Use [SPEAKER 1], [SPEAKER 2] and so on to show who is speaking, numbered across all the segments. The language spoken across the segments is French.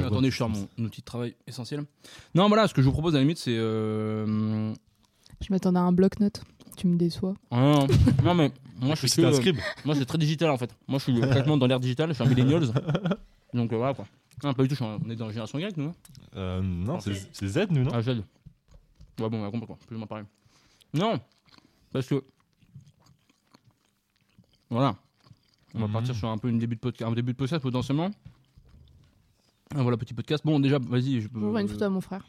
[SPEAKER 1] Ah, attendez, je sors mon, mon outil de travail essentiel. Non, voilà, ce que je vous propose à la limite, c'est. euh,
[SPEAKER 2] Je m'attendais à un bloc-notes. Tu me déçois.
[SPEAKER 1] ah, non, non, mais moi, je suis.
[SPEAKER 3] Puis c'était
[SPEAKER 1] que,
[SPEAKER 3] un
[SPEAKER 1] euh,
[SPEAKER 3] scribe.
[SPEAKER 1] moi, c'est très digital en fait. Moi, je suis complètement dans l'ère digitale, je suis un millennials. Donc euh, voilà quoi. Non, pas du tout, je suis en- on est dans la génération grecque, nous. hein
[SPEAKER 3] Euh, non, c'est c'est Z, nous, non
[SPEAKER 1] ah, j'aide. Ouais, bon, on va comprendre quoi. Plus ou moins pareil. Non Parce que. Voilà. On va
[SPEAKER 3] Mhm.
[SPEAKER 1] partir sur un peu une début de podcast, un début de podcast potentiellement. Ah, voilà, petit podcast. Bon, déjà, vas-y. Je peux...
[SPEAKER 2] Je vais une photo à mon frère.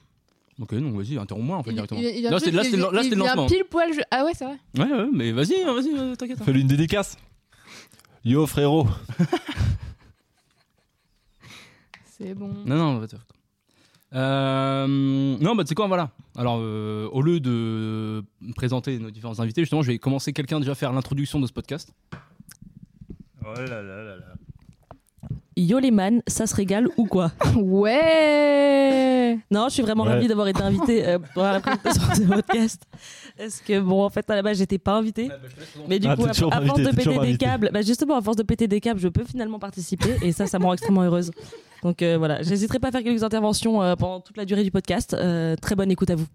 [SPEAKER 1] Ok, donc vas-y, interromps-moi en fait
[SPEAKER 2] Il-
[SPEAKER 1] directement.
[SPEAKER 2] il- il a
[SPEAKER 1] là,
[SPEAKER 2] fait-
[SPEAKER 1] c'est là,
[SPEAKER 2] il-
[SPEAKER 1] c'est le- là,
[SPEAKER 2] il-
[SPEAKER 1] c'est le
[SPEAKER 2] il a
[SPEAKER 1] lancement.
[SPEAKER 2] pile poil. je- Ah ouais, c'est vrai.
[SPEAKER 1] Ouais, ouais, mais vas-y, hein, vas-y, euh, t'inquiète. hein.
[SPEAKER 3] Fais-lui une dédicace. Yo, frérot.
[SPEAKER 2] C'est bon.
[SPEAKER 1] Non, non, on va te faire. Euh, non, bah tu sais quoi, voilà. Alors, euh, au lieu de présenter nos différents invités, justement, je vais commencer quelqu'un déjà à faire l'introduction de ce podcast.
[SPEAKER 4] Yo les man, ça se régale ou quoi
[SPEAKER 2] Ouais.
[SPEAKER 1] Ah,
[SPEAKER 4] Non, je suis vraiment
[SPEAKER 3] Ouais.
[SPEAKER 4] ravie d'avoir été invitée euh, pour la présentation de ce podcast. Parce que bon, en fait, à la base, j'étais pas
[SPEAKER 1] bah,
[SPEAKER 4] invitée. Mais du
[SPEAKER 3] Ah,
[SPEAKER 4] coup,
[SPEAKER 3] t'es
[SPEAKER 4] à,
[SPEAKER 3] toujours
[SPEAKER 4] à force
[SPEAKER 3] invitée,
[SPEAKER 4] de
[SPEAKER 3] t'es
[SPEAKER 4] péter
[SPEAKER 3] toujours
[SPEAKER 4] des
[SPEAKER 3] invitée.
[SPEAKER 4] câbles, bah justement, à force de péter des câbles, je peux finalement participer et ça, ça me rend extrêmement heureuse. Donc euh, voilà, j'hésiterai pas à faire quelques interventions euh, pendant toute la durée du podcast. Euh, très bonne écoute à vous.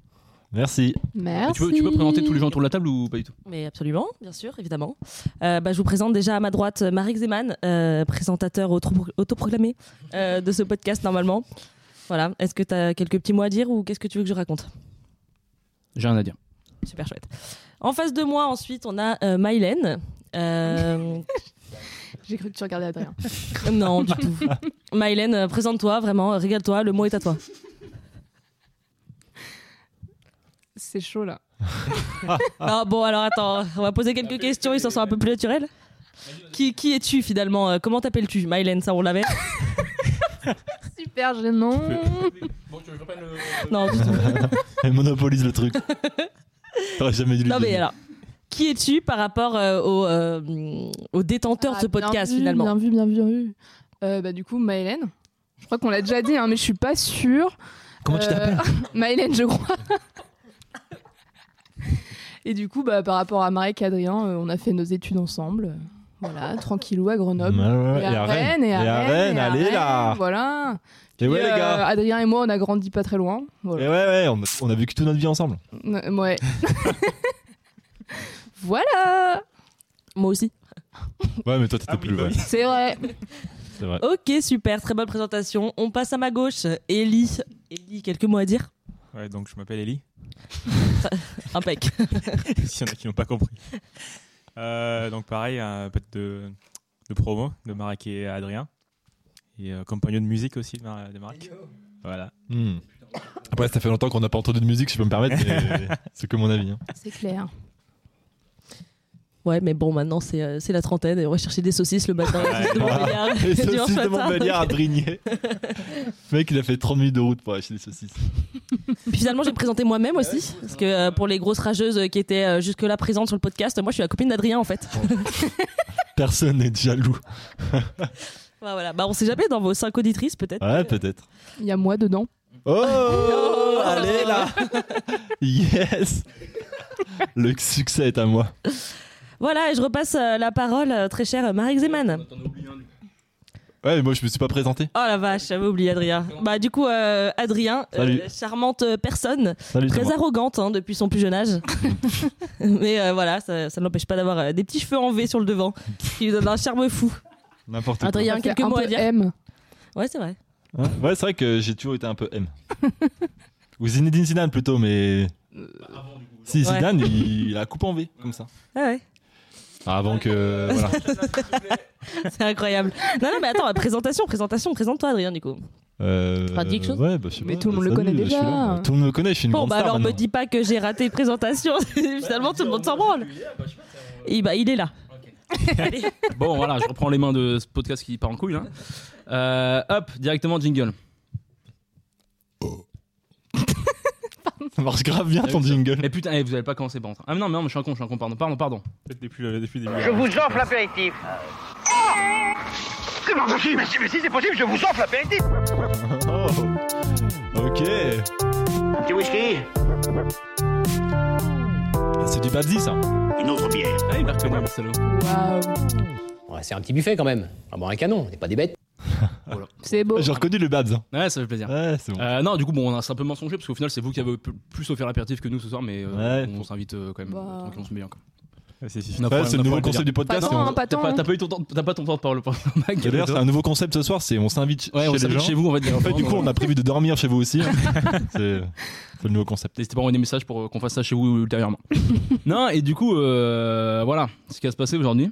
[SPEAKER 3] Merci.
[SPEAKER 2] Merci.
[SPEAKER 1] Et Tu peux, tu peux présenter tous les gens autour de la table ou pas du tout
[SPEAKER 4] Mais absolument, bien sûr, évidemment. Euh, bah, je vous présente déjà à ma droite euh, Marek Zeman, euh, présentateur autopro- autoproclamé euh, de ce podcast normalement. Voilà, est-ce que tu as quelques petits mots à dire ou qu'est-ce que tu veux que je raconte
[SPEAKER 1] J'ai rien à dire.
[SPEAKER 4] Super chouette. En face de moi, ensuite, on a euh, Mylène. Euh,
[SPEAKER 2] J'ai cru que tu regardais Adrien.
[SPEAKER 4] non, du tout. Mylène, euh, présente-toi, vraiment, euh, régale-toi, le mot est à toi.
[SPEAKER 2] C'est chaud là.
[SPEAKER 4] Ah bon, alors attends, on va poser quelques questions, ils sont un peu plus naturels. Qui, qui es-tu finalement Euh, Comment t'appelles-tu Mylène, ça on l'avait
[SPEAKER 2] Super gênant.
[SPEAKER 1] Bon, tu veux que
[SPEAKER 4] Non, du tout.
[SPEAKER 3] Elle monopolise le truc. T'aurais jamais dû lui
[SPEAKER 4] Non mais
[SPEAKER 3] dire.
[SPEAKER 4] alors, qui es-tu par rapport euh, au, euh, mm, au détenteur de
[SPEAKER 2] Ah,
[SPEAKER 4] ce
[SPEAKER 2] bien
[SPEAKER 4] podcast
[SPEAKER 2] vu,
[SPEAKER 4] finalement
[SPEAKER 2] Bien vu, bien vu, bien vu. Euh, bah, du coup, Maëlène. Je crois qu'on l'a déjà dit, hein, mais je suis pas sûre.
[SPEAKER 3] Comment tu
[SPEAKER 2] Euh,
[SPEAKER 3] t'appelles
[SPEAKER 2] Maëlène, je crois. Et du coup, bah, par rapport à Marek et Adrien, euh, on a fait nos études ensemble. Euh, Voilà, tranquillou à Grenoble.
[SPEAKER 3] Ouais, ouais,
[SPEAKER 2] Et, à Rennes, et à Rennes, et à
[SPEAKER 3] allez
[SPEAKER 2] Rennes,
[SPEAKER 3] là.
[SPEAKER 2] Voilà.
[SPEAKER 3] Et ouais,
[SPEAKER 2] Et,
[SPEAKER 3] les
[SPEAKER 2] euh,
[SPEAKER 3] gars.
[SPEAKER 2] Adrien et moi, on a grandi pas très loin.
[SPEAKER 3] Et
[SPEAKER 2] Voilà.
[SPEAKER 4] Euh,
[SPEAKER 3] ouais, ouais, on a, on a vécu toute notre vie ensemble.
[SPEAKER 2] Euh, Ouais. voilà.
[SPEAKER 4] Moi aussi.
[SPEAKER 3] Ouais, mais toi, t'étais plus. ouais.
[SPEAKER 2] C'est vrai.
[SPEAKER 3] C'est vrai.
[SPEAKER 4] Ok, super, très bonne présentation. On passe à ma gauche, Ellie. Ellie, quelques mots à dire
[SPEAKER 5] Ouais, donc je m'appelle Ellie,
[SPEAKER 4] Impec.
[SPEAKER 5] s'il y en a qui n'ont pas compris. Euh, donc pareil, un pote de, de promo de Marek et Adrien. Et euh, compagnon de musique aussi de, Mar- de Marek. Voilà.
[SPEAKER 3] Hmm. Après, ça fait longtemps qu'on n'a pas entendu de musique, si je peux me permettre, mais c'est que mon avis. hein.
[SPEAKER 2] C'est clair.
[SPEAKER 4] Ouais, mais bon, maintenant c'est euh, c'est la trentaine et on va chercher des saucisses le matin.
[SPEAKER 5] Ouais.
[SPEAKER 4] de Montbéliard,
[SPEAKER 3] Ah. Les
[SPEAKER 4] du
[SPEAKER 3] saucisses de
[SPEAKER 4] matin.
[SPEAKER 3] Montbéliard à Brigné. Le mec, il a fait 30 minutes de route pour acheter des saucisses.
[SPEAKER 4] Puis finalement, j'ai présenté moi-même aussi. Parce que euh, pour les grosses rageuses euh, qui étaient euh, jusque-là présentes sur le podcast, moi je suis la copine d'Adrien en fait.
[SPEAKER 3] Personne n'est jaloux.
[SPEAKER 4] Bah, voilà. bah on sait jamais dans vos cinq auditrices peut-être.
[SPEAKER 3] Ouais, peut-être.
[SPEAKER 2] Il y a moi dedans.
[SPEAKER 3] Oh Allez là Yes Le succès est à moi.
[SPEAKER 4] Voilà, et je repasse euh, la parole, euh, très chère euh, Marek Zeman.
[SPEAKER 3] Ouais, mais moi, je me suis pas présenté.
[SPEAKER 4] Oh la vache, j'avais oublié Adrien. Bah du coup, euh, Adrien, euh,
[SPEAKER 3] Salut.
[SPEAKER 4] charmante euh, personne,
[SPEAKER 3] Salut, c'est
[SPEAKER 4] très
[SPEAKER 3] moi.
[SPEAKER 4] arrogante hein, depuis son plus jeune âge. Mais euh, voilà, ça, ça ne l'empêche pas d'avoir euh, des petits cheveux en V sur le devant, qui lui donne un charme fou.
[SPEAKER 3] N'importe quoi.
[SPEAKER 2] Ça
[SPEAKER 4] Adrien,
[SPEAKER 2] fait
[SPEAKER 4] quelques
[SPEAKER 2] un
[SPEAKER 4] mots
[SPEAKER 2] peu
[SPEAKER 4] à dire
[SPEAKER 2] M.
[SPEAKER 4] Ouais, c'est vrai.
[SPEAKER 3] Hein ouais, c'est vrai que j'ai toujours été un peu M. Ou Zinedine Zidane plutôt, mais. Si,
[SPEAKER 4] Ouais.
[SPEAKER 3] Zidane, il, il a coupé en V, comme ça.
[SPEAKER 4] Ouais, ouais.
[SPEAKER 3] Ah, Avant que. Voilà.
[SPEAKER 4] C'est incroyable. Non, non, mais attends, présentation, présentation, présente-toi, Adrien, du coup.
[SPEAKER 3] Euh,
[SPEAKER 4] Enfin, dis quelque chose
[SPEAKER 3] ouais, bah, je sais
[SPEAKER 2] Mais
[SPEAKER 3] pas,
[SPEAKER 2] tout le monde le
[SPEAKER 3] salut,
[SPEAKER 2] connaît
[SPEAKER 3] je suis
[SPEAKER 2] déjà.
[SPEAKER 3] là. Tout le monde me connaît, je suis une
[SPEAKER 4] Bon,
[SPEAKER 3] grande
[SPEAKER 4] bah
[SPEAKER 3] star.
[SPEAKER 4] alors, me
[SPEAKER 3] maintenant.
[SPEAKER 4] dis pas que j'ai raté présentation. Finalement, tout le monde s'en branle. Et bah, il est là. Allez.
[SPEAKER 1] Bon, voilà, je reprends les mains de ce podcast qui part en couille. Hein. Euh, hop, directement jingle.
[SPEAKER 3] Ça marche grave bien ton jingle.
[SPEAKER 1] Mais putain, eh, vous avez pas commencé par rentrer. Ah mais non, mais non, mais je suis un con, je suis un con, pardon, pardon, pardon.
[SPEAKER 5] Peut-être Depuis, le- depuis le début.
[SPEAKER 6] Je vous offre l'apéritif. C'est pas possible, mais si, mais si c'est possible, je vous offre l'apéritif.
[SPEAKER 3] Oh. Ok.
[SPEAKER 6] Du whisky
[SPEAKER 5] Ah,
[SPEAKER 3] C'est du Babzi ça.
[SPEAKER 6] Une autre bière.
[SPEAKER 1] Ah, il m'a reconnu, le salaud.
[SPEAKER 2] Waouh.
[SPEAKER 7] Ouais, c'est un petit buffet quand même. Ah bon, un canon, on n'est pas des bêtes.
[SPEAKER 1] Voilà.
[SPEAKER 2] C'est beau.
[SPEAKER 3] J'ai reconnu le Babs. hein.
[SPEAKER 1] Ouais, ça fait plaisir.
[SPEAKER 3] Ouais, c'est bon.
[SPEAKER 1] Euh, non, du coup, bon, on a un peu mensongé parce qu'au final, c'est vous qui avez p- plus offert l'apéritif que nous ce soir, mais euh,
[SPEAKER 3] Ouais.
[SPEAKER 1] on s'invite euh, quand même.
[SPEAKER 2] Bah.
[SPEAKER 1] euh, tranquille, on se met bien. quoi.
[SPEAKER 5] Ouais, c'est- c'est-
[SPEAKER 1] On a
[SPEAKER 3] Ouais,
[SPEAKER 1] pas-
[SPEAKER 3] c'est
[SPEAKER 1] on a
[SPEAKER 3] le nouveau
[SPEAKER 1] pas
[SPEAKER 3] concept du
[SPEAKER 2] Pas
[SPEAKER 3] podcast.
[SPEAKER 2] tant,
[SPEAKER 3] c'est on-
[SPEAKER 2] hein, pas
[SPEAKER 1] T'as
[SPEAKER 2] tant.
[SPEAKER 1] pas, t'as pas eu ton temps, t'as pas ton temps de parole pour le Mac.
[SPEAKER 3] Et D'ailleurs, c'est un nouveau concept ce soir, c'est on s'invite
[SPEAKER 1] Ouais, on
[SPEAKER 3] chez les
[SPEAKER 1] s'invite
[SPEAKER 3] gens.
[SPEAKER 1] chez vous, on va dire.
[SPEAKER 3] En fait, du coup, on a prévu de dormir chez vous aussi. c'est c'est le nouveau concept.
[SPEAKER 1] N'hésitez pas à envoyer des messages pour euh, qu'on fasse ça chez vous ultérieurement. non, et du coup, euh, voilà ce qui va se passer aujourd'hui.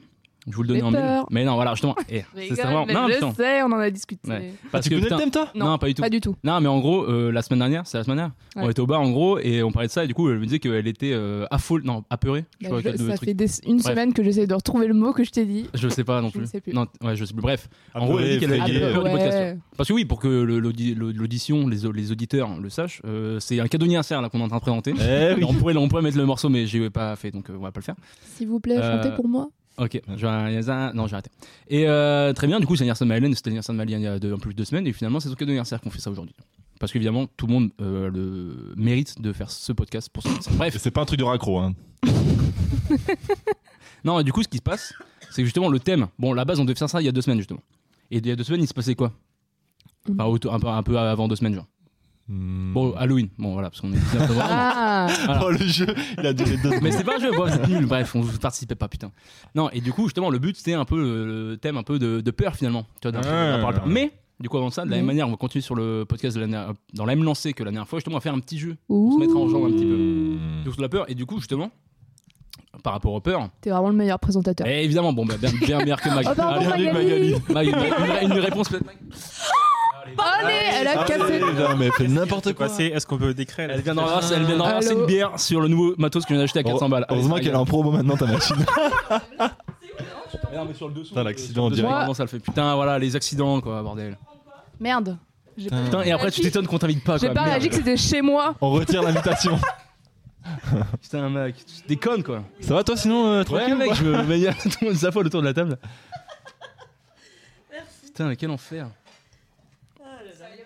[SPEAKER 1] Je vous le donner
[SPEAKER 2] J'ai
[SPEAKER 1] en mail.
[SPEAKER 2] peur.
[SPEAKER 1] Mais non, voilà, justement. eh,
[SPEAKER 2] Je
[SPEAKER 1] c'est
[SPEAKER 2] rigole,
[SPEAKER 1] vraiment.
[SPEAKER 2] mais
[SPEAKER 1] Non,
[SPEAKER 2] je
[SPEAKER 1] putain,
[SPEAKER 2] sais, on en a discuté.
[SPEAKER 1] Ouais.
[SPEAKER 3] Ah,
[SPEAKER 1] parce
[SPEAKER 3] tu
[SPEAKER 1] que,
[SPEAKER 3] connais
[SPEAKER 1] putain,
[SPEAKER 3] le thème, toi
[SPEAKER 1] non, pas du tout.
[SPEAKER 2] Pas du tout.
[SPEAKER 1] Non, mais en gros, euh, la semaine dernière, c'est la semaine dernière, on
[SPEAKER 2] Ouais.
[SPEAKER 1] était au bar en gros et on parlait de ça. Et du coup, elle me disait qu'elle était euh, affolée, non, apeurée. Je, sais
[SPEAKER 2] Bah,
[SPEAKER 1] pas,
[SPEAKER 2] je-
[SPEAKER 1] quel
[SPEAKER 2] ça
[SPEAKER 1] truc.
[SPEAKER 2] fait des- une
[SPEAKER 1] Bref.
[SPEAKER 2] semaine que j'essaie de retrouver le mot que je t'ai dit.
[SPEAKER 1] je sais pas non
[SPEAKER 2] Je
[SPEAKER 1] plus.
[SPEAKER 2] ne sais plus.
[SPEAKER 1] Non, ouais, je sais plus. Bref, en gros, elle
[SPEAKER 3] Apeurée,
[SPEAKER 1] dit qu'elle avait
[SPEAKER 3] effrayée,
[SPEAKER 1] peur du
[SPEAKER 2] Ah, Ouais.
[SPEAKER 1] podcast. ouais. Parce que oui, pour que le- l'audi- le- l'audition, les, au- les auditeurs le sachent, euh, c'est un cadeau d'anniversaire là qu'on est en train de présenter.
[SPEAKER 3] Eh oui.
[SPEAKER 1] on, pourrait, on pourrait mettre le morceau, mais j'ai pas fait, donc euh, on va pas le faire.
[SPEAKER 2] S'il vous plaît,
[SPEAKER 1] Euh,
[SPEAKER 2] chantez pour moi.
[SPEAKER 1] Ok, j'ai un- non, j'ai arrêté. Et euh, très bien, du coup, c'est l'anniversaire de Mylène, c'était l'anniversaire de Mylène il y a deux- un peu plus de deux semaines, et finalement, c'est son cadeau d'anniversaire qu'on fait ça aujourd'hui. Parce qu'évidemment, tout le monde euh, le mérite de faire ce podcast pour son anniversaire.
[SPEAKER 3] Et
[SPEAKER 1] Bref,
[SPEAKER 3] C'est pas un truc de raccro. Hein.
[SPEAKER 1] non, et du coup, ce qui se passe, c'est que justement le thème. Bon, la base, on devait faire ça il y a deux semaines, justement. Et il y a deux semaines, il se passait quoi
[SPEAKER 2] Mm.
[SPEAKER 1] Enfin, autour- un, peu, un peu avant deux semaines, genre.
[SPEAKER 3] Hmm.
[SPEAKER 1] Bon, Halloween, bon, voilà, parce qu'on est 19 novembre.
[SPEAKER 2] Ah,
[SPEAKER 1] voilà.
[SPEAKER 3] Oh, le jeu, il a duré deux
[SPEAKER 1] Mais
[SPEAKER 3] secondes.
[SPEAKER 1] c'est pas un jeu, bon, vous êtes nuls. Bref, on vous participait pas, putain. Non, et du coup, justement, le but c'était un peu euh, le thème un peu de, de peur finalement. Tu vois, d'un-
[SPEAKER 5] Ouais.
[SPEAKER 1] d'un parle
[SPEAKER 3] Ah.
[SPEAKER 1] peur. Mais, du coup, avant ça, de la même
[SPEAKER 2] Oui.
[SPEAKER 1] manière, on va continuer sur le podcast de la, dernière- dans la même lancée que la dernière fois, justement, à faire un petit jeu
[SPEAKER 2] ouh,
[SPEAKER 1] se mettre en jambe un petit peu.
[SPEAKER 3] Hmm.
[SPEAKER 1] sur la peur. Et du coup, justement, par rapport aux peurs,
[SPEAKER 2] t'es vraiment le meilleur présentateur.
[SPEAKER 1] et évidemment, bon, bah, bien, bien meilleur que Mag.
[SPEAKER 2] Oh, pardon,
[SPEAKER 1] Allez,
[SPEAKER 2] Magali.
[SPEAKER 3] Magali.
[SPEAKER 1] Mag, une, une- une réponse peut-être, Mag
[SPEAKER 2] Allez, elle a
[SPEAKER 3] Ah,
[SPEAKER 2] cassé.
[SPEAKER 3] mais- non, mais elle fait n'importe
[SPEAKER 5] c'est
[SPEAKER 3] quoi.
[SPEAKER 5] passé. Est-ce qu'on peut décrire la
[SPEAKER 1] Elle vient d'en verser- elle vient d'en
[SPEAKER 2] Allô
[SPEAKER 1] verser une bière sur le nouveau matos que je viens d'acheter à 400 balles. Allez,
[SPEAKER 3] Heureusement
[SPEAKER 1] ça
[SPEAKER 3] qu'elle est
[SPEAKER 1] rigole.
[SPEAKER 3] en promo maintenant, ta machine.
[SPEAKER 1] Mais non, mais sur le dessous. euh,
[SPEAKER 3] Putain, l'accident en
[SPEAKER 1] sur le dessous,
[SPEAKER 3] direct.
[SPEAKER 1] vraiment, ça le fait. Putain, voilà, les accidents, quoi, bordel.
[SPEAKER 2] Merde. J'ai pas-
[SPEAKER 1] Putain, et après tu t'étonnes qu'on t'invite Ah, pas
[SPEAKER 2] J'ai
[SPEAKER 1] quoi.
[SPEAKER 2] pas
[SPEAKER 1] Merde.
[SPEAKER 2] réagi que c'était chez moi.
[SPEAKER 3] On retire l'invitation.
[SPEAKER 1] Putain, mec, tu déconnes quoi.
[SPEAKER 3] Ça va toi sinon euh, tranquille
[SPEAKER 1] Ouais,
[SPEAKER 3] ou
[SPEAKER 1] mec,
[SPEAKER 3] pas
[SPEAKER 1] je me manier tout le monde s'affole autour de la table. Putain, mais quel enfer.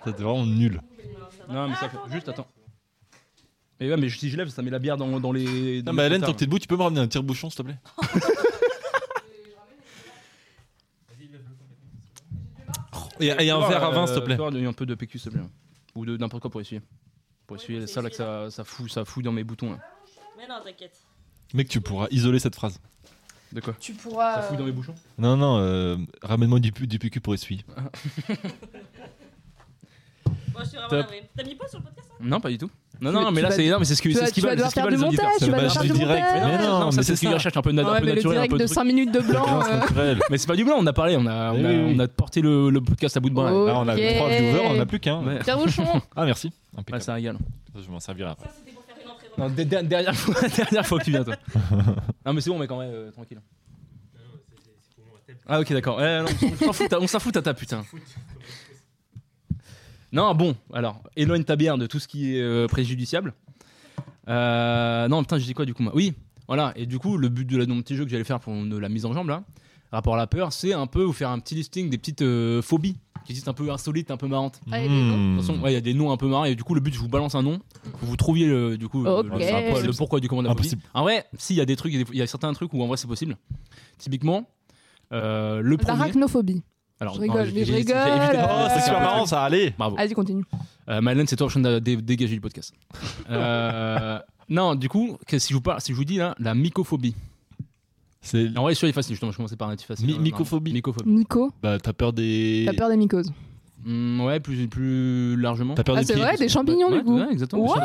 [SPEAKER 3] Ça, T'es vraiment nul.
[SPEAKER 1] Non, mais ça fait. Juste attends. Mais ouais, mais si je lève, ça met la bière dans, dans les.
[SPEAKER 3] Non
[SPEAKER 1] dans
[SPEAKER 3] mais
[SPEAKER 1] les
[SPEAKER 3] Hélène, tant
[SPEAKER 1] pétards,
[SPEAKER 3] que t'es debout, tu peux me ramener un tire-bouchon s'il te plaît Et, et un
[SPEAKER 1] là.
[SPEAKER 3] verre à vin
[SPEAKER 1] Euh,
[SPEAKER 3] s'il te plaît.
[SPEAKER 1] toi, donne-lui un peu de PQ s'il te plaît. Ou de n'importe quoi pour essuyer. Pour essuyer ça là que ça, ça fout ça fout dans mes boutons là.
[SPEAKER 4] Mais non, t'inquiète.
[SPEAKER 3] Mec, tu pourras isoler cette phrase.
[SPEAKER 1] De quoi
[SPEAKER 2] Tu pourras.
[SPEAKER 1] Ça fout dans mes bouchons
[SPEAKER 3] Non, non, euh, ramène-moi du, pu- du PQ pour essuyer.
[SPEAKER 4] Moi, je suis vraiment
[SPEAKER 1] Top.
[SPEAKER 4] navrée. T'as mis pas sur le podcast
[SPEAKER 1] Non, pas du tout. Non,
[SPEAKER 2] Tu-
[SPEAKER 1] non, mais
[SPEAKER 2] tu
[SPEAKER 1] là
[SPEAKER 2] vas-
[SPEAKER 1] c'est non, mais c'est ce que
[SPEAKER 2] tu
[SPEAKER 1] c'est
[SPEAKER 2] vas-
[SPEAKER 1] ce qui
[SPEAKER 2] tu
[SPEAKER 1] va
[SPEAKER 2] vas devoir faire du montage, tu vas
[SPEAKER 3] Bah,
[SPEAKER 2] devoir
[SPEAKER 3] je
[SPEAKER 2] faire
[SPEAKER 3] vais
[SPEAKER 2] du
[SPEAKER 3] direct.
[SPEAKER 2] montage.
[SPEAKER 3] Mais non,
[SPEAKER 1] Non,
[SPEAKER 3] mais
[SPEAKER 1] ça
[SPEAKER 3] c'est
[SPEAKER 1] c'est ce que
[SPEAKER 3] ça.
[SPEAKER 1] je recherche un peu na-
[SPEAKER 2] Ouais,
[SPEAKER 1] un peu
[SPEAKER 2] mais le
[SPEAKER 1] naturel, un
[SPEAKER 2] direct
[SPEAKER 1] peu
[SPEAKER 2] de
[SPEAKER 1] de truc.
[SPEAKER 2] 5 minutes de
[SPEAKER 3] La
[SPEAKER 2] blanc.
[SPEAKER 3] grâce
[SPEAKER 2] euh,
[SPEAKER 3] naturelle.
[SPEAKER 1] Mais c'est pas du blanc, on a parlé, on a, on a,
[SPEAKER 3] Oui, oui, oui.
[SPEAKER 1] on a porté le, le podcast à bout de bras.
[SPEAKER 2] Oh.
[SPEAKER 3] Là, Ah, on a
[SPEAKER 2] Ok.
[SPEAKER 3] trois viewers, on en a plus qu'un.
[SPEAKER 1] Ouais.
[SPEAKER 2] Pierre Bouchon.
[SPEAKER 3] Ah merci.
[SPEAKER 1] Ouais,
[SPEAKER 3] Impeccable.
[SPEAKER 1] ça régale.
[SPEAKER 3] Ça, je m'en servirai après.
[SPEAKER 4] Ça, c'était pour faire une entrée
[SPEAKER 1] Non, dé- dé- dernière, fois, dernière fois que tu viens, toi. non, mais c'est bon, mec, en vrai, euh, tranquille. Ah, ok, d'accord. Eh, non, on s'en fout, t'as- on s'en fout, tata, putain. Non, bon, alors, éloigne ta bière de tout ce qui est euh, préjudiciable. Euh, non, putain, j'ai dit quoi du coup moi Oui, voilà, et du coup, le but de la- de mon petit jeu que j'allais faire pour euh, la mise en jambe, là, rapport à la peur, c'est un peu vous faire un petit listing des petites euh, phobies qui existent un peu insolites, un peu marrantes.
[SPEAKER 2] Allez, les
[SPEAKER 3] Hmm.
[SPEAKER 2] noms.
[SPEAKER 1] De toute façon, ouais, il y a des noms un peu marrants et du coup le but je vous balance un nom, que vous trouviez le, du coup le-
[SPEAKER 2] Ok.
[SPEAKER 1] le, le pourquoi- le pourquoi du commandant.
[SPEAKER 3] Impossible.
[SPEAKER 1] En vrai, si il y a des trucs, il y a des- il y a certains trucs où en vrai c'est possible. Typiquement, euh, le premier.
[SPEAKER 2] L'arachnophobie.
[SPEAKER 1] Alors,
[SPEAKER 2] Je rigole,
[SPEAKER 1] j'ai-
[SPEAKER 2] mais je
[SPEAKER 1] j'ai- j'ai- j'ai
[SPEAKER 2] rigole.
[SPEAKER 1] évité de-
[SPEAKER 2] Oh, c'est super marrant,
[SPEAKER 3] ça, allez
[SPEAKER 1] Bravo.
[SPEAKER 2] Vas-y, continue.
[SPEAKER 1] Euh, Madeleine, c'est toi option de dé- dégager du podcast. Euh, non, du coup, que- si je vous parle, si je vous dis là, la mycophobie.
[SPEAKER 3] C'est...
[SPEAKER 1] En vrai, celui-là est facile. Justement, je commençais par un petit facile.
[SPEAKER 3] Mi-
[SPEAKER 1] Euh, non,
[SPEAKER 3] mycophobie.
[SPEAKER 1] Mycophobie.
[SPEAKER 2] Nico,
[SPEAKER 3] Bah t'as peur des...
[SPEAKER 2] t'as peur des mycoses.
[SPEAKER 1] Hmm, ouais, plus plus largement.
[SPEAKER 3] T'as peur
[SPEAKER 2] Ah,
[SPEAKER 3] des
[SPEAKER 2] c'est
[SPEAKER 3] pieds
[SPEAKER 2] vrai, des champignons
[SPEAKER 1] Ouais,
[SPEAKER 2] du coup.
[SPEAKER 1] ouais, exactement.
[SPEAKER 2] Waouh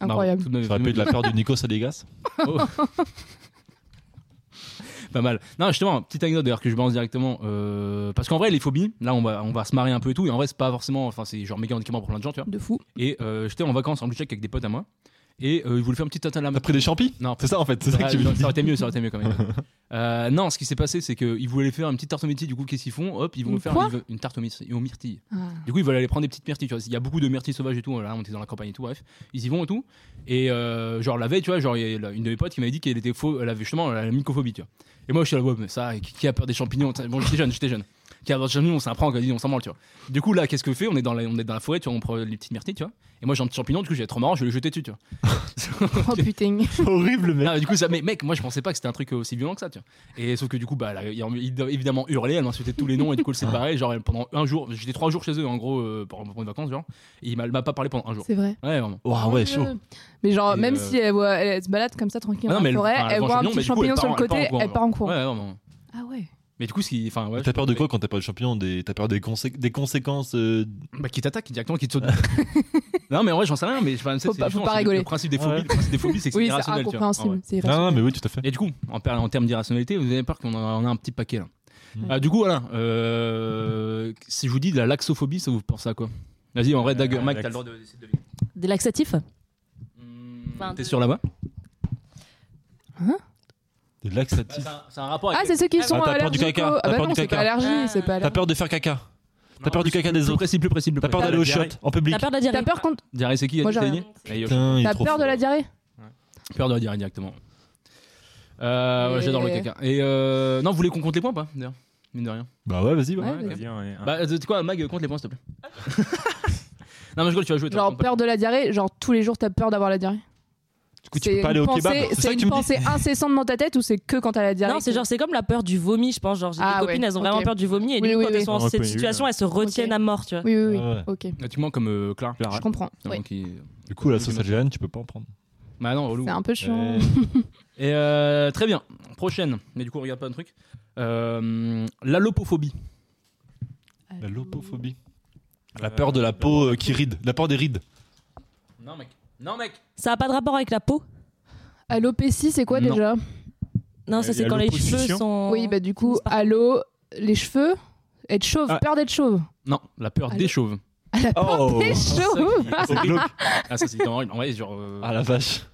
[SPEAKER 1] Incroyable.
[SPEAKER 2] Incroyable.
[SPEAKER 3] J'aurais pas eu de la peur du Nico Saligas.
[SPEAKER 1] Pas mal. Non, justement, petite anecdote d'ailleurs que je balance directement. euh, parce qu'en vrai, les phobies, là, on va, on va se marrer un peu et tout. Et en vrai, c'est pas forcément. Enfin, c'est genre méga handicapant pour plein de gens, tu vois.
[SPEAKER 2] De fou.
[SPEAKER 1] Et euh, j'étais en vacances en Belgique avec des potes à moi. Et euh, ils voulaient faire un petit tata la
[SPEAKER 3] T'as pris des champis
[SPEAKER 1] Non,
[SPEAKER 3] C'est ça en fait, c'est ça que
[SPEAKER 1] Ouais,
[SPEAKER 3] tu veux
[SPEAKER 1] non,
[SPEAKER 3] dire.
[SPEAKER 1] aurait été mieux, ça aurait été mieux quand même. Euh, non, ce qui s'est passé, c'est qu'ils voulaient faire une petite tarte aux myrtilles. Du coup, qu'est-ce qu'ils font Hop, ils vont
[SPEAKER 2] Une
[SPEAKER 1] faire
[SPEAKER 2] quoi
[SPEAKER 1] ils veulent- une tarte aux myrtilles- aux myrtilles.
[SPEAKER 2] Ah.
[SPEAKER 1] Du coup, ils veulent aller prendre des petites myrtilles. Tu vois. Il y a beaucoup de myrtilles sauvages et tout. Là, on était dans la campagne et tout. Bref, ils y vont et tout. Et euh, genre la veille, tu vois, genre il y a la- une de mes potes qui m'avait dit qu'elle était faux, elle avait justement la mycophobie, tu vois. Et moi, je suis là, ouais, mais ça, qui qui a peur des champignons Bon, j'étais jeune, j'étais jeune. qui a champignon, on s'apprend, on dit on s'en branle, tu vois. Du coup, là, qu'est-ce que je fais on est, dans la, on est dans la forêt, tu vois, on prend les petites myrtilles, tu vois. Et moi, j'ai un petit champignon, du coup, j'ai trop marrant, je vais le jeter dessus, tu vois.
[SPEAKER 2] Oh putain.
[SPEAKER 3] Horrible, mec.
[SPEAKER 1] Ah, du coup, ça, mais mec, moi je pensais pas que c'était un truc aussi violent que ça, tu vois. Et sauf que du coup, bah, elle a- il a il a évidemment hurlé, elle m'insultait de tous les noms, et du coup, elle
[SPEAKER 2] Ah.
[SPEAKER 1] s'est barrée. Genre, elle- pendant un jour, j'étais trois jours chez eux, en gros, euh, pour, pour une vacances, genre. Et il m'a elle m'a pas parlé pendant un jour.
[SPEAKER 2] C'est vrai.
[SPEAKER 1] Ouais, vraiment.
[SPEAKER 3] Waouh, ouais, chaud.
[SPEAKER 2] Mais genre,
[SPEAKER 1] Et,
[SPEAKER 2] même
[SPEAKER 1] euh,
[SPEAKER 2] si elle, voit, elle, elle se balade comme ça tranquille
[SPEAKER 1] Ah
[SPEAKER 2] dans
[SPEAKER 1] non, mais
[SPEAKER 2] la
[SPEAKER 1] elle-
[SPEAKER 2] forêt,
[SPEAKER 1] enfin,
[SPEAKER 2] elle
[SPEAKER 1] elle
[SPEAKER 2] voit un
[SPEAKER 1] vend
[SPEAKER 2] petit
[SPEAKER 1] un champignon,
[SPEAKER 2] champignon
[SPEAKER 1] mais
[SPEAKER 2] sur le
[SPEAKER 1] du coup,
[SPEAKER 2] côté,
[SPEAKER 1] elle part en
[SPEAKER 2] elle part en courant.
[SPEAKER 1] Ouais, vraiment.
[SPEAKER 2] Ah ouais.
[SPEAKER 1] Mais du coup, ce qui. Enfin, ouais.
[SPEAKER 3] T'as peur de quoi quand t'as peur de champignon des... T'as peur des, consé- des conséquences euh,
[SPEAKER 1] Bah, qui t'attaque directement, qui te saute. non, mais en vrai, j'en sais rien, mais enfin, c'est
[SPEAKER 2] Faut
[SPEAKER 1] c'est
[SPEAKER 2] pas- faut
[SPEAKER 1] différent,
[SPEAKER 2] pas
[SPEAKER 1] c'est le-
[SPEAKER 2] rigoler.
[SPEAKER 1] Le principe des phobies,
[SPEAKER 3] Ouais.
[SPEAKER 1] le principe des phobies, c'est que c'est
[SPEAKER 2] Oui, c'est
[SPEAKER 1] irrationnel, tu vois. Ah ouais.
[SPEAKER 2] incompréhensible. C'est
[SPEAKER 3] Non, non,
[SPEAKER 2] irrationnel.
[SPEAKER 3] mais oui, tout à fait.
[SPEAKER 1] Et du coup, en, parlant en termes d'irrationalité, vous avez peur qu'on en a, on a un petit paquet là.
[SPEAKER 3] Mm.
[SPEAKER 1] Ah, du coup, voilà. euh, si je vous dis de la laxophobie, ça vous pense à quoi Vas-y, en vrai,
[SPEAKER 5] Euh,
[SPEAKER 1] Dagger, Mike,
[SPEAKER 5] lax-
[SPEAKER 1] t'as le droit de d'essayer de
[SPEAKER 4] Des laxatifs
[SPEAKER 1] deviner.
[SPEAKER 4] Enfin,
[SPEAKER 1] T'es
[SPEAKER 4] de-
[SPEAKER 1] sûr là-bas
[SPEAKER 2] Hein
[SPEAKER 3] Des laxatifs.
[SPEAKER 1] C'est un rapport
[SPEAKER 2] Ah, c'est ceux qui
[SPEAKER 4] Ah,
[SPEAKER 2] sont
[SPEAKER 3] t'as peur
[SPEAKER 2] allergiques
[SPEAKER 3] du caca,
[SPEAKER 2] au-
[SPEAKER 3] t'as
[SPEAKER 2] Ah bah
[SPEAKER 3] peur
[SPEAKER 2] non,
[SPEAKER 3] du
[SPEAKER 2] c'est pas
[SPEAKER 3] caca.
[SPEAKER 2] allergie, c'est pas
[SPEAKER 3] T'as
[SPEAKER 2] allergie.
[SPEAKER 3] peur de faire caca. T'as peur du caca des
[SPEAKER 1] Plus
[SPEAKER 3] autres.
[SPEAKER 1] précis, plus précis, plus
[SPEAKER 3] T'as peur
[SPEAKER 1] précis.
[SPEAKER 3] d'aller aux
[SPEAKER 5] diarrhée.
[SPEAKER 3] chiottes en public.
[SPEAKER 4] T'as peur de la diarrhée
[SPEAKER 2] T'as peur quand
[SPEAKER 1] Diarrhée, c'est qui
[SPEAKER 2] Moi,
[SPEAKER 1] qui t'a
[SPEAKER 2] j'ai
[SPEAKER 1] dit
[SPEAKER 4] rien.
[SPEAKER 1] Allez, Yoshi.
[SPEAKER 3] Putain, il est
[SPEAKER 2] t'as
[SPEAKER 3] trop
[SPEAKER 2] peur de
[SPEAKER 3] fort.
[SPEAKER 2] la diarrhée
[SPEAKER 1] Peur de la diarrhée directement. Euh, ouais,
[SPEAKER 2] Et-
[SPEAKER 1] J'adore le caca. Et euh, non, vous voulez qu'on compte les points ou pas D'ailleurs, mine de rien.
[SPEAKER 3] Bah ouais, vas-y, ouais.
[SPEAKER 2] Ouais,
[SPEAKER 1] ok.
[SPEAKER 2] vas-y.
[SPEAKER 5] Vas-y, on est
[SPEAKER 3] Ah.
[SPEAKER 5] un.
[SPEAKER 1] Bah, euh, c'est quoi, Mag, compte les points s'il te plaît. non, mais je rigole, tu vas jouer. toi,
[SPEAKER 2] Genre
[SPEAKER 1] compte pas.
[SPEAKER 2] peur de la diarrhée, genre tous les jours t'as peur d'avoir la diarrhée.
[SPEAKER 3] Du coup, tu
[SPEAKER 2] C'est
[SPEAKER 3] peux pas aller
[SPEAKER 2] une
[SPEAKER 3] au
[SPEAKER 2] pensée-
[SPEAKER 3] kebab. C'est ça
[SPEAKER 2] C'est
[SPEAKER 3] que tu me
[SPEAKER 2] une
[SPEAKER 3] dis
[SPEAKER 2] pensée incessante dans ta tête ou c'est que quand t'as la diarrhée
[SPEAKER 4] Non, c'est genre, c'est comme la peur du vomi, je pense. Genre, j'ai
[SPEAKER 2] Ah
[SPEAKER 4] des copines,
[SPEAKER 2] ouais,
[SPEAKER 4] elles ont
[SPEAKER 2] ok.
[SPEAKER 4] vraiment peur du vomi, et
[SPEAKER 2] Oui,
[SPEAKER 4] du coup,
[SPEAKER 2] oui,
[SPEAKER 4] quand
[SPEAKER 2] oui.
[SPEAKER 4] elles sont
[SPEAKER 5] On
[SPEAKER 4] dans cette
[SPEAKER 5] reconnaît,
[SPEAKER 4] situation,
[SPEAKER 5] oui.
[SPEAKER 4] elles se retiennent
[SPEAKER 2] Ok.
[SPEAKER 4] à mort, tu vois.
[SPEAKER 2] Oui, oui, oui.
[SPEAKER 3] Ah ouais.
[SPEAKER 2] Ok,
[SPEAKER 1] Ah, Tu mens comme euh, Clara.
[SPEAKER 5] Clara.
[SPEAKER 2] je comprends.
[SPEAKER 1] Vraiment,
[SPEAKER 2] ouais.
[SPEAKER 1] qui-
[SPEAKER 3] Du coup, la sauce algérienne, tu peux pas en prendre.
[SPEAKER 1] Bah non, relou.
[SPEAKER 2] C'est un peu chiant.
[SPEAKER 3] Ouais.
[SPEAKER 1] Et euh, très bien, prochaine. Mais du coup, on regarde pas un truc. Euh, L'allopophobie.
[SPEAKER 3] La lopophobie. La
[SPEAKER 5] Euh,
[SPEAKER 3] peur de la peau euh, qui ride. La peur des rides.
[SPEAKER 1] Non, mec. Non, mec.
[SPEAKER 4] Ça a pas de rapport avec la peau
[SPEAKER 2] Alopécie, c'est quoi
[SPEAKER 1] Non.
[SPEAKER 2] déjà
[SPEAKER 4] Non, ça,
[SPEAKER 5] Il y
[SPEAKER 4] c'est
[SPEAKER 5] a
[SPEAKER 4] quand les cheveux
[SPEAKER 5] l'opposition.
[SPEAKER 4] sont.
[SPEAKER 2] Oui, bah du coup,
[SPEAKER 4] C'est pas-
[SPEAKER 2] allo, les cheveux, être chauve,
[SPEAKER 1] Ah.
[SPEAKER 2] peur d'être chauve.
[SPEAKER 1] Non, la peur
[SPEAKER 2] Allo-
[SPEAKER 1] des chauves.
[SPEAKER 2] Ah, la peur
[SPEAKER 3] Oh.
[SPEAKER 2] des chauves
[SPEAKER 1] Ah,
[SPEAKER 3] C'est glauque.
[SPEAKER 1] Ah, ça, c'est vraiment horrible. En vrai, genre. euh,
[SPEAKER 3] Ah la vache.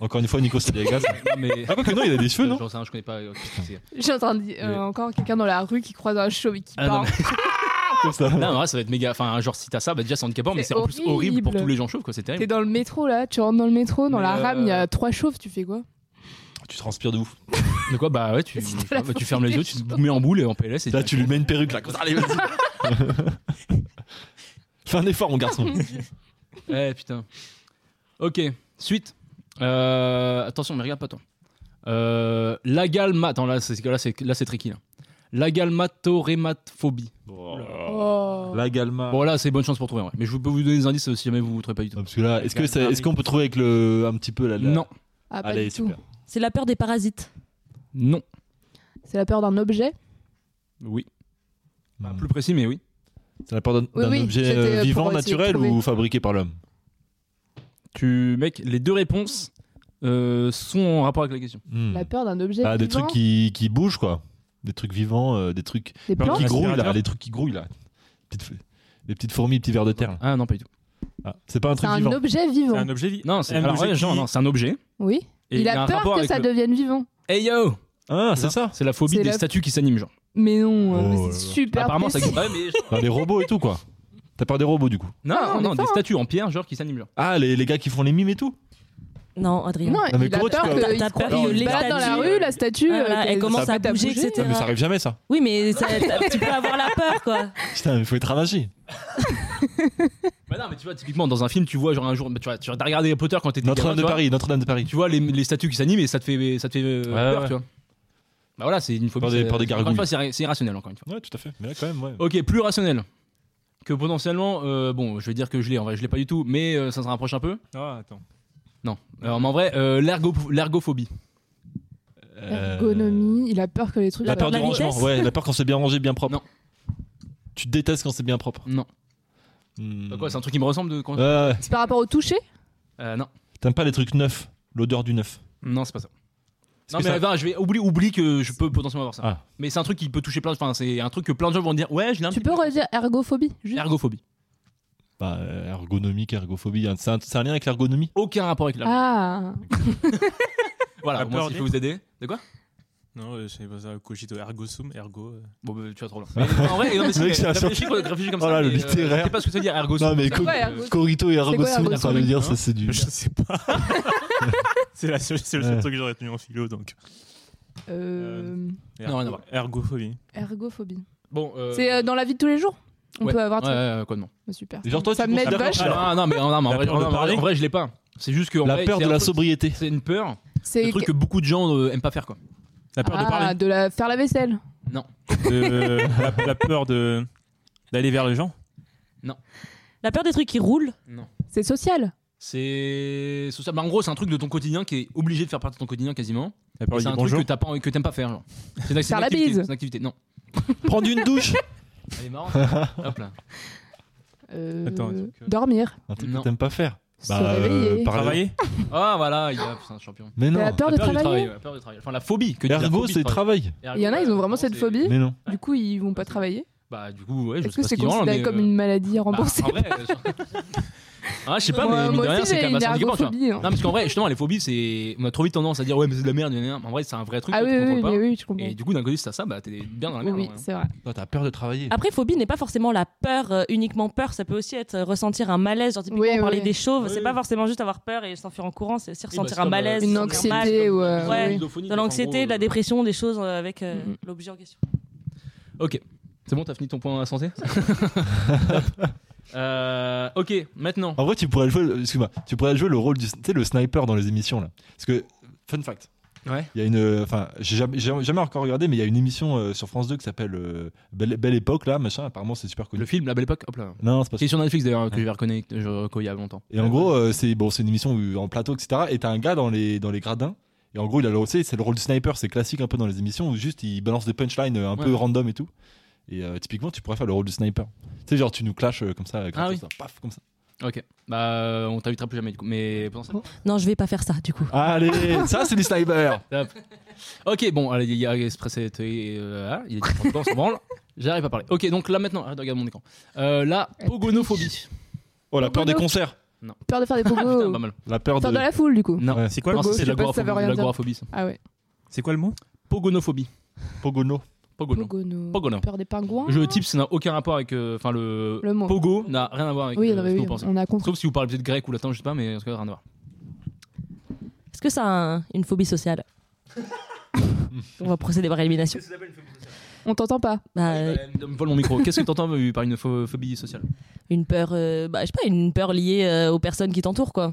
[SPEAKER 3] Encore une fois, Nico Saliagas.
[SPEAKER 1] non, mais.
[SPEAKER 3] Ah, quoi que non, il a des cheveux, non
[SPEAKER 1] Genre, ça, je connais pas. euh, qu'est-ce que c'est.
[SPEAKER 2] Je suis en train de dire, euh,
[SPEAKER 1] Mais-
[SPEAKER 2] encore quelqu'un dans la rue qui croise un chauve et qui
[SPEAKER 1] Ah, non,
[SPEAKER 2] parle.
[SPEAKER 3] Comme ça.
[SPEAKER 1] Non, en vrai, ça va être méga. Enfin, genre, si t'as ça, bah déjà, c'est handicapant, mais
[SPEAKER 2] C'est
[SPEAKER 1] c'est en plus horrible
[SPEAKER 2] horrible.
[SPEAKER 1] pour tous les gens chauves, quoi. C'est
[SPEAKER 2] T'es
[SPEAKER 1] terrible.
[SPEAKER 2] dans le métro là, tu rentres dans le métro, dans
[SPEAKER 1] Mais,
[SPEAKER 2] la
[SPEAKER 1] euh,
[SPEAKER 2] rame, il y a trois chauves, tu fais quoi
[SPEAKER 3] Tu transpires de ouf.
[SPEAKER 1] De quoi Bah ouais, tu,
[SPEAKER 2] Si t'as la
[SPEAKER 1] bah, tu
[SPEAKER 2] phobie
[SPEAKER 1] fermes les
[SPEAKER 2] des
[SPEAKER 1] yeux, tu te
[SPEAKER 2] chauves.
[SPEAKER 1] mets en boule et en PLS. Et
[SPEAKER 3] Là, tu lui mets une perruque là. Comme ça, allez, vas-y. Fais un effort, mon garçon.
[SPEAKER 1] Eh putain. Ok, suite. Euh, attention, mais regarde pas toi. Euh, L'agalma. Attends, là c'est là, c'est- là, c'est tricky. Là. L'agalmatorématophobie.
[SPEAKER 2] Oh.
[SPEAKER 3] La galma.
[SPEAKER 1] Bon, là, c'est bonne chance pour trouver. ouais. Mais je peux vous donner des indices euh, si jamais vous ne trouvez pas du tout.
[SPEAKER 3] Non, Ah, parce que là, est-ce que c'est- est-ce qu'on peut trouver avec le un petit peu la, la-
[SPEAKER 1] Non,
[SPEAKER 2] Ah, pas
[SPEAKER 3] Allez,
[SPEAKER 2] du tout.
[SPEAKER 3] super.
[SPEAKER 4] C'est la peur des parasites.
[SPEAKER 1] non,
[SPEAKER 2] C'est la peur d'un objet
[SPEAKER 1] oui.
[SPEAKER 3] Hmm.
[SPEAKER 1] Pas plus précis, mais oui.
[SPEAKER 3] C'est la peur d'un
[SPEAKER 2] Oui,
[SPEAKER 3] d'un
[SPEAKER 2] oui,
[SPEAKER 3] objet
[SPEAKER 2] c'était, euh,
[SPEAKER 3] euh,
[SPEAKER 2] pour
[SPEAKER 3] vivant,
[SPEAKER 2] essayer de
[SPEAKER 3] naturel
[SPEAKER 2] trouver.
[SPEAKER 3] ou fabriqué par l'homme.
[SPEAKER 1] Tu, mec, les deux réponses euh, sont en rapport avec la question.
[SPEAKER 3] Hmm.
[SPEAKER 2] La peur d'un objet
[SPEAKER 3] Ah, des
[SPEAKER 2] vivant,
[SPEAKER 3] trucs qui, qui bougent quoi. Des trucs vivants, euh, des trucs
[SPEAKER 2] des
[SPEAKER 5] peur
[SPEAKER 2] plantes.
[SPEAKER 3] qui
[SPEAKER 5] Un
[SPEAKER 3] grouillent là,
[SPEAKER 5] aspirateur.
[SPEAKER 3] les trucs qui grouillent là. Petites f- Des petites fourmis, petits vers de terre. là.
[SPEAKER 1] Ah non, pas du tout.
[SPEAKER 3] Ah, c'est pas un
[SPEAKER 2] C'est
[SPEAKER 3] truc
[SPEAKER 2] un
[SPEAKER 3] vivant.
[SPEAKER 2] objet
[SPEAKER 5] C'est
[SPEAKER 2] vivant.
[SPEAKER 5] un objet vivant.
[SPEAKER 1] Non, c'est
[SPEAKER 5] Un
[SPEAKER 1] alors,
[SPEAKER 5] objet
[SPEAKER 1] ouais, genre,
[SPEAKER 5] qui-
[SPEAKER 1] non, c'est un objet.
[SPEAKER 2] Oui.
[SPEAKER 1] Et
[SPEAKER 2] il
[SPEAKER 1] y
[SPEAKER 2] a
[SPEAKER 1] un
[SPEAKER 2] peur
[SPEAKER 1] rapport
[SPEAKER 2] que
[SPEAKER 1] avec
[SPEAKER 2] ça
[SPEAKER 1] le-
[SPEAKER 2] devienne vivant.
[SPEAKER 1] Hey yo
[SPEAKER 3] Ah, c'est ça.
[SPEAKER 1] C'est la phobie
[SPEAKER 2] C'est
[SPEAKER 1] des
[SPEAKER 2] la-
[SPEAKER 1] statues qui s'animent, genre.
[SPEAKER 2] Mais non, euh,
[SPEAKER 3] Oh
[SPEAKER 2] mais
[SPEAKER 3] là là.
[SPEAKER 2] c'est super.
[SPEAKER 1] Apparemment, ça
[SPEAKER 2] précis.
[SPEAKER 1] existe. Ouais, mais-
[SPEAKER 3] Dans les robots et tout quoi. T'as peur des robots du coup.
[SPEAKER 1] Non,
[SPEAKER 2] Ah, on
[SPEAKER 1] non,
[SPEAKER 2] est
[SPEAKER 1] non, des
[SPEAKER 2] fort, hein.
[SPEAKER 1] statues en pierre, genre, qui s'animent, genre.
[SPEAKER 3] Ah, les, les gars qui font les mimes et tout
[SPEAKER 4] Non, Adrien.
[SPEAKER 2] Non,
[SPEAKER 3] mais
[SPEAKER 2] il a
[SPEAKER 3] comment tu
[SPEAKER 2] peur
[SPEAKER 3] peux-
[SPEAKER 2] qu'il
[SPEAKER 4] T'as
[SPEAKER 2] se
[SPEAKER 4] peur
[SPEAKER 2] croise-
[SPEAKER 4] que
[SPEAKER 2] il se
[SPEAKER 4] les
[SPEAKER 2] balade dans la
[SPEAKER 4] statues-
[SPEAKER 2] rue, la statue,
[SPEAKER 4] Ah,
[SPEAKER 2] euh,
[SPEAKER 4] là, elle commence à bouger,
[SPEAKER 3] Non,
[SPEAKER 4] etc.
[SPEAKER 3] mais ça arrive jamais ça.
[SPEAKER 4] Oui, mais ça- tu peux avoir la peur, quoi.
[SPEAKER 3] Putain, mais faut être ravaché.
[SPEAKER 1] Bah non, mais tu vois, typiquement, dans un film, tu vois, genre un jour, bah, tu vois, tu as regardé Harry Potter quand t'étais gamin,
[SPEAKER 3] Notre-Dame
[SPEAKER 1] tu
[SPEAKER 3] de
[SPEAKER 1] vois,
[SPEAKER 3] Paris, Notre-Dame de Paris.
[SPEAKER 1] Tu vois les, les statues qui s'animent et ça te fait, ça te fait euh,
[SPEAKER 3] Ouais,
[SPEAKER 1] peur,
[SPEAKER 3] ouais.
[SPEAKER 1] tu vois. Bah voilà, c'est une phobie.
[SPEAKER 3] Peur des-
[SPEAKER 1] c'est-
[SPEAKER 3] peur des
[SPEAKER 1] encore une
[SPEAKER 3] gargouilles.
[SPEAKER 1] fois, c'est irra- c'est irrationnel, encore une fois.
[SPEAKER 3] Ouais, tout à fait. Mais là, quand même, ouais.
[SPEAKER 1] Ok, plus rationnel. Que potentiellement, euh, bon, je vais dire que je l'ai, en vrai, je l'ai pas du tout, mais euh, ça se rapproche un peu.
[SPEAKER 5] Ah, attends.
[SPEAKER 1] Non. Alors, mais en vrai, euh, l'ergo- l'ergophobie.
[SPEAKER 3] Euh,
[SPEAKER 2] ergonomie, il a peur que les trucs.
[SPEAKER 3] La peur
[SPEAKER 4] La
[SPEAKER 3] du rangement,
[SPEAKER 4] vitesse.
[SPEAKER 3] ouais, la peur quand c'est bien rangé, bien propre.
[SPEAKER 1] Non.
[SPEAKER 3] Tu détestes quand c'est bien propre.
[SPEAKER 1] Non.
[SPEAKER 3] Hmm.
[SPEAKER 1] Bah quoi, c'est un truc qui me ressemble de quand-
[SPEAKER 3] Ouais, ouais.
[SPEAKER 2] C'est par rapport au toucher
[SPEAKER 1] Euh, Non,
[SPEAKER 3] T'aimes pas les trucs neufs, l'odeur du neuf.
[SPEAKER 1] non, c'est pas ça.
[SPEAKER 3] Est-ce
[SPEAKER 1] Non,
[SPEAKER 3] que
[SPEAKER 1] mais
[SPEAKER 3] ça-
[SPEAKER 1] bah, je vais oublier, oublie que je peux potentiellement avoir ça.
[SPEAKER 3] Ah.
[SPEAKER 1] Mais c'est un truc qui peut toucher plein de. Enfin, c'est un truc que plein de gens vont dire, ouais, je l'ai un
[SPEAKER 2] Tu
[SPEAKER 1] petit
[SPEAKER 2] peux redire ergophobie
[SPEAKER 1] peu.
[SPEAKER 2] juste
[SPEAKER 1] Ergophobie.
[SPEAKER 3] Bah, euh, ergonomique, ergophobie. hein. C'est un, c'est un lien avec l'ergonomie
[SPEAKER 1] Aucun rapport avec la.
[SPEAKER 2] Ah,
[SPEAKER 1] Voilà,
[SPEAKER 5] La
[SPEAKER 1] au moins,
[SPEAKER 5] peur
[SPEAKER 1] si je
[SPEAKER 5] des-
[SPEAKER 1] peux vous aider. De quoi
[SPEAKER 5] Non, euh, je sais pas ça, cogito ergo sum, ergo. euh.
[SPEAKER 1] Bon, bah, tu vas trop loin. Mais, en vrai, non, mais
[SPEAKER 3] Le mec, c'est
[SPEAKER 1] c'est
[SPEAKER 3] un
[SPEAKER 1] réfléchis,
[SPEAKER 3] scientifique.
[SPEAKER 1] réfléchis comme
[SPEAKER 3] Oh
[SPEAKER 1] ça.
[SPEAKER 3] là, le
[SPEAKER 1] mais, euh,
[SPEAKER 3] littéraire.
[SPEAKER 1] Je sais pas ce que ça veut dire, ergo.
[SPEAKER 3] Non, mais
[SPEAKER 1] ça,
[SPEAKER 3] co-
[SPEAKER 1] euh,
[SPEAKER 2] quoi, ergo-
[SPEAKER 3] Corito et
[SPEAKER 2] quoi,
[SPEAKER 3] ergosum, ça veut
[SPEAKER 2] ergonomique,
[SPEAKER 3] dire,
[SPEAKER 5] hein
[SPEAKER 3] ça c'est du.
[SPEAKER 5] Je sais pas. c'est la seule- c'est le seul
[SPEAKER 3] Ouais.
[SPEAKER 5] truc que j'aurais tenu en philo donc.
[SPEAKER 2] Euh,
[SPEAKER 1] Non, rien à voir.
[SPEAKER 5] Ergophobie.
[SPEAKER 2] Ergophobie.
[SPEAKER 1] Bon, euh,
[SPEAKER 2] C'est euh, dans la vie de tous les jours On
[SPEAKER 1] ouais.
[SPEAKER 2] peut avoir.
[SPEAKER 1] Ouais, ouais, ouais, quoi, non.
[SPEAKER 2] Oh, super.
[SPEAKER 3] Genre, toi,
[SPEAKER 2] ça
[SPEAKER 3] tu
[SPEAKER 2] m'aide
[SPEAKER 3] considères-
[SPEAKER 2] vache.
[SPEAKER 3] Alors,
[SPEAKER 1] Ah, non, mais, non, mais en,
[SPEAKER 5] La
[SPEAKER 1] vrai,
[SPEAKER 5] peur
[SPEAKER 1] non,
[SPEAKER 5] de
[SPEAKER 1] mais en vrai-
[SPEAKER 5] parler
[SPEAKER 1] en vrai, je l'ai pas. C'est juste que. en
[SPEAKER 3] la
[SPEAKER 1] vrai,
[SPEAKER 3] peur
[SPEAKER 1] c'est
[SPEAKER 3] de
[SPEAKER 1] un
[SPEAKER 3] la
[SPEAKER 1] truc-
[SPEAKER 3] sobriété.
[SPEAKER 1] C'est une peur.
[SPEAKER 2] C'est
[SPEAKER 1] Le truc que beaucoup de gens euh, aiment pas faire, quoi.
[SPEAKER 5] La peur de
[SPEAKER 2] Ah,
[SPEAKER 5] parler.
[SPEAKER 2] de la faire la vaisselle.
[SPEAKER 5] de- la, la peur de d'aller vers les gens.
[SPEAKER 4] La peur des trucs qui roulent.
[SPEAKER 2] C'est social.
[SPEAKER 1] C'est social. Bah, en gros, c'est un truc de ton quotidien qui est obligé de faire partie de ton quotidien quasiment.
[SPEAKER 5] La peur
[SPEAKER 3] Oh,
[SPEAKER 1] Et c'est
[SPEAKER 5] de dire
[SPEAKER 1] un truc
[SPEAKER 5] bonjour.
[SPEAKER 1] que t'as pas envie- que t'aimes pas faire. genre. C'est une, c'est
[SPEAKER 2] Faire
[SPEAKER 1] une
[SPEAKER 2] la
[SPEAKER 1] activité.
[SPEAKER 2] bise.
[SPEAKER 1] C'est une activité. Non.
[SPEAKER 3] Prendre une douche.
[SPEAKER 1] Elle est marrante. Hop là.
[SPEAKER 2] Euh,
[SPEAKER 5] Attends, un truc, euh,
[SPEAKER 2] dormir.
[SPEAKER 3] Un truc
[SPEAKER 1] Non.
[SPEAKER 3] que t'aimes pas faire.
[SPEAKER 2] se
[SPEAKER 3] Bah, euh,
[SPEAKER 2] réveiller.
[SPEAKER 3] par-
[SPEAKER 5] Travailler.
[SPEAKER 1] Ah voilà, il y a putain, champion.
[SPEAKER 3] Mais non.
[SPEAKER 2] la peur de
[SPEAKER 1] du travail,
[SPEAKER 2] travailler.
[SPEAKER 1] ouais, la peur du travail. Enfin la phobie que
[SPEAKER 3] Ergo, c'est travail.
[SPEAKER 2] Il y en a, ils ont vraiment cette phobie.
[SPEAKER 3] Mais non.
[SPEAKER 2] Du coup, ils vont pas travailler.
[SPEAKER 1] Bah du coup, ouais, je
[SPEAKER 2] Est-ce
[SPEAKER 1] sais
[SPEAKER 2] que
[SPEAKER 1] pas
[SPEAKER 2] c'est
[SPEAKER 1] ce qu'ils branlent,
[SPEAKER 2] considéré
[SPEAKER 1] mais,
[SPEAKER 2] comme
[SPEAKER 1] euh,
[SPEAKER 2] une maladie
[SPEAKER 1] bah,
[SPEAKER 2] remboursée
[SPEAKER 1] en vrai, euh, Ah, je sais pas, mais
[SPEAKER 2] Moi-
[SPEAKER 1] mine de
[SPEAKER 2] moi
[SPEAKER 1] rien,
[SPEAKER 2] aussi,
[SPEAKER 1] c'est
[SPEAKER 2] j'ai
[SPEAKER 1] quand même
[SPEAKER 2] une
[SPEAKER 1] assez handicapant, tu vois.
[SPEAKER 2] ergophobie. hein.
[SPEAKER 1] Non, parce qu'en vrai, justement, les phobies, c'est. On a trop vite tendance à dire, ouais, mais c'est de la merde, gna, gna, gna. En vrai, c'est un vrai truc,
[SPEAKER 2] Ah
[SPEAKER 1] que
[SPEAKER 2] oui,
[SPEAKER 1] tu
[SPEAKER 2] oui,
[SPEAKER 1] contrôles
[SPEAKER 2] oui,
[SPEAKER 1] pas.
[SPEAKER 2] mais oui, je comprends.
[SPEAKER 1] Et du coup, d'un côté, si t'as ça, bah t'es bien dans la merde.
[SPEAKER 2] oui,
[SPEAKER 1] ouais.
[SPEAKER 2] c'est vrai.
[SPEAKER 3] Toi, T'as peur de travailler.
[SPEAKER 4] Après, phobie n'est pas forcément la peur euh, uniquement peur. Ça peut aussi être euh, ressentir un malaise. Genre, typiquement,
[SPEAKER 2] Oui,
[SPEAKER 4] on parlait
[SPEAKER 2] oui.
[SPEAKER 4] des chauves.
[SPEAKER 1] Oui,
[SPEAKER 4] c'est
[SPEAKER 1] oui.
[SPEAKER 4] pas forcément juste avoir peur et s'enfuir en courant. C'est aussi
[SPEAKER 1] Oui, bah,
[SPEAKER 4] ressentir
[SPEAKER 1] c'est
[SPEAKER 4] un
[SPEAKER 1] comme,
[SPEAKER 4] malaise.
[SPEAKER 1] euh,
[SPEAKER 2] Une
[SPEAKER 4] se sentir mal.
[SPEAKER 2] anxiété ou,
[SPEAKER 1] comme,
[SPEAKER 2] euh,
[SPEAKER 1] euh,
[SPEAKER 4] ouais.
[SPEAKER 1] ludophonie,
[SPEAKER 4] De
[SPEAKER 1] donc, en
[SPEAKER 4] l'anxiété,
[SPEAKER 1] gros,
[SPEAKER 4] de la
[SPEAKER 1] euh,
[SPEAKER 4] dépression, des choses euh, avec euh,
[SPEAKER 2] Mhm.
[SPEAKER 4] l'objet en question.
[SPEAKER 1] Ok, c'est bon, t'as fini ton point à santé Euh, Ok, maintenant.
[SPEAKER 3] En vrai, tu pourrais jouer, excuse-moi, tu pourrais jouer le rôle du, tu sais, le sniper dans les émissions là. Parce que, fun fact.
[SPEAKER 1] Ouais.
[SPEAKER 3] Il y a une, euh, enfin, j'ai jamais, j'ai jamais encore regardé, mais il y a une émission euh, sur France 2 qui s'appelle euh, Belle, Belle Époque là, machin. Apparemment, c'est super connu.
[SPEAKER 1] Le film La Belle Époque, hop là.
[SPEAKER 3] Non, c'est pas. ça.
[SPEAKER 1] C'est sur Netflix d'ailleurs que j'ai reconnu, euh, je reconnais il y a longtemps.
[SPEAKER 3] Et en gros, euh, c'est bon, c'est une émission où- en plateau, etc. Et t'as un gars dans les dans les gradins. Et en gros, il a le, tu sais, c'est le rôle du sniper, c'est classique un peu dans les émissions où juste il balance des punchlines euh, un
[SPEAKER 1] Ouais.
[SPEAKER 3] peu random et tout. Et euh, typiquement, tu pourrais faire le rôle du sniper. Tu sais, genre tu nous clashes euh, comme ça, gratos,
[SPEAKER 1] Ah oui.
[SPEAKER 3] là, paf, comme ça.
[SPEAKER 1] Ok, bah euh, on t'invitera plus jamais du coup. Mais potentiellement.
[SPEAKER 4] Non, je vais pas faire ça du coup.
[SPEAKER 3] Allez, ça c'est du sniper.
[SPEAKER 1] Ok, bon, allez, il y a Express et euh, ah, il est 10h30, on se branle. J'arrive à parler. Ok, donc là maintenant, arrête de regarder mon écran. Euh, la pogonophobie.
[SPEAKER 3] Oh, la
[SPEAKER 1] bah
[SPEAKER 3] peur des
[SPEAKER 2] Renaud.
[SPEAKER 3] concerts,
[SPEAKER 2] Peur de faire des
[SPEAKER 1] Ah, putain,
[SPEAKER 2] pogos.
[SPEAKER 1] pas mal.
[SPEAKER 3] la peur
[SPEAKER 2] Peur
[SPEAKER 3] de
[SPEAKER 2] de la foule, du coup.
[SPEAKER 1] Non,
[SPEAKER 3] Ouais.
[SPEAKER 5] C'est quoi, le-
[SPEAKER 1] Non, ça,
[SPEAKER 2] Pogo,
[SPEAKER 1] c'est
[SPEAKER 2] Oh. je
[SPEAKER 1] de
[SPEAKER 2] sais pas si ça veut rien
[SPEAKER 1] l'agoraphobie. l'agoraphobie,
[SPEAKER 2] dire.
[SPEAKER 1] ça.
[SPEAKER 2] Ah ouais.
[SPEAKER 5] c'est quoi le mot
[SPEAKER 1] Pogonophobie.
[SPEAKER 3] Pogono.
[SPEAKER 1] Pogono.
[SPEAKER 2] Pogono.
[SPEAKER 1] Pogono.
[SPEAKER 2] Peur des pingouins.
[SPEAKER 1] Le type, ça n'a aucun rapport avec. euh, Enfin, le.
[SPEAKER 2] Le mot.
[SPEAKER 1] Pogo n'a rien à voir avec
[SPEAKER 2] Oui,
[SPEAKER 1] euh,
[SPEAKER 2] non,
[SPEAKER 1] ce
[SPEAKER 2] mais
[SPEAKER 1] que
[SPEAKER 2] oui,
[SPEAKER 1] vous pensez.
[SPEAKER 2] on a compris.
[SPEAKER 1] Sauf si vous parlez peut-être grec ou latin, je sais pas, mais en tout cas, rien à voir.
[SPEAKER 4] Est-ce que ça a un- une phobie sociale On va procéder par élimination.
[SPEAKER 2] On t'entend pas.
[SPEAKER 4] Bah, euh,
[SPEAKER 1] Euh, me vole mon micro. Qu'est-ce que t'entends euh, par une pho- phobie sociale
[SPEAKER 4] une peur, euh, bah, je sais pas, une peur liée euh, aux personnes qui t'entourent quoi.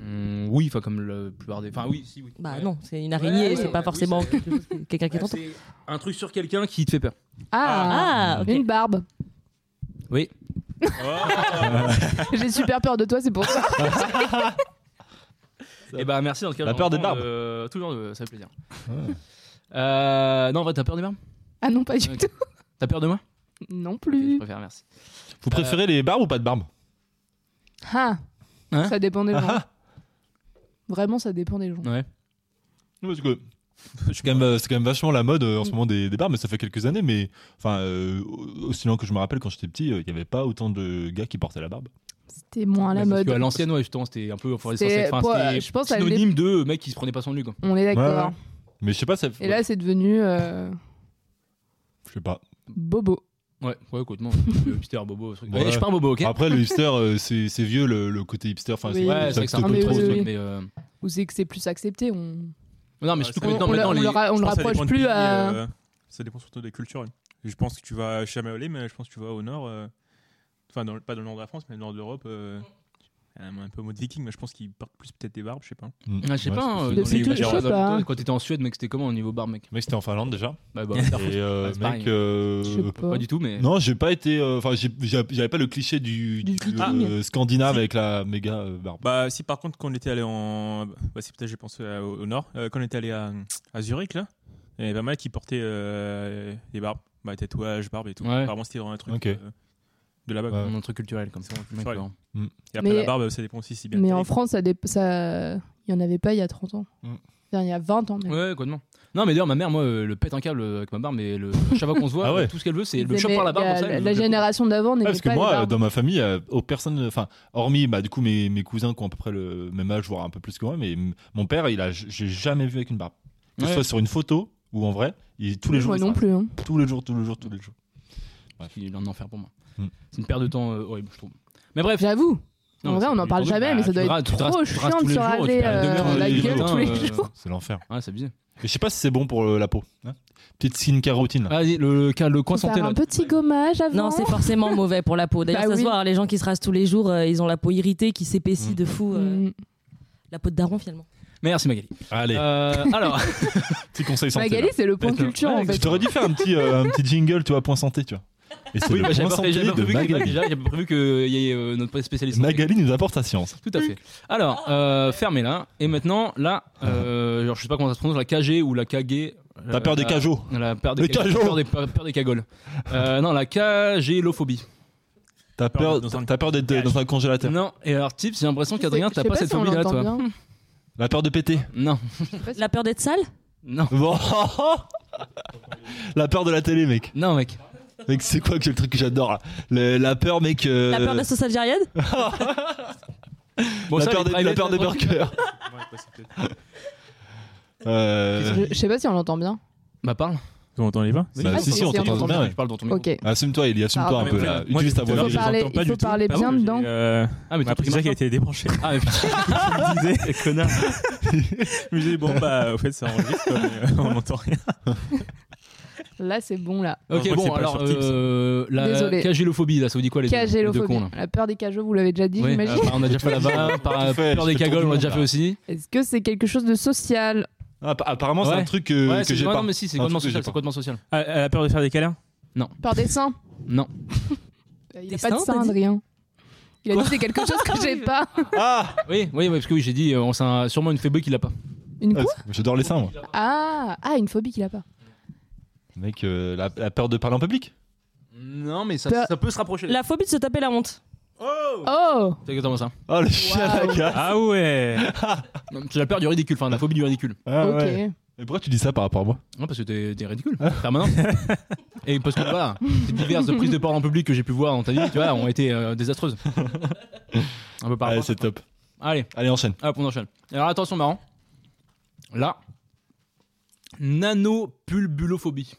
[SPEAKER 1] Hum, Oui, enfin, comme la plupart des. Enfin, oui, si, oui.
[SPEAKER 4] Bah
[SPEAKER 1] Ouais.
[SPEAKER 4] non, c'est une araignée,
[SPEAKER 1] ouais,
[SPEAKER 4] c'est
[SPEAKER 1] ouais,
[SPEAKER 4] pas
[SPEAKER 1] oui,
[SPEAKER 4] forcément
[SPEAKER 1] c'est-
[SPEAKER 4] quelque chose qui- quelqu'un qui
[SPEAKER 1] Ouais,
[SPEAKER 4] t'entoure.
[SPEAKER 1] c'est un truc sur quelqu'un qui te fait peur.
[SPEAKER 2] Ah,
[SPEAKER 4] Ah, ok.
[SPEAKER 2] Une barbe.
[SPEAKER 1] Oui.
[SPEAKER 2] J'ai super peur de toi, c'est pour ça.
[SPEAKER 1] Et bah, merci dans le cas.
[SPEAKER 3] La peur des
[SPEAKER 1] vraiment,
[SPEAKER 3] barbes.
[SPEAKER 1] euh, toujours, euh, ça fait plaisir.
[SPEAKER 3] Ouais.
[SPEAKER 1] Euh, non, en vrai, t'as peur des barbes
[SPEAKER 2] Ah non, pas du
[SPEAKER 1] Ok.
[SPEAKER 2] tout.
[SPEAKER 1] T'as peur de moi
[SPEAKER 2] Non
[SPEAKER 1] Ok, Je
[SPEAKER 2] plus.
[SPEAKER 1] préfère, merci.
[SPEAKER 3] Vous préférez les barbes ou pas de barbe
[SPEAKER 2] Ah.
[SPEAKER 1] Hein
[SPEAKER 2] Ça dépend des gens.
[SPEAKER 3] Ah,
[SPEAKER 2] Vraiment, ça dépend des gens.
[SPEAKER 1] Ouais.
[SPEAKER 3] ah. Parce que c'est quand, même, euh, c'est quand même vachement la mode euh, en ce moment des, des barbes, mais ça fait quelques années. Mais enfin, euh, au- aussi loin que je me rappelle, quand j'étais petit, euh, il y n'y avait pas autant de gars qui portaient la barbe.
[SPEAKER 2] C'était moins à la
[SPEAKER 1] Ouais, parce
[SPEAKER 2] mode.
[SPEAKER 1] que à l'ancienne, ouais, justement, c'était un peu. enfin,
[SPEAKER 2] C'était-
[SPEAKER 1] c'était- enfin,
[SPEAKER 2] pour-
[SPEAKER 1] c'était
[SPEAKER 2] je pense à une
[SPEAKER 1] synonyme de mec qui se prenait pas son de lui, quoi.
[SPEAKER 2] On est d'accord.
[SPEAKER 3] Ouais, ouais. Mais je sais pas, ça.
[SPEAKER 2] Et là, c'est devenu euh,
[SPEAKER 3] je sais pas.
[SPEAKER 2] bobo.
[SPEAKER 1] Ouais, ouais, écoute, non, le hipster bobo, ce truc.
[SPEAKER 3] Ouais.
[SPEAKER 1] Ouais, je suis pas un bobo, ok
[SPEAKER 3] Après, le hipster, euh, c'est c'est vieux le, le côté hipster. Enfin,
[SPEAKER 2] Oui,
[SPEAKER 1] Ouais, c'est vrai que c'est un
[SPEAKER 2] Ah,
[SPEAKER 1] peu
[SPEAKER 2] mais
[SPEAKER 1] trop
[SPEAKER 2] oui,
[SPEAKER 1] ce truc,
[SPEAKER 2] oui.
[SPEAKER 1] mais. euh,
[SPEAKER 2] Ou c'est que c'est plus accepté. On,
[SPEAKER 1] Non, mais
[SPEAKER 5] Ouais,
[SPEAKER 1] surtout
[SPEAKER 5] c'est
[SPEAKER 1] que
[SPEAKER 5] vrai.
[SPEAKER 1] maintenant,
[SPEAKER 2] on, le-
[SPEAKER 1] maintenant,
[SPEAKER 2] on
[SPEAKER 1] les.
[SPEAKER 2] le, ra- on
[SPEAKER 5] Je
[SPEAKER 2] le
[SPEAKER 5] pense que ça
[SPEAKER 2] rapproche
[SPEAKER 5] dépend du
[SPEAKER 2] plus
[SPEAKER 5] pays,
[SPEAKER 2] à.
[SPEAKER 5] euh, ça dépend surtout des cultures. Je pense que tu vas, je suis jamais allé, mais je pense que tu vas au nord, euh, enfin dans le- pas dans le nord de la France, mais dans le nord d'Europe. euh, un, un peu au mode viking, mais je pense qu'ils portent plus peut-être des barbes, je sais pas.
[SPEAKER 3] Mm.
[SPEAKER 1] Ah, je sais
[SPEAKER 3] Ouais,
[SPEAKER 1] pas,
[SPEAKER 3] c'est
[SPEAKER 1] hein,
[SPEAKER 3] possible.
[SPEAKER 1] dans
[SPEAKER 2] Depuis
[SPEAKER 1] les-
[SPEAKER 2] tout, je sais pas.
[SPEAKER 1] Quand t'étais en Suède, mec, c'était comment au niveau bar, mec
[SPEAKER 3] Mec, c'était en Finlande déjà.
[SPEAKER 1] Bah, bah,
[SPEAKER 3] Et euh,
[SPEAKER 1] Ouais, c'est pareil.
[SPEAKER 3] mec. euh,
[SPEAKER 2] Je sais pas.
[SPEAKER 1] pas du tout, mais.
[SPEAKER 3] Non, j'ai pas été. euh, Enfin, j'ai- j'ai- j'avais pas le cliché du,
[SPEAKER 2] Du viking.
[SPEAKER 3] euh, scandinave avec la méga euh, barbe.
[SPEAKER 5] Bah si par contre quand on était allé en, bah, si peut-être j'ai pensé à- au, au nord, euh, quand on était allé à, à Zurich là, il y avait pas mal qui portaient euh, des barbes, bah tatouages, barbes et tout.
[SPEAKER 1] Ouais.
[SPEAKER 5] Apparemment c'était vraiment un truc
[SPEAKER 3] Ok.
[SPEAKER 5] euh, de là-bas. quoi.
[SPEAKER 3] Ouais.
[SPEAKER 1] Un truc culturel comme ça.
[SPEAKER 5] Ouais.
[SPEAKER 1] D'accord.
[SPEAKER 5] Et après
[SPEAKER 2] Mais-
[SPEAKER 5] la barbe, ça dépend aussi si bien.
[SPEAKER 2] Mais
[SPEAKER 5] t'es
[SPEAKER 2] en
[SPEAKER 5] allé.
[SPEAKER 2] France, ça dép- ça- il y en avait pas il y a 30 ans.
[SPEAKER 3] Mm.
[SPEAKER 2] Enfin, il y a 20 ans même.
[SPEAKER 1] Ouais, quoi de non. Non, mais d'ailleurs, ma mère, moi, euh, le pète un câble avec ma barbe, mais le chaque fois qu'on se voit,
[SPEAKER 3] Ah ouais.
[SPEAKER 1] euh, tout ce qu'elle veut, c'est
[SPEAKER 2] Ils
[SPEAKER 1] le chope
[SPEAKER 2] aimaient-
[SPEAKER 1] par la barbe.
[SPEAKER 2] La,
[SPEAKER 1] comme ça,
[SPEAKER 2] la-
[SPEAKER 1] elle
[SPEAKER 2] la
[SPEAKER 1] veut-
[SPEAKER 2] génération d'avant
[SPEAKER 3] Ouais,
[SPEAKER 2] n'aimait
[SPEAKER 3] parce que
[SPEAKER 2] pas
[SPEAKER 3] moi,
[SPEAKER 2] les
[SPEAKER 3] euh,
[SPEAKER 2] barbes.
[SPEAKER 3] dans ma famille, euh, aux personnes, enfin, hormis bah, du coup mes, mes cousins qui ont à peu près le même âge, voire un peu plus que moi, mais m- mon père, il a, j'ai jamais vu avec une barbe. Que
[SPEAKER 1] Ouais.
[SPEAKER 3] ce soit sur une photo ou en vrai, il, tous les jours.
[SPEAKER 2] Moi
[SPEAKER 3] il
[SPEAKER 2] non
[SPEAKER 3] s'arrête.
[SPEAKER 2] plus. hein.
[SPEAKER 3] Tous les jours, tous les jours, tous les jours.
[SPEAKER 1] Il est un enfer pour moi.
[SPEAKER 3] Hmm.
[SPEAKER 1] C'est une perte de temps euh, horrible, je trouve. Mais bref,
[SPEAKER 2] J'avoue. En vrai, on en parle jamais, mais ça doit être trop chiant de se raser euh, la
[SPEAKER 3] tous les
[SPEAKER 2] gueule
[SPEAKER 3] jours.
[SPEAKER 2] tous les jours.
[SPEAKER 3] C'est l'enfer.
[SPEAKER 1] Ouais, c'est bizarre.
[SPEAKER 3] Et Je sais pas si c'est bon pour euh, la peau. hein. Petite skincare routine. là.
[SPEAKER 1] Vas-y, le, le, le coin
[SPEAKER 2] Faut
[SPEAKER 1] santé
[SPEAKER 2] Faire
[SPEAKER 1] là.
[SPEAKER 2] un petit gommage avant.
[SPEAKER 4] Non, c'est forcément mauvais pour la peau. D'ailleurs,
[SPEAKER 2] Bah
[SPEAKER 4] ça se
[SPEAKER 2] oui.
[SPEAKER 4] voit, hein, les gens qui se rasent tous les jours, euh, ils ont la peau irritée, qui s'épaissit
[SPEAKER 3] Mm.
[SPEAKER 4] de fou. euh,
[SPEAKER 2] Mm.
[SPEAKER 4] La peau de daron, finalement.
[SPEAKER 1] Merci Magali.
[SPEAKER 3] Allez,
[SPEAKER 1] Euh, alors,
[SPEAKER 3] petit conseil santé.
[SPEAKER 2] Magali,
[SPEAKER 3] là.
[SPEAKER 2] c'est le point
[SPEAKER 1] Attends.
[SPEAKER 2] culture
[SPEAKER 3] Ouais,
[SPEAKER 2] en
[SPEAKER 3] Je
[SPEAKER 2] fait.
[SPEAKER 3] t'aurais dû faire un petit, euh, un petit jingle, tu vois, point santé, tu vois. Et c'est
[SPEAKER 1] oui,
[SPEAKER 3] le
[SPEAKER 1] bah, j'avais
[SPEAKER 3] point
[SPEAKER 1] pas
[SPEAKER 3] santé
[SPEAKER 1] prévu- j'avais pas
[SPEAKER 3] de
[SPEAKER 1] prévu que-
[SPEAKER 3] Magali.
[SPEAKER 1] déjà, j'avais pas prévu qu'il y ait euh, notre spécialiste. santé.
[SPEAKER 3] Magali nous apporte sa science.
[SPEAKER 1] Tout à fait. Alors,
[SPEAKER 2] Ah.
[SPEAKER 1] euh, fermez là. Et maintenant, là, euh, alors, je sais pas comment ça se prononce, la KG ou la KG.
[SPEAKER 3] T'as peur des
[SPEAKER 1] cages
[SPEAKER 3] cajots
[SPEAKER 1] La peur des,
[SPEAKER 3] Des
[SPEAKER 1] cag-
[SPEAKER 3] cajots.
[SPEAKER 1] peur des, peur des cagoles. Euh, non, la kagélophobie.
[SPEAKER 3] T'as
[SPEAKER 5] peur
[SPEAKER 3] peur,
[SPEAKER 5] d'être dans un-
[SPEAKER 3] t'as peur d'être euh, dans un congélateur.
[SPEAKER 1] Non, et alors, type, j'ai l'impression qu'Adrien,
[SPEAKER 2] Je
[SPEAKER 1] t'as
[SPEAKER 2] sais
[SPEAKER 1] pas cette
[SPEAKER 2] si on
[SPEAKER 1] phobie-là,
[SPEAKER 2] l'entend
[SPEAKER 1] toi.
[SPEAKER 2] bien.
[SPEAKER 3] La peur de péter.
[SPEAKER 1] Non,
[SPEAKER 4] La peur d'être sale
[SPEAKER 1] non,
[SPEAKER 3] Bon. la peur de la télé, mec.
[SPEAKER 1] non, mec.
[SPEAKER 3] Mec, c'est quoi que le truc que j'adore là Le- La peur, mec. euh,
[SPEAKER 4] La peur de la sauce algérienne
[SPEAKER 1] Bon,
[SPEAKER 3] la
[SPEAKER 1] ça,
[SPEAKER 3] peur
[SPEAKER 1] les
[SPEAKER 3] des, la
[SPEAKER 1] private
[SPEAKER 3] peur des
[SPEAKER 1] joke-
[SPEAKER 3] burgers. Euh,
[SPEAKER 2] Je je sais pas si on l'entend bien.
[SPEAKER 1] Bah, parle.
[SPEAKER 5] Vous m'entendez pas
[SPEAKER 3] bah,
[SPEAKER 2] Ah,
[SPEAKER 3] si,
[SPEAKER 2] si,
[SPEAKER 3] si, on
[SPEAKER 2] si, on
[SPEAKER 3] t'entend
[SPEAKER 2] t'entend
[SPEAKER 3] bien.
[SPEAKER 2] bien.
[SPEAKER 3] ouais.
[SPEAKER 1] Je parle dans ton micro.
[SPEAKER 2] Ok.
[SPEAKER 3] Assume-toi, Eli, assume-toi
[SPEAKER 2] Ah,
[SPEAKER 3] un
[SPEAKER 5] mais
[SPEAKER 3] peu
[SPEAKER 5] moi,
[SPEAKER 3] là.
[SPEAKER 5] moi,
[SPEAKER 3] Utilise ta voix.
[SPEAKER 5] tout à l'heure,
[SPEAKER 2] Il
[SPEAKER 5] je
[SPEAKER 2] faut
[SPEAKER 3] légère.
[SPEAKER 5] les
[SPEAKER 2] parler,
[SPEAKER 5] entends pas
[SPEAKER 2] il
[SPEAKER 5] du
[SPEAKER 2] faut
[SPEAKER 5] tout.
[SPEAKER 2] parler
[SPEAKER 5] Ah bon,
[SPEAKER 2] bien
[SPEAKER 5] j'ai-
[SPEAKER 2] dedans.
[SPEAKER 5] euh,
[SPEAKER 1] Ah, mais
[SPEAKER 5] On
[SPEAKER 1] t'as
[SPEAKER 5] a
[SPEAKER 1] pris
[SPEAKER 5] pris ça qui a
[SPEAKER 1] maintenant
[SPEAKER 5] été débranché.
[SPEAKER 1] Ah, mais putain,
[SPEAKER 5] Je connard. Je me disais, bon, bah, au fait, ça enregistre, mais, euh, on n'entend rien.
[SPEAKER 2] Là, c'est bon, là.
[SPEAKER 5] Moi, je
[SPEAKER 1] Ok,
[SPEAKER 5] crois que c'est
[SPEAKER 1] bon,
[SPEAKER 5] pas
[SPEAKER 1] alors,
[SPEAKER 5] sur Teams.
[SPEAKER 1] euh, la
[SPEAKER 2] Désolé.
[SPEAKER 1] kagélophobie, là, ça vous dit quoi, les deux- les deux cons,
[SPEAKER 2] Cagélophobie.
[SPEAKER 1] là
[SPEAKER 2] La peur des cajots, vous l'avez déjà dit,
[SPEAKER 1] Ouais,
[SPEAKER 2] j'imagine.
[SPEAKER 1] euh, on a déjà fait là-bas, par peur
[SPEAKER 3] Tout fait,
[SPEAKER 1] des
[SPEAKER 3] je fais le tour
[SPEAKER 1] cagoles,
[SPEAKER 3] du
[SPEAKER 1] on l'a
[SPEAKER 3] monde,
[SPEAKER 1] déjà
[SPEAKER 3] là.
[SPEAKER 1] fait aussi.
[SPEAKER 2] Est-ce que c'est quelque chose de social
[SPEAKER 3] Ah, app- Apparemment, c'est
[SPEAKER 1] Ouais.
[SPEAKER 3] un truc euh,
[SPEAKER 1] ouais,
[SPEAKER 3] que
[SPEAKER 1] c'est-
[SPEAKER 3] j'ai
[SPEAKER 1] ouais,
[SPEAKER 3] pas.
[SPEAKER 1] non, mais si, c'est
[SPEAKER 3] Un
[SPEAKER 1] complètement
[SPEAKER 3] truc que j'ai
[SPEAKER 1] social, c'est
[SPEAKER 3] pas.
[SPEAKER 1] complètement social.
[SPEAKER 5] Ah, Elle a peur de faire des câlins
[SPEAKER 2] Peur des seins
[SPEAKER 1] Non.
[SPEAKER 2] Euh, Il
[SPEAKER 4] Des
[SPEAKER 2] a pas de
[SPEAKER 4] seins,
[SPEAKER 2] seins,
[SPEAKER 4] t'as dit
[SPEAKER 2] Adrien. Il a dit c'est quelque chose que j'ai pas.
[SPEAKER 3] Ah
[SPEAKER 1] Oui, oui, oui, parce que oui, j'ai dit, euh, on c'est un- sûrement une phobie qu'il a pas.
[SPEAKER 2] Une
[SPEAKER 3] Ah,
[SPEAKER 2] quoi
[SPEAKER 3] c'est- J'adore les seins, moi.
[SPEAKER 2] Ah, ah, une phobie qu'il a pas.
[SPEAKER 3] Mec, euh, la, la peur de parler en public
[SPEAKER 1] Non, mais ça,
[SPEAKER 2] Bah-
[SPEAKER 1] peut se rapprocher.
[SPEAKER 4] La phobie de se taper la honte.
[SPEAKER 2] Oh
[SPEAKER 1] C'est exactement ça.
[SPEAKER 3] Oh, le chien à la
[SPEAKER 2] Waouh.
[SPEAKER 3] casse
[SPEAKER 5] Ah ouais
[SPEAKER 1] Non, C'est la peur du ridicule, enfin la phobie du ridicule.
[SPEAKER 3] Ah,
[SPEAKER 2] Ok.
[SPEAKER 3] ouais. Et pourquoi tu dis ça par rapport à moi
[SPEAKER 1] Non, parce que t'es t'es ridicule, permanent. Et parce que voilà, les diverses prises de parole en public que j'ai pu voir dans ta vie, tu vois, ont été euh, désastreuses. Un peu par
[SPEAKER 3] Allez,
[SPEAKER 1] rapport.
[SPEAKER 3] c'est top.
[SPEAKER 1] Allez,
[SPEAKER 3] Allez, enchaîne.
[SPEAKER 1] hop, on enchaîne. Alors attention, marrant. Là, nanopulbulophobie.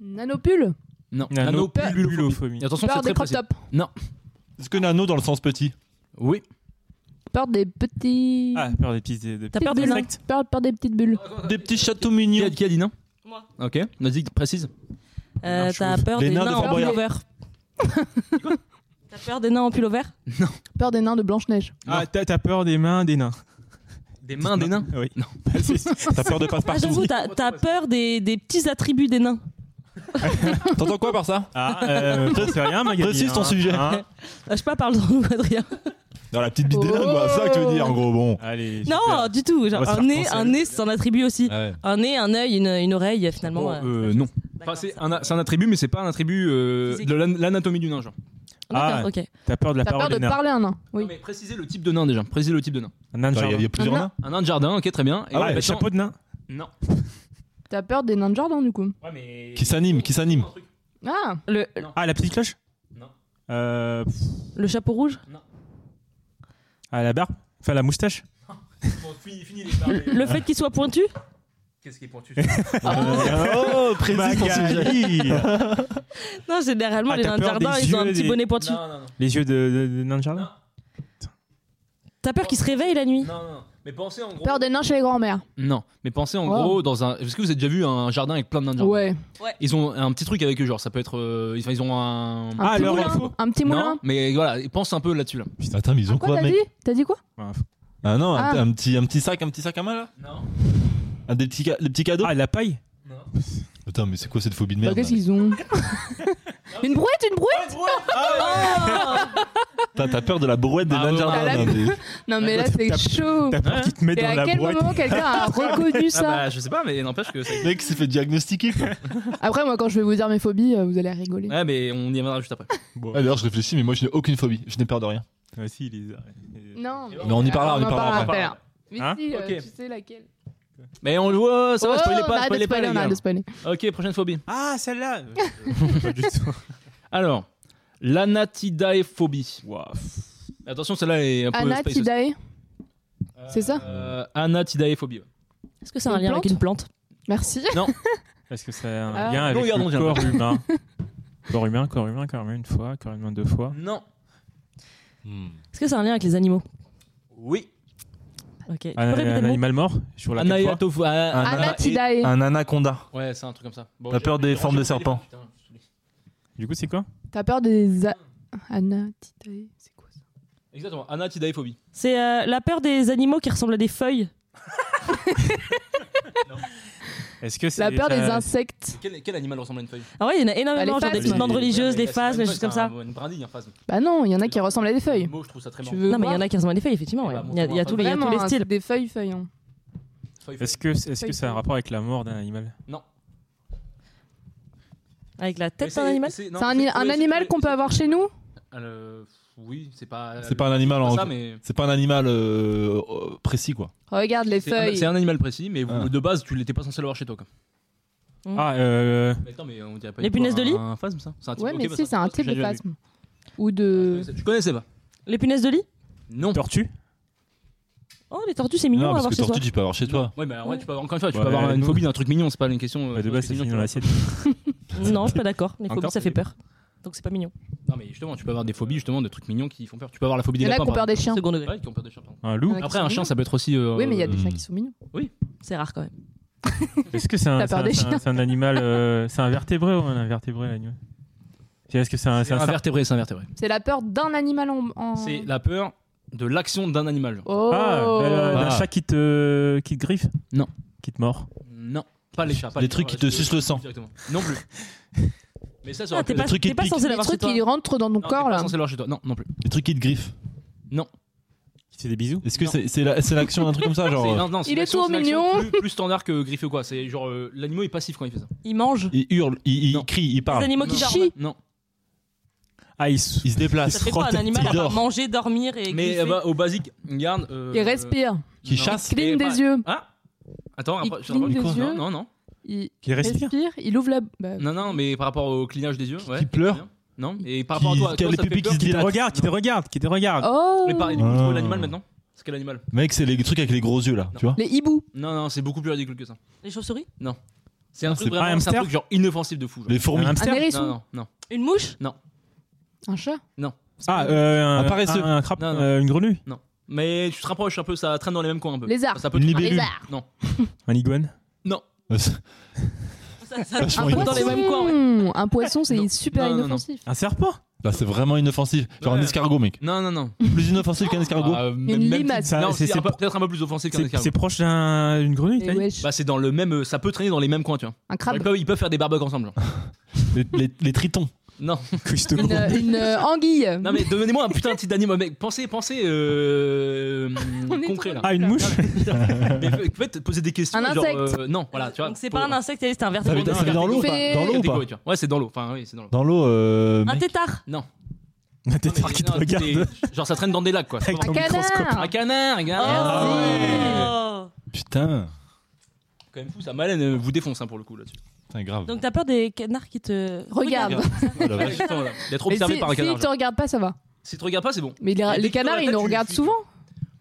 [SPEAKER 2] Nanopule
[SPEAKER 1] Non, nanopulbulophobie.
[SPEAKER 5] Nanopulbulophobie.
[SPEAKER 1] Et attention, c'est
[SPEAKER 2] Peur
[SPEAKER 1] très
[SPEAKER 2] des crop
[SPEAKER 1] précis.
[SPEAKER 2] tops.
[SPEAKER 3] Est-ce que Nano dans le sens petit
[SPEAKER 1] Oui.
[SPEAKER 2] Peur des petits. hein.
[SPEAKER 5] Ah, peur des petits des- des
[SPEAKER 4] T'as
[SPEAKER 5] petits
[SPEAKER 4] peur des nains
[SPEAKER 5] insectes
[SPEAKER 2] Peur, peur des petites bulles.
[SPEAKER 3] Des petits châteaux
[SPEAKER 1] Qui
[SPEAKER 3] mignons.
[SPEAKER 1] a, qui a dit non
[SPEAKER 4] Moi.
[SPEAKER 1] Ok, vas-y, précise.
[SPEAKER 4] Euh,
[SPEAKER 5] Non, je
[SPEAKER 4] T'as
[SPEAKER 5] trouve-
[SPEAKER 4] peur
[SPEAKER 3] Les
[SPEAKER 4] des
[SPEAKER 3] nains
[SPEAKER 4] nains
[SPEAKER 3] de Fort
[SPEAKER 4] en pull
[SPEAKER 3] Boyard.
[SPEAKER 4] over T'as peur des nains en pull over
[SPEAKER 2] Peur des nains de Blanche-Neige.
[SPEAKER 5] Ah, t'as t'as peur des mains des nains
[SPEAKER 1] Des mains des nains
[SPEAKER 5] Oui.
[SPEAKER 1] Non.
[SPEAKER 5] Bah, c'est-
[SPEAKER 3] T'as peur de passe
[SPEAKER 4] Ah, j'avoue,
[SPEAKER 3] partout
[SPEAKER 4] t'as t'as peur des, des petits attributs des nains.
[SPEAKER 3] T'entends quoi par ça
[SPEAKER 5] Ah, euh, c'est rien, Magali.
[SPEAKER 3] Précise ton
[SPEAKER 5] hein,
[SPEAKER 3] sujet.
[SPEAKER 5] hein.
[SPEAKER 4] Euh, Je sais pas, parle dans nous, Adrien.
[SPEAKER 3] Dans la petite bidée, quoi. C'est ça que tu veux dire, en gros, bon.
[SPEAKER 5] Allez.
[SPEAKER 4] Non,
[SPEAKER 5] super.
[SPEAKER 4] du tout. Genre,
[SPEAKER 5] On va se
[SPEAKER 4] un
[SPEAKER 5] faire
[SPEAKER 4] nez,
[SPEAKER 5] cancel.
[SPEAKER 4] un nez, c'est un attribut aussi.
[SPEAKER 3] Ah Ouais.
[SPEAKER 4] Un nez, un œil, une, une oreille, finalement.
[SPEAKER 1] Bon,
[SPEAKER 4] euh,
[SPEAKER 1] euh, non. Enfin,
[SPEAKER 4] d'accord,
[SPEAKER 1] c'est
[SPEAKER 4] ça.
[SPEAKER 1] un, a- c'est un attribut, mais c'est pas un attribut euh,
[SPEAKER 4] Physique.
[SPEAKER 1] de l'an- l'anatomie du nain, genre.
[SPEAKER 4] D'accord,
[SPEAKER 5] Ah.
[SPEAKER 4] ok.
[SPEAKER 5] T'as peur de la
[SPEAKER 2] T'as peur
[SPEAKER 5] parole
[SPEAKER 2] de
[SPEAKER 5] des nains
[SPEAKER 2] parler à un nain
[SPEAKER 1] Non,
[SPEAKER 2] Oui.
[SPEAKER 1] mais précisez le type de nain déjà. Précisez le type de nain.
[SPEAKER 5] Un nain de
[SPEAKER 3] Attends, Il y a- il y
[SPEAKER 5] jardin.
[SPEAKER 3] a plusieurs
[SPEAKER 2] Ah,
[SPEAKER 3] nains
[SPEAKER 1] Un nain de jardin, ok, très bien. Et
[SPEAKER 5] Ah,
[SPEAKER 1] maintenant-
[SPEAKER 5] le chapeau de nain
[SPEAKER 1] Non.
[SPEAKER 2] T'as peur des nains de jardin du coup
[SPEAKER 1] Ouais, mais.
[SPEAKER 3] Qui s'anime, qui s'anime.
[SPEAKER 2] Ah
[SPEAKER 4] Le,
[SPEAKER 5] Ah, la petite cloche
[SPEAKER 1] Non.
[SPEAKER 5] Euh, pff,
[SPEAKER 4] le chapeau rouge
[SPEAKER 5] ah, la barbe Enfin, la moustache
[SPEAKER 1] Bon, fini, fini les
[SPEAKER 4] Le, le fait qu'il soit pointu
[SPEAKER 1] Qu'est-ce qui est pointu
[SPEAKER 2] Ah.
[SPEAKER 3] Oh, précise ton sujet.
[SPEAKER 5] Euh, Magali
[SPEAKER 4] Non, généralement,
[SPEAKER 5] Ah,
[SPEAKER 4] les
[SPEAKER 5] t'as
[SPEAKER 4] nains de
[SPEAKER 5] peur
[SPEAKER 4] jardin,
[SPEAKER 5] des
[SPEAKER 4] ils ont un
[SPEAKER 5] yeux,
[SPEAKER 4] petit
[SPEAKER 5] des-
[SPEAKER 4] bonnet pointu.
[SPEAKER 1] non, non.
[SPEAKER 5] Les yeux de, de, de nain de jardin
[SPEAKER 4] T'as peur qu'ils se réveillent la nuit
[SPEAKER 1] Non, non. Mais pensez en gros.
[SPEAKER 2] Peur des nains chez les grands-mères.
[SPEAKER 1] Non, mais pensez en
[SPEAKER 2] Wow.
[SPEAKER 1] gros dans un. Est-ce que vous avez déjà vu un jardin avec plein de nains de jardin
[SPEAKER 2] Ouais.
[SPEAKER 1] Ils ont un petit truc avec eux, genre ça peut être. euh, Enfin, ils ont un.
[SPEAKER 2] Un hein
[SPEAKER 5] Ah,
[SPEAKER 2] petit
[SPEAKER 5] leur
[SPEAKER 2] moulin.
[SPEAKER 5] info.
[SPEAKER 2] Un petit moulin.
[SPEAKER 1] non, mais voilà, pense un peu là-dessus là.
[SPEAKER 3] Putain, attends, mais ils ont
[SPEAKER 2] Ah, Quoi
[SPEAKER 3] quoi,
[SPEAKER 2] t'as
[SPEAKER 3] mec
[SPEAKER 2] dit T'as dit quoi
[SPEAKER 3] Ah non, un
[SPEAKER 2] Ah.
[SPEAKER 3] un petit un petit sac, un petit sac à main, là
[SPEAKER 1] Non.
[SPEAKER 3] Un des petits ca- des petits cadeaux
[SPEAKER 5] Ah, la paille
[SPEAKER 3] Attends, mais c'est quoi cette phobie de
[SPEAKER 2] Bah,
[SPEAKER 3] merde
[SPEAKER 2] Qu'est-ce
[SPEAKER 3] là
[SPEAKER 2] qu'ils ont Une brouette, une brouette
[SPEAKER 3] Putain, T'as peur de la brouette des
[SPEAKER 1] Ah,
[SPEAKER 3] nains de
[SPEAKER 1] bah,
[SPEAKER 3] jardin
[SPEAKER 2] bah,
[SPEAKER 3] là,
[SPEAKER 2] la-
[SPEAKER 3] des-
[SPEAKER 2] Non mais là c'est chaud.
[SPEAKER 5] T'as peur
[SPEAKER 1] Hein
[SPEAKER 5] qu'ils te mettent
[SPEAKER 2] Et
[SPEAKER 5] dans
[SPEAKER 2] à
[SPEAKER 5] la
[SPEAKER 2] quel
[SPEAKER 5] boîte
[SPEAKER 2] moment quelqu'un a reconnu
[SPEAKER 1] Ah
[SPEAKER 2] ça
[SPEAKER 1] bah, je sais pas, mais n'empêche que. ça-
[SPEAKER 3] Le Mec, s'est fait diagnostiquer, quoi.
[SPEAKER 2] Après moi quand je vais vous dire mes phobies, euh, vous allez rigoler.
[SPEAKER 1] Ouais, mais on y reviendra juste après.
[SPEAKER 5] Bon.
[SPEAKER 3] Ah, D'ailleurs, je réfléchis, mais moi, je n'ai aucune phobie. Je n'ai peur de rien.
[SPEAKER 5] Ah, si, les...
[SPEAKER 2] Non.
[SPEAKER 1] Mais
[SPEAKER 3] on y
[SPEAKER 2] euh,
[SPEAKER 3] parlera, on y
[SPEAKER 2] en
[SPEAKER 3] parlera
[SPEAKER 1] après.
[SPEAKER 2] après. Mais
[SPEAKER 5] Hein
[SPEAKER 2] si, euh,
[SPEAKER 1] Ok.
[SPEAKER 2] tu sais laquelle.
[SPEAKER 1] Mais on le voit, ça va,
[SPEAKER 2] Oh,
[SPEAKER 1] spoilez
[SPEAKER 2] on
[SPEAKER 1] pas,
[SPEAKER 2] arrête de
[SPEAKER 1] spoilez pas.
[SPEAKER 2] spoiler,
[SPEAKER 1] les
[SPEAKER 2] on arrête
[SPEAKER 1] gars.
[SPEAKER 2] de spoiler.
[SPEAKER 1] Ok, prochaine phobie.
[SPEAKER 5] Ah, celle-là Euh, Pas du tout.
[SPEAKER 1] Alors, l'anatidaephobie.
[SPEAKER 5] Ouah,
[SPEAKER 1] Attention, celle-là est un peu space aussi.
[SPEAKER 2] Anatidae, c'est ça
[SPEAKER 1] Euh, Anatidaephobie.
[SPEAKER 4] Est-ce que c'est un
[SPEAKER 2] Une
[SPEAKER 4] lien avec
[SPEAKER 2] plante
[SPEAKER 4] une plante
[SPEAKER 2] Merci.
[SPEAKER 5] Est-ce que ça a un
[SPEAKER 2] Ah.
[SPEAKER 5] lien avec
[SPEAKER 1] Non, regarde, on
[SPEAKER 5] le
[SPEAKER 1] vient
[SPEAKER 5] corps humain Corps humain, corps humain, corps humain, une fois, corps humain deux fois.
[SPEAKER 1] Non.
[SPEAKER 4] Est-ce que c'est un lien avec les animaux
[SPEAKER 1] Oui.
[SPEAKER 4] Ok. Tu peux
[SPEAKER 5] Un,
[SPEAKER 4] répéter
[SPEAKER 5] un
[SPEAKER 4] le mot
[SPEAKER 5] animal mort sur la quatre
[SPEAKER 1] Anaïatofu.
[SPEAKER 5] fois.
[SPEAKER 1] ah,
[SPEAKER 3] Un-
[SPEAKER 2] Anatidae.
[SPEAKER 3] Un anaconda.
[SPEAKER 1] Ouais, c'est un truc comme ça. Bon,
[SPEAKER 3] La
[SPEAKER 1] j'ai-
[SPEAKER 3] peur des
[SPEAKER 1] j'ai-
[SPEAKER 3] formes de
[SPEAKER 1] j'ai-
[SPEAKER 3] serpent.
[SPEAKER 1] Putain, je suis désolé.
[SPEAKER 5] Du coup, c'est quoi
[SPEAKER 2] T'as peur des. a- Anatidae, c'est quoi ça
[SPEAKER 1] Exactement, anatidaephobie.
[SPEAKER 4] C'est euh, la peur des animaux qui ressemblent à des feuilles.
[SPEAKER 5] Est-ce que c'est
[SPEAKER 2] La peur des
[SPEAKER 5] ça-
[SPEAKER 2] insectes.
[SPEAKER 1] Quel, quel animal ressemble à une feuille
[SPEAKER 4] Ah ouais, il y en a
[SPEAKER 2] Bah,
[SPEAKER 4] énormément,
[SPEAKER 2] les
[SPEAKER 4] genre des
[SPEAKER 2] phasmes.
[SPEAKER 4] petites bandes religieuses, des
[SPEAKER 1] Ouais,
[SPEAKER 4] phases,
[SPEAKER 1] c'est
[SPEAKER 4] des
[SPEAKER 1] une
[SPEAKER 4] choses
[SPEAKER 1] feuille,
[SPEAKER 4] comme ça.
[SPEAKER 1] c'est un- Une brindille, un phasme.
[SPEAKER 2] Bah non, il y en a qui ressemblent à des feuilles.
[SPEAKER 1] Moi, je trouve ça très
[SPEAKER 2] Tu
[SPEAKER 1] marrant.
[SPEAKER 2] veux
[SPEAKER 4] Non, mais il y en
[SPEAKER 2] voir
[SPEAKER 4] a qui ressemblent à des feuilles, effectivement. ouais.
[SPEAKER 1] Eh bah,
[SPEAKER 4] Il y a- il y a tous les il y a tous les
[SPEAKER 2] Vraiment, hein,
[SPEAKER 4] styles.
[SPEAKER 2] c'est Des feuilles, feuilles. hein.
[SPEAKER 1] Feuille, feuille.
[SPEAKER 5] Est-ce que est-ce que ça a un rapport avec la mort d'un animal
[SPEAKER 1] Non.
[SPEAKER 4] Avec la
[SPEAKER 1] Mais
[SPEAKER 4] tête d'un animal
[SPEAKER 1] C'est non,
[SPEAKER 2] C'est un,
[SPEAKER 1] c'est-
[SPEAKER 2] i- un
[SPEAKER 1] c'est-
[SPEAKER 2] animal
[SPEAKER 1] c'est-
[SPEAKER 2] qu'on peut avoir chez nous
[SPEAKER 1] Euh, oui, c'est pas.
[SPEAKER 3] Euh, C'est pas un animal
[SPEAKER 1] pas
[SPEAKER 3] en.
[SPEAKER 1] ça, mais.
[SPEAKER 3] C'est pas un animal euh, euh, précis quoi.
[SPEAKER 2] Regarde les
[SPEAKER 1] C'est un,
[SPEAKER 2] feuilles.
[SPEAKER 1] c'est un animal précis, mais vous-
[SPEAKER 3] Ah.
[SPEAKER 1] de base, tu l'étais pas censé l'avoir chez toi. Quoi.
[SPEAKER 5] Ah, euh,
[SPEAKER 1] Mais attends, mais on dirait pas
[SPEAKER 4] Les
[SPEAKER 1] du tout
[SPEAKER 4] punaises de
[SPEAKER 1] un-
[SPEAKER 4] lit
[SPEAKER 1] Un phasme, ça C'est un type-
[SPEAKER 2] Ouais,
[SPEAKER 1] ok,
[SPEAKER 2] mais
[SPEAKER 1] bah,
[SPEAKER 2] si, c'est un
[SPEAKER 1] ça,
[SPEAKER 2] type
[SPEAKER 1] j'ai
[SPEAKER 2] de
[SPEAKER 1] jamais vu.
[SPEAKER 2] phasme. Ou
[SPEAKER 1] Ah, je
[SPEAKER 2] de.
[SPEAKER 1] connaissais- Tu connaissais pas
[SPEAKER 4] Les punaises de lit
[SPEAKER 1] Non.
[SPEAKER 5] tortue
[SPEAKER 4] Oh, les tortues, c'est mignon
[SPEAKER 3] non,
[SPEAKER 4] à
[SPEAKER 3] parce
[SPEAKER 4] avoir
[SPEAKER 3] que
[SPEAKER 4] chez toi.
[SPEAKER 3] tortue, tu peux avoir chez toi.
[SPEAKER 1] Ouais, mais en vrai, tu peux avoir, encore une fois, tu
[SPEAKER 5] Ouais,
[SPEAKER 1] peux avoir une
[SPEAKER 5] nous-
[SPEAKER 1] phobie d'un truc mignon, c'est pas une question. euh,
[SPEAKER 5] Bah, De base, c'est
[SPEAKER 1] mignon,
[SPEAKER 5] fini
[SPEAKER 1] tu
[SPEAKER 5] dans
[SPEAKER 1] vois.
[SPEAKER 5] l'assiette.
[SPEAKER 4] Non, je suis pas d'accord. Les
[SPEAKER 5] Encore,
[SPEAKER 4] phobies, ça
[SPEAKER 5] c'est
[SPEAKER 4] fait
[SPEAKER 5] des-
[SPEAKER 4] peur. Donc c'est pas mignon.
[SPEAKER 1] Non, mais justement, tu peux avoir des phobies justement de trucs mignons qui font peur. Tu peux avoir la phobie des
[SPEAKER 2] Il y en a
[SPEAKER 1] lapins.
[SPEAKER 2] qui ont peur
[SPEAKER 1] par
[SPEAKER 2] des
[SPEAKER 1] exemple.
[SPEAKER 2] chiens.
[SPEAKER 4] Second degré.
[SPEAKER 1] Ouais, qui ont peur des chiens, pardon.
[SPEAKER 5] Un
[SPEAKER 2] Il y en
[SPEAKER 5] loup
[SPEAKER 2] a qui
[SPEAKER 1] Après,
[SPEAKER 2] sont
[SPEAKER 1] un
[SPEAKER 2] mignons.
[SPEAKER 1] chien, ça peut être aussi. euh,
[SPEAKER 2] Oui, mais il y a des
[SPEAKER 3] euh,
[SPEAKER 2] chiens qui sont mignons.
[SPEAKER 4] C'est rare quand même.
[SPEAKER 5] Est-ce que c'est un,
[SPEAKER 2] T'as peur
[SPEAKER 5] c'est un-
[SPEAKER 2] des
[SPEAKER 5] c'est un-
[SPEAKER 2] chiens
[SPEAKER 5] c'est un animal euh, C'est un vertébré ou un invertébré l'animal C'est- Est-ce que c'est un,
[SPEAKER 1] C'est
[SPEAKER 5] c'est
[SPEAKER 1] un
[SPEAKER 5] un sar-
[SPEAKER 1] vertébré, c'est un vertébré.
[SPEAKER 2] C'est la peur d'un animal en. en-
[SPEAKER 1] C'est la bah, peur de l'action d'un animal.
[SPEAKER 2] Oh
[SPEAKER 5] Ah, euh, d'un
[SPEAKER 3] Ah.
[SPEAKER 5] chat qui te, qui te griffe
[SPEAKER 1] Non.
[SPEAKER 5] Qui te mord
[SPEAKER 1] Non, pas les chats. Pas
[SPEAKER 3] Des
[SPEAKER 1] les
[SPEAKER 3] trucs
[SPEAKER 1] chiens,
[SPEAKER 3] qui
[SPEAKER 1] ouais,
[SPEAKER 3] te
[SPEAKER 1] je-
[SPEAKER 3] sucent le sang.
[SPEAKER 1] Directement. Non plus. Mais ça, ça
[SPEAKER 4] Ah,
[SPEAKER 1] aurait
[SPEAKER 4] t'es
[SPEAKER 1] pu-
[SPEAKER 4] pas,
[SPEAKER 1] Non,
[SPEAKER 3] trucs qui
[SPEAKER 4] t'es
[SPEAKER 3] te
[SPEAKER 4] pas
[SPEAKER 3] piquent.
[SPEAKER 4] censé
[SPEAKER 2] Les
[SPEAKER 4] l'avoir chez
[SPEAKER 2] trucs
[SPEAKER 4] toi.
[SPEAKER 2] qui rentrent dans ton
[SPEAKER 1] t'es
[SPEAKER 2] corps
[SPEAKER 1] pas
[SPEAKER 2] là.
[SPEAKER 1] censé l'avoir chez toi. Non, non plus.
[SPEAKER 3] Les trucs qui te griffent.
[SPEAKER 5] Qui te fait des bisous
[SPEAKER 3] Est-ce que
[SPEAKER 1] Non.
[SPEAKER 3] c'est c'est la- c'est l'action d'un truc comme ça
[SPEAKER 1] C'est-
[SPEAKER 3] genre euh,
[SPEAKER 1] non, non, c'est
[SPEAKER 2] Il est
[SPEAKER 1] l'action,
[SPEAKER 2] tout
[SPEAKER 1] c'est l'action
[SPEAKER 2] mignon.
[SPEAKER 1] Plus, plus standard que griffe ou quoi. C'est genre euh, l'animal est passif quand il fait ça.
[SPEAKER 4] Ils mangent.
[SPEAKER 3] il hurle, il, il
[SPEAKER 1] Non.
[SPEAKER 3] crie, il
[SPEAKER 4] Les
[SPEAKER 3] parle,
[SPEAKER 4] animaux qui
[SPEAKER 1] Non.
[SPEAKER 4] dorment.
[SPEAKER 1] Non.
[SPEAKER 5] Ah, il se-
[SPEAKER 3] il se
[SPEAKER 4] Ça
[SPEAKER 3] déplace,
[SPEAKER 4] fait quoi un
[SPEAKER 3] frotte,
[SPEAKER 4] animal
[SPEAKER 3] il
[SPEAKER 4] à part
[SPEAKER 3] dort.
[SPEAKER 4] manger, dormir et
[SPEAKER 1] Mais
[SPEAKER 4] griffer
[SPEAKER 1] euh, bah, au basique, regarde. euh,
[SPEAKER 2] Il respire.
[SPEAKER 3] Qui
[SPEAKER 1] non.
[SPEAKER 3] chasse.
[SPEAKER 2] Il cligne
[SPEAKER 1] Et
[SPEAKER 2] des
[SPEAKER 1] pas-
[SPEAKER 2] yeux.
[SPEAKER 1] Ah. Attends,
[SPEAKER 2] Il
[SPEAKER 1] rappro- je
[SPEAKER 2] cligne
[SPEAKER 1] rapproche-
[SPEAKER 2] des
[SPEAKER 1] Non,
[SPEAKER 2] yeux.
[SPEAKER 1] Non, non,
[SPEAKER 2] Il
[SPEAKER 5] qui respire
[SPEAKER 2] respire, il ouvre la. bah,
[SPEAKER 1] non, non, mais par rapport au clignage des yeux, ouais,
[SPEAKER 3] qui pleure.
[SPEAKER 1] c'est bien. Non. Et par rapport à toi,
[SPEAKER 3] Qui- qui a
[SPEAKER 1] toi,
[SPEAKER 3] les
[SPEAKER 1] ça te fait
[SPEAKER 3] pupilles qui
[SPEAKER 1] peur
[SPEAKER 3] se
[SPEAKER 5] Qui te
[SPEAKER 3] dilatent.
[SPEAKER 5] regarde Qui te regarde Qui te regarde
[SPEAKER 2] Oh
[SPEAKER 1] Mais pareil, du coup,
[SPEAKER 3] Ah.
[SPEAKER 1] tu vois l'animal maintenant C'est quel animal
[SPEAKER 3] Mec, c'est les trucs avec les gros yeux là, tu vois.
[SPEAKER 2] Les hiboux.
[SPEAKER 1] Non, non, c'est beaucoup plus ridicule que ça.
[SPEAKER 4] Les chauves-souris
[SPEAKER 1] C'est un
[SPEAKER 3] Ah,
[SPEAKER 5] c'est
[SPEAKER 1] truc
[SPEAKER 5] pas un
[SPEAKER 1] vraiment, c'est un
[SPEAKER 5] hamster
[SPEAKER 1] truc genre inoffensif de fou. genre.
[SPEAKER 3] Les fourmis,
[SPEAKER 5] Un
[SPEAKER 2] Un
[SPEAKER 5] hamster
[SPEAKER 1] Non,
[SPEAKER 2] hérisson.
[SPEAKER 1] non, non.
[SPEAKER 4] Une mouche
[SPEAKER 2] Un chat.
[SPEAKER 5] Ah, euh, un,
[SPEAKER 3] Un paresseux.
[SPEAKER 5] Un, un crabe
[SPEAKER 1] Non, non.
[SPEAKER 5] euh, Une grenouille
[SPEAKER 1] Mais tu te rapproches un peu, ça traîne dans les mêmes coins un peu.
[SPEAKER 2] Lézard.
[SPEAKER 1] Ça peut
[SPEAKER 3] une
[SPEAKER 1] te-
[SPEAKER 2] Un
[SPEAKER 3] libellule.
[SPEAKER 2] lézard.
[SPEAKER 1] Non.
[SPEAKER 5] Un iguane
[SPEAKER 4] Ça-
[SPEAKER 1] Ah,
[SPEAKER 4] ça-
[SPEAKER 3] Vachement
[SPEAKER 2] Un
[SPEAKER 3] inoffensif.
[SPEAKER 4] dans les mêmes coins,
[SPEAKER 2] poisson. Un poisson, c'est
[SPEAKER 1] Non.
[SPEAKER 2] super
[SPEAKER 1] Non, non, non.
[SPEAKER 2] inoffensif.
[SPEAKER 5] Un serpent
[SPEAKER 3] Là, c'est vraiment inoffensif. Genre un
[SPEAKER 1] Ouais.
[SPEAKER 3] escargot, mec.
[SPEAKER 1] Non, non, non.
[SPEAKER 3] Plus inoffensif qu'un escargot.
[SPEAKER 1] Ah, euh, même-
[SPEAKER 2] Une
[SPEAKER 1] même-
[SPEAKER 2] limace.
[SPEAKER 5] Ça,
[SPEAKER 1] Non,
[SPEAKER 5] c'est-
[SPEAKER 1] c'est
[SPEAKER 5] c'est
[SPEAKER 1] un peu- peut-être un peu plus offensif qu'un
[SPEAKER 5] C'est
[SPEAKER 1] escargot.
[SPEAKER 5] c'est proche d'un- d'une grenouille
[SPEAKER 2] Mais
[SPEAKER 5] t'as dit
[SPEAKER 2] Eh, wesh.
[SPEAKER 1] Bah, c'est dans le même. euh, Ça peut traîner dans les mêmes coins, tu vois.
[SPEAKER 2] Un
[SPEAKER 1] Ils
[SPEAKER 2] crabe.
[SPEAKER 1] peuvent, ils peuvent faire des barbecues ensemble. genre.
[SPEAKER 3] Les, les- les tritons.
[SPEAKER 1] Non,
[SPEAKER 5] Que je te
[SPEAKER 2] Une,
[SPEAKER 5] gros.
[SPEAKER 2] euh, une, euh, anguille.
[SPEAKER 1] non mais donnez-moi un putain de petit animal, mec. Pensez, pensez euh,
[SPEAKER 2] On est
[SPEAKER 1] concret là.
[SPEAKER 2] trop
[SPEAKER 5] Ah, une mouche
[SPEAKER 1] Mais fa- faites poser des questions.
[SPEAKER 2] Un
[SPEAKER 1] genre,
[SPEAKER 2] insecte.
[SPEAKER 1] euh, non, voilà, tu vois.
[SPEAKER 4] Donc c'est pas un insecte, c'est un
[SPEAKER 3] Ça
[SPEAKER 4] vertébré.
[SPEAKER 3] veut dire- ça veut dire dans l'eau ou pas
[SPEAKER 2] Ah, Fait-
[SPEAKER 3] Dans l'eau ou pas
[SPEAKER 1] Catégorie, tu vois. Ouais, c'est dans l'eau. Enfin, oui, c'est dans l'eau.
[SPEAKER 3] Dans l'eau, euh,
[SPEAKER 4] Un
[SPEAKER 3] mec.
[SPEAKER 4] tétard.
[SPEAKER 5] Un tétard
[SPEAKER 1] Non,
[SPEAKER 5] qui te
[SPEAKER 1] mais non,
[SPEAKER 5] regarde
[SPEAKER 1] c'est- Genre, ça traîne dans des lacs, quoi.
[SPEAKER 5] avec
[SPEAKER 2] Un
[SPEAKER 5] ton microscope.
[SPEAKER 1] Un
[SPEAKER 2] canard.
[SPEAKER 1] canard, regarde.
[SPEAKER 3] Ah
[SPEAKER 4] Oh.
[SPEAKER 3] Putain.
[SPEAKER 1] Quand même fou, ça. Malène euh, vous défonce hein, pour le coup là-dessus.
[SPEAKER 3] Putain, grave.
[SPEAKER 4] Donc t'as peur des canards qui te
[SPEAKER 2] Regarde.
[SPEAKER 3] Oh,
[SPEAKER 5] Bah,
[SPEAKER 3] la
[SPEAKER 1] Ouais,
[SPEAKER 3] vache.
[SPEAKER 1] justement, là. D'être
[SPEAKER 2] Mais
[SPEAKER 1] observé
[SPEAKER 2] si,
[SPEAKER 1] par un
[SPEAKER 2] si
[SPEAKER 1] canard.
[SPEAKER 2] ils te
[SPEAKER 1] genre.
[SPEAKER 2] regardent pas, ça va.
[SPEAKER 1] Si tu regardes pas, c'est bon.
[SPEAKER 2] Mais les,
[SPEAKER 1] Et
[SPEAKER 2] les
[SPEAKER 1] dès que tu
[SPEAKER 2] canards,
[SPEAKER 1] tournes la
[SPEAKER 2] ils
[SPEAKER 1] tête,
[SPEAKER 2] nous
[SPEAKER 1] tu-
[SPEAKER 2] regardent
[SPEAKER 1] tu-
[SPEAKER 2] souvent.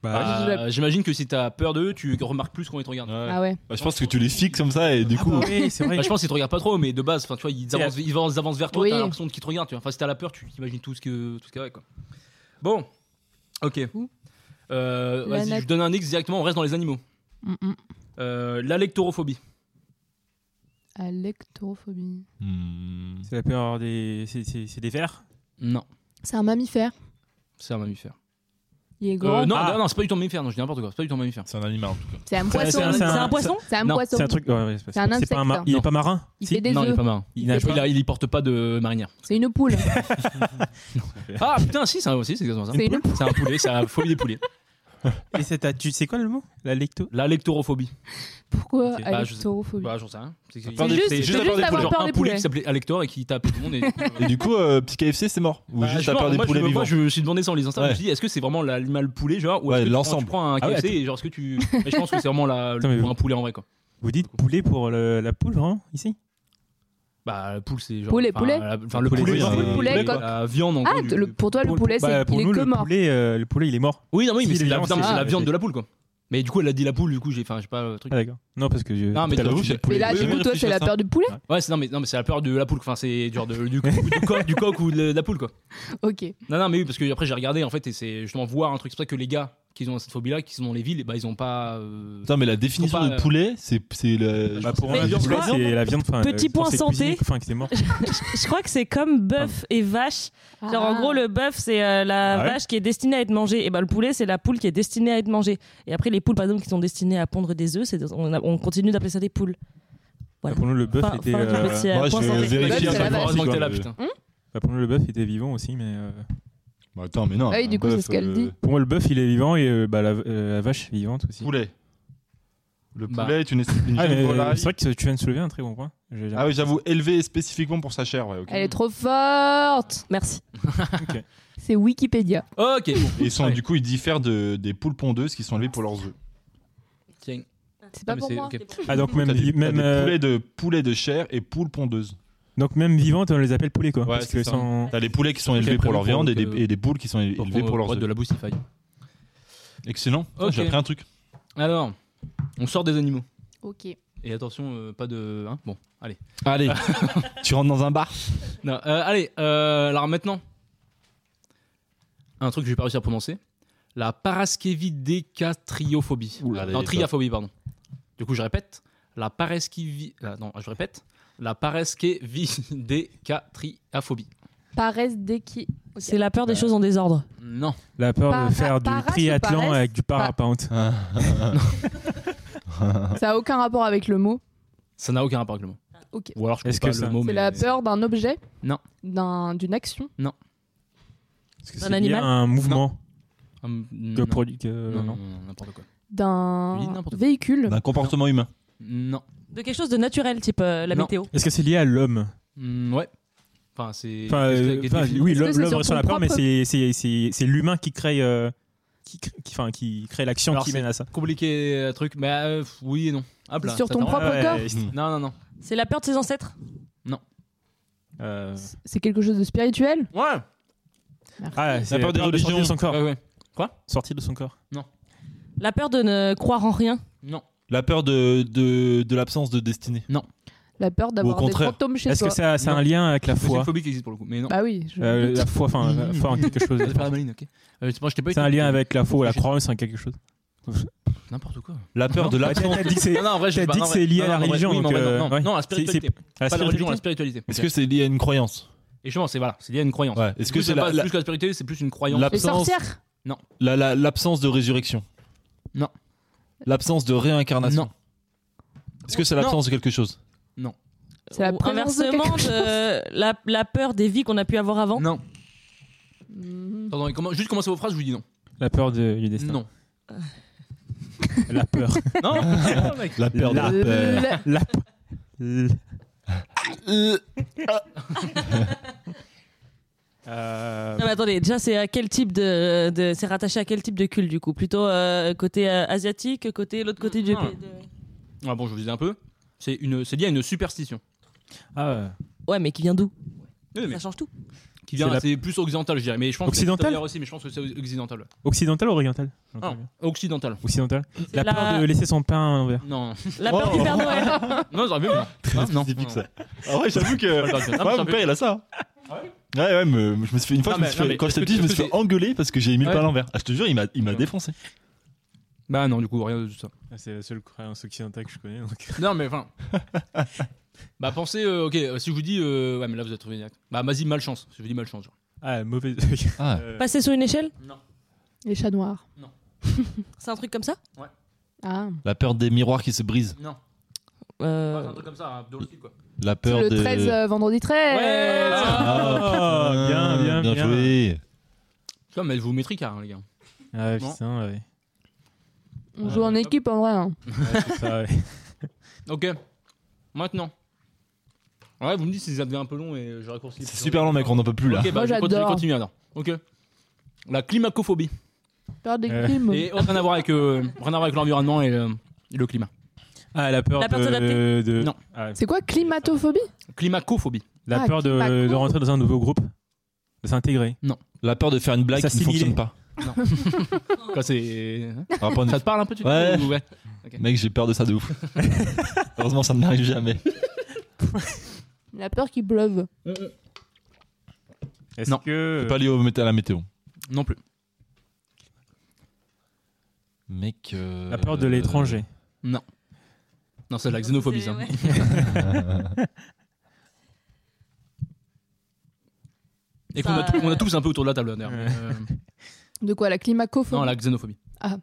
[SPEAKER 5] Bah,
[SPEAKER 1] Ah,
[SPEAKER 2] je l'ai-
[SPEAKER 1] J'imagine que si t'as peur d'eux, tu remarques plus quand ils te regardent.
[SPEAKER 3] Ouais.
[SPEAKER 2] Ah ouais.
[SPEAKER 3] Bah, je pense que tu les fixes comme ça et du
[SPEAKER 5] Ah
[SPEAKER 3] coup.
[SPEAKER 5] bah oui, c'est vrai.
[SPEAKER 1] Bah, je pense qu'ils te regardent pas trop, mais de base, enfin, tu vois, ils
[SPEAKER 5] C'est-
[SPEAKER 1] avancent, ils avancent- avancent vers toi,
[SPEAKER 2] Oui.
[SPEAKER 1] t'as l'impression qu'ils te regardent. Tu vois. Enfin, si t'as la peur, tu imagines tout ce que tout ce qu'il y avait, quoi. Bon, ok.
[SPEAKER 2] Fou.
[SPEAKER 1] Euh,
[SPEAKER 2] La
[SPEAKER 1] Vas-y,
[SPEAKER 2] nat-
[SPEAKER 1] je donne un X directement. On reste dans les animaux.
[SPEAKER 2] Mm, mm.
[SPEAKER 1] Euh, L'alectorophobie.
[SPEAKER 2] Alectorophobie.
[SPEAKER 3] Hmm.
[SPEAKER 5] C'est la peur des. C'est c'est- c'est des vers
[SPEAKER 1] Non,
[SPEAKER 2] C'est un mammifère.
[SPEAKER 1] c'est un mammifère.
[SPEAKER 2] Il est
[SPEAKER 1] Euh,
[SPEAKER 2] grand.
[SPEAKER 1] non,
[SPEAKER 5] Ah.
[SPEAKER 1] non, non, c'est pas du tout un mammifère. Non, je dis n'importe quoi. C'est pas du tout un mammifère.
[SPEAKER 3] C'est un animal en tout cas.
[SPEAKER 2] C'est un
[SPEAKER 5] C'est-
[SPEAKER 2] poisson.
[SPEAKER 5] c'est un-
[SPEAKER 4] C'est
[SPEAKER 5] c'est
[SPEAKER 4] un
[SPEAKER 5] un-
[SPEAKER 4] poisson
[SPEAKER 2] C'est un
[SPEAKER 1] Non,
[SPEAKER 2] poisson.
[SPEAKER 5] C'est un truc. ouais, ouais, c'est pas-
[SPEAKER 2] C'est un
[SPEAKER 5] c'est pas
[SPEAKER 2] insecte.
[SPEAKER 5] mar- Il
[SPEAKER 1] Non.
[SPEAKER 5] est pas marin
[SPEAKER 2] Il
[SPEAKER 5] Si.
[SPEAKER 2] fait des
[SPEAKER 1] non, il est
[SPEAKER 2] œufs.
[SPEAKER 1] pas marin.
[SPEAKER 5] Il
[SPEAKER 1] Il,
[SPEAKER 5] nage
[SPEAKER 1] il a- il y porte pas de marinière.
[SPEAKER 2] C'est une poule.
[SPEAKER 1] Ah putain, si, c'est un- si, c'est exactement ça.
[SPEAKER 2] C'est une
[SPEAKER 1] C'est un poulet, c'est la phobie des poulets.
[SPEAKER 5] Et c'est ta- tu sais quoi le mot La lecto
[SPEAKER 1] L'alectorophobie.
[SPEAKER 2] Pourquoi
[SPEAKER 5] Ok.
[SPEAKER 1] Bah, je sais-
[SPEAKER 2] alectorophobie
[SPEAKER 1] Bah, j'en sais rien. C'est c'est-
[SPEAKER 3] Peur des-
[SPEAKER 2] juste-
[SPEAKER 3] c'est
[SPEAKER 2] juste
[SPEAKER 3] la peur des
[SPEAKER 2] avoir
[SPEAKER 3] poulets.
[SPEAKER 1] genre
[SPEAKER 2] peur
[SPEAKER 1] un
[SPEAKER 2] des
[SPEAKER 1] poulet
[SPEAKER 2] poulets.
[SPEAKER 1] qui s'appelait Alector et qui tapait tout le monde. Et,
[SPEAKER 3] Et du coup, euh, petit KFC, c'est mort. Ou
[SPEAKER 1] Bah,
[SPEAKER 3] juste
[SPEAKER 1] je sais
[SPEAKER 3] la
[SPEAKER 1] pas,
[SPEAKER 3] peur des
[SPEAKER 1] moi, je
[SPEAKER 3] poulets
[SPEAKER 1] me-
[SPEAKER 3] vivants.
[SPEAKER 1] Moi, je suis devant des sans les instincts.
[SPEAKER 3] Ouais.
[SPEAKER 1] Je me suis dit, est-ce que c'est vraiment l'animal poulet, genre Ou
[SPEAKER 3] Ouais,
[SPEAKER 1] est-ce que tu prends-
[SPEAKER 3] l'ensemble.
[SPEAKER 1] Tu prends un
[SPEAKER 5] Ah ouais,
[SPEAKER 1] KFC et genre, est-ce que tu. Mais je pense que c'est vraiment la,
[SPEAKER 5] Attends, mais vous-
[SPEAKER 1] un poulet en vrai, quoi.
[SPEAKER 5] Vous dites poulet pour le- la poule, vraiment Ici
[SPEAKER 1] Bah, le poule, c'est genre.
[SPEAKER 2] Poulet,
[SPEAKER 1] enfin,
[SPEAKER 2] poulet.
[SPEAKER 1] la- Enfin, le
[SPEAKER 3] Poulet,
[SPEAKER 1] poulet,
[SPEAKER 3] c'est
[SPEAKER 1] genre,
[SPEAKER 3] un
[SPEAKER 1] le
[SPEAKER 2] poulet,
[SPEAKER 1] poulet,
[SPEAKER 2] coq.
[SPEAKER 1] La viande en
[SPEAKER 2] Ah,
[SPEAKER 1] gros, du-
[SPEAKER 2] le- pour toi, le
[SPEAKER 5] Pour le-
[SPEAKER 2] poulet,
[SPEAKER 5] bah,
[SPEAKER 2] c'est
[SPEAKER 5] pour
[SPEAKER 2] il
[SPEAKER 5] nous,
[SPEAKER 2] est que
[SPEAKER 5] le
[SPEAKER 2] mort.
[SPEAKER 5] poulet, euh, le poulet, il est mort.
[SPEAKER 1] Oui, non, oui, mais
[SPEAKER 5] Si,
[SPEAKER 1] c'est
[SPEAKER 5] les
[SPEAKER 1] la
[SPEAKER 5] gens,
[SPEAKER 1] non, mais
[SPEAKER 5] c'est-
[SPEAKER 1] c'est la
[SPEAKER 5] c'est-
[SPEAKER 1] viande de la poule, quoi. Mais du coup, elle a dit la poule, du coup, j'ai enfin, j'ai pas le truc.
[SPEAKER 5] Ah, d'accord. Non, parce que je.
[SPEAKER 1] Non, mais
[SPEAKER 5] Tout
[SPEAKER 1] toi,
[SPEAKER 5] à l'heure,
[SPEAKER 1] tu dis-
[SPEAKER 5] j'ai
[SPEAKER 2] Mais
[SPEAKER 5] poulet.
[SPEAKER 2] là, du
[SPEAKER 5] Oui, oui,
[SPEAKER 2] coup, toi,
[SPEAKER 5] réfléchis
[SPEAKER 2] c'est
[SPEAKER 5] à
[SPEAKER 2] la
[SPEAKER 5] ça.
[SPEAKER 2] peur du poulet
[SPEAKER 1] Ouais, c'est non, mais, non, mais c'est la peur de la poule, enfin, c'est genre de- du, co- du coq, du coq ou de- de la poule, quoi.
[SPEAKER 2] Ok.
[SPEAKER 1] Non, non, mais oui, parce que après j'ai regardé en fait, et c'est justement voir un truc. C'est pour ça que les gars qui ont cette phobie-là, qui sont dans les villes, bah, ils ont pas. euh,
[SPEAKER 3] Putain, mais la définition
[SPEAKER 1] pas,
[SPEAKER 3] de
[SPEAKER 1] euh,
[SPEAKER 3] poulet, c'est c'est la.
[SPEAKER 5] Bah, pour
[SPEAKER 4] Mais
[SPEAKER 5] un
[SPEAKER 4] je
[SPEAKER 5] viande,
[SPEAKER 4] crois-
[SPEAKER 5] c'est la viande. enfin,
[SPEAKER 4] Petit
[SPEAKER 5] euh,
[SPEAKER 4] point
[SPEAKER 5] c'est
[SPEAKER 4] santé.
[SPEAKER 5] cuisinier, Enfin, qui est mort.
[SPEAKER 4] Je crois que c'est comme bœuf et vache. Genre, en
[SPEAKER 2] Ah.
[SPEAKER 4] gros, le bœuf, c'est euh, la
[SPEAKER 5] Ah ouais
[SPEAKER 4] vache qui est destinée à être mangée. Et ben, le poulet, c'est la poule qui est destinée à être mangée. Et après, les poules, par exemple, qui sont destinées à pondre des œufs, c'est des- on, a- on continue d'appeler ça des poules. Voilà.
[SPEAKER 5] Pour nous, le bœuf
[SPEAKER 4] Fin-
[SPEAKER 5] était.
[SPEAKER 4] fin du
[SPEAKER 5] euh,
[SPEAKER 4] petit, euh,
[SPEAKER 3] moi,
[SPEAKER 4] point
[SPEAKER 3] je
[SPEAKER 4] santé.
[SPEAKER 2] Bah,
[SPEAKER 3] vérifie.
[SPEAKER 2] c'est la
[SPEAKER 3] hein,
[SPEAKER 2] base.
[SPEAKER 3] par
[SPEAKER 1] heureusement que
[SPEAKER 3] contre,
[SPEAKER 1] t'es là,
[SPEAKER 3] euh,
[SPEAKER 1] putain.
[SPEAKER 5] bah, pour nous, le bœuf était vivant aussi, mais. euh,
[SPEAKER 3] bah, Attends, mais non.
[SPEAKER 2] Ah oui, du
[SPEAKER 3] un
[SPEAKER 2] coup, c'est
[SPEAKER 3] bœuf,
[SPEAKER 2] ce qu'elle
[SPEAKER 3] euh,
[SPEAKER 2] dit.
[SPEAKER 5] Pour moi, le bœuf, il est vivant et euh, bah, la, euh, la vache est vivante aussi.
[SPEAKER 3] Poulet. Le poulet
[SPEAKER 1] Bah.
[SPEAKER 3] est une, espèce- une
[SPEAKER 5] Ah, mais,
[SPEAKER 3] jeune
[SPEAKER 5] euh,
[SPEAKER 3] volaille.
[SPEAKER 5] c'est vrai que tu viens de soulever un très bon point. J'ai- j'ai-
[SPEAKER 3] Ah oui, j'avoue, élevé spécifiquement pour sa chair, ouais, ok.
[SPEAKER 2] Elle est trop forte
[SPEAKER 4] Merci.
[SPEAKER 2] C'est Wikipédia.
[SPEAKER 1] Ok, bon.
[SPEAKER 3] Et ils sont,
[SPEAKER 1] Ouais.
[SPEAKER 3] du coup, ils diffèrent de, des poules pondeuses qui sont élevées pour leurs œufs.
[SPEAKER 1] Tiens.
[SPEAKER 2] C'est
[SPEAKER 1] Ah,
[SPEAKER 2] pas
[SPEAKER 1] mais
[SPEAKER 2] pour
[SPEAKER 1] c'est-
[SPEAKER 2] moi.
[SPEAKER 1] ok.
[SPEAKER 5] Ah, donc
[SPEAKER 3] T'as
[SPEAKER 5] même,
[SPEAKER 3] des,
[SPEAKER 5] vi-
[SPEAKER 3] t'as
[SPEAKER 5] même,
[SPEAKER 3] des
[SPEAKER 5] euh,
[SPEAKER 3] poulets, de, poulets de chair et poules pondeuses.
[SPEAKER 5] donc même vivantes, on les appelle poulets quoi.
[SPEAKER 3] Ouais,
[SPEAKER 5] parce
[SPEAKER 3] c'est
[SPEAKER 5] que
[SPEAKER 3] ça.
[SPEAKER 5] sans-
[SPEAKER 3] T'as les poulets qui sont
[SPEAKER 1] Ok,
[SPEAKER 3] élevés pour leur
[SPEAKER 1] prévu pour
[SPEAKER 3] viande et des,
[SPEAKER 1] que-
[SPEAKER 3] et des poules qui sont
[SPEAKER 1] Pour
[SPEAKER 3] élevées
[SPEAKER 1] qu'on
[SPEAKER 3] pour leurs
[SPEAKER 1] boite
[SPEAKER 3] œufs.
[SPEAKER 1] de la boussify.
[SPEAKER 3] Excellent. Putain,
[SPEAKER 1] Ok.
[SPEAKER 3] J'ai appris un truc.
[SPEAKER 1] Alors, on sort des animaux.
[SPEAKER 2] Ok.
[SPEAKER 1] Et attention, euh, pas de. hein, bon, allez.
[SPEAKER 3] Allez, tu rentres dans un bar.
[SPEAKER 1] Non, euh, allez, euh, alors maintenant, un truc que j'ai pas réussi à prononcer la paraskevidécatriophobie.
[SPEAKER 3] Oula,
[SPEAKER 1] non,
[SPEAKER 3] les-
[SPEAKER 1] triaphobie, pardon. Du coup, je répète la paraskevi. ah, non, je répète la paraskevidécatriophobie.
[SPEAKER 2] Paresse dès qui. Ok.
[SPEAKER 4] C'est la
[SPEAKER 5] Bah.
[SPEAKER 4] peur des choses en désordre.
[SPEAKER 1] Non.
[SPEAKER 5] la peur
[SPEAKER 2] Para-
[SPEAKER 5] de faire du
[SPEAKER 2] para-
[SPEAKER 5] triathlon
[SPEAKER 2] paresse-
[SPEAKER 5] avec du parapente.
[SPEAKER 3] Ah,
[SPEAKER 2] Ça a aucun rapport avec le mot.
[SPEAKER 1] Ça n'a aucun rapport avec le mot.
[SPEAKER 2] Ah, Ok.
[SPEAKER 1] Ou alors je
[SPEAKER 5] Est-ce
[SPEAKER 1] connais pas
[SPEAKER 5] que
[SPEAKER 1] le
[SPEAKER 5] ça-
[SPEAKER 1] mot. Oh,
[SPEAKER 2] C'est
[SPEAKER 1] mais-
[SPEAKER 2] la peur d'un objet
[SPEAKER 1] Non.
[SPEAKER 2] D'un- D'une action
[SPEAKER 5] Parce que
[SPEAKER 4] Un
[SPEAKER 5] c'est lié
[SPEAKER 4] animal
[SPEAKER 5] à un mouvement
[SPEAKER 1] Hum,
[SPEAKER 5] que
[SPEAKER 1] non.
[SPEAKER 5] produit. que-
[SPEAKER 1] Non, non,
[SPEAKER 5] non.
[SPEAKER 1] non, n'importe quoi. Tu dis
[SPEAKER 2] D'un
[SPEAKER 1] n'importe quoi.
[SPEAKER 2] véhicule
[SPEAKER 3] D'un comportement humain.
[SPEAKER 1] Non.
[SPEAKER 4] De quelque chose de naturel, type euh, la
[SPEAKER 1] Non.
[SPEAKER 4] météo.
[SPEAKER 5] Est-ce que c'est lié à l'homme
[SPEAKER 1] Hum, ouais. Enfin, c'est.
[SPEAKER 5] Enfin,
[SPEAKER 1] qu'est-ce que-
[SPEAKER 5] euh,
[SPEAKER 1] qu'est-ce que
[SPEAKER 5] enfin,
[SPEAKER 1] tu-
[SPEAKER 5] oui,
[SPEAKER 2] Est-ce que
[SPEAKER 5] l'homme
[SPEAKER 2] c'est
[SPEAKER 5] l'homme
[SPEAKER 2] sur
[SPEAKER 5] ressent la
[SPEAKER 2] ton
[SPEAKER 5] peur, mais
[SPEAKER 2] propre-
[SPEAKER 5] c'est- c'est c'est- c'est l'humain qui crée. euh, Qui, crée- qui- enfin, qui crée l'action
[SPEAKER 1] Alors,
[SPEAKER 5] qui
[SPEAKER 1] c'est-
[SPEAKER 5] mène à ça.
[SPEAKER 1] Compliqué euh, truc, mais euh, pff, oui et non. Hop là,
[SPEAKER 2] sur
[SPEAKER 1] ça
[SPEAKER 2] ton
[SPEAKER 1] t'arrange.
[SPEAKER 2] propre
[SPEAKER 5] Ah Ouais,
[SPEAKER 2] corps
[SPEAKER 5] ouais,
[SPEAKER 1] Non, non, non.
[SPEAKER 4] C'est la peur de ses ancêtres.
[SPEAKER 5] euh,
[SPEAKER 2] C'est quelque chose de spirituel
[SPEAKER 1] Ouais.
[SPEAKER 5] Ah, c'est
[SPEAKER 3] peur des
[SPEAKER 5] de sortir de
[SPEAKER 3] religions.
[SPEAKER 5] son corps.
[SPEAKER 1] ouais, ouais.
[SPEAKER 5] Sortir de son corps.
[SPEAKER 4] La peur de ne croire en rien.
[SPEAKER 1] Non.
[SPEAKER 3] La peur de, de, de l'absence de destinée.
[SPEAKER 2] La peur d'avoir des
[SPEAKER 3] contraire.
[SPEAKER 2] fantômes chez
[SPEAKER 5] Est-ce
[SPEAKER 2] toi
[SPEAKER 5] que ça, ça a
[SPEAKER 1] Non.
[SPEAKER 5] un lien avec la
[SPEAKER 1] C'est une
[SPEAKER 5] foi
[SPEAKER 1] phobie qui existe pour le coup, mais non.
[SPEAKER 2] Bah oui. je-
[SPEAKER 5] Euh, La foi, enfin, la foi en quelque chose.
[SPEAKER 1] Ah, c'est pas la maline, ok. Euh, je pense que je t'ai pas
[SPEAKER 5] C'est un
[SPEAKER 1] écouté.
[SPEAKER 5] lien avec la foi ou la
[SPEAKER 1] Je-
[SPEAKER 5] croyance en quelque chose.
[SPEAKER 1] N'importe quoi.
[SPEAKER 3] La peur de
[SPEAKER 5] Bah, t'as-
[SPEAKER 3] l'absence.
[SPEAKER 5] t'as dit que c'est-
[SPEAKER 1] Non, non, en vrai, je
[SPEAKER 5] T'as
[SPEAKER 1] sais pas.
[SPEAKER 5] dit
[SPEAKER 1] Non,
[SPEAKER 5] que
[SPEAKER 1] en
[SPEAKER 5] c'est
[SPEAKER 1] vrai-
[SPEAKER 5] lié
[SPEAKER 1] non,
[SPEAKER 5] à la
[SPEAKER 1] non, en vrai,
[SPEAKER 5] religion,
[SPEAKER 1] oui, mais en
[SPEAKER 5] donc,
[SPEAKER 1] vrai,
[SPEAKER 5] euh,
[SPEAKER 1] non,
[SPEAKER 5] ouais.
[SPEAKER 1] non, non, la
[SPEAKER 5] C'est- c'est-
[SPEAKER 1] spiritualité.
[SPEAKER 5] à la
[SPEAKER 1] Pas la religion, la
[SPEAKER 5] spiritualité.
[SPEAKER 1] spiritualité.
[SPEAKER 3] Est-ce
[SPEAKER 1] Ok.
[SPEAKER 3] que c'est lié à une croyance
[SPEAKER 1] Et justement, c'est voilà, c'est lié à une croyance.
[SPEAKER 3] Ouais. Est-ce que c'est la-
[SPEAKER 1] pas
[SPEAKER 3] la-
[SPEAKER 1] plus que la spiritualité, c'est plus une croyance
[SPEAKER 2] Les
[SPEAKER 3] l'absence
[SPEAKER 2] sorcières
[SPEAKER 3] la- la- l'absence de résurrection
[SPEAKER 1] Non.
[SPEAKER 3] L'absence de réincarnation
[SPEAKER 1] Non.
[SPEAKER 3] Est-ce que c'est l'absence de quelque chose
[SPEAKER 2] C'est la
[SPEAKER 4] Ou
[SPEAKER 2] présence de
[SPEAKER 4] inversement
[SPEAKER 2] quelque chose.
[SPEAKER 4] de la, la peur des vies qu'on a pu avoir avant.
[SPEAKER 1] Non.
[SPEAKER 2] Mhm.
[SPEAKER 1] Pardon, et comment- juste commencez vos phrases, je vous dis non.
[SPEAKER 5] La peur de- du destin.
[SPEAKER 1] Non.
[SPEAKER 5] La peur.
[SPEAKER 1] Non, non, mec.
[SPEAKER 3] La peur de la Ah, peur.
[SPEAKER 2] Ah, Le-
[SPEAKER 5] La p- l- Euh,
[SPEAKER 4] Non, mais attendez, déjà, c'est à quel type de, de- c'est rattaché à quel type de culte du coup Plutôt euh, côté euh, asiatique, côté l'autre côté du.
[SPEAKER 1] Ah. Ah bon, je vous dis un peu. C'est une, c'est lié à une superstition.
[SPEAKER 5] ah, euh,
[SPEAKER 4] Ouais, mais qui vient d'où
[SPEAKER 1] Oui, mais
[SPEAKER 4] Ça change tout.
[SPEAKER 1] qui vient,
[SPEAKER 5] C'est la-
[SPEAKER 1] c'est plus occidental, je dirais. Mais je pense que c'est
[SPEAKER 5] Occidental
[SPEAKER 1] supérieur aussi, mais je pense que c'est occidental.
[SPEAKER 5] occidental ou oriental J'entends
[SPEAKER 1] Ah.
[SPEAKER 5] bien.
[SPEAKER 1] Occidental.
[SPEAKER 5] Occidental. Oh. La,
[SPEAKER 4] la-
[SPEAKER 5] peur de laisser son pain en verre.
[SPEAKER 1] Non,
[SPEAKER 4] La peur
[SPEAKER 3] Oh.
[SPEAKER 4] du Père Noël.
[SPEAKER 1] non, j'aurais vu. mais Non, Ah, non. Non.
[SPEAKER 3] spécifique, ça. Ah ouais, j'avoue que.
[SPEAKER 1] Ah, mais
[SPEAKER 3] ouais,
[SPEAKER 1] ça
[SPEAKER 3] mon
[SPEAKER 1] fait-
[SPEAKER 3] père, il a ça. Ah Ouais, ouais, mais je me suis fait une fois,
[SPEAKER 1] Non,
[SPEAKER 3] je me
[SPEAKER 1] mais-
[SPEAKER 3] suis
[SPEAKER 1] non,
[SPEAKER 3] fait-
[SPEAKER 1] mais
[SPEAKER 3] quand
[SPEAKER 1] est-ce
[SPEAKER 3] j'étais
[SPEAKER 1] que-
[SPEAKER 3] petit, je me
[SPEAKER 1] est-ce
[SPEAKER 3] suis
[SPEAKER 1] que
[SPEAKER 3] fait engueuler parce que j'ai mis le
[SPEAKER 1] Ouais.
[SPEAKER 3] pain à l'envers. Ah, je te jure, il m'a il m'a
[SPEAKER 1] Ouais.
[SPEAKER 3] défoncé.
[SPEAKER 1] Bah non, du coup, rien de tout ça.
[SPEAKER 5] Ah, C'est la seule croyance occidentale que je connais.
[SPEAKER 1] Non, mais enfin. bah pensez, euh, ok, euh, si je vous dis, euh, ouais, mais là vous êtes revenu. Bah vas-y, malchance. Si je vous dis malchance. genre.
[SPEAKER 5] Ah, mauvaise.
[SPEAKER 3] Ah.
[SPEAKER 5] Euh,
[SPEAKER 4] Passer sur une échelle
[SPEAKER 2] Les chats noirs.
[SPEAKER 4] C'est un truc comme ça
[SPEAKER 2] Ah.
[SPEAKER 3] La peur des miroirs qui se brisent.
[SPEAKER 1] Non,
[SPEAKER 4] Euh,
[SPEAKER 1] c'est un truc comme ça, hein, dans le style quoi.
[SPEAKER 3] La peur
[SPEAKER 2] Le
[SPEAKER 3] de.
[SPEAKER 2] 13, euh, vendredi 13
[SPEAKER 1] Ouais,
[SPEAKER 2] Ah.
[SPEAKER 5] Ah,
[SPEAKER 3] putain,
[SPEAKER 5] bien, bien,
[SPEAKER 3] bien.
[SPEAKER 5] bien.
[SPEAKER 3] joué.
[SPEAKER 1] Tu vois, mais vous mettez car, les gars.
[SPEAKER 5] Ah,
[SPEAKER 1] Non.
[SPEAKER 5] putain, ouais.
[SPEAKER 2] On joue en équipe en vrai. hein.
[SPEAKER 5] Ouais, c'est ça, ouais.
[SPEAKER 1] Ok, maintenant. Ouais, vous me dites si ça devient un peu long et je raccourcis.
[SPEAKER 3] C'est super hein. long, mec, on n'en peut plus là.
[SPEAKER 1] Ok, bah
[SPEAKER 2] Moi,
[SPEAKER 1] je vais continuer-
[SPEAKER 2] j'adore.
[SPEAKER 1] continuer alors. Ok. La climacophobie.
[SPEAKER 2] Peur des
[SPEAKER 5] Euh,
[SPEAKER 2] crimes.
[SPEAKER 1] Et rien à voir avec, euh, rien à voir avec l'environnement et, le- et le climat.
[SPEAKER 5] Ah, la peur
[SPEAKER 4] La peur de
[SPEAKER 5] de. de-
[SPEAKER 1] Non.
[SPEAKER 5] Ah,
[SPEAKER 2] C'est quoi Climatophobie
[SPEAKER 1] Climacophobie.
[SPEAKER 5] La
[SPEAKER 2] Ah,
[SPEAKER 5] peur
[SPEAKER 2] qui m'a
[SPEAKER 5] de, de
[SPEAKER 2] con.
[SPEAKER 5] rentrer dans un nouveau groupe, de s'intégrer.
[SPEAKER 3] La peur de faire une blague
[SPEAKER 5] Ça
[SPEAKER 3] qui ne fonctionne
[SPEAKER 5] s'assimile.
[SPEAKER 3] pas.
[SPEAKER 1] Quand c'est. hein
[SPEAKER 3] Par rapport à une-
[SPEAKER 1] Ça te parle un peu, tu
[SPEAKER 3] Ouais.
[SPEAKER 1] ou ouais.
[SPEAKER 3] Mec, j'ai peur de ça de ouf. Heureusement, ça ne m'arrive jamais.
[SPEAKER 2] La peur qu'il pleuve.
[SPEAKER 5] Est-ce
[SPEAKER 1] Non.
[SPEAKER 5] que.
[SPEAKER 3] C'est pas lié au mété- à la météo.
[SPEAKER 1] Non plus.
[SPEAKER 3] Mec. euh,
[SPEAKER 5] La peur de l'étranger.
[SPEAKER 1] Non, c'est de la xénophobie, ça.
[SPEAKER 4] Ouais.
[SPEAKER 3] euh,
[SPEAKER 1] Et qu'on a,
[SPEAKER 4] Ça-
[SPEAKER 1] tous- on a tous un peu autour de la table, d'ailleurs.
[SPEAKER 5] Ouais.
[SPEAKER 1] mais, euh,
[SPEAKER 2] De quoi La climacophobie Oh.
[SPEAKER 1] non, la xénophobie.
[SPEAKER 4] Euh,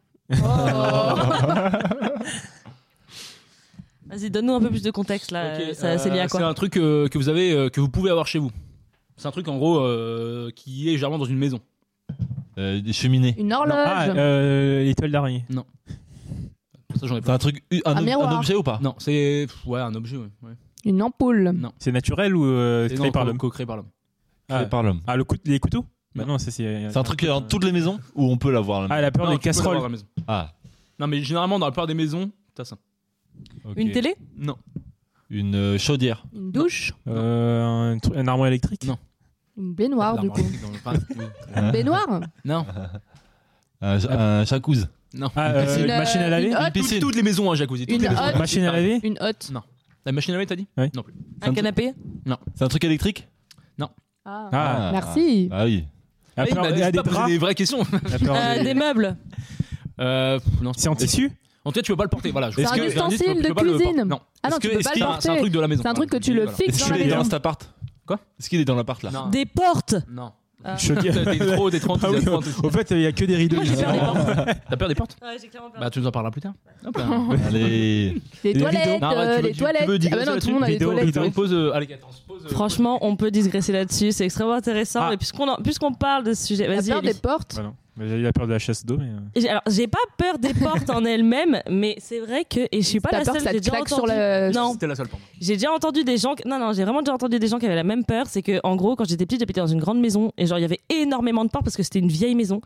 [SPEAKER 4] Vas-y, donne-nous un peu plus de contexte là.
[SPEAKER 1] Ok,
[SPEAKER 4] Ça- c'est
[SPEAKER 1] euh,
[SPEAKER 4] lié à
[SPEAKER 1] C'est
[SPEAKER 4] quoi
[SPEAKER 1] un truc euh, que vous avez, euh, que vous pouvez avoir chez vous. C'est un truc en gros euh, qui est généralement dans une maison.
[SPEAKER 3] Euh, des cheminées.
[SPEAKER 2] Une horloge
[SPEAKER 5] Ah, euh, l'étoile d'araignée.
[SPEAKER 1] Ça, j'en ai
[SPEAKER 3] C'est
[SPEAKER 1] pas.
[SPEAKER 3] un truc. Un,
[SPEAKER 2] Un
[SPEAKER 3] ob-
[SPEAKER 2] miroir.
[SPEAKER 3] un objet ou pas
[SPEAKER 1] Non, c'est pff, ouais un objet. Ouais. ouais.
[SPEAKER 2] Une ampoule
[SPEAKER 1] Non.
[SPEAKER 5] C'est naturel ou euh,
[SPEAKER 1] C'est
[SPEAKER 5] créé
[SPEAKER 1] non,
[SPEAKER 5] par
[SPEAKER 1] co-
[SPEAKER 5] l'homme
[SPEAKER 1] co-créé par l'homme.
[SPEAKER 5] Ah,
[SPEAKER 3] Fait par l'homme.
[SPEAKER 5] ah, le coup, les couteaux
[SPEAKER 1] Non.
[SPEAKER 5] Non, ça, c'est. euh,
[SPEAKER 3] C'est un truc qui est dans toutes les maisons où on peut l'avoir. là.
[SPEAKER 5] Ah, la peur
[SPEAKER 1] Non,
[SPEAKER 5] des
[SPEAKER 1] tu peux l'avoir dans
[SPEAKER 5] casseroles.
[SPEAKER 1] la maison.
[SPEAKER 3] Ah.
[SPEAKER 1] Non, mais généralement dans la plupart des maisons, t'as ça.
[SPEAKER 3] ok.
[SPEAKER 4] Une télé
[SPEAKER 1] Non.
[SPEAKER 3] Une euh, chaudière.
[SPEAKER 2] Une douche
[SPEAKER 5] Euh, un, truc- un armoire électrique.
[SPEAKER 1] Non.
[SPEAKER 2] Une baignoire, du coup.
[SPEAKER 1] L'armoire, dans le- enfin, oui.
[SPEAKER 5] Ah,
[SPEAKER 2] Une baignoire
[SPEAKER 1] Non.
[SPEAKER 3] Un, un jacuzzi.
[SPEAKER 1] Non.
[SPEAKER 5] Ah, euh,
[SPEAKER 2] Une,
[SPEAKER 5] une
[SPEAKER 2] euh,
[SPEAKER 5] machine à laver.
[SPEAKER 2] une hotte,
[SPEAKER 1] toutes, toutes les maisons ont un jacuzzi. toutes
[SPEAKER 2] Une
[SPEAKER 1] les maisons.
[SPEAKER 4] Ah,
[SPEAKER 2] hotte.
[SPEAKER 5] Machine à laver.
[SPEAKER 2] Une hotte.
[SPEAKER 1] La machine à laver, t'as dit
[SPEAKER 5] Oui.
[SPEAKER 1] Non plus.
[SPEAKER 3] Ça
[SPEAKER 4] Un
[SPEAKER 3] me-
[SPEAKER 4] canapé
[SPEAKER 3] C'est un truc électrique
[SPEAKER 2] Ah.
[SPEAKER 5] Ah,
[SPEAKER 2] Merci.
[SPEAKER 3] Ah oui.
[SPEAKER 5] la
[SPEAKER 1] Ah, il
[SPEAKER 5] peur-
[SPEAKER 1] m'a dit
[SPEAKER 5] ah,
[SPEAKER 1] de
[SPEAKER 5] des
[SPEAKER 1] pas poser
[SPEAKER 5] draps.
[SPEAKER 1] des vraies questions.
[SPEAKER 5] La peur
[SPEAKER 4] Euh,
[SPEAKER 5] des-
[SPEAKER 4] Des meubles
[SPEAKER 1] Euh, pff, non.
[SPEAKER 5] C'est en tissu
[SPEAKER 1] En tout cas, tu peux pas le porter. Voilà. je-
[SPEAKER 5] C'est un
[SPEAKER 1] J'ai dit, tu
[SPEAKER 2] ustensile
[SPEAKER 1] peux- tu
[SPEAKER 2] de
[SPEAKER 1] peux pas le
[SPEAKER 2] cuisine.
[SPEAKER 1] porter. Non.
[SPEAKER 2] Ah non,
[SPEAKER 1] Est-ce
[SPEAKER 2] tu
[SPEAKER 1] que-
[SPEAKER 2] peux
[SPEAKER 1] est-ce
[SPEAKER 2] pas
[SPEAKER 1] qu'il y a
[SPEAKER 2] le
[SPEAKER 1] un- C'est un truc de la maison.
[SPEAKER 2] C'est un truc que tu le
[SPEAKER 1] Voilà.
[SPEAKER 2] fixes
[SPEAKER 3] Est-ce
[SPEAKER 2] dans
[SPEAKER 3] qu'il
[SPEAKER 2] la
[SPEAKER 3] est dans
[SPEAKER 2] maison.
[SPEAKER 3] cet appart
[SPEAKER 1] Quoi
[SPEAKER 3] Est-ce qu'il est dans l'appart là
[SPEAKER 1] Non.
[SPEAKER 4] Des portes
[SPEAKER 1] Non.
[SPEAKER 4] Ah.
[SPEAKER 5] Chaudière.
[SPEAKER 1] T'es trop, t'es trop
[SPEAKER 5] Ah oui,
[SPEAKER 1] enthousiaste.
[SPEAKER 5] Au fait, il y a que des rideaux.
[SPEAKER 4] j'ai peur des
[SPEAKER 5] différents.
[SPEAKER 1] T'as peur des portes
[SPEAKER 4] Ouais, j'ai clairement
[SPEAKER 1] Bah, tu nous en parleras plus tard. Hop là.
[SPEAKER 3] Allez.
[SPEAKER 2] Les
[SPEAKER 5] Les
[SPEAKER 2] toilettes,
[SPEAKER 1] Non, ouais,
[SPEAKER 2] euh,
[SPEAKER 1] tu veux-
[SPEAKER 2] les
[SPEAKER 1] tu- Tu
[SPEAKER 2] toilettes.
[SPEAKER 1] veux
[SPEAKER 2] Ah bah
[SPEAKER 1] digresser
[SPEAKER 2] non, tout
[SPEAKER 1] là-dessus
[SPEAKER 2] le monde a des
[SPEAKER 5] Vidéo,
[SPEAKER 2] toilettes.
[SPEAKER 5] vidéo.
[SPEAKER 2] oui.
[SPEAKER 1] On pose, euh, allez, attends, on se pose, euh,
[SPEAKER 4] Bah, Franchement, on peut digresser là-dessus, c'est extrêmement intéressant.
[SPEAKER 5] Ah.
[SPEAKER 4] Et puisqu'on en- puisqu'on parle de ce sujet,
[SPEAKER 2] La
[SPEAKER 4] vas-y.
[SPEAKER 2] peur
[SPEAKER 4] Ellie.
[SPEAKER 2] des portes.
[SPEAKER 5] Bah non. Bah, J'ai eu la peur de la chasse d'eau, mais. euh,
[SPEAKER 4] Et j'ai- Alors, j'ai pas peur des portes en elles-mêmes, mais c'est vrai que et je suis pas
[SPEAKER 2] T'as
[SPEAKER 4] la
[SPEAKER 2] peur
[SPEAKER 4] seule.
[SPEAKER 2] que ça
[SPEAKER 4] J'ai
[SPEAKER 2] te
[SPEAKER 4] déjà
[SPEAKER 2] claque sur
[SPEAKER 4] entendu.
[SPEAKER 2] la...
[SPEAKER 4] Non.
[SPEAKER 1] C'était la seule pour moi.
[SPEAKER 4] J'ai déjà entendu des gens. que- Non, non, j'ai vraiment déjà entendu des gens qui avaient la même peur. C'est que, en gros, quand j'étais petite, j'habitais dans une grande maison et genre il y avait énormément de portes parce que c'était une vieille maison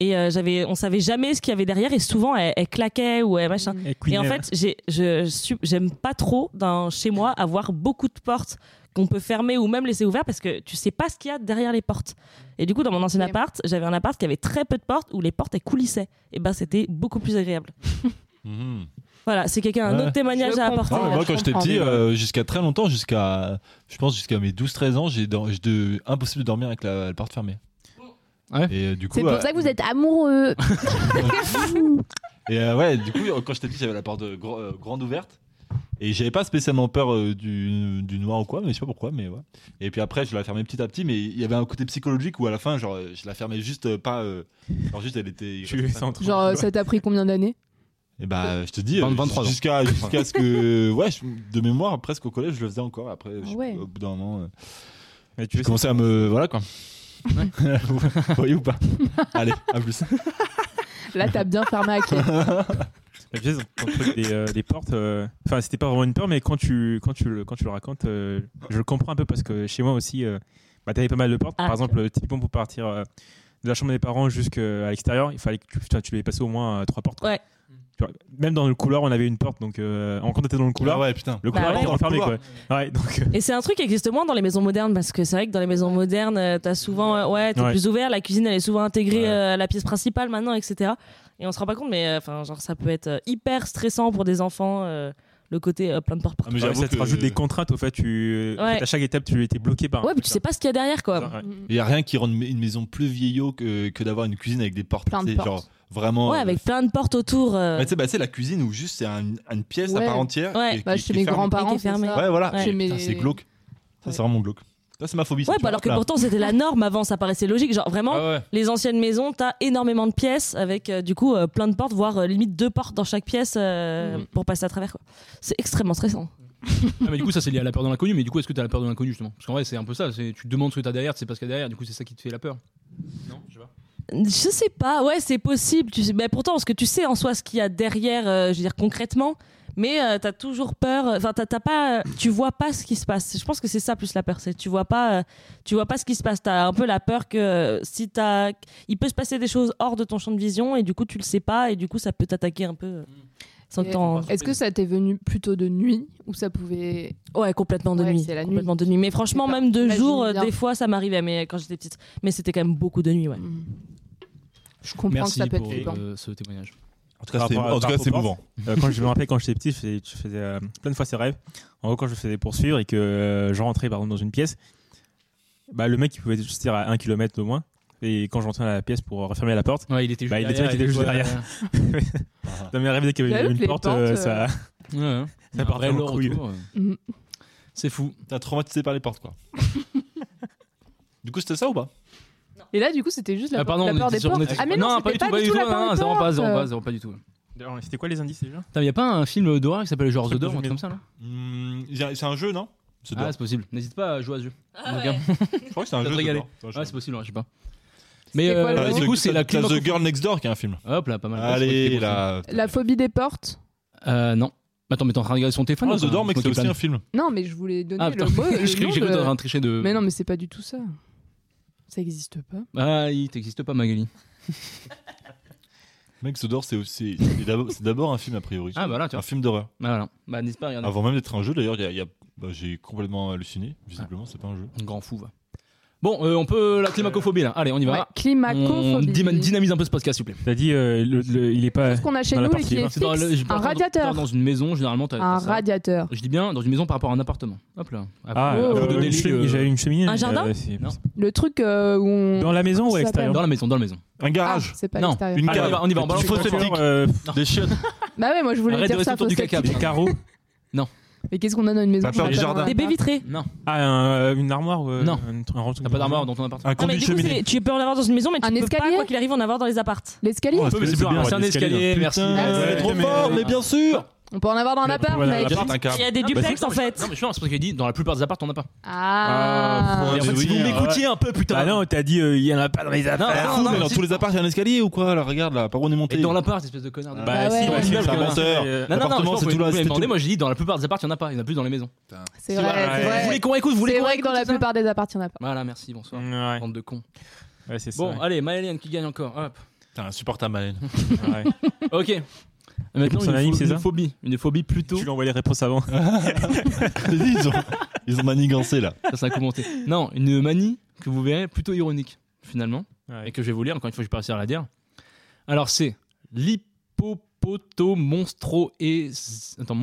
[SPEAKER 4] et euh, j'avais, on savait jamais ce qu'il y avait derrière et souvent elle, elle claquait ou elle machin. Et en fait, j'ai, je, suis- j'aime pas trop dans chez moi avoir beaucoup de portes qu'on peut fermer ou même laisser ouvertes parce que tu sais pas ce qu'il y a derrière les portes. Et du coup, dans mon ancien
[SPEAKER 2] Ok.
[SPEAKER 4] appart, j'avais un appart qui avait très peu de portes où les portes elles coulissaient. Et ben, c'était beaucoup plus agréable.
[SPEAKER 3] Mhm.
[SPEAKER 4] Voilà, c'est quelqu'un un
[SPEAKER 3] Ouais.
[SPEAKER 4] autre témoignage
[SPEAKER 2] Je
[SPEAKER 4] à apporter.
[SPEAKER 3] Ah, mais
[SPEAKER 2] Ouais,
[SPEAKER 3] moi,
[SPEAKER 2] je
[SPEAKER 3] quand j'étais
[SPEAKER 2] comprends.
[SPEAKER 3] petit, euh, jusqu'à très longtemps, jusqu'à, je pense, jusqu'à mes 12-13 ans, j'ai dor- j'ai de- impossible de dormir avec la, la porte fermée.
[SPEAKER 1] Ouais.
[SPEAKER 3] Et euh, du coup,
[SPEAKER 2] C'est pour
[SPEAKER 3] euh,
[SPEAKER 2] ça que vous êtes amoureux.
[SPEAKER 3] et euh, ouais, du coup, quand j'étais petit, j'avais la porte euh, gro- euh, grande ouverte. Et j'avais pas spécialement peur euh, du, du noir ou quoi, mais je sais pas pourquoi, mais ouais. Et puis après, je la fermais petit à petit, mais il y avait un côté psychologique où à la fin, genre, euh, je la fermais juste euh, pas. euh, genre, juste, elle était.
[SPEAKER 5] tu es entre.
[SPEAKER 2] Genre, euh, ça t'a pris combien d'années
[SPEAKER 3] Et bah, euh, je te dis, euh,
[SPEAKER 1] 23 ans.
[SPEAKER 3] jusqu'à jusqu'à ce que. Ouais, je- de mémoire, presque au collège, je le faisais encore. Après, je-
[SPEAKER 2] ouais.
[SPEAKER 3] au bout d'un moment. euh,
[SPEAKER 5] Mais tu
[SPEAKER 3] J'ai
[SPEAKER 5] es
[SPEAKER 3] commencé à me. Voilà quoi.
[SPEAKER 1] Ouais.
[SPEAKER 3] Vous voyez ou pas Allez, à plus.
[SPEAKER 2] Là, t'as bien fermé à clé.
[SPEAKER 5] La pièce, ton truc des, euh, des portes, euh, enfin, c'était pas vraiment une peur, mais quand tu, quand tu, le, quand tu le racontes, euh, je le comprends un peu parce que chez moi aussi, euh, bah, t'avais pas mal de portes.
[SPEAKER 4] Ah,
[SPEAKER 5] Par exemple, euh, typiquement pour partir euh, de la chambre des parents jusqu'à l'extérieur, il fallait que tu, tu, tu devais passer au moins euh, trois portes. quoi.
[SPEAKER 4] Ouais.
[SPEAKER 5] Tu vois, même dans le couloir, on avait une porte, donc euh, quand on était dans le couloir,
[SPEAKER 3] Ah ouais, putain.
[SPEAKER 5] le
[SPEAKER 4] Bah
[SPEAKER 5] couloir
[SPEAKER 4] ouais.
[SPEAKER 5] était enfermé.
[SPEAKER 3] Couloir.
[SPEAKER 5] Quoi. Ouais, donc, euh,
[SPEAKER 4] Et c'est un truc qui existe moins dans les maisons modernes parce que c'est vrai que dans les maisons modernes, euh, t'as souvent, euh, ouais, t'es
[SPEAKER 5] Ouais.
[SPEAKER 4] plus ouvert, la cuisine elle est souvent intégrée
[SPEAKER 3] Ouais.
[SPEAKER 4] euh, à la pièce principale maintenant, etc. Et on se rend pas compte, mais enfin, genre ça peut être euh, hyper stressant pour des enfants euh, le côté euh, plein de portes partout.
[SPEAKER 3] Ah, Mais
[SPEAKER 5] ouais,
[SPEAKER 3] j'avoue
[SPEAKER 5] ça te
[SPEAKER 3] que-
[SPEAKER 5] rajoute des contraintes au fait, tu, en
[SPEAKER 4] Ouais.
[SPEAKER 5] fait, à chaque étape, tu étais bloqué
[SPEAKER 3] Ah,
[SPEAKER 5] par. un
[SPEAKER 4] Ouais, mais
[SPEAKER 5] truc,
[SPEAKER 4] tu sais
[SPEAKER 5] hein.
[SPEAKER 4] pas ce qu'il y a derrière quoi.
[SPEAKER 5] Ouais.
[SPEAKER 3] Il y a rien qui rende une maison plus vieillot que, que d'avoir une cuisine avec des portes.
[SPEAKER 2] Plein de
[SPEAKER 3] tu sais,
[SPEAKER 2] portes.
[SPEAKER 3] Genre vraiment.
[SPEAKER 4] Ouais,
[SPEAKER 3] euh,
[SPEAKER 4] avec plein de portes autour. euh,
[SPEAKER 3] Mais tu sais, bah, c'est la cuisine où juste c'est un- une pièce
[SPEAKER 2] Ouais.
[SPEAKER 3] à part entière.
[SPEAKER 4] Ouais.
[SPEAKER 3] qui-
[SPEAKER 2] Bah,
[SPEAKER 3] qui-
[SPEAKER 2] chez
[SPEAKER 3] qui est
[SPEAKER 2] mes
[SPEAKER 3] fermée.
[SPEAKER 2] grands-parents,
[SPEAKER 4] Et qui est
[SPEAKER 2] c'est
[SPEAKER 4] fermé.
[SPEAKER 2] ça.
[SPEAKER 3] Ouais, voilà.
[SPEAKER 4] Ouais.
[SPEAKER 2] Chez mes-
[SPEAKER 3] Putain, c'est glauque. Ça, c'est vraiment glauque. Ça, c'est ma phobie. ça,
[SPEAKER 4] Ouais,
[SPEAKER 3] tu
[SPEAKER 4] bah
[SPEAKER 3] vois,
[SPEAKER 4] alors que
[SPEAKER 3] là.
[SPEAKER 4] pourtant c'était la norme avant, ça paraissait logique. Genre vraiment,
[SPEAKER 1] Ah ouais.
[SPEAKER 4] les anciennes maisons, t'as énormément de pièces avec euh, du coup euh, plein de portes, voire euh, limite deux portes dans chaque pièce euh,
[SPEAKER 3] Hmm.
[SPEAKER 4] pour passer à travers. quoi. C'est extrêmement stressant.
[SPEAKER 1] Ah, mais du coup, ça c'est lié à la peur de l'inconnu. Mais du coup, est-ce que t'as la peur de l'inconnu justement Parce qu'en vrai, c'est un peu ça. c'est- Tu te demandes ce que t'as derrière, tu sais pas ce qu'il y a derrière. Du coup, c'est ça qui te fait la peur. Non, je sais pas.
[SPEAKER 4] Je sais pas, ouais, c'est possible. Tu sais, mais pourtant, parce que tu sais en soi ce qu'il y a derrière, euh, je veux dire concrètement, mais euh, t'as toujours peur. Enfin, t'as, t'as pas, euh, tu vois pas ce qui se passe. Je pense que c'est ça plus la peur, c'est que tu vois pas, euh, tu vois pas ce qui se passe. T'as un peu la peur que euh, si t'as, il peut se passer des choses hors de ton champ de vision et du coup tu le sais pas et du coup ça peut t'attaquer un peu euh, sans
[SPEAKER 2] Mm. Et-
[SPEAKER 4] t'en.
[SPEAKER 2] Est-ce que ça t'est venu plutôt de nuit ou ça pouvait.
[SPEAKER 4] Ouais, complètement de
[SPEAKER 2] Ouais,
[SPEAKER 4] nuit.
[SPEAKER 2] c'est la nuit.
[SPEAKER 4] complètement de nuit. Mais franchement,
[SPEAKER 2] pas-
[SPEAKER 4] même de
[SPEAKER 2] j'imagine
[SPEAKER 4] jour, euh,
[SPEAKER 2] bien.
[SPEAKER 4] des fois ça m'arrivait, mais quand j'étais petite, mais c'était quand même beaucoup de nuit, ouais.
[SPEAKER 2] Hmm. Je comprends
[SPEAKER 1] Merci
[SPEAKER 2] que ça peut être
[SPEAKER 1] pour
[SPEAKER 2] flippant.
[SPEAKER 1] euh, ce témoignage.
[SPEAKER 3] En tout cas,
[SPEAKER 5] Par
[SPEAKER 3] c'est
[SPEAKER 5] rapport
[SPEAKER 3] en
[SPEAKER 5] à-
[SPEAKER 3] tout
[SPEAKER 5] par
[SPEAKER 3] cas,
[SPEAKER 5] rapport
[SPEAKER 3] c'est
[SPEAKER 5] aux
[SPEAKER 3] émouvant.
[SPEAKER 5] Euh, quand je me rappelais quand j'étais petit, je faisais, je faisais, euh, plein de fois ces rêves. En gros, quand je me faisais poursuivre et que euh, je rentrais par exemple dans une pièce, bah, le mec il pouvait se tirer à 1 km au moins. Et quand j'entrais dans la pièce pour refermer la porte,
[SPEAKER 1] Ouais, il était juste
[SPEAKER 5] Bah, il était-
[SPEAKER 1] derrière.
[SPEAKER 5] il était
[SPEAKER 1] et
[SPEAKER 5] juste
[SPEAKER 1] voilà.
[SPEAKER 5] derrière. dans mes rêves, dès qu'il y
[SPEAKER 2] J'avoue
[SPEAKER 5] avait
[SPEAKER 2] que
[SPEAKER 5] une
[SPEAKER 2] les
[SPEAKER 5] porte,
[SPEAKER 2] portes,
[SPEAKER 5] euh,
[SPEAKER 2] euh,
[SPEAKER 5] ça.
[SPEAKER 1] Ouais, ouais.
[SPEAKER 5] Ça
[SPEAKER 1] Un
[SPEAKER 5] part
[SPEAKER 1] vrai
[SPEAKER 5] vraiment
[SPEAKER 1] lore
[SPEAKER 5] couille.
[SPEAKER 1] autour, ouais.
[SPEAKER 2] Mhm.
[SPEAKER 1] C'est fou.
[SPEAKER 3] T'as traumatisé par les portes, quoi. du coup, c'était ça ou pas
[SPEAKER 2] Et là, du coup, c'était juste la,
[SPEAKER 1] Ah, pardon,
[SPEAKER 2] la
[SPEAKER 1] on
[SPEAKER 2] peur
[SPEAKER 1] était
[SPEAKER 2] des
[SPEAKER 1] sur- on
[SPEAKER 2] portes.
[SPEAKER 1] était-
[SPEAKER 2] Ah, mais non,
[SPEAKER 1] pas du tout,
[SPEAKER 2] pas du tout la
[SPEAKER 1] non,
[SPEAKER 2] peur
[SPEAKER 1] non,
[SPEAKER 2] des
[SPEAKER 1] zéro pas, zéro
[SPEAKER 2] portes.
[SPEAKER 1] pas, zéro pas du tout.
[SPEAKER 5] D'ailleurs, C'était quoi les indices déjà
[SPEAKER 1] Putain, y a pas un film d'horreur qui s'appelle Genre The
[SPEAKER 5] Truc de
[SPEAKER 1] Door ou un truc
[SPEAKER 5] jeu
[SPEAKER 1] comme ça là
[SPEAKER 3] Hmm, j'ai- C'est un jeu, non C'est
[SPEAKER 1] Ah,
[SPEAKER 3] dehors.
[SPEAKER 1] c'est possible. N'hésite pas à jouer à ce jeu. Regarde.
[SPEAKER 3] Je crois que c'est un
[SPEAKER 1] t'as
[SPEAKER 3] jeu.
[SPEAKER 1] te régalé.
[SPEAKER 3] dehors. C'est un jeu.
[SPEAKER 1] Ouais, c'est possible, ouais, je sais pas. Mais
[SPEAKER 2] C'était quoi,
[SPEAKER 1] euh,
[SPEAKER 2] le nom
[SPEAKER 1] du coup, c'est la
[SPEAKER 3] T'as
[SPEAKER 1] climat.
[SPEAKER 3] The Girl Next Door qui est un film.
[SPEAKER 1] Hop là, pas mal.
[SPEAKER 3] Allez, là.
[SPEAKER 2] La phobie des portes.
[SPEAKER 1] Euh, non. Attends, mais t'es en train de regarder son téléphone ou
[SPEAKER 3] Ah, The
[SPEAKER 1] t'as
[SPEAKER 3] Door,
[SPEAKER 1] un
[SPEAKER 3] mec, c'est
[SPEAKER 1] smartphone
[SPEAKER 3] aussi un film.
[SPEAKER 2] Non, mais je voulais donner
[SPEAKER 1] Ah
[SPEAKER 2] le
[SPEAKER 1] putain,
[SPEAKER 2] mot. euh, le
[SPEAKER 1] j'ai cru
[SPEAKER 2] nom
[SPEAKER 1] j'ai cru que
[SPEAKER 2] de-
[SPEAKER 1] t'étais en train de tricher de.
[SPEAKER 2] Mais non, mais c'est pas du tout ça. Ça existe pas.
[SPEAKER 1] Ah, il t'existe pas, Magali.
[SPEAKER 3] Mec, The Door, c'est aussi. c'est d'abord- C'est d'abord un film, a priori.
[SPEAKER 1] Ah, bah là, tu
[SPEAKER 3] Un
[SPEAKER 1] vois.
[SPEAKER 3] film d'horreur.
[SPEAKER 1] Ah, voilà. Bah, n'hésite pas à regarder.
[SPEAKER 3] Avant même d'être un jeu, d'ailleurs, il y a- il y a- bah, j'ai complètement halluciné.
[SPEAKER 1] Ah.
[SPEAKER 3] Visiblement, c'est pas un jeu.
[SPEAKER 1] Un Grand fou, va. Bon, euh, on peut la climacophobie là. Allez, on y
[SPEAKER 2] Ouais,
[SPEAKER 1] va. On
[SPEAKER 2] climacophobie.
[SPEAKER 1] dyma- dynamise un peu ce podcast, s'il vous plaît.
[SPEAKER 5] T'as dit, euh, le- le- il est pas.
[SPEAKER 2] Ce qu'on a chez
[SPEAKER 5] Dans la
[SPEAKER 2] nous et
[SPEAKER 5] partie
[SPEAKER 2] qui est
[SPEAKER 5] basse.
[SPEAKER 1] C'est dans le-
[SPEAKER 2] fixe.
[SPEAKER 1] je
[SPEAKER 2] Un
[SPEAKER 1] parle dans-
[SPEAKER 2] radiateur.
[SPEAKER 1] Dans une maison, généralement, t'as.
[SPEAKER 2] Un
[SPEAKER 1] t'as ça.
[SPEAKER 2] radiateur.
[SPEAKER 1] Je dis bien, dans une maison par rapport à un appartement. Hop là.
[SPEAKER 5] Ah,
[SPEAKER 2] Oh.
[SPEAKER 5] euh,
[SPEAKER 1] vous donnez le-
[SPEAKER 5] une cheminée, j'avais une cheminée.
[SPEAKER 4] Un
[SPEAKER 5] mais,
[SPEAKER 4] jardin
[SPEAKER 5] euh, c'est-
[SPEAKER 1] Non.
[SPEAKER 2] Le truc euh, où on.
[SPEAKER 5] Dans la maison ou à
[SPEAKER 2] Ça
[SPEAKER 5] l'extérieur
[SPEAKER 1] Dans la maison, dans la maison.
[SPEAKER 3] Un
[SPEAKER 2] Ah,
[SPEAKER 3] garage.
[SPEAKER 2] c'est pas
[SPEAKER 1] Non,
[SPEAKER 2] l'extérieur.
[SPEAKER 3] Une
[SPEAKER 5] Ah,
[SPEAKER 3] cave.
[SPEAKER 5] ouais.
[SPEAKER 1] on y va, on
[SPEAKER 5] Je
[SPEAKER 1] balance
[SPEAKER 5] suis
[SPEAKER 1] faux
[SPEAKER 5] encore,
[SPEAKER 1] sceptique.
[SPEAKER 5] euh,
[SPEAKER 3] Des chiottes.
[SPEAKER 2] Bah ouais, moi je voulais
[SPEAKER 1] Arrête de
[SPEAKER 2] dire
[SPEAKER 1] rester
[SPEAKER 2] ça.
[SPEAKER 1] autour
[SPEAKER 2] faut
[SPEAKER 1] du
[SPEAKER 2] se
[SPEAKER 1] caca,
[SPEAKER 5] Des
[SPEAKER 2] quitter.
[SPEAKER 1] putain.
[SPEAKER 5] carreaux.
[SPEAKER 2] Mais qu'est-ce qu'on a dans une maison
[SPEAKER 3] Va faire
[SPEAKER 2] qu'on
[SPEAKER 3] du
[SPEAKER 2] appelle un
[SPEAKER 3] jardin.
[SPEAKER 4] Des baies vitrées.
[SPEAKER 1] Non,
[SPEAKER 5] Ah, un- euh, une armoire ou, euh,
[SPEAKER 1] Non.
[SPEAKER 5] un- un rond-
[SPEAKER 1] t'as pas d'armoire dans ton appartement.
[SPEAKER 3] Un
[SPEAKER 4] Ah, mais
[SPEAKER 3] conduit de
[SPEAKER 4] du coup,
[SPEAKER 3] cheminée.
[SPEAKER 4] c'est- tu peux en avoir dans une maison, mais tu
[SPEAKER 2] Un
[SPEAKER 4] peux
[SPEAKER 2] escalier
[SPEAKER 4] pas, quoi qu'il arrive, en avoir dans les appartes.
[SPEAKER 2] L'escalier
[SPEAKER 3] Ouais,
[SPEAKER 1] mais
[SPEAKER 3] c'est
[SPEAKER 1] c'est
[SPEAKER 3] bien,
[SPEAKER 1] bien,
[SPEAKER 5] ouais,
[SPEAKER 1] c'est un
[SPEAKER 5] l'escalier,
[SPEAKER 1] escalier,
[SPEAKER 3] Putain,
[SPEAKER 1] merci.
[SPEAKER 3] ouais,
[SPEAKER 5] Ouais,
[SPEAKER 3] trop
[SPEAKER 5] mais-
[SPEAKER 3] fort, mais bien sûr.
[SPEAKER 2] On peut en avoir dans
[SPEAKER 5] Mais
[SPEAKER 2] l'appart,
[SPEAKER 5] voilà,
[SPEAKER 2] mec.
[SPEAKER 5] l'appart,
[SPEAKER 3] un
[SPEAKER 4] Il y a des
[SPEAKER 1] Ah, bah,
[SPEAKER 4] duplex
[SPEAKER 1] c'est-
[SPEAKER 4] en fait.
[SPEAKER 1] Non, mais je sais pas, c'est parce qu'il dit, dans la plupart des apparts, on n'a pas.
[SPEAKER 2] Ah.
[SPEAKER 3] Ah,
[SPEAKER 1] Et en fait,
[SPEAKER 3] mais
[SPEAKER 1] si
[SPEAKER 3] oui,
[SPEAKER 1] vous
[SPEAKER 3] ouais.
[SPEAKER 1] m'écoutiez un peu, putain.
[SPEAKER 5] Ah non, t'as dit, euh, il y en a pas dans les appartes.
[SPEAKER 1] Ah,
[SPEAKER 3] Ah,
[SPEAKER 1] non,
[SPEAKER 3] fou, mais
[SPEAKER 1] non,
[SPEAKER 3] dans
[SPEAKER 1] c'est-
[SPEAKER 3] tous les apparts, il y a un escalier ou quoi Là, regarde, là, par où on est monté
[SPEAKER 1] Et dans l'appart, espèce de connard. de-
[SPEAKER 2] Bah, ouais.
[SPEAKER 5] si,
[SPEAKER 2] ouais,
[SPEAKER 5] si,
[SPEAKER 1] c'est
[SPEAKER 5] parce
[SPEAKER 1] un
[SPEAKER 5] que-
[SPEAKER 3] menteur.
[SPEAKER 5] euh,
[SPEAKER 1] Non, non, non, je
[SPEAKER 3] l'appartement, c'est
[SPEAKER 1] sais pas,
[SPEAKER 3] tout là,
[SPEAKER 1] Vous
[SPEAKER 3] c'était
[SPEAKER 1] demandé,
[SPEAKER 3] tout.
[SPEAKER 1] moi j'ai dit dans la plupart des apparts, il y en a pas, il y en a plus dans les maisons.
[SPEAKER 2] C'est
[SPEAKER 5] C'est vrai,
[SPEAKER 2] vrai,
[SPEAKER 5] ouais.
[SPEAKER 1] Vous
[SPEAKER 2] c'est
[SPEAKER 1] voulez
[SPEAKER 2] vrai.
[SPEAKER 1] qu'on écoute, vous voulez
[SPEAKER 2] C'est
[SPEAKER 1] qu'on
[SPEAKER 2] vrai que dans
[SPEAKER 1] écoute
[SPEAKER 2] la plupart des apparts, il y en a pas.
[SPEAKER 1] Voilà, merci, bonsoir.
[SPEAKER 5] Ouais,
[SPEAKER 1] Bande de cons.
[SPEAKER 5] ouais, c'est ça.
[SPEAKER 1] Bon, allez, Maëlène qui gagne encore. Hop.
[SPEAKER 3] Putain, insupportable, Malène.
[SPEAKER 5] Ouais.
[SPEAKER 1] Ok. Maintenant,
[SPEAKER 5] pour
[SPEAKER 1] une,
[SPEAKER 5] son anime,
[SPEAKER 1] pho-
[SPEAKER 5] c'est
[SPEAKER 1] une
[SPEAKER 5] ça
[SPEAKER 1] phobie. Une phobie plutôt.
[SPEAKER 5] Tu lui envoies les réponses avant.
[SPEAKER 3] ils, ont, ils ont manigancé là.
[SPEAKER 1] Ça, ça a commenté. Non, une manie que vous verrez plutôt ironique, finalement, et
[SPEAKER 5] Ouais.
[SPEAKER 1] que je vais vous lire. Encore une fois, je vais pas réussir à la dire. Alors, c'est l'hippopoto monstro et. Attends,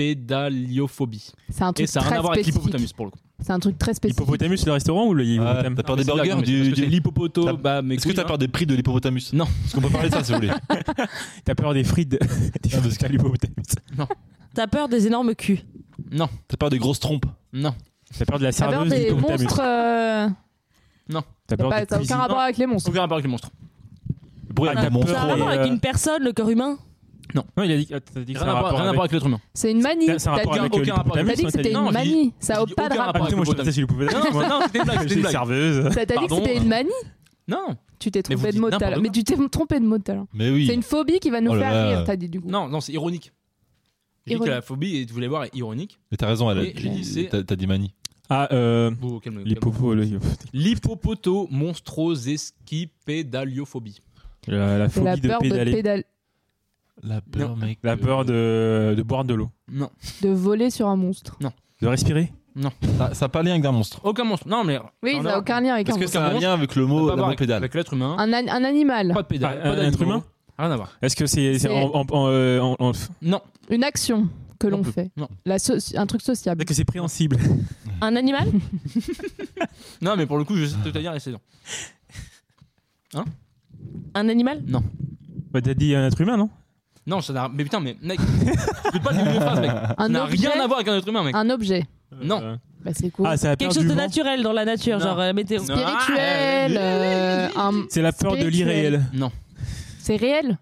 [SPEAKER 1] monstrosesquipédaliophobie.
[SPEAKER 2] C'est un
[SPEAKER 1] Et
[SPEAKER 2] truc
[SPEAKER 1] ça n'a rien à
[SPEAKER 2] très
[SPEAKER 1] voir avec l'hippopotamus
[SPEAKER 2] spécifique.
[SPEAKER 1] pour le coup.
[SPEAKER 2] C'est un truc très spécifique.
[SPEAKER 5] Hippopotamus, le restaurant ou le
[SPEAKER 3] Ah,
[SPEAKER 5] hippopotame
[SPEAKER 3] T'as peur des
[SPEAKER 1] Ah, mais c'est
[SPEAKER 3] burgers
[SPEAKER 1] là, mais c'est
[SPEAKER 3] du-
[SPEAKER 1] parce que
[SPEAKER 3] du-
[SPEAKER 1] c'est L'hippopoto,
[SPEAKER 3] T'as-
[SPEAKER 1] bah, mes
[SPEAKER 3] Est-ce que
[SPEAKER 1] couilles,
[SPEAKER 3] t'as
[SPEAKER 1] hein.
[SPEAKER 3] peur des prix de l'hippopotamus
[SPEAKER 1] Non.
[SPEAKER 3] Est-ce qu'on peut parler de ça si vous voulez
[SPEAKER 5] T'as peur des frites de- des
[SPEAKER 3] Ah, parce
[SPEAKER 5] frites
[SPEAKER 3] que-
[SPEAKER 5] à l'hippopotamus.
[SPEAKER 4] T'as peur des énormes culs.
[SPEAKER 1] Non,
[SPEAKER 3] T'as peur des grosses trompes
[SPEAKER 1] non.
[SPEAKER 5] T'as peur de la
[SPEAKER 2] T'as peur
[SPEAKER 5] serveuse du
[SPEAKER 2] des
[SPEAKER 5] hippopotamus.
[SPEAKER 2] monstres. euh,
[SPEAKER 5] T'as
[SPEAKER 2] y a
[SPEAKER 5] peur
[SPEAKER 2] pas-
[SPEAKER 5] des
[SPEAKER 2] Ça n'a aucun
[SPEAKER 5] cuisines.
[SPEAKER 2] rapport avec les monstres.
[SPEAKER 1] Aucun rapport avec les monstres.
[SPEAKER 3] Le bruit
[SPEAKER 5] Ah,
[SPEAKER 3] avec
[SPEAKER 5] t'as
[SPEAKER 3] des monstres.
[SPEAKER 5] peur.
[SPEAKER 4] Ça a un rapport
[SPEAKER 5] Et,
[SPEAKER 4] avec
[SPEAKER 5] euh,
[SPEAKER 4] une personne, le corps humain.
[SPEAKER 5] Non, il a dit que- t'as dit que
[SPEAKER 1] Rien
[SPEAKER 5] ça
[SPEAKER 1] à
[SPEAKER 5] a un
[SPEAKER 1] voir
[SPEAKER 5] rapport
[SPEAKER 1] rien à
[SPEAKER 5] avec-
[SPEAKER 1] voir avec l'être humain.
[SPEAKER 2] C'est une manie.
[SPEAKER 5] C'est- c'est un
[SPEAKER 2] T'as
[SPEAKER 5] rapport
[SPEAKER 2] dit-
[SPEAKER 5] avec
[SPEAKER 1] aucun
[SPEAKER 5] le
[SPEAKER 1] rapport avec-
[SPEAKER 2] t'as
[SPEAKER 5] hippopotamus.
[SPEAKER 2] dit que
[SPEAKER 5] non, t'as
[SPEAKER 2] c'était
[SPEAKER 5] dit-
[SPEAKER 1] non,
[SPEAKER 2] une
[SPEAKER 1] j'ai dit-
[SPEAKER 2] manie. Ça
[SPEAKER 1] j'ai
[SPEAKER 2] n'a
[SPEAKER 1] dit
[SPEAKER 2] pas
[SPEAKER 1] aucun
[SPEAKER 2] de
[SPEAKER 5] Ah,
[SPEAKER 1] rapport
[SPEAKER 2] rapport.
[SPEAKER 5] putain, moi je pensais que c'était
[SPEAKER 1] Non,
[SPEAKER 5] l'hippopotamus.
[SPEAKER 1] non, non, c'était une blague, c'était
[SPEAKER 5] J'ai
[SPEAKER 1] une
[SPEAKER 5] dit
[SPEAKER 1] blague.
[SPEAKER 5] serveuse.
[SPEAKER 2] Ça t'a dit que
[SPEAKER 1] Pardon.
[SPEAKER 2] c'était une manie
[SPEAKER 1] Non,
[SPEAKER 2] Tu t'es
[SPEAKER 1] Mais vous
[SPEAKER 2] trompé de
[SPEAKER 1] dites
[SPEAKER 2] mot tout à l'heure.
[SPEAKER 1] n'importe
[SPEAKER 2] Mais tu t'es trompé de mot tout à l'heure.
[SPEAKER 3] Mais
[SPEAKER 2] C'est
[SPEAKER 3] oui.
[SPEAKER 2] une phobie qui va nous
[SPEAKER 3] Oh là
[SPEAKER 2] faire
[SPEAKER 3] là.
[SPEAKER 2] rire, t'as dit du coup.
[SPEAKER 1] non, non, c'est ironique. J'ai dit que
[SPEAKER 2] Ironique.
[SPEAKER 1] la phobie, vous voulez voir, est ironique.
[SPEAKER 3] Mais t'as raison, elle a
[SPEAKER 1] Oui, j'ai dit, c'est-
[SPEAKER 3] t'as- T'as dit manie.
[SPEAKER 5] Ah, euh,
[SPEAKER 1] Oh, calme- calme.
[SPEAKER 5] l'hippopo, le
[SPEAKER 1] L'hippopoto monstrosesquipédaliophobie.
[SPEAKER 5] la la
[SPEAKER 2] C'est la
[SPEAKER 5] phobie de
[SPEAKER 2] peur de
[SPEAKER 5] pédaler.
[SPEAKER 2] pédale-
[SPEAKER 3] La
[SPEAKER 1] Non.
[SPEAKER 3] peur, mec.
[SPEAKER 5] La peur de de boire de l'eau.
[SPEAKER 1] Non,
[SPEAKER 2] de voler sur un monstre.
[SPEAKER 5] De respirer
[SPEAKER 3] Ça ça a pas lien avec un monstre.
[SPEAKER 1] aucun monstre. Non, mais.
[SPEAKER 2] Oui,
[SPEAKER 1] Non,
[SPEAKER 2] ça n'a
[SPEAKER 1] non.
[SPEAKER 2] aucun lien avec un
[SPEAKER 3] Parce que
[SPEAKER 2] monstre.
[SPEAKER 3] ça a un lien avec le
[SPEAKER 1] Ça n'a
[SPEAKER 3] mot
[SPEAKER 1] pas à voir
[SPEAKER 3] Oh, la
[SPEAKER 1] avec-
[SPEAKER 3] pédale.
[SPEAKER 1] Avec l'être humain,
[SPEAKER 2] Un, an- un animal,
[SPEAKER 1] pas de pédale. pas
[SPEAKER 5] Ah, un
[SPEAKER 1] d'animaux,
[SPEAKER 5] être humain
[SPEAKER 1] Rien à voir.
[SPEAKER 5] Est-ce que c'est c'est
[SPEAKER 2] C'est-
[SPEAKER 5] en- en- en- euh, en- en- Est-ce
[SPEAKER 1] Non,
[SPEAKER 2] une action que
[SPEAKER 1] Non
[SPEAKER 2] l'on
[SPEAKER 1] plus.
[SPEAKER 2] fait.
[SPEAKER 1] Non.
[SPEAKER 2] La so- un truc sociable.
[SPEAKER 5] que c'est préhensible
[SPEAKER 4] Un animal
[SPEAKER 1] non, mais pour le coup, je sais tout à dire, essayons.
[SPEAKER 4] Un animal
[SPEAKER 5] Bah, T'as dit un être humain, non
[SPEAKER 1] Non, ça n'a. Mais putain, mais mec, écoute pas les mêmes phrases, mec. Ça
[SPEAKER 2] Un
[SPEAKER 1] n'a
[SPEAKER 2] objet,
[SPEAKER 1] rien à voir avec un être humain, mec.
[SPEAKER 2] un objet.
[SPEAKER 1] Non.
[SPEAKER 5] Euh,
[SPEAKER 2] Bah, c'est cool.
[SPEAKER 5] Ah, c'est la peur
[SPEAKER 4] Quelque chose
[SPEAKER 5] du
[SPEAKER 4] de
[SPEAKER 5] vent.
[SPEAKER 4] naturel dans la nature,
[SPEAKER 1] Non.
[SPEAKER 4] genre euh, météo.
[SPEAKER 1] Non.
[SPEAKER 2] Spirituel. euh, un-
[SPEAKER 5] C'est la peur de
[SPEAKER 2] Spirituel.
[SPEAKER 5] l'irréel.
[SPEAKER 1] Non.
[SPEAKER 2] C'est réel.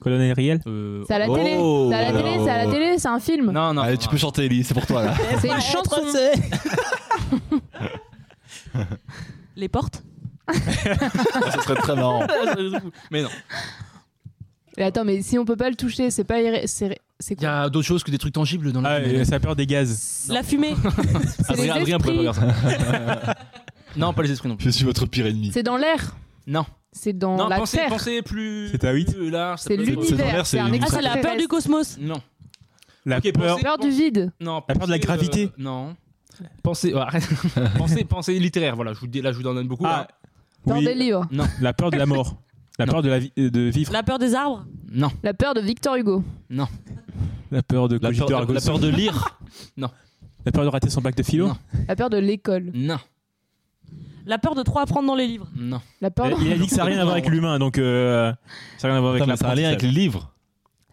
[SPEAKER 5] Colonel réel
[SPEAKER 1] Euh,
[SPEAKER 2] C'est à la
[SPEAKER 3] Oh.
[SPEAKER 2] télé. C'est à la télé. C'est à la télé. C'est un film.
[SPEAKER 1] Non, non.
[SPEAKER 3] Allez,
[SPEAKER 1] non,
[SPEAKER 3] tu
[SPEAKER 1] non.
[SPEAKER 3] peux chanter, Ellie, c'est pour toi là.
[SPEAKER 2] C'est une chanson.
[SPEAKER 4] Les portes
[SPEAKER 3] Ça serait très marrant.
[SPEAKER 1] Mais non.
[SPEAKER 2] Et attends, mais si on peut pas le toucher, c'est pas irré- c'est ré- C'est
[SPEAKER 1] Il y
[SPEAKER 2] quoi
[SPEAKER 1] a d'autres choses que des trucs tangibles dans la
[SPEAKER 5] Ah,
[SPEAKER 1] vie.
[SPEAKER 5] et c'est la peur des gaz.
[SPEAKER 4] La fumée
[SPEAKER 2] C'est les
[SPEAKER 1] Adrien, Adrien pourrait
[SPEAKER 2] esprits.
[SPEAKER 1] pas faire ça. non, pas les esprits non plus.
[SPEAKER 3] Je suis votre pire ennemi.
[SPEAKER 2] C'est dans l'air.
[SPEAKER 1] Non.
[SPEAKER 2] C'est dans
[SPEAKER 1] Non,
[SPEAKER 2] la
[SPEAKER 1] pensez,
[SPEAKER 2] terre.
[SPEAKER 1] pensez plus.
[SPEAKER 5] C'est à huit.
[SPEAKER 1] plus large, ça
[SPEAKER 2] C'est
[SPEAKER 1] peut-
[SPEAKER 3] l'unique. dans l'air,
[SPEAKER 2] l'univers. C'est
[SPEAKER 3] c'est
[SPEAKER 2] un
[SPEAKER 3] une-
[SPEAKER 4] Ah, ça, la peur du
[SPEAKER 2] extraterrestre.
[SPEAKER 4] cosmos
[SPEAKER 1] Non.
[SPEAKER 5] La
[SPEAKER 1] Ok,
[SPEAKER 5] peur.
[SPEAKER 1] pensez-
[SPEAKER 2] Peur du vide.
[SPEAKER 1] Non,
[SPEAKER 5] La peur de la
[SPEAKER 1] pensez,
[SPEAKER 5] gravité.
[SPEAKER 1] euh, non. Pensez, oh, arrête. pensez, pensez littéraire, voilà, je vous dis, là je vous en donne beaucoup.
[SPEAKER 5] Ah,
[SPEAKER 1] hein.
[SPEAKER 2] Peur
[SPEAKER 5] Oui.
[SPEAKER 2] des livres.
[SPEAKER 5] La peur de la mort. La
[SPEAKER 1] Non.
[SPEAKER 5] peur de, la vie- euh, de vivre.
[SPEAKER 4] La peur des arbres
[SPEAKER 1] Non,
[SPEAKER 2] La peur de Victor Hugo.
[SPEAKER 5] La peur de
[SPEAKER 3] La
[SPEAKER 5] cogiter
[SPEAKER 3] peur,
[SPEAKER 5] ergo
[SPEAKER 3] la
[SPEAKER 5] sum.
[SPEAKER 3] peur de lire.
[SPEAKER 5] La peur de rater son bac de philo.
[SPEAKER 1] Non.
[SPEAKER 2] La peur de l'école.
[SPEAKER 1] non,
[SPEAKER 4] La peur de trop apprendre dans les livres
[SPEAKER 1] non.
[SPEAKER 2] La peur.
[SPEAKER 5] Il a dit que ça n'a rien à voir avec l'humain, donc euh, ça n'a rien à voir avec
[SPEAKER 3] Putain, mais
[SPEAKER 5] la
[SPEAKER 3] ça a un lien avec les livres.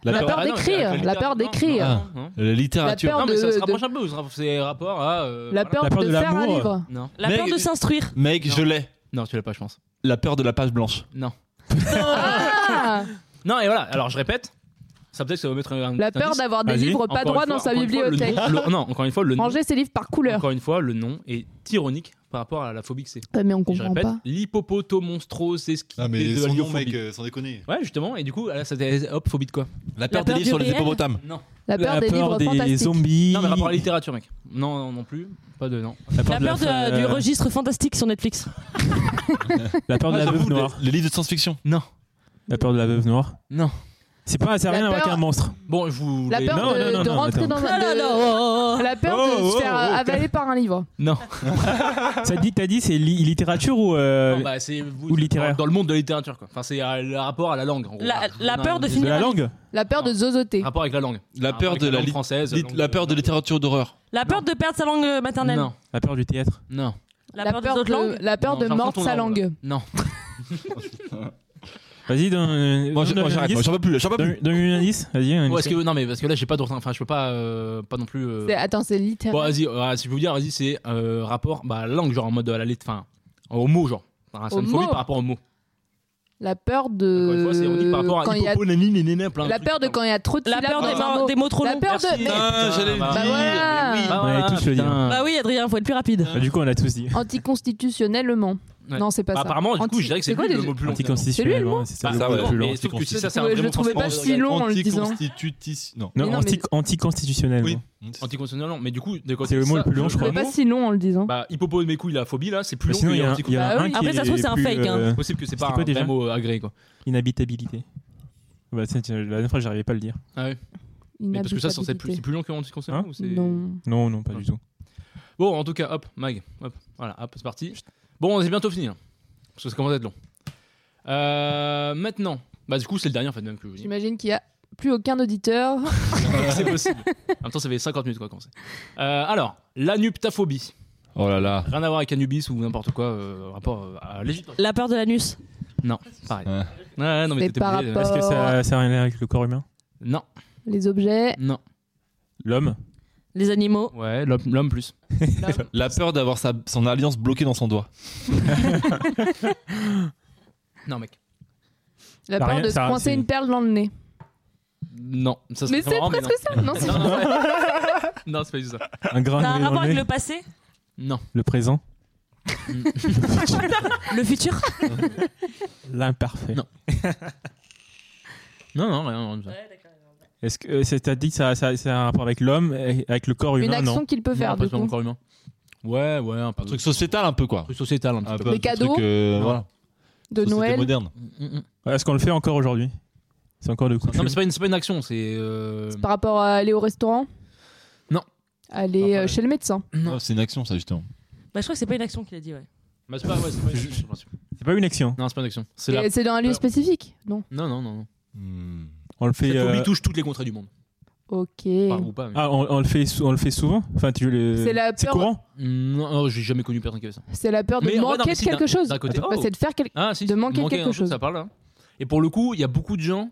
[SPEAKER 3] La,
[SPEAKER 2] La
[SPEAKER 3] peur,
[SPEAKER 2] peur
[SPEAKER 1] Ah non,
[SPEAKER 2] d'écrire,
[SPEAKER 1] mais
[SPEAKER 2] la peur d'écrire.
[SPEAKER 1] non, non, non.
[SPEAKER 3] la littérature.
[SPEAKER 2] La
[SPEAKER 1] Non, mais ça se
[SPEAKER 2] de-
[SPEAKER 1] rapproche un peu, ça- c'est rapport à. euh,
[SPEAKER 2] La
[SPEAKER 1] voilà.
[SPEAKER 2] peur,
[SPEAKER 5] La peur
[SPEAKER 2] de,
[SPEAKER 5] de
[SPEAKER 2] faire un
[SPEAKER 5] l'amour.
[SPEAKER 2] livre.
[SPEAKER 1] Non,
[SPEAKER 4] La
[SPEAKER 3] Mais-
[SPEAKER 4] peur de s'instruire
[SPEAKER 3] Mec,
[SPEAKER 1] Non.
[SPEAKER 3] je l'ai.
[SPEAKER 1] non, tu l'as pas, je pense.
[SPEAKER 3] La peur de la page blanche.
[SPEAKER 1] Non.
[SPEAKER 2] Ah
[SPEAKER 1] Non, et voilà, alors je répète, ça peut-être que ça va mettre un.
[SPEAKER 2] la
[SPEAKER 1] petit
[SPEAKER 2] peur
[SPEAKER 1] indice.
[SPEAKER 2] d'avoir des
[SPEAKER 5] Vas-y.
[SPEAKER 2] livres pas
[SPEAKER 1] Encore
[SPEAKER 2] droits
[SPEAKER 1] une
[SPEAKER 2] dans
[SPEAKER 1] fois-
[SPEAKER 2] sa
[SPEAKER 1] encore une fois, le
[SPEAKER 2] bibliothèque.
[SPEAKER 1] nom- le- non, encore une fois, le nom.
[SPEAKER 2] Ranger ses livres par couleur.
[SPEAKER 1] Encore une fois, le nom est ironique par rapport à la phobie que c'est.
[SPEAKER 2] Ouais, Ah, mais on
[SPEAKER 1] Et Je
[SPEAKER 2] comprend
[SPEAKER 1] répète,
[SPEAKER 2] pas.
[SPEAKER 1] l'hippopotomonstro, c'est ce qui
[SPEAKER 7] Non,
[SPEAKER 1] est
[SPEAKER 7] Ah, mais
[SPEAKER 1] de la
[SPEAKER 7] son nom,
[SPEAKER 1] lyophobie.
[SPEAKER 7] mec, euh, sans déconner.
[SPEAKER 1] Ouais, justement, et du coup, là, ça t'est- hop, phobie de quoi
[SPEAKER 7] La peur
[SPEAKER 4] peur
[SPEAKER 7] des
[SPEAKER 4] du
[SPEAKER 7] livres sur les
[SPEAKER 4] réel.
[SPEAKER 7] hippopotames.
[SPEAKER 1] Non.
[SPEAKER 2] La peur des livres
[SPEAKER 5] des
[SPEAKER 2] fantastiques.
[SPEAKER 5] zombies.
[SPEAKER 1] Non, mais rapport à la littérature, mec. Non, non, non plus. Pas de non.
[SPEAKER 4] La peur de- du
[SPEAKER 5] euh,
[SPEAKER 4] registre fantastique sur Netflix
[SPEAKER 5] La peur de la veuve noire.
[SPEAKER 3] Ah, Les livres de science-fiction.
[SPEAKER 1] Non.
[SPEAKER 5] La peur de la veuve noire.
[SPEAKER 1] Non.
[SPEAKER 5] C'est pas, ça n'a
[SPEAKER 2] La
[SPEAKER 5] rien à voir
[SPEAKER 2] peur-
[SPEAKER 5] avec un monstre.
[SPEAKER 1] Bon, je vous.
[SPEAKER 2] La
[SPEAKER 1] les-
[SPEAKER 2] peur
[SPEAKER 5] Non,
[SPEAKER 2] de,
[SPEAKER 5] non, non,
[SPEAKER 2] de
[SPEAKER 5] non,
[SPEAKER 2] rentrer
[SPEAKER 5] attends.
[SPEAKER 2] dans un. de-
[SPEAKER 4] Oh,
[SPEAKER 2] La peur de
[SPEAKER 5] Oh,
[SPEAKER 2] se
[SPEAKER 5] oh,
[SPEAKER 2] faire
[SPEAKER 5] oh,
[SPEAKER 2] euh,
[SPEAKER 5] oh,
[SPEAKER 2] avaler par un livre.
[SPEAKER 1] Non.
[SPEAKER 5] Ça dit, t'as dit, c'est li- littérature ou euh,
[SPEAKER 1] Non, bah, c'est vous-
[SPEAKER 5] Ou littéraire.
[SPEAKER 1] Dans le monde de la littérature, quoi. Enfin, c'est euh, le rapport à la langue. en gros.
[SPEAKER 4] La-
[SPEAKER 1] Ah,
[SPEAKER 4] la
[SPEAKER 1] non,
[SPEAKER 4] peur
[SPEAKER 1] non,
[SPEAKER 4] de
[SPEAKER 1] désolé.
[SPEAKER 5] de la langue
[SPEAKER 2] La peur de zozoter.
[SPEAKER 1] Rapport avec la langue.
[SPEAKER 3] La
[SPEAKER 1] Rapport
[SPEAKER 3] peur
[SPEAKER 1] avec
[SPEAKER 3] de la
[SPEAKER 1] langue
[SPEAKER 3] lit-
[SPEAKER 1] française.
[SPEAKER 3] Lit-
[SPEAKER 1] langue
[SPEAKER 3] La peur de littérature d'horreur.
[SPEAKER 4] La peur de perdre sa langue maternelle
[SPEAKER 1] Non,
[SPEAKER 5] La peur du théâtre.
[SPEAKER 1] non.
[SPEAKER 4] La, peur, des autres
[SPEAKER 2] de-
[SPEAKER 4] langues
[SPEAKER 2] La peur
[SPEAKER 1] Non,
[SPEAKER 2] de
[SPEAKER 1] j'ai l'impression
[SPEAKER 2] mordre
[SPEAKER 1] qu'on
[SPEAKER 2] sa
[SPEAKER 1] est en-
[SPEAKER 2] langue.
[SPEAKER 1] Non.
[SPEAKER 5] Vas-y, donne.
[SPEAKER 3] Moi, je- moi, j'arrête. Moi, j'en peux plus. là, J'en peux plus.
[SPEAKER 5] Donne un indice. Vas-y, un
[SPEAKER 1] Ouais, parce
[SPEAKER 5] indice.
[SPEAKER 1] que, non, mais parce que là, j'ai pas de. Enfin, je peux pas, euh, pas non plus. euh,
[SPEAKER 2] C'est- Attends, c'est
[SPEAKER 1] Bon,
[SPEAKER 2] littéraire.
[SPEAKER 1] vas-y, euh, si je peux vous dire, vas-y, c'est euh, rapport bah, à la langue, genre en mode à la lettre, enfin, au mot, genre. Enfin, c'est
[SPEAKER 2] Au
[SPEAKER 1] une phobie
[SPEAKER 2] mot.
[SPEAKER 1] par rapport au mot.
[SPEAKER 2] La peur
[SPEAKER 1] Encore une
[SPEAKER 2] de.
[SPEAKER 1] fois, c'est ironique par rapport
[SPEAKER 2] quand
[SPEAKER 1] à
[SPEAKER 2] il y a-
[SPEAKER 1] hippopo, nani, nénéné, plein de
[SPEAKER 2] La
[SPEAKER 1] trucs.
[SPEAKER 2] peur de quand il y a trop de
[SPEAKER 4] La
[SPEAKER 2] syllabes
[SPEAKER 4] peur des,
[SPEAKER 2] dans un
[SPEAKER 4] mar-
[SPEAKER 2] mot.
[SPEAKER 4] des mots trop
[SPEAKER 2] La
[SPEAKER 4] longs
[SPEAKER 2] peur de.
[SPEAKER 1] Merci.
[SPEAKER 2] mais-
[SPEAKER 1] Putain,
[SPEAKER 3] Ah, j'allais le
[SPEAKER 1] bah
[SPEAKER 3] dire.
[SPEAKER 2] voilà.
[SPEAKER 3] mais oui.
[SPEAKER 1] Bah,
[SPEAKER 5] On allait tous le dire.
[SPEAKER 1] putain.
[SPEAKER 4] Bah oui Adrien faut être plus rapide
[SPEAKER 5] Ah, Du coup, on l'a tous dit.
[SPEAKER 2] Anticonstitutionnellement.
[SPEAKER 1] Ouais.
[SPEAKER 2] Non, c'est pas
[SPEAKER 1] Bah,
[SPEAKER 2] ça.
[SPEAKER 1] apparemment, du coup,
[SPEAKER 2] Anti-
[SPEAKER 1] je dirais que c'est
[SPEAKER 2] quoi
[SPEAKER 1] lui le
[SPEAKER 2] déjà
[SPEAKER 1] mot le plus long.
[SPEAKER 2] C'est lui, le
[SPEAKER 5] Anticonstitutionnellement. C'est ça
[SPEAKER 1] Bah,
[SPEAKER 5] le
[SPEAKER 3] ça,
[SPEAKER 5] mot
[SPEAKER 3] ouais.
[SPEAKER 5] le plus long.
[SPEAKER 1] Mais sauf que si ça, c'est un
[SPEAKER 2] Ouais, je
[SPEAKER 1] vrai
[SPEAKER 2] le
[SPEAKER 1] mot
[SPEAKER 2] trouvais pas
[SPEAKER 1] français.
[SPEAKER 2] si long en le disant.
[SPEAKER 3] Anticonstitutitis- Non.
[SPEAKER 2] Mais
[SPEAKER 5] Non,
[SPEAKER 2] non,
[SPEAKER 5] anti-
[SPEAKER 2] mais-
[SPEAKER 5] anticonstitutionnel.
[SPEAKER 7] Oui.
[SPEAKER 5] non.
[SPEAKER 1] Anticonstitutionnel, non. Mais du coup, de quoi
[SPEAKER 5] C'est le mot
[SPEAKER 1] ça,
[SPEAKER 5] le plus long, je
[SPEAKER 2] Je
[SPEAKER 5] crois.
[SPEAKER 2] trouvais pas si long en le disant.
[SPEAKER 1] Bah, hippopo de mes couilles, la phobie, là, c'est plus
[SPEAKER 5] Mais
[SPEAKER 1] long
[SPEAKER 5] sinon,
[SPEAKER 1] que
[SPEAKER 5] il y a un- il y
[SPEAKER 1] anticonstitutionnel.
[SPEAKER 5] a
[SPEAKER 2] Bah
[SPEAKER 5] un
[SPEAKER 2] oui.
[SPEAKER 5] qui
[SPEAKER 4] Après, ça se trouve,
[SPEAKER 5] est
[SPEAKER 4] c'est un
[SPEAKER 5] plus,
[SPEAKER 4] fake, hein.
[SPEAKER 5] euh,
[SPEAKER 1] Possible que c'est
[SPEAKER 5] C'était
[SPEAKER 1] pas
[SPEAKER 5] quoi
[SPEAKER 1] un
[SPEAKER 5] déjà
[SPEAKER 1] vrai mot agréé, quoi.
[SPEAKER 5] Inhabitabilité. Bah, tiens, tiens, la dernière fois, j'arrivais pas à le dire.
[SPEAKER 1] Mais parce que ça, c'est plus, c'est
[SPEAKER 2] Inhabitabilité.
[SPEAKER 1] plus long que anticonstitutionnel
[SPEAKER 5] Hein
[SPEAKER 1] ou c'est-
[SPEAKER 2] Non.
[SPEAKER 5] Non, non, pas du tout.
[SPEAKER 1] Bon, en tout cas, hop, Mag, hop, voilà, hop, c'est parti. Bon, c'est bientôt fini, là, parce que ça commence à être long. Euh, maintenant, bah du coup, c'est le dernier en fait même que je vous dis.
[SPEAKER 2] J'imagine qu'il y a plus aucun auditeur.
[SPEAKER 1] c'est possible. En même temps, ça fait 50 minutes quoi, quand c'est. Euh, alors, l'anuptaphobie,
[SPEAKER 3] Oh là là.
[SPEAKER 1] rien à voir avec Anubis ou n'importe quoi, euh, rapport euh, à l'Égypte.
[SPEAKER 4] La peur de l'anus
[SPEAKER 1] Pareil.
[SPEAKER 3] Ouais.
[SPEAKER 1] Ouais, non, mais
[SPEAKER 2] C'est
[SPEAKER 1] t'étais
[SPEAKER 2] par
[SPEAKER 1] obligé de-
[SPEAKER 2] rapport-
[SPEAKER 5] Est-ce que ça ça a rien à voir avec le corps humain
[SPEAKER 1] Non,
[SPEAKER 2] Les objets.
[SPEAKER 1] non.
[SPEAKER 5] L'homme
[SPEAKER 4] Les animaux
[SPEAKER 1] Ouais, l'homme l'homme plus.
[SPEAKER 3] La peur d'avoir sa- son alliance bloquée dans son doigt.
[SPEAKER 1] Non, mec.
[SPEAKER 2] La
[SPEAKER 5] Ça
[SPEAKER 2] peur
[SPEAKER 5] rien-
[SPEAKER 2] de se
[SPEAKER 5] ça-
[SPEAKER 2] coincer
[SPEAKER 5] c'est-
[SPEAKER 2] une perle dans le nez.
[SPEAKER 1] Non, ça
[SPEAKER 2] Mais
[SPEAKER 1] serait
[SPEAKER 2] c'est
[SPEAKER 1] marrant,
[SPEAKER 2] presque ça. Non,
[SPEAKER 1] mais
[SPEAKER 2] c'est
[SPEAKER 1] non. Non, non, ouais. Non, c'est pas juste ça.
[SPEAKER 5] Un grain
[SPEAKER 3] Ah,
[SPEAKER 4] T'as
[SPEAKER 5] de
[SPEAKER 4] un
[SPEAKER 5] blé dans
[SPEAKER 4] rapport
[SPEAKER 5] le
[SPEAKER 4] avec
[SPEAKER 5] nez
[SPEAKER 4] le passé
[SPEAKER 1] Non,
[SPEAKER 5] Le présent
[SPEAKER 4] Le futur
[SPEAKER 5] L'imparfait.
[SPEAKER 1] Non. non, non, rien, rien de ça.
[SPEAKER 5] Est-ce que euh, c'est- t'as dit que ça, ça, ça a un rapport avec l'homme, et avec le corps
[SPEAKER 2] une
[SPEAKER 5] humain
[SPEAKER 2] action
[SPEAKER 5] Non.
[SPEAKER 2] qu'il peut
[SPEAKER 1] Non,
[SPEAKER 2] faire.
[SPEAKER 1] pas
[SPEAKER 2] Du
[SPEAKER 1] sur mon
[SPEAKER 2] coup.
[SPEAKER 1] corps humain. Ouais, ouais, un peu.
[SPEAKER 3] Un truc sociétal un peu quoi.
[SPEAKER 1] truc sociétal un petit
[SPEAKER 5] Ah,
[SPEAKER 3] Un
[SPEAKER 1] peu.
[SPEAKER 3] peu
[SPEAKER 2] Les
[SPEAKER 3] un
[SPEAKER 2] cadeaux.
[SPEAKER 3] truc, euh,
[SPEAKER 1] Non.
[SPEAKER 3] voilà.
[SPEAKER 2] De
[SPEAKER 3] Société
[SPEAKER 2] Noël.
[SPEAKER 3] moderne.
[SPEAKER 1] Mm, mm.
[SPEAKER 5] Ouais, Est-ce qu'on le fait encore aujourd'hui C'est encore de coutume.
[SPEAKER 1] Non, mais c'est pas, une- c'est pas une action, c'est. euh,
[SPEAKER 2] Par rapport à aller au restaurant
[SPEAKER 1] Non.
[SPEAKER 2] Aller
[SPEAKER 1] Pas
[SPEAKER 2] euh, chez le médecin.
[SPEAKER 1] Non.
[SPEAKER 3] Oh, C'est une action ça justement.
[SPEAKER 4] Bah je crois que c'est pas une action qu'il a dit ouais
[SPEAKER 1] Bah, c'est pas, ouais, c'est pas une action, je pense.
[SPEAKER 5] C'est pas une action.
[SPEAKER 1] Non, c'est pas une action. C'est la...
[SPEAKER 2] Et C'est dans un lieu
[SPEAKER 1] peur.
[SPEAKER 2] spécifique Non.
[SPEAKER 1] Non, non, non. non.
[SPEAKER 3] Hmm.
[SPEAKER 5] On le fait.
[SPEAKER 1] Cette phobie
[SPEAKER 5] euh,
[SPEAKER 1] touche toutes les contrées du monde.
[SPEAKER 2] Ok.
[SPEAKER 1] Enfin, ou pas, mais-
[SPEAKER 5] Ah, on, on le fait, sou- on le fait souvent. Enfin, tu le.
[SPEAKER 2] C'est la peur-
[SPEAKER 5] courant.
[SPEAKER 1] Non, non, j'ai jamais connu personne qui avait ça.
[SPEAKER 2] C'est la peur de
[SPEAKER 1] Mais en vrai, non,
[SPEAKER 2] manquer
[SPEAKER 1] mais
[SPEAKER 2] de
[SPEAKER 1] si,
[SPEAKER 2] quelque
[SPEAKER 1] d'un-
[SPEAKER 2] chose.
[SPEAKER 1] d'un côté-
[SPEAKER 2] Bah,
[SPEAKER 1] Oh.
[SPEAKER 2] C'est de faire quelque
[SPEAKER 1] Ah, si, si,
[SPEAKER 2] De manquer
[SPEAKER 1] manquer
[SPEAKER 2] quelque
[SPEAKER 1] un truc,
[SPEAKER 2] chose.
[SPEAKER 1] Ça parle là. Et pour le coup, il y a beaucoup de gens,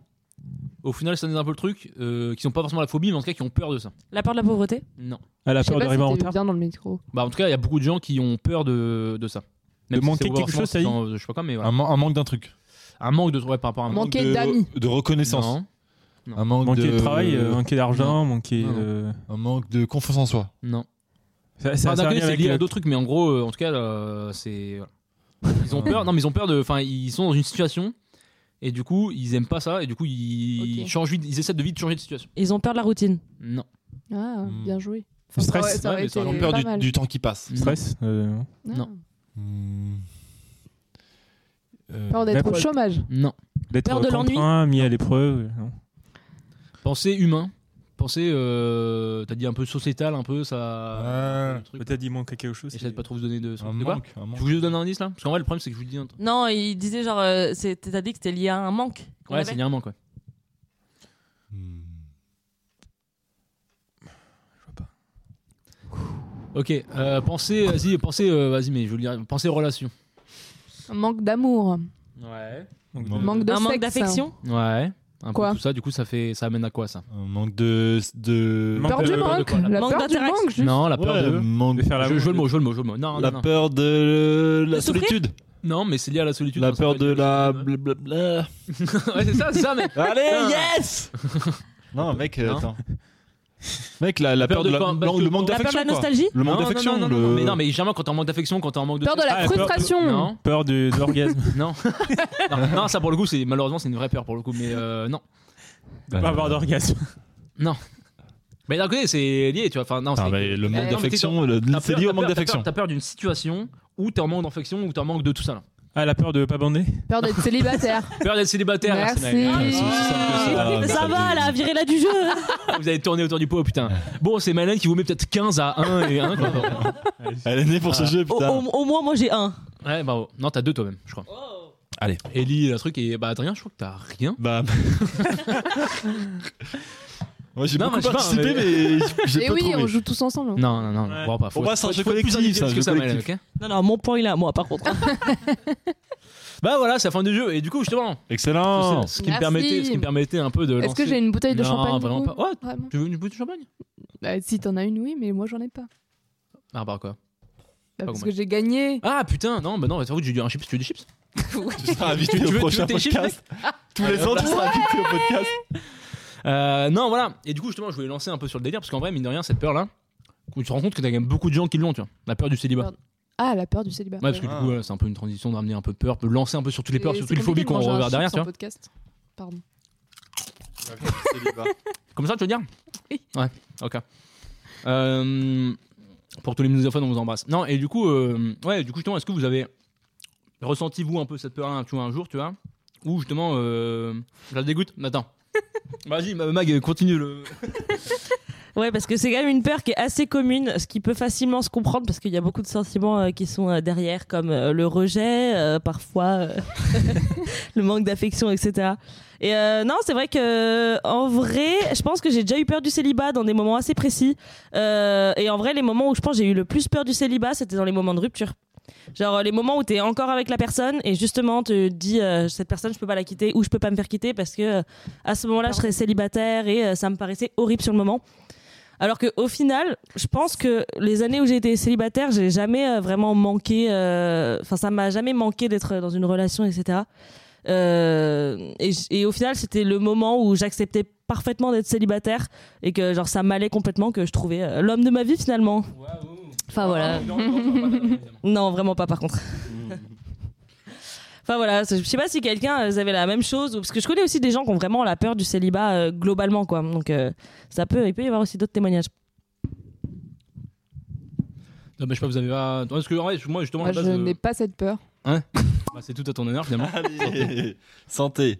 [SPEAKER 1] au final, ça donne un peu le truc, euh, qui sont pas forcément la phobie, mais en tout cas qui ont peur de ça.
[SPEAKER 4] La peur de la pauvreté
[SPEAKER 1] Non.
[SPEAKER 5] À la
[SPEAKER 2] Je sais
[SPEAKER 5] peur
[SPEAKER 2] pas si
[SPEAKER 5] d'arriver en
[SPEAKER 2] t'es
[SPEAKER 5] retard.
[SPEAKER 2] bien dans le micro.
[SPEAKER 1] Bah, en tout cas, il y a beaucoup de gens qui ont peur de, de ça.
[SPEAKER 5] De manquer
[SPEAKER 1] c'est
[SPEAKER 5] quelque
[SPEAKER 1] forcément
[SPEAKER 5] chose, ça y est. Ah.
[SPEAKER 1] dans- Je sais pas quoi, mais voilà.
[SPEAKER 3] Un, man- un manque d'un truc.
[SPEAKER 1] Un manque de. Ouais, par rapport à un
[SPEAKER 2] Manque Bah. Manquer
[SPEAKER 3] de-
[SPEAKER 2] d'amis.
[SPEAKER 3] De reconnaissance.
[SPEAKER 1] Non,
[SPEAKER 3] Un manque
[SPEAKER 5] Manquer de,
[SPEAKER 3] de
[SPEAKER 5] travail, euh, manquer d'argent, manquer.
[SPEAKER 1] Non, non.
[SPEAKER 5] euh,
[SPEAKER 3] Un manque de confiance en soi.
[SPEAKER 1] non.
[SPEAKER 5] Ça, ça,
[SPEAKER 1] Enfin, d'un
[SPEAKER 5] ça a un
[SPEAKER 1] côté,
[SPEAKER 5] lien
[SPEAKER 1] c'est
[SPEAKER 5] avec
[SPEAKER 1] lié à
[SPEAKER 5] le-
[SPEAKER 1] d'autres trucs, mais en gros, euh, en tout cas, euh, c'est. voilà. Ils ont
[SPEAKER 5] Ah.
[SPEAKER 1] peur. Non, mais ils ont peur de. Enfin, ils sont dans une situation et du coup, ils aiment pas ça et du coup, ils
[SPEAKER 2] Ok.
[SPEAKER 1] changent vite. Ils essaient de vite changer de situation.
[SPEAKER 4] Ils ont peur de la routine
[SPEAKER 1] Non.
[SPEAKER 2] Ah,
[SPEAKER 3] Hmm.
[SPEAKER 2] bien joué.
[SPEAKER 5] Le
[SPEAKER 2] Ça
[SPEAKER 5] stress.
[SPEAKER 2] aurait- ça
[SPEAKER 1] ouais,
[SPEAKER 2] aurait
[SPEAKER 1] mais ça,
[SPEAKER 2] été
[SPEAKER 1] j'en ai
[SPEAKER 3] Peur
[SPEAKER 2] pas
[SPEAKER 3] du,
[SPEAKER 2] mal.
[SPEAKER 3] du temps qui passe.
[SPEAKER 5] Stress. euh,
[SPEAKER 2] Ah.
[SPEAKER 1] Non.
[SPEAKER 3] Hmm. Euh,
[SPEAKER 2] Peur
[SPEAKER 5] La
[SPEAKER 2] d'être au
[SPEAKER 5] peur-
[SPEAKER 2] chômage.
[SPEAKER 1] Non.
[SPEAKER 5] D'être
[SPEAKER 4] Peur de l'ennui
[SPEAKER 5] contraint, mis à l'épreuve. non.
[SPEAKER 1] Pensée humain. pensée, euh, t'as dit un peu sociétale, un peu ça.
[SPEAKER 3] Ouais.
[SPEAKER 1] le truc.
[SPEAKER 5] Ah, Peut-être il manque quelque chose.
[SPEAKER 1] J'essaie de
[SPEAKER 5] c'est-
[SPEAKER 1] pas trop vous donner de.
[SPEAKER 3] Un
[SPEAKER 1] de quoi
[SPEAKER 3] manque, un
[SPEAKER 1] Je
[SPEAKER 3] manque.
[SPEAKER 1] vous donne un indice là Parce qu'en vrai, le problème, c'est que je vous dis un truc.
[SPEAKER 4] Non, il disait genre, euh, c'est- t'as dit que c'était lié à un manque. qu'on
[SPEAKER 1] Ouais,
[SPEAKER 4] avait.
[SPEAKER 1] c'est lié à un manque, ouais.
[SPEAKER 3] Hmm.
[SPEAKER 1] Ok, euh, pensez, vas-y, pensez, euh, vas-y, mais je veux le dire, pensez relation.
[SPEAKER 2] Un manque d'amour.
[SPEAKER 1] Ouais.
[SPEAKER 5] Donc,
[SPEAKER 3] Non.
[SPEAKER 5] euh,
[SPEAKER 2] Manque de
[SPEAKER 4] un manque
[SPEAKER 2] sexe.
[SPEAKER 4] d'affection.
[SPEAKER 1] Ouais. Un
[SPEAKER 2] Quoi
[SPEAKER 1] peu tout ça, du coup, ça fait, ça amène à quoi ça
[SPEAKER 3] Un manque de. de...
[SPEAKER 5] Manque
[SPEAKER 2] Peur du
[SPEAKER 1] peur
[SPEAKER 5] de-
[SPEAKER 1] de
[SPEAKER 2] manque.
[SPEAKER 1] quoi, là
[SPEAKER 2] La
[SPEAKER 4] Manque
[SPEAKER 2] peur du
[SPEAKER 4] d'interaction.
[SPEAKER 2] manque, juste.
[SPEAKER 1] Non, la
[SPEAKER 3] Ouais,
[SPEAKER 1] peur de.
[SPEAKER 3] manque-
[SPEAKER 5] de faire la
[SPEAKER 1] Je, je veux le mot, je veux le mot, je veux le mot. Non,
[SPEAKER 3] La
[SPEAKER 1] non, non.
[SPEAKER 3] peur de la
[SPEAKER 4] De souffrir
[SPEAKER 3] solitude.
[SPEAKER 1] Non, mais c'est lié à la solitude.
[SPEAKER 3] La
[SPEAKER 1] donc ça
[SPEAKER 3] peur
[SPEAKER 1] peut
[SPEAKER 3] de
[SPEAKER 1] être-
[SPEAKER 3] la. blablabla.
[SPEAKER 1] ouais, c'est ça, c'est ça, mais.
[SPEAKER 3] Allez,
[SPEAKER 1] Putain.
[SPEAKER 4] Ah.
[SPEAKER 3] yes Non, mec, euh,
[SPEAKER 1] Non.
[SPEAKER 3] attends. Mec, la, la
[SPEAKER 1] peur
[SPEAKER 3] peur
[SPEAKER 1] de
[SPEAKER 3] de la-
[SPEAKER 1] pas- parce
[SPEAKER 3] le
[SPEAKER 1] que-
[SPEAKER 3] manque
[SPEAKER 4] La peur de
[SPEAKER 3] d'affection.
[SPEAKER 4] la
[SPEAKER 3] quoi.
[SPEAKER 4] nostalgie.
[SPEAKER 3] Le manque
[SPEAKER 1] Non, non,
[SPEAKER 3] d'affection.
[SPEAKER 1] non, non, non,
[SPEAKER 3] le-
[SPEAKER 1] mais non, mais jamais quand t'es en manque d'affection, quand t'es en manque de.
[SPEAKER 2] Peur de
[SPEAKER 5] Ah,
[SPEAKER 2] la
[SPEAKER 5] la peur de-
[SPEAKER 2] frustration.
[SPEAKER 1] Non.
[SPEAKER 5] Peur de, de l'orgasme.
[SPEAKER 1] Non. non, non, ça pour le coup, c'est malheureusement c'est une vraie peur pour le coup, mais euh, non.
[SPEAKER 5] de pas avoir d'orgasme.
[SPEAKER 1] Mais d'un côté, c'est lié, tu vois. Enfin, non,
[SPEAKER 3] Ah,
[SPEAKER 1] c'est-
[SPEAKER 3] mais le
[SPEAKER 1] Non, mais
[SPEAKER 3] manque
[SPEAKER 1] t'es
[SPEAKER 3] d'affection, le-
[SPEAKER 1] t'as
[SPEAKER 3] c'est
[SPEAKER 1] peur-
[SPEAKER 3] lié
[SPEAKER 1] t'as peur-
[SPEAKER 3] au manque
[SPEAKER 1] t'as peur-
[SPEAKER 3] d'affection.
[SPEAKER 1] T'as peur d'une situation où t'es en manque d'affection, où t'es en manque de tout ça. Là.
[SPEAKER 5] Ah, la peur de pas bander
[SPEAKER 2] Peur d'être célibataire.
[SPEAKER 1] Peur d'être célibataire. là, c'est
[SPEAKER 2] Merci.
[SPEAKER 1] mal.
[SPEAKER 3] Ouais, c'est aussi simple que ça.
[SPEAKER 4] Ah,
[SPEAKER 3] Ah,
[SPEAKER 4] ça
[SPEAKER 3] mais-
[SPEAKER 4] va, là, virer là du jeu.
[SPEAKER 1] Ah, Vous avez tourné autour du pot, putain. Bon, c'est Malène qui vous met peut-être 15 à 1 et 1. Quoi.
[SPEAKER 3] Elle est née pour ce jeu,
[SPEAKER 4] au,
[SPEAKER 3] putain.
[SPEAKER 4] au- au moins, moi, j'ai un.
[SPEAKER 1] Ouais, bravo. Non, t'as deux toi-même, je crois.
[SPEAKER 3] Allez.
[SPEAKER 1] Ellie, le truc, et bah Adrien, je crois que t'as rien.
[SPEAKER 3] Bah. Moi j'ai
[SPEAKER 1] Non,
[SPEAKER 3] beaucoup
[SPEAKER 1] mais je sais pas,
[SPEAKER 3] participé, mais j'ai
[SPEAKER 2] Et
[SPEAKER 3] pas
[SPEAKER 2] oui, on
[SPEAKER 3] trouvé.
[SPEAKER 2] joue tous ensemble. hein.
[SPEAKER 1] Non, non, non,
[SPEAKER 5] Ouais.
[SPEAKER 1] vraiment pas. Faut
[SPEAKER 3] On passe un
[SPEAKER 1] faut-
[SPEAKER 3] jeu
[SPEAKER 1] faut être plus
[SPEAKER 3] collectif,
[SPEAKER 1] individualiste
[SPEAKER 3] c'est un
[SPEAKER 1] que
[SPEAKER 3] jeu
[SPEAKER 1] ça, Malène,
[SPEAKER 3] collectif.
[SPEAKER 1] ok
[SPEAKER 4] Non, non, mon point, il est à moi, par contre.
[SPEAKER 1] Bah voilà, c'est la fin du jeu. Et du coup, justement,
[SPEAKER 3] Excellent.
[SPEAKER 1] c'est- ce qui me
[SPEAKER 2] Merci.
[SPEAKER 1] permettait, ce qui me permettait un peu de.
[SPEAKER 2] Est-ce que
[SPEAKER 1] lancer-
[SPEAKER 2] j'ai une bouteille de
[SPEAKER 1] Non,
[SPEAKER 2] champagne du
[SPEAKER 1] vraiment
[SPEAKER 2] coup
[SPEAKER 1] pas. Ouais.
[SPEAKER 2] Vraiment.
[SPEAKER 1] Tu veux une bouteille de champagne
[SPEAKER 2] Bah, si t'en as une, oui, mais moi j'en ai pas.
[SPEAKER 1] Ah, bah quoi
[SPEAKER 2] Bah, parce
[SPEAKER 1] compris.
[SPEAKER 2] que j'ai gagné.
[SPEAKER 1] Ah putain, non, bah non, bah, t'as vu, j'ai dû un chips, tu veux des chips
[SPEAKER 3] Tu seras invité
[SPEAKER 1] Tu veux-
[SPEAKER 3] au
[SPEAKER 1] tu veux
[SPEAKER 3] prochain
[SPEAKER 1] tes chiffres,
[SPEAKER 3] podcast. Tous les ans, tu seras invité au podcast.
[SPEAKER 1] Euh, non, voilà. Et du coup, justement, je voulais lancer un peu sur le délire parce qu'en vrai, mine de rien, cette peur-là, tu te rends compte que t'as quand même beaucoup de gens qui l'ont, tu vois. La peur du célibat.
[SPEAKER 2] Peur- Ah, la peur du célibat.
[SPEAKER 1] Ouais, parce que du
[SPEAKER 3] Ah.
[SPEAKER 1] coup, voilà, c'est un peu une transition de ramener un peu de peur, de lancer un peu sur toutes les peurs,
[SPEAKER 2] Et
[SPEAKER 1] sur
[SPEAKER 2] c'est
[SPEAKER 1] toutes les phobies
[SPEAKER 2] compliqué de
[SPEAKER 1] qu'on
[SPEAKER 2] manger un
[SPEAKER 1] regarde derrière,
[SPEAKER 2] chips
[SPEAKER 1] tu
[SPEAKER 2] en
[SPEAKER 1] vois.
[SPEAKER 2] podcast. Pardon.
[SPEAKER 1] Comme ça, tu veux dire
[SPEAKER 2] Oui.
[SPEAKER 1] Ouais, ok. Euh, pour tous les misophones, on vous embrasse. Non, et du coup, euh, ouais, du coup, justement, est-ce que vous avez ressenti, vous, un peu cette peur-là, tu vois, un jour, tu vois Ou justement, euh, je la dégoûte Attends. Vas-y, Ma- Mag, continue le.
[SPEAKER 4] Ouais, parce que c'est quand même une peur qui est assez commune, ce qui peut facilement se comprendre parce qu'il y a beaucoup de sentiments euh, qui sont euh, derrière, comme euh, le rejet, euh, parfois euh, le manque d'affection, etc. Et euh, non, c'est vrai que en vrai, je pense que j'ai déjà eu peur du célibat dans des moments assez précis. Euh, et en vrai, les moments où je pense que j'ai eu le plus peur du célibat, c'était dans les moments de rupture. Genre euh, les moments où t'es encore avec la personne et justement te dis euh, cette personne je peux pas la quitter ou je peux pas me faire quitter parce que euh, à ce moment-là je serais célibataire et euh, ça me paraissait horrible sur le moment. Alors que au final, je pense que les années où j'ai été célibataire, j'ai jamais euh, vraiment manqué. euh, Enfin, ça m'a jamais manqué d'être dans une relation, etc. Euh, et, j- et au final, c'était le moment où j'acceptais parfaitement d'être célibataire et que genre ça m'allait complètement, que je trouvais euh, l'homme de ma vie finalement. Enfin voilà. Non, vraiment pas par contre. Enfin voilà, c'est- je sais pas si quelqu'un euh, avait la même chose, ou- parce que je connais aussi des gens qui ont vraiment la peur du célibat euh, globalement, quoi. Donc euh, ça peut, il peut y avoir aussi d'autres témoignages.
[SPEAKER 1] Non, mais je sais pas, vous avez pas. Non, Parce que, ouais, moi, justement, à
[SPEAKER 2] Moi,
[SPEAKER 1] la
[SPEAKER 2] je
[SPEAKER 1] base, euh,
[SPEAKER 2] n'ai pas cette peur.
[SPEAKER 1] bah, c'est tout à ton honneur, finalement.
[SPEAKER 3] Allez, santé.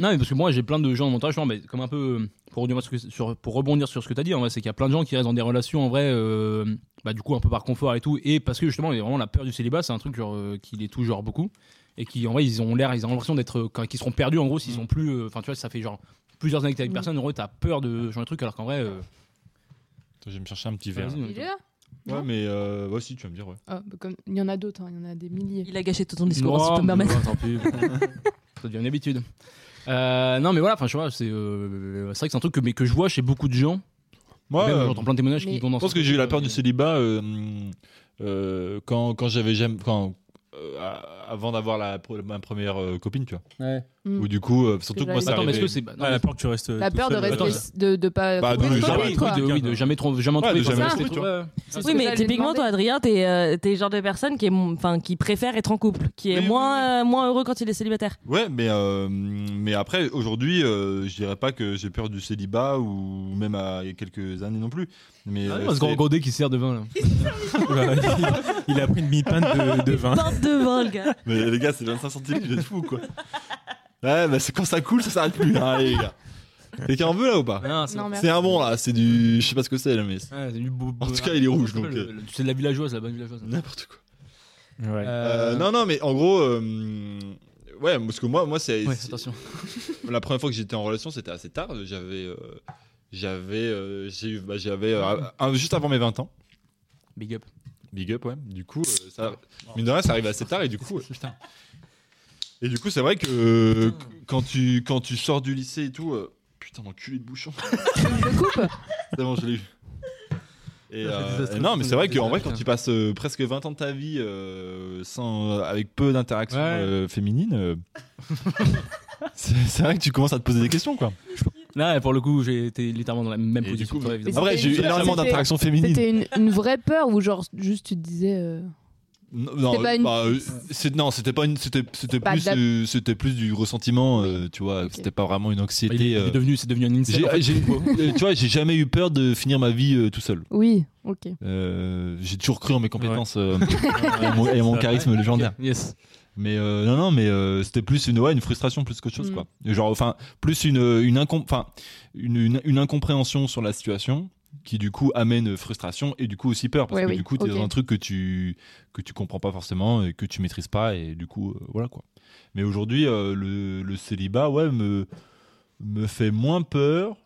[SPEAKER 1] Non, mais parce que moi, j'ai plein de gens dans mon entourage, genre, mais comme un peu euh, pour rebondir sur, ce que- sur- pour rebondir sur ce que tu as dit, en vrai, c'est qu'il y a plein de gens qui restent dans des relations en vrai, euh, bah, du coup, un peu par confort et tout, et parce que justement, il y a vraiment la peur du célibat, c'est un truc genre, euh, qui les touche genre beaucoup, et qui en vrai, ils ont l'air, ils ont l'impression d'être, euh, quand- qu'ils seront perdus en gros
[SPEAKER 3] Mm.
[SPEAKER 1] s'ils sont plus, euh, enfin, tu vois, ça fait genre plusieurs années que t'es avec
[SPEAKER 4] Mm.
[SPEAKER 1] personne, en vrai, t'as peur de genre de truc, alors qu'en vrai, euh,
[SPEAKER 3] Attends, je vais me chercher un petit verre.
[SPEAKER 1] vas-y, euh,
[SPEAKER 2] Il est là
[SPEAKER 3] Ouais, mais euh, ouais, si, tu vas me dire, ouais.
[SPEAKER 2] Ah, bah, comme- Il y en a d'autres, hein, il y en a des milliers.
[SPEAKER 4] Il a gâché tout ton
[SPEAKER 1] Non,
[SPEAKER 4] discours, hein, si je peux me
[SPEAKER 1] mais
[SPEAKER 4] permettre.
[SPEAKER 1] bon, tant pis. ça devient une habitude. Euh, non, mais voilà, enfin, je sais pas, c'est, euh, c'est vrai que c'est un truc que, mais que je vois chez beaucoup de gens.
[SPEAKER 3] Moi,
[SPEAKER 1] Même,
[SPEAKER 3] euh,
[SPEAKER 1] j'entends plein de témoignages qui
[SPEAKER 2] mais-
[SPEAKER 1] vont dans
[SPEAKER 3] je pense que j'ai eu la peur du célibat euh, hum, euh, quand, quand j'avais jamais. Quand, euh, à- avant d'avoir la, pre- ma première euh, copine, tu vois.
[SPEAKER 2] Mm.
[SPEAKER 3] Ou du coup, euh, surtout que moi,
[SPEAKER 2] j'allais
[SPEAKER 3] ça
[SPEAKER 2] dire.
[SPEAKER 1] Attends, mais est-ce
[SPEAKER 3] arrivait-
[SPEAKER 1] que c'est. bah, non,
[SPEAKER 5] Ah,
[SPEAKER 1] mais-
[SPEAKER 5] la peur que tu restes.
[SPEAKER 2] La
[SPEAKER 5] tout
[SPEAKER 2] peur de
[SPEAKER 5] seul.
[SPEAKER 1] rester-
[SPEAKER 5] Attends,
[SPEAKER 2] rester, de, de pas
[SPEAKER 3] Bah,
[SPEAKER 2] trouver
[SPEAKER 3] de
[SPEAKER 2] une
[SPEAKER 3] jamais-
[SPEAKER 2] copine,
[SPEAKER 1] oui,
[SPEAKER 2] quoi.
[SPEAKER 1] oui, de, oui, de jamais trop, jamais en
[SPEAKER 3] Ouais, de
[SPEAKER 1] trouver.
[SPEAKER 3] jamais
[SPEAKER 1] parce
[SPEAKER 2] en
[SPEAKER 1] que-
[SPEAKER 3] trouver, tu
[SPEAKER 1] C'est
[SPEAKER 2] Parce
[SPEAKER 4] Oui,
[SPEAKER 2] que
[SPEAKER 4] mais
[SPEAKER 2] j'allais
[SPEAKER 4] typiquement,
[SPEAKER 2] demander.
[SPEAKER 4] toi, Adrien, t'es euh, t'es le genre de personne qui, est, mon- enfin, qui préfère être en couple, qui est
[SPEAKER 3] Oui, oui,
[SPEAKER 4] moins, euh, moins heureux quand il est célibataire.
[SPEAKER 3] Ouais, mais, euh, mais après, aujourd'hui, euh, je dirais pas que j'ai peur du célibat ou même à il y a quelques années non plus. Mais euh,
[SPEAKER 1] ce
[SPEAKER 3] c'est-
[SPEAKER 1] grand godet qui sert de vin là.
[SPEAKER 5] Oula, il- il a pris une demi-pinte de, de vin.
[SPEAKER 4] Porte de vin, le gars.
[SPEAKER 3] mais les gars, c'est 25 centimes, vous êtes fous, quoi. Ouais, bah c'est quand ça coule, ça s'arrête plus, hein, les gars. Quelqu'un en veut là ou pas
[SPEAKER 1] Non, c'est
[SPEAKER 2] Non, merci.
[SPEAKER 3] C'est un bon là, c'est du. Je sais pas ce que c'est là, mais. c'est
[SPEAKER 1] Ah, c'est du beau-
[SPEAKER 3] En
[SPEAKER 1] beau-
[SPEAKER 3] tout cas, il est rouge,
[SPEAKER 1] le-
[SPEAKER 3] donc,
[SPEAKER 1] le- le- C'est de la villageoise, la bonne villageoise.
[SPEAKER 3] N'importe quoi.
[SPEAKER 5] Ouais.
[SPEAKER 3] Euh, non, non, mais en gros. euh, Ouais, parce que moi, moi c'est.
[SPEAKER 1] Ouais,
[SPEAKER 3] c'est-
[SPEAKER 1] attention.
[SPEAKER 3] La première fois que j'étais en relation, c'était assez tard. J'avais. euh, J'avais. euh, j'ai eu- bah, J'avais. euh, un- Juste avant mes 20 ans.
[SPEAKER 1] Big up.
[SPEAKER 3] Big up, ouais. Du coup, euh, ça, mine de rien, ça arrive assez tard et du coup,
[SPEAKER 1] Putain.
[SPEAKER 3] et du coup, c'est vrai que euh, quand tu quand tu sors du lycée et tout, euh, putain, l'enculé de bouchon.
[SPEAKER 2] Je coupe.
[SPEAKER 3] C'est bon, je l'ai eu. Et,
[SPEAKER 1] Ça fait
[SPEAKER 3] euh,
[SPEAKER 1] désastre.
[SPEAKER 3] et non, mais c'est vrai qu'en
[SPEAKER 1] Désastre.
[SPEAKER 3] vrai, quand tu passes euh, presque 20 ans de ta vie euh, sans, euh, avec peu d'interactions
[SPEAKER 1] Ouais.
[SPEAKER 3] euh, féminines, euh, c'est c'est vrai que tu commences à te poser des questions, quoi.
[SPEAKER 1] Là, pour le coup, j'ai été littéralement dans la même
[SPEAKER 3] Et du
[SPEAKER 1] position.
[SPEAKER 3] coup,
[SPEAKER 1] que toi, évidemment.
[SPEAKER 2] c'était-
[SPEAKER 3] Après, j'ai eu
[SPEAKER 2] c'était-
[SPEAKER 3] énormément d'interactions féminines.
[SPEAKER 2] C'était une, une vraie peur ou genre juste tu te disais. euh,
[SPEAKER 3] Non, non,
[SPEAKER 2] c'était pas une-
[SPEAKER 3] bah, euh, c'est- non, c'était pas une, c'était c'était
[SPEAKER 2] Pas
[SPEAKER 3] plus,
[SPEAKER 2] d'ab-
[SPEAKER 3] euh, c'était plus du ressentiment, euh, tu vois.
[SPEAKER 2] Ok.
[SPEAKER 3] C'était pas vraiment une
[SPEAKER 1] Bah, il est-
[SPEAKER 3] anxiété.
[SPEAKER 1] il est
[SPEAKER 3] euh,
[SPEAKER 1] devenu, c'est devenu un
[SPEAKER 3] j'ai-
[SPEAKER 1] incel. en fait.
[SPEAKER 3] j'ai- euh, tu vois, j'ai jamais eu peur de finir ma vie euh, tout seul.
[SPEAKER 2] Oui, ok.
[SPEAKER 3] Euh, j'ai toujours cru en mes compétences euh, et à mon, et à mon
[SPEAKER 5] Ça,
[SPEAKER 3] charisme légendaire.
[SPEAKER 1] Yes.
[SPEAKER 3] Mais euh, non, non, mais euh, c'était plus une, ouais, une frustration plus qu'autre chose,
[SPEAKER 2] Mm.
[SPEAKER 3] quoi. Genre, enfin, plus une, euh, une, incom- enfin, une, une- une incompréhension sur la situation qui, du coup, amène frustration et du coup aussi peur. Parce
[SPEAKER 2] Ouais,
[SPEAKER 3] que
[SPEAKER 2] oui,
[SPEAKER 3] du coup, t'es
[SPEAKER 2] ok.
[SPEAKER 3] dans un truc que tu, que tu comprends pas forcément et que tu maîtrises pas, et du coup, euh, voilà, quoi. Mais aujourd'hui, euh, le, le célibat, ouais, me, me fait moins peur.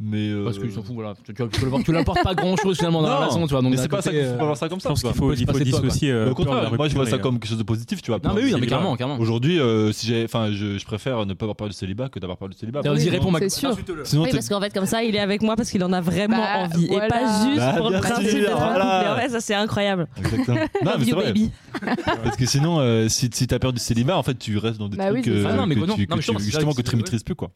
[SPEAKER 3] Mais. euh,
[SPEAKER 1] Parce que je s'en fous, voilà. Tu, tu, tu, l'apportes- tu l'apportes pas grand chose finalement dans la
[SPEAKER 3] Non,
[SPEAKER 1] relation, tu vois. Donc
[SPEAKER 3] mais
[SPEAKER 1] d'un
[SPEAKER 3] c'est pas ça,
[SPEAKER 1] côté,
[SPEAKER 3] faut
[SPEAKER 1] euh,
[SPEAKER 3] pas voir ça comme
[SPEAKER 5] Je
[SPEAKER 3] ça.
[SPEAKER 5] pense
[SPEAKER 3] quoi.
[SPEAKER 5] qu'il faut,
[SPEAKER 1] peut se
[SPEAKER 5] il faut
[SPEAKER 1] passer de bah, toi,
[SPEAKER 5] dissocier. euh,
[SPEAKER 3] Mais au
[SPEAKER 5] peur de la
[SPEAKER 3] contraire, moi je vois
[SPEAKER 5] rupture
[SPEAKER 3] ça
[SPEAKER 5] et, euh,
[SPEAKER 3] comme quelque chose de positif, tu vois.
[SPEAKER 1] Non, mais oui, non, mais
[SPEAKER 3] Célibat.
[SPEAKER 1] carrément, carrément.
[SPEAKER 3] Aujourd'hui, euh, si j'ai, enfin, je, je préfère ne pas avoir peur du célibat que d'avoir peur du célibat.
[SPEAKER 1] Vas-y,
[SPEAKER 2] Oui,
[SPEAKER 1] réponds,
[SPEAKER 2] C'est
[SPEAKER 1] Max.
[SPEAKER 2] sûr.
[SPEAKER 3] Sinon,
[SPEAKER 4] Oui,
[SPEAKER 3] t'es-
[SPEAKER 4] parce qu'en fait, comme ça, il est avec moi parce qu'il en a vraiment
[SPEAKER 2] Bah,
[SPEAKER 4] envie. Et
[SPEAKER 2] voilà.
[SPEAKER 4] pas juste
[SPEAKER 3] Bah,
[SPEAKER 4] pour le
[SPEAKER 3] bien
[SPEAKER 4] principe
[SPEAKER 3] sûr,
[SPEAKER 4] d'être en couple.
[SPEAKER 3] voilà.
[SPEAKER 4] Et Ouais, ça, c'est incroyable.
[SPEAKER 3] Exactement. non,
[SPEAKER 4] Love
[SPEAKER 3] mais c'est
[SPEAKER 4] you,
[SPEAKER 3] vrai.
[SPEAKER 4] baby.
[SPEAKER 3] Parce que sinon, euh, si, si t'as peur du célibat, en fait, tu restes dans des
[SPEAKER 2] Bah oui,
[SPEAKER 3] trucs
[SPEAKER 2] c'est
[SPEAKER 3] euh,
[SPEAKER 2] ça.
[SPEAKER 1] Ah non, mais
[SPEAKER 3] que
[SPEAKER 1] quoi, non.
[SPEAKER 3] tu, que
[SPEAKER 1] Non, mais
[SPEAKER 3] tu-
[SPEAKER 1] justement, c'est
[SPEAKER 3] justement
[SPEAKER 1] vrai que
[SPEAKER 3] que tu
[SPEAKER 1] c'est-
[SPEAKER 3] maîtrises plus, quoi.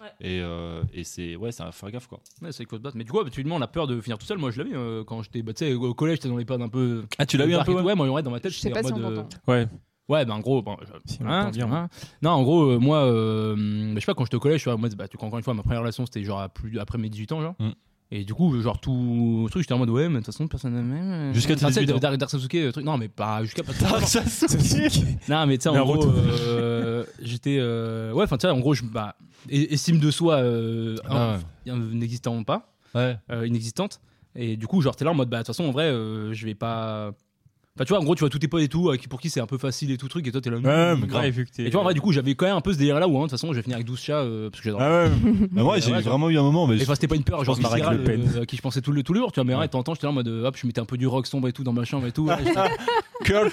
[SPEAKER 4] Ouais.
[SPEAKER 3] Et, euh, et c'est, ouais, c'est un faire gaffe, quoi.
[SPEAKER 1] Ouais, c'est quoi de battre. Mais du coup, ouais, tu demandes la peur de finir tout seul. Moi, je l'avais euh, quand j'étais bah, tu sais, au collège, j'étais dans les périodes un peu.
[SPEAKER 3] Ah, tu
[SPEAKER 1] dark et tout. Ouais, moi, ouais, dans ma tête,
[SPEAKER 2] Je sais
[SPEAKER 1] j'étais
[SPEAKER 2] pas
[SPEAKER 1] en
[SPEAKER 2] si on
[SPEAKER 1] mode. euh,
[SPEAKER 2] t'entend.
[SPEAKER 5] Ouais.
[SPEAKER 1] Ouais, ben en gros, bon,
[SPEAKER 5] euh, Si,
[SPEAKER 1] je-
[SPEAKER 5] on
[SPEAKER 1] hein,
[SPEAKER 5] entend bien.
[SPEAKER 1] hein. non, en gros, euh, moi, euh, bah, je sais pas, quand j'étais au collège, tu vois, moi, bah, tu, encore une fois, ma première relation, c'était genre à plus, après mes 18 ans, genre.
[SPEAKER 3] Mm.
[SPEAKER 1] Et du coup, genre tout le truc, j'étais en mode, ouais, mais de toute façon, personne n'a même. euh,
[SPEAKER 3] Jusqu'à tes
[SPEAKER 1] enfin, tu sais,
[SPEAKER 3] 18 ans.
[SPEAKER 1] Dark, Dark Sasuke, le truc. Non, mais pas jusqu'à.
[SPEAKER 3] Ah, ça
[SPEAKER 1] non, mais tu sais, en
[SPEAKER 5] Naruto.
[SPEAKER 1] gros, euh, j'étais. euh, ouais, enfin, tu sais, en gros, je. Bah, et- estime de soi euh,
[SPEAKER 3] Ah
[SPEAKER 1] un- n'existant pas
[SPEAKER 3] Ouais.
[SPEAKER 1] euh, inexistante. Et du coup, genre, t'es là en mode, bah, de toute façon, en vrai, euh, je vais pas. Enfin, tu vois, en gros, tu vois tout tes potes et tout, euh, qui- pour qui c'est un peu facile et tout truc, et toi, t'es là.
[SPEAKER 5] Ouais,
[SPEAKER 1] non,
[SPEAKER 5] mais
[SPEAKER 1] non,
[SPEAKER 5] grave, vu que t'es-
[SPEAKER 1] Et tu vois, en vrai, du coup, j'avais quand même un peu ce délire là où, hein, de toute façon, je vais finir avec 12 chats, euh, parce que j'adore.
[SPEAKER 5] Ah ouais.
[SPEAKER 3] Bah, moi, j'ai
[SPEAKER 1] Ouais,
[SPEAKER 3] vraiment eu un moment, mais
[SPEAKER 1] Et enfin, c'était pas une peur,
[SPEAKER 5] je
[SPEAKER 1] genre,
[SPEAKER 5] pense Marine
[SPEAKER 1] viscérale,
[SPEAKER 5] Le Pen.
[SPEAKER 1] euh, à qui je pensais tout le, tout le jour, tu vois, mais ouais, de temps en temps, j'étais là en mode, euh, hop, je mettais un peu du rock sombre et tout dans ma chambre et tout. ouais, j'étais-
[SPEAKER 5] Kurt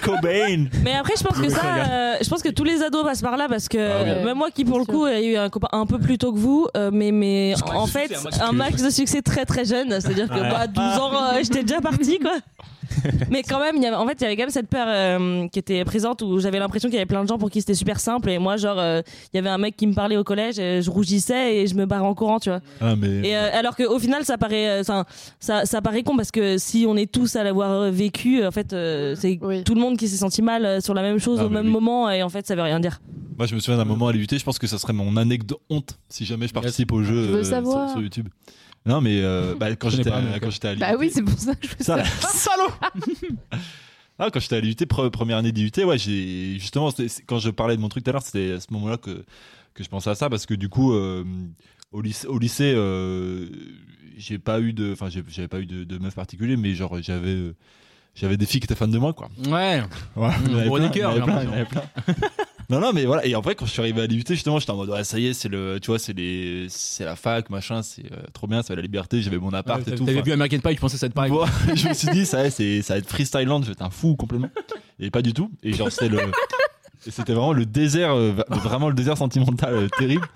[SPEAKER 5] Cobain.
[SPEAKER 4] Mais après, je pense que ça, euh, je pense que tous les ados passent par là parce que
[SPEAKER 3] Ah oui.
[SPEAKER 4] euh, même moi qui, pour le
[SPEAKER 2] Bien
[SPEAKER 4] coup, ai eu un copain un peu plus tôt que vous, euh, mais, mais
[SPEAKER 1] C'est pas
[SPEAKER 4] en
[SPEAKER 1] un succès,
[SPEAKER 4] fait,
[SPEAKER 1] un max
[SPEAKER 4] un
[SPEAKER 1] que-
[SPEAKER 4] max de succès très très jeune. C'est-à-dire que,
[SPEAKER 5] Ouais.
[SPEAKER 4] bah, à 12 ans, euh, j'étais déjà partie, quoi. mais quand même, il y avait, en fait, il y avait quand même cette peur euh, qui était présente où j'avais l'impression qu'il y avait plein de gens pour qui c'était super simple. Et moi, genre, euh, il y avait un mec qui me parlait au collège, et je rougissais et je me barrais en courant, tu vois.
[SPEAKER 3] Ah, mais.
[SPEAKER 4] Et euh, alors qu'au final, ça paraît, euh, ça, ça, ça paraît con parce que si on est tous à l'avoir euh, vécu, en fait, euh, c'est
[SPEAKER 2] Oui.
[SPEAKER 4] tout le monde qui s'est senti mal euh, sur la même chose
[SPEAKER 3] Ah,
[SPEAKER 4] au
[SPEAKER 3] mais
[SPEAKER 4] même
[SPEAKER 3] oui.
[SPEAKER 4] moment et en fait, ça veut rien dire.
[SPEAKER 3] Moi, je me souviens d'un moment à l'UT, je pense que ça serait mon anecdote honte si jamais je participe au jeu
[SPEAKER 2] Je veux
[SPEAKER 3] euh, sur,
[SPEAKER 2] savoir.
[SPEAKER 3] sur YouTube. Non, mais euh, bah, quand
[SPEAKER 1] Je connais
[SPEAKER 3] j'étais
[SPEAKER 1] pas,
[SPEAKER 3] à,
[SPEAKER 1] mais-
[SPEAKER 3] quand j'étais à l'IUT.
[SPEAKER 2] Bah oui, c'est pour ça que je fais
[SPEAKER 3] Ça, là.
[SPEAKER 2] ça.
[SPEAKER 3] Salaud Ah, quand j'étais à l'IUT, pre- première année d'IUT, ouais, j'ai justement, c'était- c'est- quand je parlais de mon truc tout à l'heure, c'était à ce moment-là que, que je pensais à ça parce que du coup, euh, au lycée, au lycée euh, j'ai pas eu de, enfin, j'ai- j'avais pas eu de, de meuf particulier, mais genre, j'avais. euh, j'avais des filles qui étaient fans de moi, quoi.
[SPEAKER 1] Ouais,
[SPEAKER 3] Ouais, il y en avait
[SPEAKER 1] gros
[SPEAKER 3] plein,
[SPEAKER 1] des cœurs,
[SPEAKER 3] il y en avait
[SPEAKER 1] j'ai
[SPEAKER 3] plein, il y en avait plein. Non, non, mais voilà. Et en vrai, quand je suis arrivé à l'IUT, justement, j'étais en mode, ouais, ça y est, c'est le, tu vois, c'est les, c'est la fac, machin, c'est euh, trop bien, ça va la liberté, j'avais mon appart et
[SPEAKER 1] t'avais
[SPEAKER 3] tout.
[SPEAKER 1] t'avais
[SPEAKER 3] enfin,
[SPEAKER 1] vu American Pie, je pensais que ça te paraît.
[SPEAKER 3] Bon, je me suis dit, ça, y est, c'est- ça va être Freestyle Land, je vais être un fou complètement. Et pas du tout. Et genre, c'était le. et C'était vraiment le désert, euh, va- vraiment le désert sentimental euh, terrible.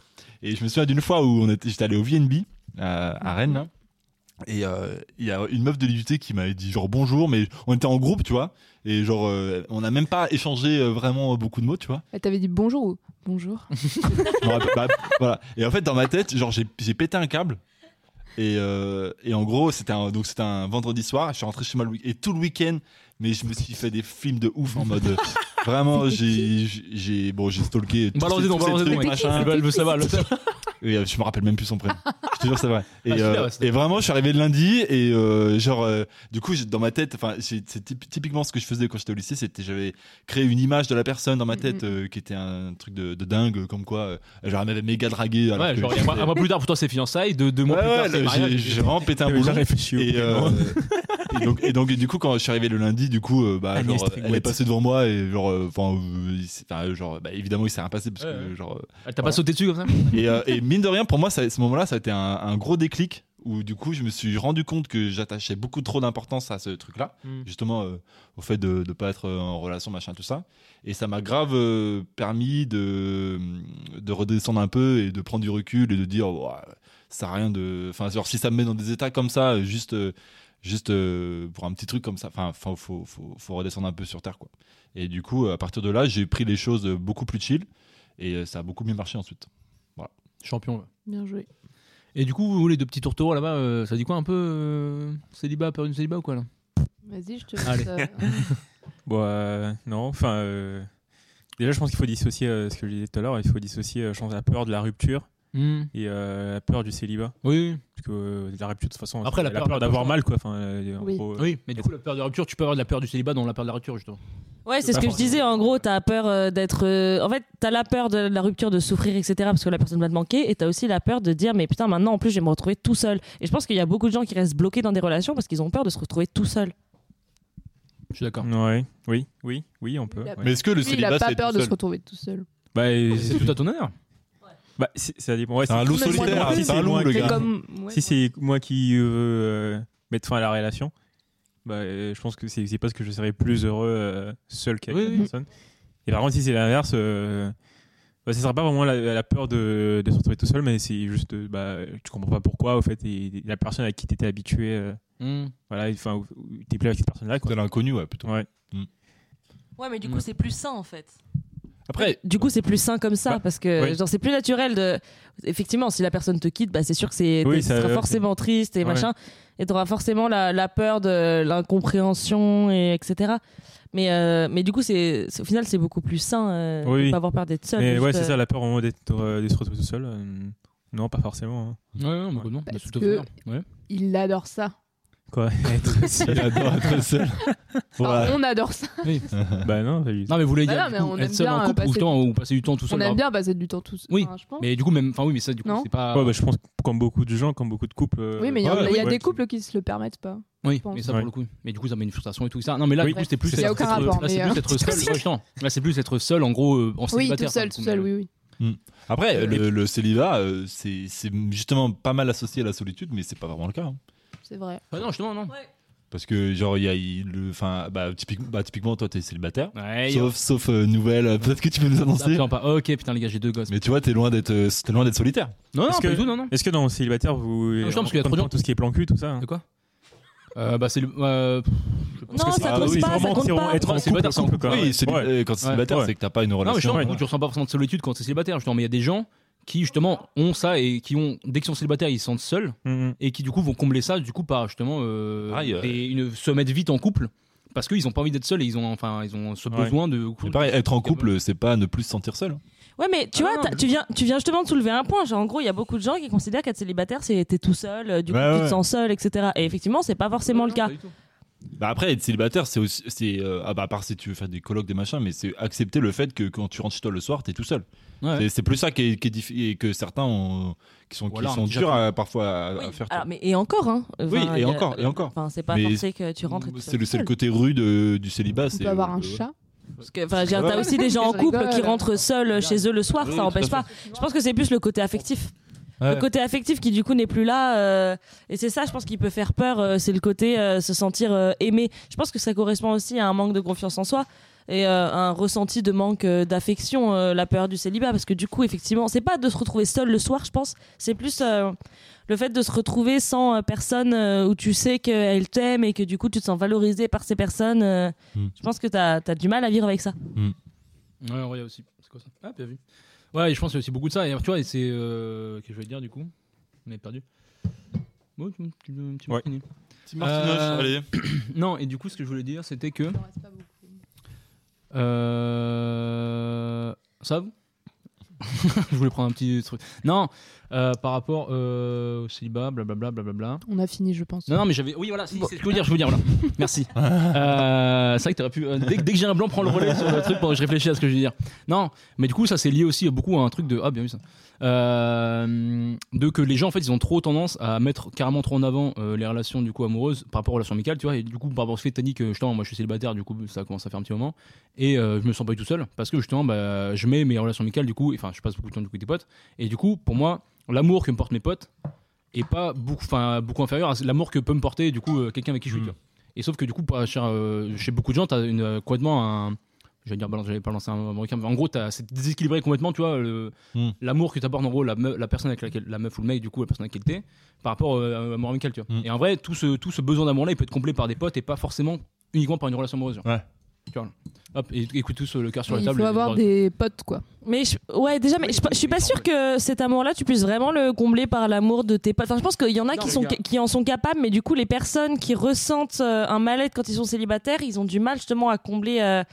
[SPEAKER 3] Et je me souviens d'une fois où on était, j'étais allé au VNB euh, à Rennes. là. Et euh, il y a une meuf de l'IUT qui m'avait dit genre bonjour, mais on était en groupe, tu vois. Et genre, euh, on n'a même pas échangé euh, vraiment beaucoup de mots, tu vois.
[SPEAKER 2] Elle t'avait dit bonjour ou bonjour
[SPEAKER 3] Je me rappelle- bah, voilà. Et en fait, dans ma tête, genre, j'ai j'ai pété un câble. Et, euh, et en gros, c'était un, donc c'était un vendredi soir. Je suis rentré chez moi le week- et tout le week-end, mais je me suis fait des films de ouf en mode. euh, Vraiment, j'ai, j'ai, bon, j'ai stalké. tous
[SPEAKER 1] Balancez
[SPEAKER 3] ces-
[SPEAKER 1] donc,
[SPEAKER 3] tous ces
[SPEAKER 1] balancez
[SPEAKER 3] trucs,
[SPEAKER 1] donc, mec.
[SPEAKER 3] machin.
[SPEAKER 1] Elle veut- elle veut savoir, elle veut savoir.
[SPEAKER 3] Et, euh, je me rappelle même plus son prénom. je te jure, c'est vrai. Et,
[SPEAKER 1] Ah, celui-là,
[SPEAKER 3] euh,
[SPEAKER 1] ouais, c'était-
[SPEAKER 3] et vraiment, je suis arrivé le lundi et euh, genre, euh, du coup, j'ai- dans ma tête, enfin, c'est c'est typ- typiquement ce que je faisais quand j'étais au lycée, c'était j'avais créé une image de la personne dans ma
[SPEAKER 1] Mm-hmm.
[SPEAKER 3] tête euh, qui était un truc de, de dingue, comme quoi, euh, genre, elle m'avait méga dragué. Alors
[SPEAKER 1] Ouais,
[SPEAKER 3] que
[SPEAKER 1] genre,
[SPEAKER 3] j'étais-
[SPEAKER 1] un mois- un mois plus tard pour toi c'est fiançailles, deux, deux mois
[SPEAKER 3] Ouais,
[SPEAKER 1] plus tard
[SPEAKER 3] ouais,
[SPEAKER 1] ah, c'est
[SPEAKER 3] là, j'ai-
[SPEAKER 1] mariage.
[SPEAKER 3] j'ai vraiment pété un
[SPEAKER 5] J'avais déjà
[SPEAKER 3] boulot.
[SPEAKER 5] réfléchi au
[SPEAKER 3] Et, euh,
[SPEAKER 5] prénom.
[SPEAKER 3] et donc, et donc, du coup, quand je suis arrivé le lundi, du coup, euh, bah,
[SPEAKER 5] Agnès
[SPEAKER 3] genre, euh, elle est
[SPEAKER 5] Trigouette.
[SPEAKER 3] passée devant moi et genre, euh, enfin, euh, il s'est- enfin, euh, genre, bah, évidemment, il s'est rien passé parce que
[SPEAKER 1] Ouais, ouais.
[SPEAKER 3] genre. euh,
[SPEAKER 1] Elle t'a pas sauté dessus comme ça
[SPEAKER 3] Et, euh, et mine de rien, pour moi, ça, ce moment-là, ça a été un, un gros déclic où du coup, je me suis rendu compte que j'attachais beaucoup trop d'importance à ce truc-là,
[SPEAKER 1] Mm.
[SPEAKER 3] justement euh, au fait de ne pas être euh, en relation, machin, tout ça. Et ça m'a grave euh, permis de, de redescendre un peu et de prendre du recul et de dire, Ouah, ça a rien de, enfin, genre si ça me met dans des états comme ça, euh, juste. euh, Juste euh, pour un petit truc comme ça, enfin, enfin, faut, faut, faut redescendre un peu sur terre, quoi. Et du coup, à partir de là, j'ai pris les choses euh, beaucoup plus chill et euh, ça a beaucoup mieux marché ensuite.
[SPEAKER 1] Champion. ouais.
[SPEAKER 2] Bien joué.
[SPEAKER 1] Et du coup, vous, les deux petits tourtereaux là-bas, euh, ça dit quoi un peu euh, Célibat, peur d'une célibat ou quoi là
[SPEAKER 2] Vas-y, je te
[SPEAKER 1] Allez.
[SPEAKER 2] laisse. euh,
[SPEAKER 5] Bon, euh, non, enfin. euh, Déjà, je pense qu'il faut dissocier euh, ce que je disais tout à l'heure. Il faut dissocier, euh, je pense, la peur de la rupture
[SPEAKER 1] Hmm,
[SPEAKER 5] et euh, la peur du célibat.
[SPEAKER 1] Oui,
[SPEAKER 5] Parce que euh, la rupture, de toute façon,
[SPEAKER 1] Après,
[SPEAKER 5] c'est
[SPEAKER 1] la peur-
[SPEAKER 5] d'avoir mal, quoi. Enfin, euh, en
[SPEAKER 2] Oui.
[SPEAKER 5] gros, euh,
[SPEAKER 1] oui, mais du coup, la peur de la rupture, tu peux avoir de la peur du célibat dans la peur de la rupture, justement.
[SPEAKER 4] Ouais, c'est
[SPEAKER 1] Bah,
[SPEAKER 4] ce que je
[SPEAKER 1] forcément.
[SPEAKER 4] disais. En gros, t'as peur euh, d'être. euh, En fait, t'as la peur de la rupture, de souffrir, etc. Parce que la personne va te manquer. Et t'as aussi la peur de dire, mais putain, maintenant, en plus, je vais me retrouver tout seul. Et je pense qu'il y a beaucoup de gens qui restent bloqués dans des relations parce qu'ils ont peur de se retrouver tout seul.
[SPEAKER 1] Je suis d'accord.
[SPEAKER 5] Ouais, oui, oui, oui, on peut.
[SPEAKER 2] La-
[SPEAKER 5] ouais.
[SPEAKER 3] Mais est-ce que le
[SPEAKER 2] Lui, il a
[SPEAKER 3] célibat,
[SPEAKER 2] pas
[SPEAKER 3] c'est
[SPEAKER 2] peur
[SPEAKER 3] tout
[SPEAKER 2] de se
[SPEAKER 3] seul
[SPEAKER 2] retrouver tout seul.
[SPEAKER 5] Bah, euh,
[SPEAKER 1] C'est tout à ton honneur.
[SPEAKER 5] bah, c'est- ça dépend. Ouais,
[SPEAKER 3] C'est un loup
[SPEAKER 2] Mais moi non
[SPEAKER 3] solitaire,
[SPEAKER 2] plus,
[SPEAKER 3] c'est un loup le
[SPEAKER 2] C'est
[SPEAKER 3] gars.
[SPEAKER 2] comme. ouais.
[SPEAKER 5] Si c'est moi qui euh, veux euh, mettre fin à la relation, bah, euh, je pense que c'est c'est parce que je serais plus heureux euh, seul qu'avec
[SPEAKER 1] Oui,
[SPEAKER 5] la
[SPEAKER 1] oui.
[SPEAKER 5] personne. Et par contre, si c'est l'inverse, euh, bah, ce sera pas vraiment la, la peur de, de se retrouver tout seul, mais c'est juste, euh, bah, tu comprends pas pourquoi, au fait, et, et la personne à qui t'étais habitué, euh,
[SPEAKER 1] Hmm.
[SPEAKER 5] voilà, et, enfin, où- où t'es plus avec cette personne-là, quoi.
[SPEAKER 3] De l'inconnu, ouais, plutôt.
[SPEAKER 5] Ouais.
[SPEAKER 4] Ouais, mais
[SPEAKER 1] du coup, Ouais.
[SPEAKER 4] c'est plus sain, en fait.
[SPEAKER 1] Après,
[SPEAKER 4] Mm. Du coup, c'est plus sain comme ça
[SPEAKER 5] Bah,
[SPEAKER 4] parce que
[SPEAKER 5] oui.
[SPEAKER 4] genre c'est plus naturel de. Effectivement, si la personne te quitte, bah, c'est sûr que c'est
[SPEAKER 5] Oui,
[SPEAKER 4] t'es-
[SPEAKER 5] ça-
[SPEAKER 4] tu seras forcément triste et
[SPEAKER 5] Ouais.
[SPEAKER 4] machin, et t'auras forcément la, la peur de l'incompréhension et etc. Mais euh, mais du coup, c'est c'est- au final c'est beaucoup plus sain euh,
[SPEAKER 5] Oui,
[SPEAKER 4] de
[SPEAKER 5] oui.
[SPEAKER 4] pas avoir peur d'être seul.
[SPEAKER 5] Mais
[SPEAKER 4] juste,
[SPEAKER 5] ouais, c'est
[SPEAKER 4] euh,
[SPEAKER 5] ça, la peur vraiment d'être, euh, de se retrouver tout seul. euh, non, pas forcément. hein.
[SPEAKER 1] ouais, ouais, bah, non, bah,
[SPEAKER 2] Parce
[SPEAKER 1] c'est tout à
[SPEAKER 2] que-
[SPEAKER 1] ton honneur. Ouais.
[SPEAKER 2] Il adore ça.
[SPEAKER 5] Quoi être
[SPEAKER 3] Il
[SPEAKER 5] seul
[SPEAKER 3] adore être seul. euh,
[SPEAKER 2] Enfin,
[SPEAKER 3] Voilà.
[SPEAKER 2] On adore ça.
[SPEAKER 5] Bah non, pas du tout.
[SPEAKER 1] Non, mais vous voulez
[SPEAKER 2] Bah
[SPEAKER 1] dire
[SPEAKER 2] non,
[SPEAKER 1] du
[SPEAKER 2] mais
[SPEAKER 1] coup,
[SPEAKER 2] on aime
[SPEAKER 1] être seul
[SPEAKER 2] bien,
[SPEAKER 1] en couple
[SPEAKER 2] euh,
[SPEAKER 1] ou,
[SPEAKER 2] passer-
[SPEAKER 1] temps- ou passer du temps tout
[SPEAKER 2] On
[SPEAKER 1] seul. hein.
[SPEAKER 2] aime
[SPEAKER 1] alors.
[SPEAKER 2] bien passer du temps tout seul.
[SPEAKER 1] Oui,
[SPEAKER 2] Enfin, je pense.
[SPEAKER 1] Mais du coup, même, enfin oui, mais ça, du coup,
[SPEAKER 2] Non.
[SPEAKER 1] c'est pas.
[SPEAKER 5] Ouais, bah, je pense que comme beaucoup de gens, comme beaucoup de couples. euh,
[SPEAKER 2] Oui, mais il y, a-
[SPEAKER 3] Ouais,
[SPEAKER 2] il y a
[SPEAKER 5] ouais.
[SPEAKER 2] des couples qui se le permettent pas.
[SPEAKER 1] Oui,
[SPEAKER 2] pense.
[SPEAKER 1] mais ça
[SPEAKER 5] Ouais.
[SPEAKER 1] pour le coup. Mais du coup, ça met une frustration et tout ça. Non, mais là,
[SPEAKER 5] Oui.
[SPEAKER 1] du coup, c'était plus.
[SPEAKER 5] Il y a
[SPEAKER 1] être-
[SPEAKER 2] aucun
[SPEAKER 1] être-
[SPEAKER 2] rapport,
[SPEAKER 1] Là, c'est
[SPEAKER 2] mais,
[SPEAKER 1] plus
[SPEAKER 2] euh,
[SPEAKER 1] être seul. ouais, justement. Là, c'est plus être seul, en gros, euh, en
[SPEAKER 2] Oui,
[SPEAKER 1] célibataire.
[SPEAKER 2] tout seul,
[SPEAKER 1] ça,
[SPEAKER 2] tout
[SPEAKER 1] du coup,
[SPEAKER 2] seul,
[SPEAKER 1] mais-
[SPEAKER 2] oui, oui.
[SPEAKER 3] Après, le, le célibat, euh, c'est c'est justement pas mal associé à la solitude, mais c'est pas vraiment le cas. hein.
[SPEAKER 2] C'est vrai.
[SPEAKER 1] Ah non, justement, non.
[SPEAKER 3] Parce que, genre, il y a il- le. Enfin, bah, typique- bah, typiquement, toi, t'es célibataire.
[SPEAKER 1] Ouais,
[SPEAKER 3] sauf sauf euh, nouvelle, euh, peut-être que tu peux nous
[SPEAKER 1] Ah,
[SPEAKER 3] annoncer.
[SPEAKER 1] putain, pas. Ok, putain, les gars, j'ai deux gosses.
[SPEAKER 3] Mais tu vois, t'es loin d'être euh, t'es loin d'être solitaire.
[SPEAKER 1] Non, non,
[SPEAKER 5] Parce
[SPEAKER 1] pas
[SPEAKER 5] que-
[SPEAKER 1] du tout, non, non.
[SPEAKER 5] Est-ce que dans célibataire, vous.
[SPEAKER 1] Non, je pense qu'il y a trop de gens-
[SPEAKER 5] tout ce qui est plan cul, tout ça. hein
[SPEAKER 1] De quoi Euh, Bah, c'est le. euh, je pense
[SPEAKER 4] Non,
[SPEAKER 1] que c'est-
[SPEAKER 4] ça
[SPEAKER 3] Ah, oui,
[SPEAKER 4] compte pas,
[SPEAKER 5] c'est
[SPEAKER 4] ça
[SPEAKER 5] vraiment
[SPEAKER 4] compte pas.
[SPEAKER 5] c'est être en
[SPEAKER 1] Ouais,
[SPEAKER 5] couple,
[SPEAKER 1] célibataire,
[SPEAKER 5] en couple, quoi.
[SPEAKER 3] oui, c'est-
[SPEAKER 5] Ouais.
[SPEAKER 3] euh, quand t'es célibataire,
[SPEAKER 5] ouais.
[SPEAKER 3] c'est que t'as pas une
[SPEAKER 1] Non, mais
[SPEAKER 3] relation.
[SPEAKER 1] justement,
[SPEAKER 5] ouais.
[SPEAKER 1] tu ressens pas forcément de solitude quand t'es célibataire. Justement, mais il y a des gens qui, justement, ont ça et qui ont. Dès qu'ils sont célibataires, ils se sentent seuls.
[SPEAKER 5] Mhm.
[SPEAKER 1] et qui du coup vont combler ça du coup par justement euh,
[SPEAKER 3] Pareil, euh,
[SPEAKER 1] des- une, se mettre vite en couple parce qu'ils ont pas envie d'être seuls et ils ont enfin ils ont ce
[SPEAKER 5] Ouais.
[SPEAKER 1] besoin de
[SPEAKER 3] Mais pareil, être en couple, c'est pas ne plus se sentir seul. hein.
[SPEAKER 4] Ouais, mais tu
[SPEAKER 1] Ah,
[SPEAKER 4] vois, t'as-
[SPEAKER 1] mais-
[SPEAKER 4] tu viens, tu viens justement de soulever un point. Genre, en gros, il y a beaucoup de gens qui considèrent qu'être célibataire, c'est t'es tout seul, euh, du coup,
[SPEAKER 5] Bah
[SPEAKER 3] Ouais,
[SPEAKER 4] tu te
[SPEAKER 3] ouais.
[SPEAKER 4] sens seul, etc. Et effectivement, c'est pas forcément le cas.
[SPEAKER 3] Bah après, être célibataire, c'est aussi. c'est, euh, ah bah, à part si tu veux faire des colloques, des machins, mais c'est accepter le fait que quand tu rentres chez toi le soir, t'es tout seul.
[SPEAKER 1] Ouais.
[SPEAKER 3] C'est- C'est plus ça qui est, qui est diffi- et que certains ont- qui sont,
[SPEAKER 1] Ou
[SPEAKER 3] qui
[SPEAKER 1] alors,
[SPEAKER 3] sont
[SPEAKER 1] déjà
[SPEAKER 3] durs à- parfois à, à
[SPEAKER 4] Oui,
[SPEAKER 3] faire.
[SPEAKER 4] alors, mais, et encore, hein.
[SPEAKER 3] Oui, et
[SPEAKER 4] il y a-
[SPEAKER 3] encore, et encore.
[SPEAKER 4] Enfin, c'est pas
[SPEAKER 3] Mais
[SPEAKER 4] forcé que tu rentres. et tu
[SPEAKER 3] C'est
[SPEAKER 4] sois
[SPEAKER 3] le, c'est le
[SPEAKER 4] seul.
[SPEAKER 3] côté rude euh, du célibat.
[SPEAKER 2] On
[SPEAKER 3] c'est,
[SPEAKER 2] peut avoir
[SPEAKER 3] euh,
[SPEAKER 2] un
[SPEAKER 3] ouais.
[SPEAKER 2] chat.
[SPEAKER 4] Parce que, enfin, je veux dire,
[SPEAKER 3] Ouais,
[SPEAKER 4] t'as
[SPEAKER 3] ouais.
[SPEAKER 4] aussi des gens en
[SPEAKER 2] Je
[SPEAKER 4] couple
[SPEAKER 2] rigole.
[SPEAKER 4] qui rentrent seuls chez eux le soir,
[SPEAKER 3] Oui,
[SPEAKER 4] ça
[SPEAKER 3] tout à
[SPEAKER 4] empêche
[SPEAKER 3] fait.
[SPEAKER 4] pas. Je pense que c'est plus le côté affectif.
[SPEAKER 3] Ouais.
[SPEAKER 4] Le côté affectif qui du coup n'est plus là euh, et c'est ça je pense qui peut faire peur euh, c'est le côté euh, se sentir euh, aimé je pense que ça correspond aussi à un manque de confiance en soi et euh, un ressenti de manque euh, d'affection euh, la peur du célibat parce que du coup effectivement c'est pas de se retrouver seul le soir je pense c'est plus euh, le fait de se retrouver sans euh, personne euh, où tu sais qu'elle t'aime et que du coup tu te sens valorisé par ces personnes euh,
[SPEAKER 3] Mm.
[SPEAKER 4] je pense que t'as as du mal à vivre avec ça
[SPEAKER 1] ouais ouais, il y a aussi c'est quoi ça ah bien vu ouais je pense qu'il y a aussi beaucoup de ça et tu vois et c'est euh, qu'est-ce que je vais te dire du coup on est perdu Bon, tu- tu- tu- tu m'as
[SPEAKER 5] Ouais.
[SPEAKER 1] fini.
[SPEAKER 3] Petit Martinoche,
[SPEAKER 1] Euh,
[SPEAKER 3] allez.
[SPEAKER 1] non et du coup ce que je voulais dire c'était que
[SPEAKER 2] Il en reste pas beaucoup.
[SPEAKER 1] Euh, Ça vous Je voulais prendre un petit truc. Non, euh, par rapport euh, au célibat, blablabla, blablabla.
[SPEAKER 2] On a fini, je pense.
[SPEAKER 1] Non, non, mais j'avais. Oui, voilà, si, c'est ce que je veux dire, je veux dire, voilà. Merci. Euh, c'est vrai que t'aurais pu. euh, dès, que- dès que j'ai un blanc, prends le relais sur le truc pendant que je réfléchis à ce que je veux dire. Non, mais du coup, ça, c'est lié aussi beaucoup à un truc de. Ah, bien vu ça. Euh, de que les gens, en fait, ils ont trop tendance à mettre carrément trop en avant euh, les relations, du coup, amoureuses par rapport aux relations amicales, tu vois. Et du coup, par rapport au fait, t'as dit que justement, moi, je suis célibataire, du coup, ça commence à faire un petit moment. Et euh, je me sens pas du tout seul parce que justement, bah, je mets mes relations amicales, du coup, et, enfin, je passe beaucoup de temps, du coup, avec des potes. Et du coup, pour moi, l'amour que me portent mes potes, et pas beaucoup, enfin, beaucoup inférieur à l'amour que peut me porter du coup euh, quelqu'un avec qui je suis.
[SPEAKER 5] Mm.
[SPEAKER 1] tu vois. Et sauf que du coup, pas cher, euh, chez beaucoup de gens, t'as une euh, complètement un, j'allais dire balance, j'allais pas lancer un américain, mais en gros, t'as c'est déséquilibré complètement, tu vois, le-
[SPEAKER 5] Hmm.
[SPEAKER 3] Mm.
[SPEAKER 1] l'amour que t'apporte en gros la, me- la personne avec laquelle la meuf ou le mec, du coup, la personne avec qui t'es, par rapport euh, à l'amour amical, tu vois.
[SPEAKER 5] Hmm.
[SPEAKER 3] Mm.
[SPEAKER 1] Et en vrai, tout ce tout ce besoin d'amour-là, il peut être comblé par des potes et pas forcément uniquement par une relation amoureuse.
[SPEAKER 3] Ouais.
[SPEAKER 1] Tu vois. Hop, et écoute tous euh, le cœur sur la
[SPEAKER 2] Il
[SPEAKER 1] table.
[SPEAKER 2] faut
[SPEAKER 1] et-
[SPEAKER 2] avoir des potes, quoi.
[SPEAKER 4] Mais je- ouais, déjà, mais je, je suis pas sûre que cet amour-là, tu puisses vraiment le combler par l'amour de tes potes. Enfin, je pense qu'il y en a
[SPEAKER 1] Non,
[SPEAKER 4] qui,
[SPEAKER 1] les
[SPEAKER 4] sont,
[SPEAKER 1] gars.
[SPEAKER 4] qui en sont capables, mais du coup, les personnes qui ressentent euh, un mal-être quand ils sont célibataires, ils ont du mal justement à combler euh,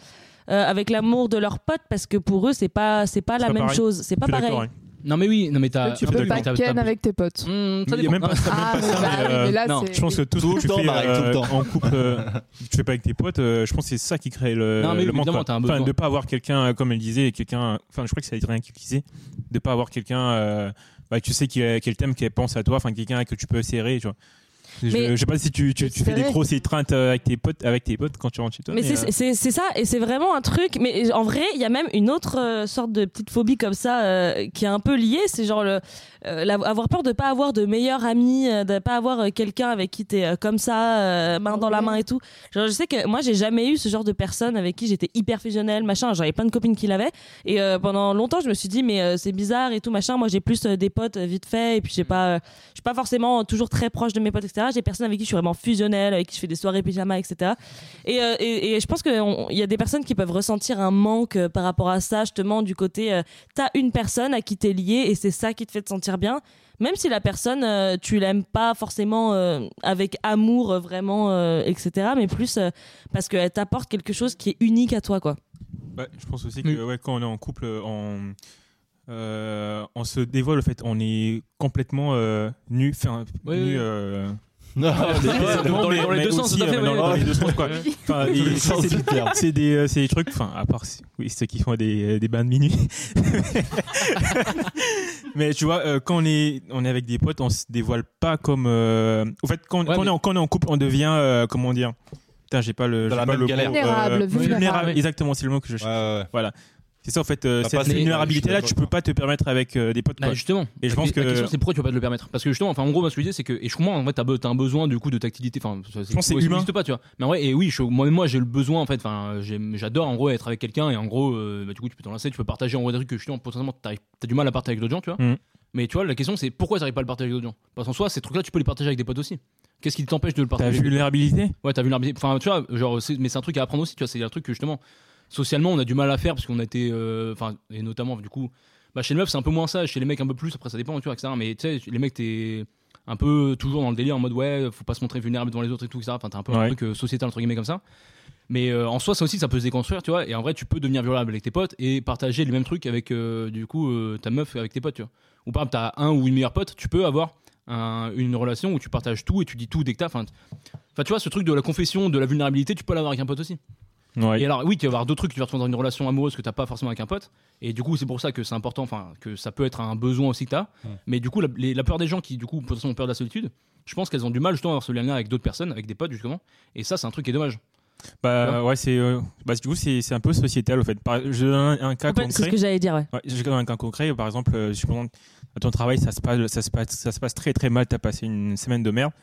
[SPEAKER 4] euh, avec l'amour de leurs potes parce que pour eux, c'est pas, c'est pas la
[SPEAKER 5] pas
[SPEAKER 4] même
[SPEAKER 5] pareil.
[SPEAKER 4] chose. C'est pas
[SPEAKER 5] Je suis
[SPEAKER 4] pareil.
[SPEAKER 5] d'accord, ouais.
[SPEAKER 1] Non mais oui, non mais t'as.
[SPEAKER 2] tu
[SPEAKER 5] t'as-
[SPEAKER 2] peux
[SPEAKER 5] t'as-
[SPEAKER 2] pas
[SPEAKER 1] t'as-
[SPEAKER 2] ken
[SPEAKER 1] t'as-
[SPEAKER 2] avec tes potes.
[SPEAKER 1] Hmm, ça
[SPEAKER 5] Il y a
[SPEAKER 1] dépend.
[SPEAKER 5] même pas ça, même pas ça, mais,
[SPEAKER 2] Ah, mais,
[SPEAKER 5] euh,
[SPEAKER 2] là,
[SPEAKER 1] non,
[SPEAKER 2] c'est-
[SPEAKER 5] Je pense que tout,
[SPEAKER 3] Tout le
[SPEAKER 5] ce que tu
[SPEAKER 3] temps,
[SPEAKER 5] fais
[SPEAKER 3] pareil, tout le
[SPEAKER 5] euh,
[SPEAKER 3] temps.
[SPEAKER 5] en couple, euh, tu fais pas avec tes potes, euh, je pense que c'est ça qui crée le,
[SPEAKER 1] Non, mais
[SPEAKER 5] le
[SPEAKER 1] oui,
[SPEAKER 5] manque.
[SPEAKER 1] évidemment,
[SPEAKER 5] quoi.
[SPEAKER 1] t'as un
[SPEAKER 5] enfin,
[SPEAKER 1] besoin.
[SPEAKER 5] de pas avoir quelqu'un, euh, comme elle disait, quelqu'un, enfin, je crois que c'est Adrien qui le disait, de pas avoir quelqu'un, euh, bah, tu sais qu'il qu'elle t'aime, qu'elle pense à toi, enfin, quelqu'un que tu peux serrer, tu vois. Je,
[SPEAKER 4] Mais-
[SPEAKER 5] je sais pas si tu, tu, tu
[SPEAKER 2] C'est
[SPEAKER 5] fais des
[SPEAKER 2] vrai.
[SPEAKER 5] grosses étreintes euh, avec tes potes, avec tes potes quand tu rentres chez toi.
[SPEAKER 4] Mais c'est-
[SPEAKER 5] euh,
[SPEAKER 4] c'est c'est ça, et c'est vraiment un truc. Mais en vrai, il y a même une autre euh, sorte de petite phobie comme ça euh, qui est un peu liée. C'est genre le, euh, la- avoir peur de pas avoir de meilleur ami, euh, de pas avoir euh, quelqu'un avec qui t'es euh, comme ça, euh, main dans la main et tout. Genre, je sais que moi, j'ai jamais eu ce genre de personne avec qui j'étais hyper fusionnelle, machin. J'avais plein de copines qui l'avaient. Et euh, pendant longtemps, je me suis dit, mais euh, c'est bizarre et tout, machin. Moi, j'ai plus euh, des potes euh, vite fait, et puis je sais pas, euh, je suis pas forcément toujours très proche de mes potes, etc. J'ai personne avec qui je suis vraiment fusionnelle, avec qui je fais des soirées pyjama, etc. Et, euh, et, et je pense qu'il y a des personnes qui peuvent ressentir un manque euh, par rapport à ça, justement, du côté, euh, t'as une personne à qui t'es lié et c'est ça qui te fait te sentir bien. Même si la personne, euh, tu l'aimes pas forcément euh, avec amour, euh, vraiment, euh, etc., mais plus euh, parce qu'elle t'apporte quelque chose qui est unique à toi, quoi.
[SPEAKER 5] Ouais, Bah, je pense aussi
[SPEAKER 1] Oui.
[SPEAKER 5] que ouais, quand on est en couple, euh, on, euh, on se dévoile, en fait, on est complètement euh, nu. Enfin,
[SPEAKER 1] Ouais, ouais.
[SPEAKER 5] nu euh,
[SPEAKER 3] Non,
[SPEAKER 1] Ah, dans les- dans les deux sens,
[SPEAKER 5] aussi,
[SPEAKER 1] tout à fait,
[SPEAKER 5] euh, dans-
[SPEAKER 1] ouais,
[SPEAKER 5] dans
[SPEAKER 1] ouais.
[SPEAKER 5] les deux sens, quoi. Enfin,
[SPEAKER 3] Dans
[SPEAKER 5] et
[SPEAKER 3] les
[SPEAKER 5] ça,
[SPEAKER 3] sens
[SPEAKER 5] c'est-
[SPEAKER 3] du terme.
[SPEAKER 5] C'est des, euh, c'est des trucs, enfin, à part si- oui, ceux qui font des, des bains de minuit. Mais tu vois, euh, quand on est, on est avec des potes, on se dévoile pas comme. euh, En fait, quand,
[SPEAKER 1] Ouais,
[SPEAKER 5] quand on
[SPEAKER 1] mais-
[SPEAKER 5] est en, quand on est en couple, on devient. euh, comment dire Putain, j'ai pas le.
[SPEAKER 3] Dans
[SPEAKER 5] j'ai
[SPEAKER 3] la
[SPEAKER 5] pas
[SPEAKER 3] même
[SPEAKER 5] le
[SPEAKER 3] galère.
[SPEAKER 5] mot, euh,
[SPEAKER 2] Vulnérable, vulnérable.
[SPEAKER 5] vulnérable. Exactement, c'est le mot que
[SPEAKER 3] Ouais,
[SPEAKER 5] je
[SPEAKER 3] ouais, ouais.
[SPEAKER 5] c'est ça en fait, euh,
[SPEAKER 3] T'as
[SPEAKER 5] cette
[SPEAKER 3] pas-
[SPEAKER 5] vulnérabilité-là,
[SPEAKER 3] Mais-
[SPEAKER 5] tu peux pas te permettre avec euh, des potes.
[SPEAKER 1] Bah,
[SPEAKER 5] quoi.
[SPEAKER 1] justement.
[SPEAKER 5] Et je
[SPEAKER 1] La
[SPEAKER 5] pense
[SPEAKER 1] que- la
[SPEAKER 5] que-
[SPEAKER 1] question c'est pourquoi tu vas pas te le permettre parce que justement enfin en gros moi, ce que je disais c'est que et je comprends en fait t'as be- t'as un besoin du coup de tactilité enfin ça,
[SPEAKER 5] pense que c'est
[SPEAKER 1] ouais, ça
[SPEAKER 5] humain.
[SPEAKER 1] n'existe pas tu vois mais en vrai et oui je- moi même moi j'ai le besoin en fait enfin j'aime- j'adore en gros être avec quelqu'un et en gros euh, bah, du coup tu peux t'en lasser tu peux partager en gros des trucs que justement potentiellement t'arrives- t'as du mal à partager avec d'autres gens tu vois
[SPEAKER 5] Mhm.
[SPEAKER 1] mais tu vois la question c'est pourquoi t'arrives pas à le partager avec d'autres gens parce qu'en soi ces trucs là tu peux les partager avec des potes aussi qu'est-ce qui t'empêche de le
[SPEAKER 5] T'as
[SPEAKER 1] partager
[SPEAKER 5] vu l'hérabilité
[SPEAKER 1] Ouais, t'as vu l'arbitre. Enfin, tu vois, genre, c'est- mais c'est un truc à apprendre aussi, tu vois. C'est un truc que justement, socialement, on a du mal à faire parce qu'on a été. euh, Enfin, et notamment, du coup, bah, chez les meufs, c'est un peu moins ça. Chez les mecs, un peu plus. Après, ça dépend, tu vois, etc. Mais tu sais, les mecs, t'es un peu toujours dans le délire en mode, ouais, faut pas se montrer vulnérable devant les autres et tout, etc. Enfin, t'as un peu un
[SPEAKER 5] Ouais.
[SPEAKER 1] truc euh, sociétal, entre guillemets, comme ça. Mais euh, en soi, ça aussi, ça peut se déconstruire, tu vois. Et en vrai, tu peux devenir vulnérable avec tes potes et partager les mêmes trucs avec, euh, du coup, euh, ta meuf avec tes potes, tu vois. Ou par exemple, t'as un ou une meilleure pote, tu peux avoir un- une relation où tu partages tout et tu dis tout dès que t'as. Enfin, t- enfin, tu vois, ce truc de la confession, de la vulnérabilité, tu peux l'avoir avec un pote aussi.
[SPEAKER 5] Ouais.
[SPEAKER 1] Et alors, oui, tu vas avoir d'autres trucs, tu vas te retrouver dans une relation amoureuse que t'as pas forcément avec un pote. Et du coup, c'est pour ça que c'est important, enfin, que ça peut être un besoin aussi que t'as. Mais du coup, la, les- la peur des gens qui, du coup, potentiellement ont peur de la solitude, je pense qu'elles ont du mal justement à avoir ce lien avec d'autres personnes, avec des potes, justement. Et ça, c'est un truc qui est dommage.
[SPEAKER 5] Bah ouais, c'est. euh, bah, du coup, c'est c'est un peu sociétal en fait. Par- je donne un, un cas
[SPEAKER 4] En fait, C'est ce
[SPEAKER 5] concret.
[SPEAKER 4] que j'allais dire, ouais.
[SPEAKER 5] Ouais, je donne un cas concret. Par exemple, euh, je prends- à ton travail, ça se passe, ça se passe, ça se passe très très mal. T'as passé une semaine de merde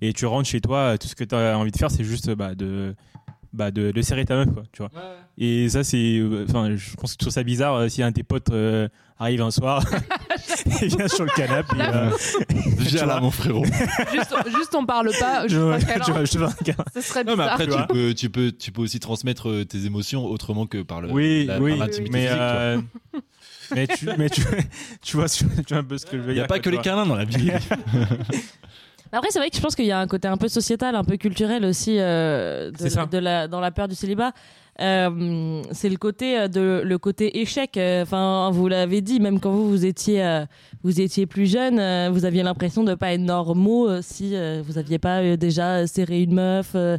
[SPEAKER 5] et tu rentres chez toi. euh, Tout ce que t'as envie de faire, c'est juste euh, bah, de, bah, de, de serrer ta meuf, quoi. Tu vois. Et ça, c'est. euh, Enfin, je pense que je trouve ça bizarre euh, si un de tes potes euh, arrive un soir et vient sur le canapé. et, euh,
[SPEAKER 3] Viens là, mon frérot.
[SPEAKER 2] Juste, juste on parle pas. Ah, Je
[SPEAKER 5] je-
[SPEAKER 2] crois
[SPEAKER 5] je-
[SPEAKER 2] qu'alors,
[SPEAKER 5] je te fais un câlin.
[SPEAKER 2] ce serait
[SPEAKER 3] Non, mais
[SPEAKER 2] bizarre.
[SPEAKER 3] après,
[SPEAKER 5] Tu
[SPEAKER 3] tu
[SPEAKER 5] vois.
[SPEAKER 3] peux, tu, peux, tu peux aussi transmettre euh, tes émotions autrement que par le.
[SPEAKER 5] oui,
[SPEAKER 3] la- par
[SPEAKER 5] oui,
[SPEAKER 3] l'intimité
[SPEAKER 5] mais,
[SPEAKER 3] physique, tu vois.
[SPEAKER 5] euh, mais tu, mais tu, tu vois, tu vois un peu ce que je veux
[SPEAKER 3] Il
[SPEAKER 5] dire.
[SPEAKER 3] n'y a pas que
[SPEAKER 5] quoi, tu
[SPEAKER 3] les
[SPEAKER 5] vois.
[SPEAKER 3] câlins dans la vie.
[SPEAKER 4] Après, c'est vrai que je pense qu'il y a un côté un peu sociétal, un peu culturel aussi euh, de,
[SPEAKER 5] C'est ça.
[SPEAKER 4] de la, dans la peur du célibat. euh, c'est le côté euh, de le côté échec. euh, Enfin, vous l'avez dit, même quand vous vous étiez euh, vous étiez plus jeune, euh, vous aviez l'impression de pas être normaux euh, si euh, vous aviez pas euh, déjà serré une meuf. euh,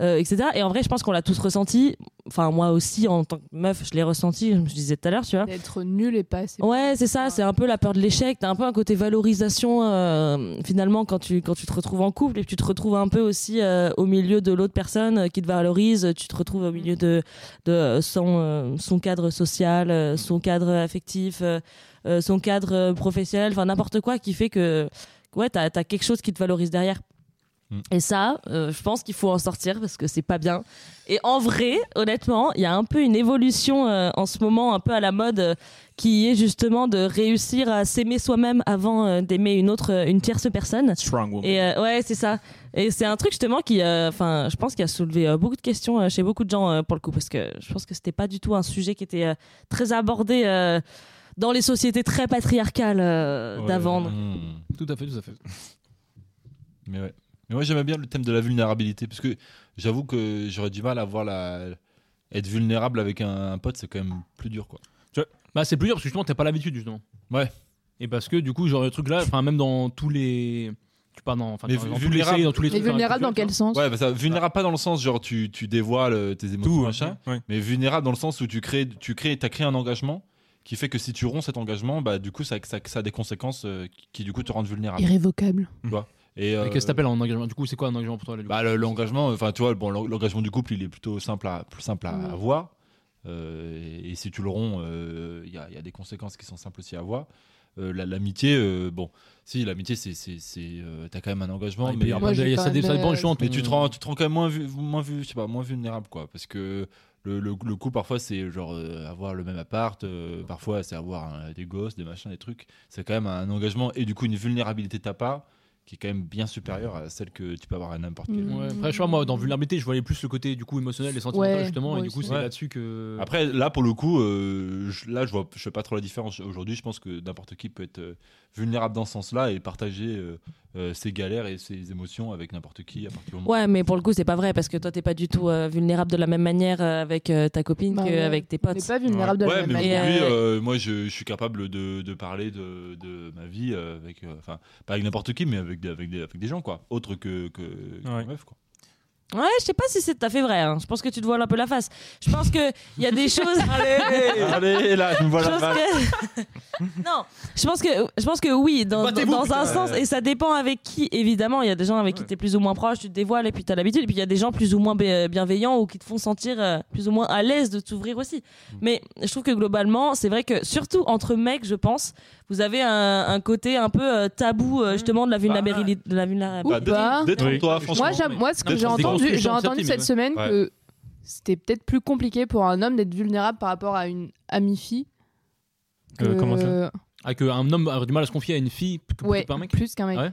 [SPEAKER 4] euh, etc. Et en vrai, je pense qu'on l'a tous ressenti. Enfin, moi aussi, en tant que meuf, je l'ai ressenti. Je me disais tout à l'heure, tu vois.
[SPEAKER 2] D'être nul et pas assez.
[SPEAKER 4] Ouais, c'est ça, c'est un peu la peur de l'échec. T'as un peu un côté valorisation euh, finalement quand tu quand tu te retrouves en couple et puis tu te retrouves un peu aussi euh, au milieu de l'autre personne euh, qui te valorise. Tu te retrouves au milieu de de euh, son euh, son cadre social, euh, son cadre affectif, euh, euh, son cadre euh, professionnel, enfin n'importe quoi qui fait que ouais t'as as quelque chose qui te valorise derrière.
[SPEAKER 3] Mm.
[SPEAKER 4] Et ça, euh, je pense qu'il faut en sortir parce que c'est pas bien. Et en vrai, honnêtement, il y a un peu une évolution euh, en ce moment, un peu à la mode, euh, qui est justement de réussir à s'aimer soi-même avant euh, d'aimer une autre, euh, une tierce personne.
[SPEAKER 5] Strong woman.
[SPEAKER 4] Et euh, ouais, c'est ça. Et c'est un truc justement qui, euh, enfin, je pense qu'il a soulevé euh, beaucoup de questions euh, chez beaucoup de gens euh, pour le coup, parce que je pense que c'était pas du tout un sujet qui était euh, très abordé euh, dans les sociétés très patriarcales euh,
[SPEAKER 5] Ouais.
[SPEAKER 2] Mmh.
[SPEAKER 4] d'avant.
[SPEAKER 3] Hmm.
[SPEAKER 1] Tout à fait, tout à fait.
[SPEAKER 3] Mais ouais. Mais moi j'aimais bien le thème de la vulnérabilité parce que j'avoue que j'aurais du mal à voir la être vulnérable avec un, un pote, c'est quand même plus dur quoi.
[SPEAKER 1] Bah, c'est plus dur parce que justement, t'as pas l'habitude, justement.
[SPEAKER 3] Ouais.
[SPEAKER 1] Et parce que du coup, genre, le truc là, enfin, même dans tous les. Tu parles dans, enfin,
[SPEAKER 3] Mais
[SPEAKER 1] dans, dans
[SPEAKER 3] vu-
[SPEAKER 1] tous les
[SPEAKER 3] vulnérable-
[SPEAKER 1] séries, dans tous les
[SPEAKER 2] Mais
[SPEAKER 1] trucs.
[SPEAKER 2] vulnérable
[SPEAKER 1] enfin,
[SPEAKER 2] dans quel sens
[SPEAKER 3] Ouais, bah ça vulnérable pas dans le sens genre tu, tu dévoiles euh, tes émotions
[SPEAKER 5] Tout, hein.
[SPEAKER 3] machin,
[SPEAKER 5] ouais.
[SPEAKER 3] mais vulnérable dans le sens où tu crées tu crées t'as créé un engagement qui fait que si tu romps cet engagement, bah du coup ça ça, ça a des conséquences euh, qui, qui, du coup te rendent vulnérable.
[SPEAKER 2] Irrévocable.
[SPEAKER 3] Et,
[SPEAKER 1] Et
[SPEAKER 3] euh,
[SPEAKER 1] Qu'est-ce que t'appelles en engagement Du coup, c'est quoi un engagement pour toi là, du coup
[SPEAKER 3] Bah, le- l'engagement, enfin, tu vois, bon, l'en- l'engagement du couple, il est plutôt simple à, plus simple à
[SPEAKER 2] Oui.
[SPEAKER 3] avoir. Euh, et, et si tu le romps, euh, il y, a- il y a des conséquences qui sont simples aussi à avoir. Euh, la- l'amitié, euh, bon, si, l'amitié, c'est. c'est- c'est, euh, T'as quand même un engagement,
[SPEAKER 1] Ouais, il peut
[SPEAKER 3] mais,
[SPEAKER 1] y avoir
[SPEAKER 2] Moi,
[SPEAKER 1] des- euh,
[SPEAKER 2] j'ai
[SPEAKER 1] ça
[SPEAKER 2] pas
[SPEAKER 1] dé- ça
[SPEAKER 2] de-
[SPEAKER 1] dépend justement.
[SPEAKER 3] mais
[SPEAKER 1] ton-
[SPEAKER 3] tu, te rends, tu te rends quand même moins, vu, moins, vu, je sais pas, moins vulnérable, quoi. Parce que le, le- le coup, parfois, c'est genre euh, avoir le même appart, euh, parfois, c'est avoir un- des gosses, des machins, des trucs. C'est quand même un engagement et du coup, une vulnérabilité de ta part qui est quand même bien supérieure à celle que tu peux avoir à n'importe quel.
[SPEAKER 2] Mm.
[SPEAKER 1] Ouais, après, je sais pas, moi, dans vulnérabilité, je voyais plus le côté du coup émotionnel et sentimental
[SPEAKER 2] Ouais,
[SPEAKER 1] justement,
[SPEAKER 2] moi
[SPEAKER 1] et du coup,
[SPEAKER 2] aussi.
[SPEAKER 1] c'est
[SPEAKER 3] Ouais.
[SPEAKER 1] là-dessus que.
[SPEAKER 3] Après, là, pour le coup, euh, je, là, je vois, je fais pas trop la différence. Aujourd'hui, je pense que n'importe qui peut être euh, vulnérable dans ce sens-là et partager euh, euh, ses galères et ses émotions avec n'importe qui à partir du moment.
[SPEAKER 4] Ouais, mais pour le coup, c'est pas vrai parce que toi, t'es pas du tout euh, vulnérable de la même manière euh, avec euh, ta copine
[SPEAKER 2] Bah ouais.
[SPEAKER 4] qu'avec tes
[SPEAKER 2] On
[SPEAKER 4] potes.
[SPEAKER 2] n'est pas vulnérable de la
[SPEAKER 3] Ouais,
[SPEAKER 2] même
[SPEAKER 3] mais
[SPEAKER 2] manière.
[SPEAKER 3] aujourd'hui,
[SPEAKER 4] manière.
[SPEAKER 3] euh, moi, je, je suis capable de, de parler de, de ma vie euh, avec, euh, enfin, pas avec n'importe qui, mais avec, des- avec, des, avec des gens, quoi, autre que que, que
[SPEAKER 5] Ouais.
[SPEAKER 3] meuf, quoi.
[SPEAKER 4] Ouais, je sais pas si c'est tout à fait vrai. hein. Je pense que tu te voiles un peu la face. Je pense que il y a des choses.
[SPEAKER 3] Allez, là, je me vois
[SPEAKER 4] Je
[SPEAKER 3] la
[SPEAKER 4] pense
[SPEAKER 3] balle.
[SPEAKER 4] que- non, je pense que je pense que oui, dans, dans,
[SPEAKER 1] Battez-vous,
[SPEAKER 4] dans un
[SPEAKER 1] putain.
[SPEAKER 4] sens et ça dépend avec qui. Évidemment, il y a des gens avec qui t'es plus ou moins proche, tu te dévoiles et puis t'as l'habitude. Et puis il y a des gens plus ou moins bé- euh, bienveillants ou qui te font sentir euh, plus ou moins à l'aise de t'ouvrir aussi.
[SPEAKER 5] Mm.
[SPEAKER 4] Mais je trouve que globalement, c'est vrai que surtout entre mecs, je pense, vous avez un, un côté un peu euh, tabou euh, justement de la vulnérabilité, de la vulnérabilité.
[SPEAKER 2] Mm. Bah,
[SPEAKER 3] Bah,
[SPEAKER 2] Ou
[SPEAKER 3] dé-
[SPEAKER 2] pas.
[SPEAKER 3] Détrompe-toi,
[SPEAKER 1] Oui.
[SPEAKER 3] franchement.
[SPEAKER 2] Moi, j'aime- moi, ce
[SPEAKER 1] Non,
[SPEAKER 2] que
[SPEAKER 1] mais
[SPEAKER 2] j'ai
[SPEAKER 1] c'est des
[SPEAKER 2] entendu,
[SPEAKER 1] constructions,
[SPEAKER 2] j'ai entendu
[SPEAKER 1] certes,
[SPEAKER 2] cette
[SPEAKER 1] mais-
[SPEAKER 2] semaine
[SPEAKER 3] Ouais.
[SPEAKER 2] que c'était peut-être plus compliqué pour un homme d'être vulnérable par rapport à une amie fille.
[SPEAKER 5] Euh, comment ça
[SPEAKER 1] Ah, que un homme a du mal à se confier à une fille que plutôt
[SPEAKER 2] Ouais,
[SPEAKER 1] qu'un mec.
[SPEAKER 2] plus qu'un mec.
[SPEAKER 1] Ah ouais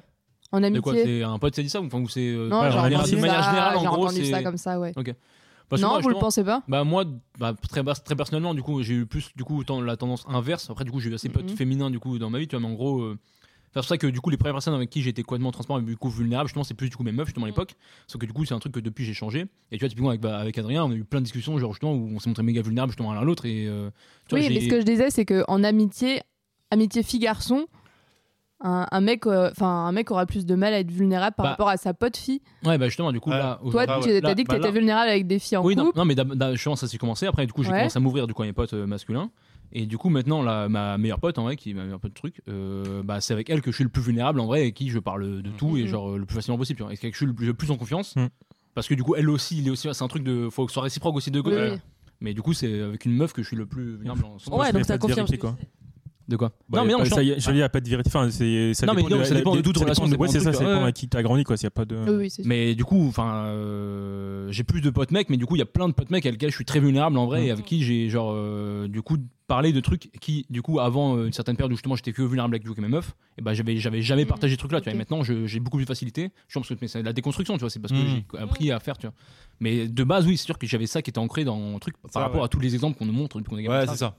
[SPEAKER 2] En
[SPEAKER 1] C'est quoi
[SPEAKER 2] amitié.
[SPEAKER 1] C'est un pote qui a dit ça ou enfin, ou c'est. euh,
[SPEAKER 2] Non,
[SPEAKER 1] ouais,
[SPEAKER 2] j'ai
[SPEAKER 1] de manière-
[SPEAKER 2] entendu
[SPEAKER 1] de manière
[SPEAKER 2] ça,
[SPEAKER 1] générale, en
[SPEAKER 2] j'ai
[SPEAKER 1] gros,
[SPEAKER 2] entendu ça
[SPEAKER 1] c'est-
[SPEAKER 2] comme ça, ouais.
[SPEAKER 1] Parce que
[SPEAKER 2] Non,
[SPEAKER 1] moi,
[SPEAKER 2] vous le
[SPEAKER 1] justement,
[SPEAKER 2] pensez pas
[SPEAKER 1] Bah moi, bah, très, bas- très personnellement, du coup, j'ai eu plus du coup tant- la tendance inverse. Après, du coup, j'ai eu assez peu de
[SPEAKER 2] Mhm.
[SPEAKER 1] féminins du coup dans ma vie, tu vois. Mais en gros, euh, c'est pour ça que du coup, les premières personnes avec qui j'étais complètement transparent et du coup vulnérable, justement, c'est plus du coup mes meufs justement à
[SPEAKER 2] Mhm.
[SPEAKER 1] l'époque. Sauf que du coup, c'est un truc que depuis j'ai changé. Et tu vois, typiquement avec, bah, avec Adrien, on a eu plein de discussions genre justement où on s'est montré méga vulnérable justement l'un à l'autre. Et euh, tu vois,
[SPEAKER 2] Oui, mais
[SPEAKER 1] j'ai-
[SPEAKER 2] ce que je disais, c'est que en amitié, amitié fille-garçon, un, un mec, euh, enfin un mec aura plus de mal à être vulnérable par
[SPEAKER 1] Bah,
[SPEAKER 2] rapport à sa pote fille.
[SPEAKER 1] ouais, bah justement, du coup
[SPEAKER 3] Ouais.
[SPEAKER 1] là,
[SPEAKER 2] Toi,
[SPEAKER 1] aujourd'hui-
[SPEAKER 2] tu
[SPEAKER 1] là,
[SPEAKER 2] as dit que
[SPEAKER 1] bah,
[SPEAKER 2] tu étais
[SPEAKER 1] là-
[SPEAKER 2] vulnérable avec des filles en
[SPEAKER 1] oui, non,
[SPEAKER 2] couple.
[SPEAKER 1] non, mais d'ab- d'ab- je pense ça s'est commencé. Après, du coup, j'ai
[SPEAKER 2] Ouais.
[SPEAKER 1] commencé à m'ouvrir du coup à mes potes euh, masculins. Et du coup, maintenant, la, ma meilleure pote, en vrai, qui est ma meilleure pote truc, euh, bah, c'est avec elle que je suis le plus vulnérable, en vrai, et qui je parle de tout, et
[SPEAKER 2] Mhm.
[SPEAKER 1] genre euh, le plus facilement possible. tu vois. Et c'est avec qui je suis le plus, le plus en confiance.
[SPEAKER 5] Mhm.
[SPEAKER 1] Parce que du coup, elle aussi, il est aussi, c'est un truc de. Faut que ce soit réciproque aussi de
[SPEAKER 2] Oui,
[SPEAKER 1] côté.
[SPEAKER 2] oui.
[SPEAKER 1] Mais du coup, c'est avec une meuf que je suis le plus vulnérable. en ce moment.
[SPEAKER 4] Ouais,
[SPEAKER 5] Je
[SPEAKER 4] donc
[SPEAKER 5] vais
[SPEAKER 4] ça
[SPEAKER 5] pas te
[SPEAKER 4] confirme.
[SPEAKER 5] vérifier, quoi.
[SPEAKER 1] De quoi
[SPEAKER 5] Bah,
[SPEAKER 1] Non, mais non,
[SPEAKER 5] pas-
[SPEAKER 1] je
[SPEAKER 5] ça y est, je
[SPEAKER 1] ah.
[SPEAKER 5] dis, y a pas de vérité. Enfin, c'est ça
[SPEAKER 1] Non, mais
[SPEAKER 5] dépend
[SPEAKER 1] non,
[SPEAKER 5] de,
[SPEAKER 1] ça dépend de toute
[SPEAKER 5] ça
[SPEAKER 1] relation,
[SPEAKER 5] dépend
[SPEAKER 1] ça
[SPEAKER 5] de- Ouais,
[SPEAKER 1] dépend
[SPEAKER 5] c'est
[SPEAKER 1] de
[SPEAKER 5] ça,
[SPEAKER 1] tout,
[SPEAKER 5] ça dépend
[SPEAKER 1] ouais.
[SPEAKER 5] à qui t'as grandi, quoi. S'il y a pas de.
[SPEAKER 2] Oui, oui, c'est sûr.
[SPEAKER 1] Mais du coup, enfin, euh, j'ai plus de potes mecs, mais du coup, il y a plein de potes mecs avec lesquels je suis très vulnérable en vrai,
[SPEAKER 5] Mm.
[SPEAKER 1] et avec qui j'ai genre euh, du coup parlé de trucs qui, du coup, avant euh, une certaine période où justement j'étais que vulnérable avec du coup, avec mes meufs, et ben j'avais j'avais jamais
[SPEAKER 2] Mm.
[SPEAKER 1] partagé ce truc là, tu vois.
[SPEAKER 2] Ok.
[SPEAKER 1] Et maintenant, je- j'ai beaucoup plus de facilité. Je pense que mais c'est de la déconstruction, tu vois. C'est parce que
[SPEAKER 3] Mm.
[SPEAKER 1] j'ai appris à faire, tu vois. Mais de base, oui, c'est sûr que j'avais ça qui était ancré dans mon truc par
[SPEAKER 3] Ça,
[SPEAKER 1] rapport
[SPEAKER 3] ouais.
[SPEAKER 1] à tous les exemples qu'on nous montre depuis qu'on est gamin,
[SPEAKER 3] Ouais,
[SPEAKER 1] etc.
[SPEAKER 3] c'est ça.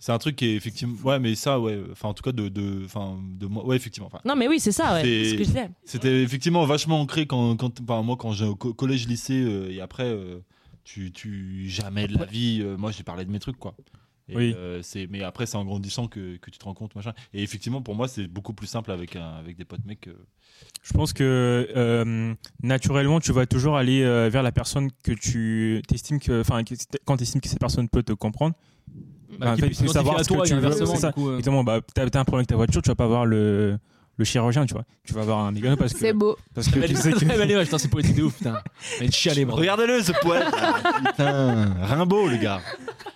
[SPEAKER 3] C'est un truc qui est effectivement. Ouais, mais ça, ouais. Enfin, en tout cas, de, de, enfin, de moi. Ouais, effectivement. Enfin,
[SPEAKER 4] Non, mais oui, c'est ça. Ouais.
[SPEAKER 3] C'est-
[SPEAKER 4] C'est ce que je disais.
[SPEAKER 3] C'était effectivement vachement ancré quand, quand enfin, moi, quand j'ai au co- collège, lycée, euh, et après, euh, tu, tu jamais de la vie. euh, moi, j'ai parlé de mes trucs, quoi. Et,
[SPEAKER 5] Oui.
[SPEAKER 3] euh, c'est, mais après, c'est en grandissant que, que tu te rends compte, machin. Et effectivement, pour moi, c'est beaucoup plus simple avec, un- avec des potes mecs. euh. que-
[SPEAKER 5] Je pense que euh, naturellement, tu vas toujours aller euh, vers la personne que tu t'estimes que, enfin, que- quand t'estimes que cette personne peut te comprendre. Bah, en fait, il faut savoir ce que tu veux, c'est ça.
[SPEAKER 1] euh.
[SPEAKER 5] Évidemment, bah, t'as t'as un problème avec ta voiture, tu vas pas voir le, le chirurgien, tu vois. Tu vas voir un mécano parce
[SPEAKER 2] C'est
[SPEAKER 5] que,
[SPEAKER 2] beau.
[SPEAKER 5] parce que tu sais que.
[SPEAKER 1] c'est poétique de ouf, putain. Mais chialer, bro.
[SPEAKER 3] Regardez-le, ce poète Ah, Putain, Rimbaud, le gars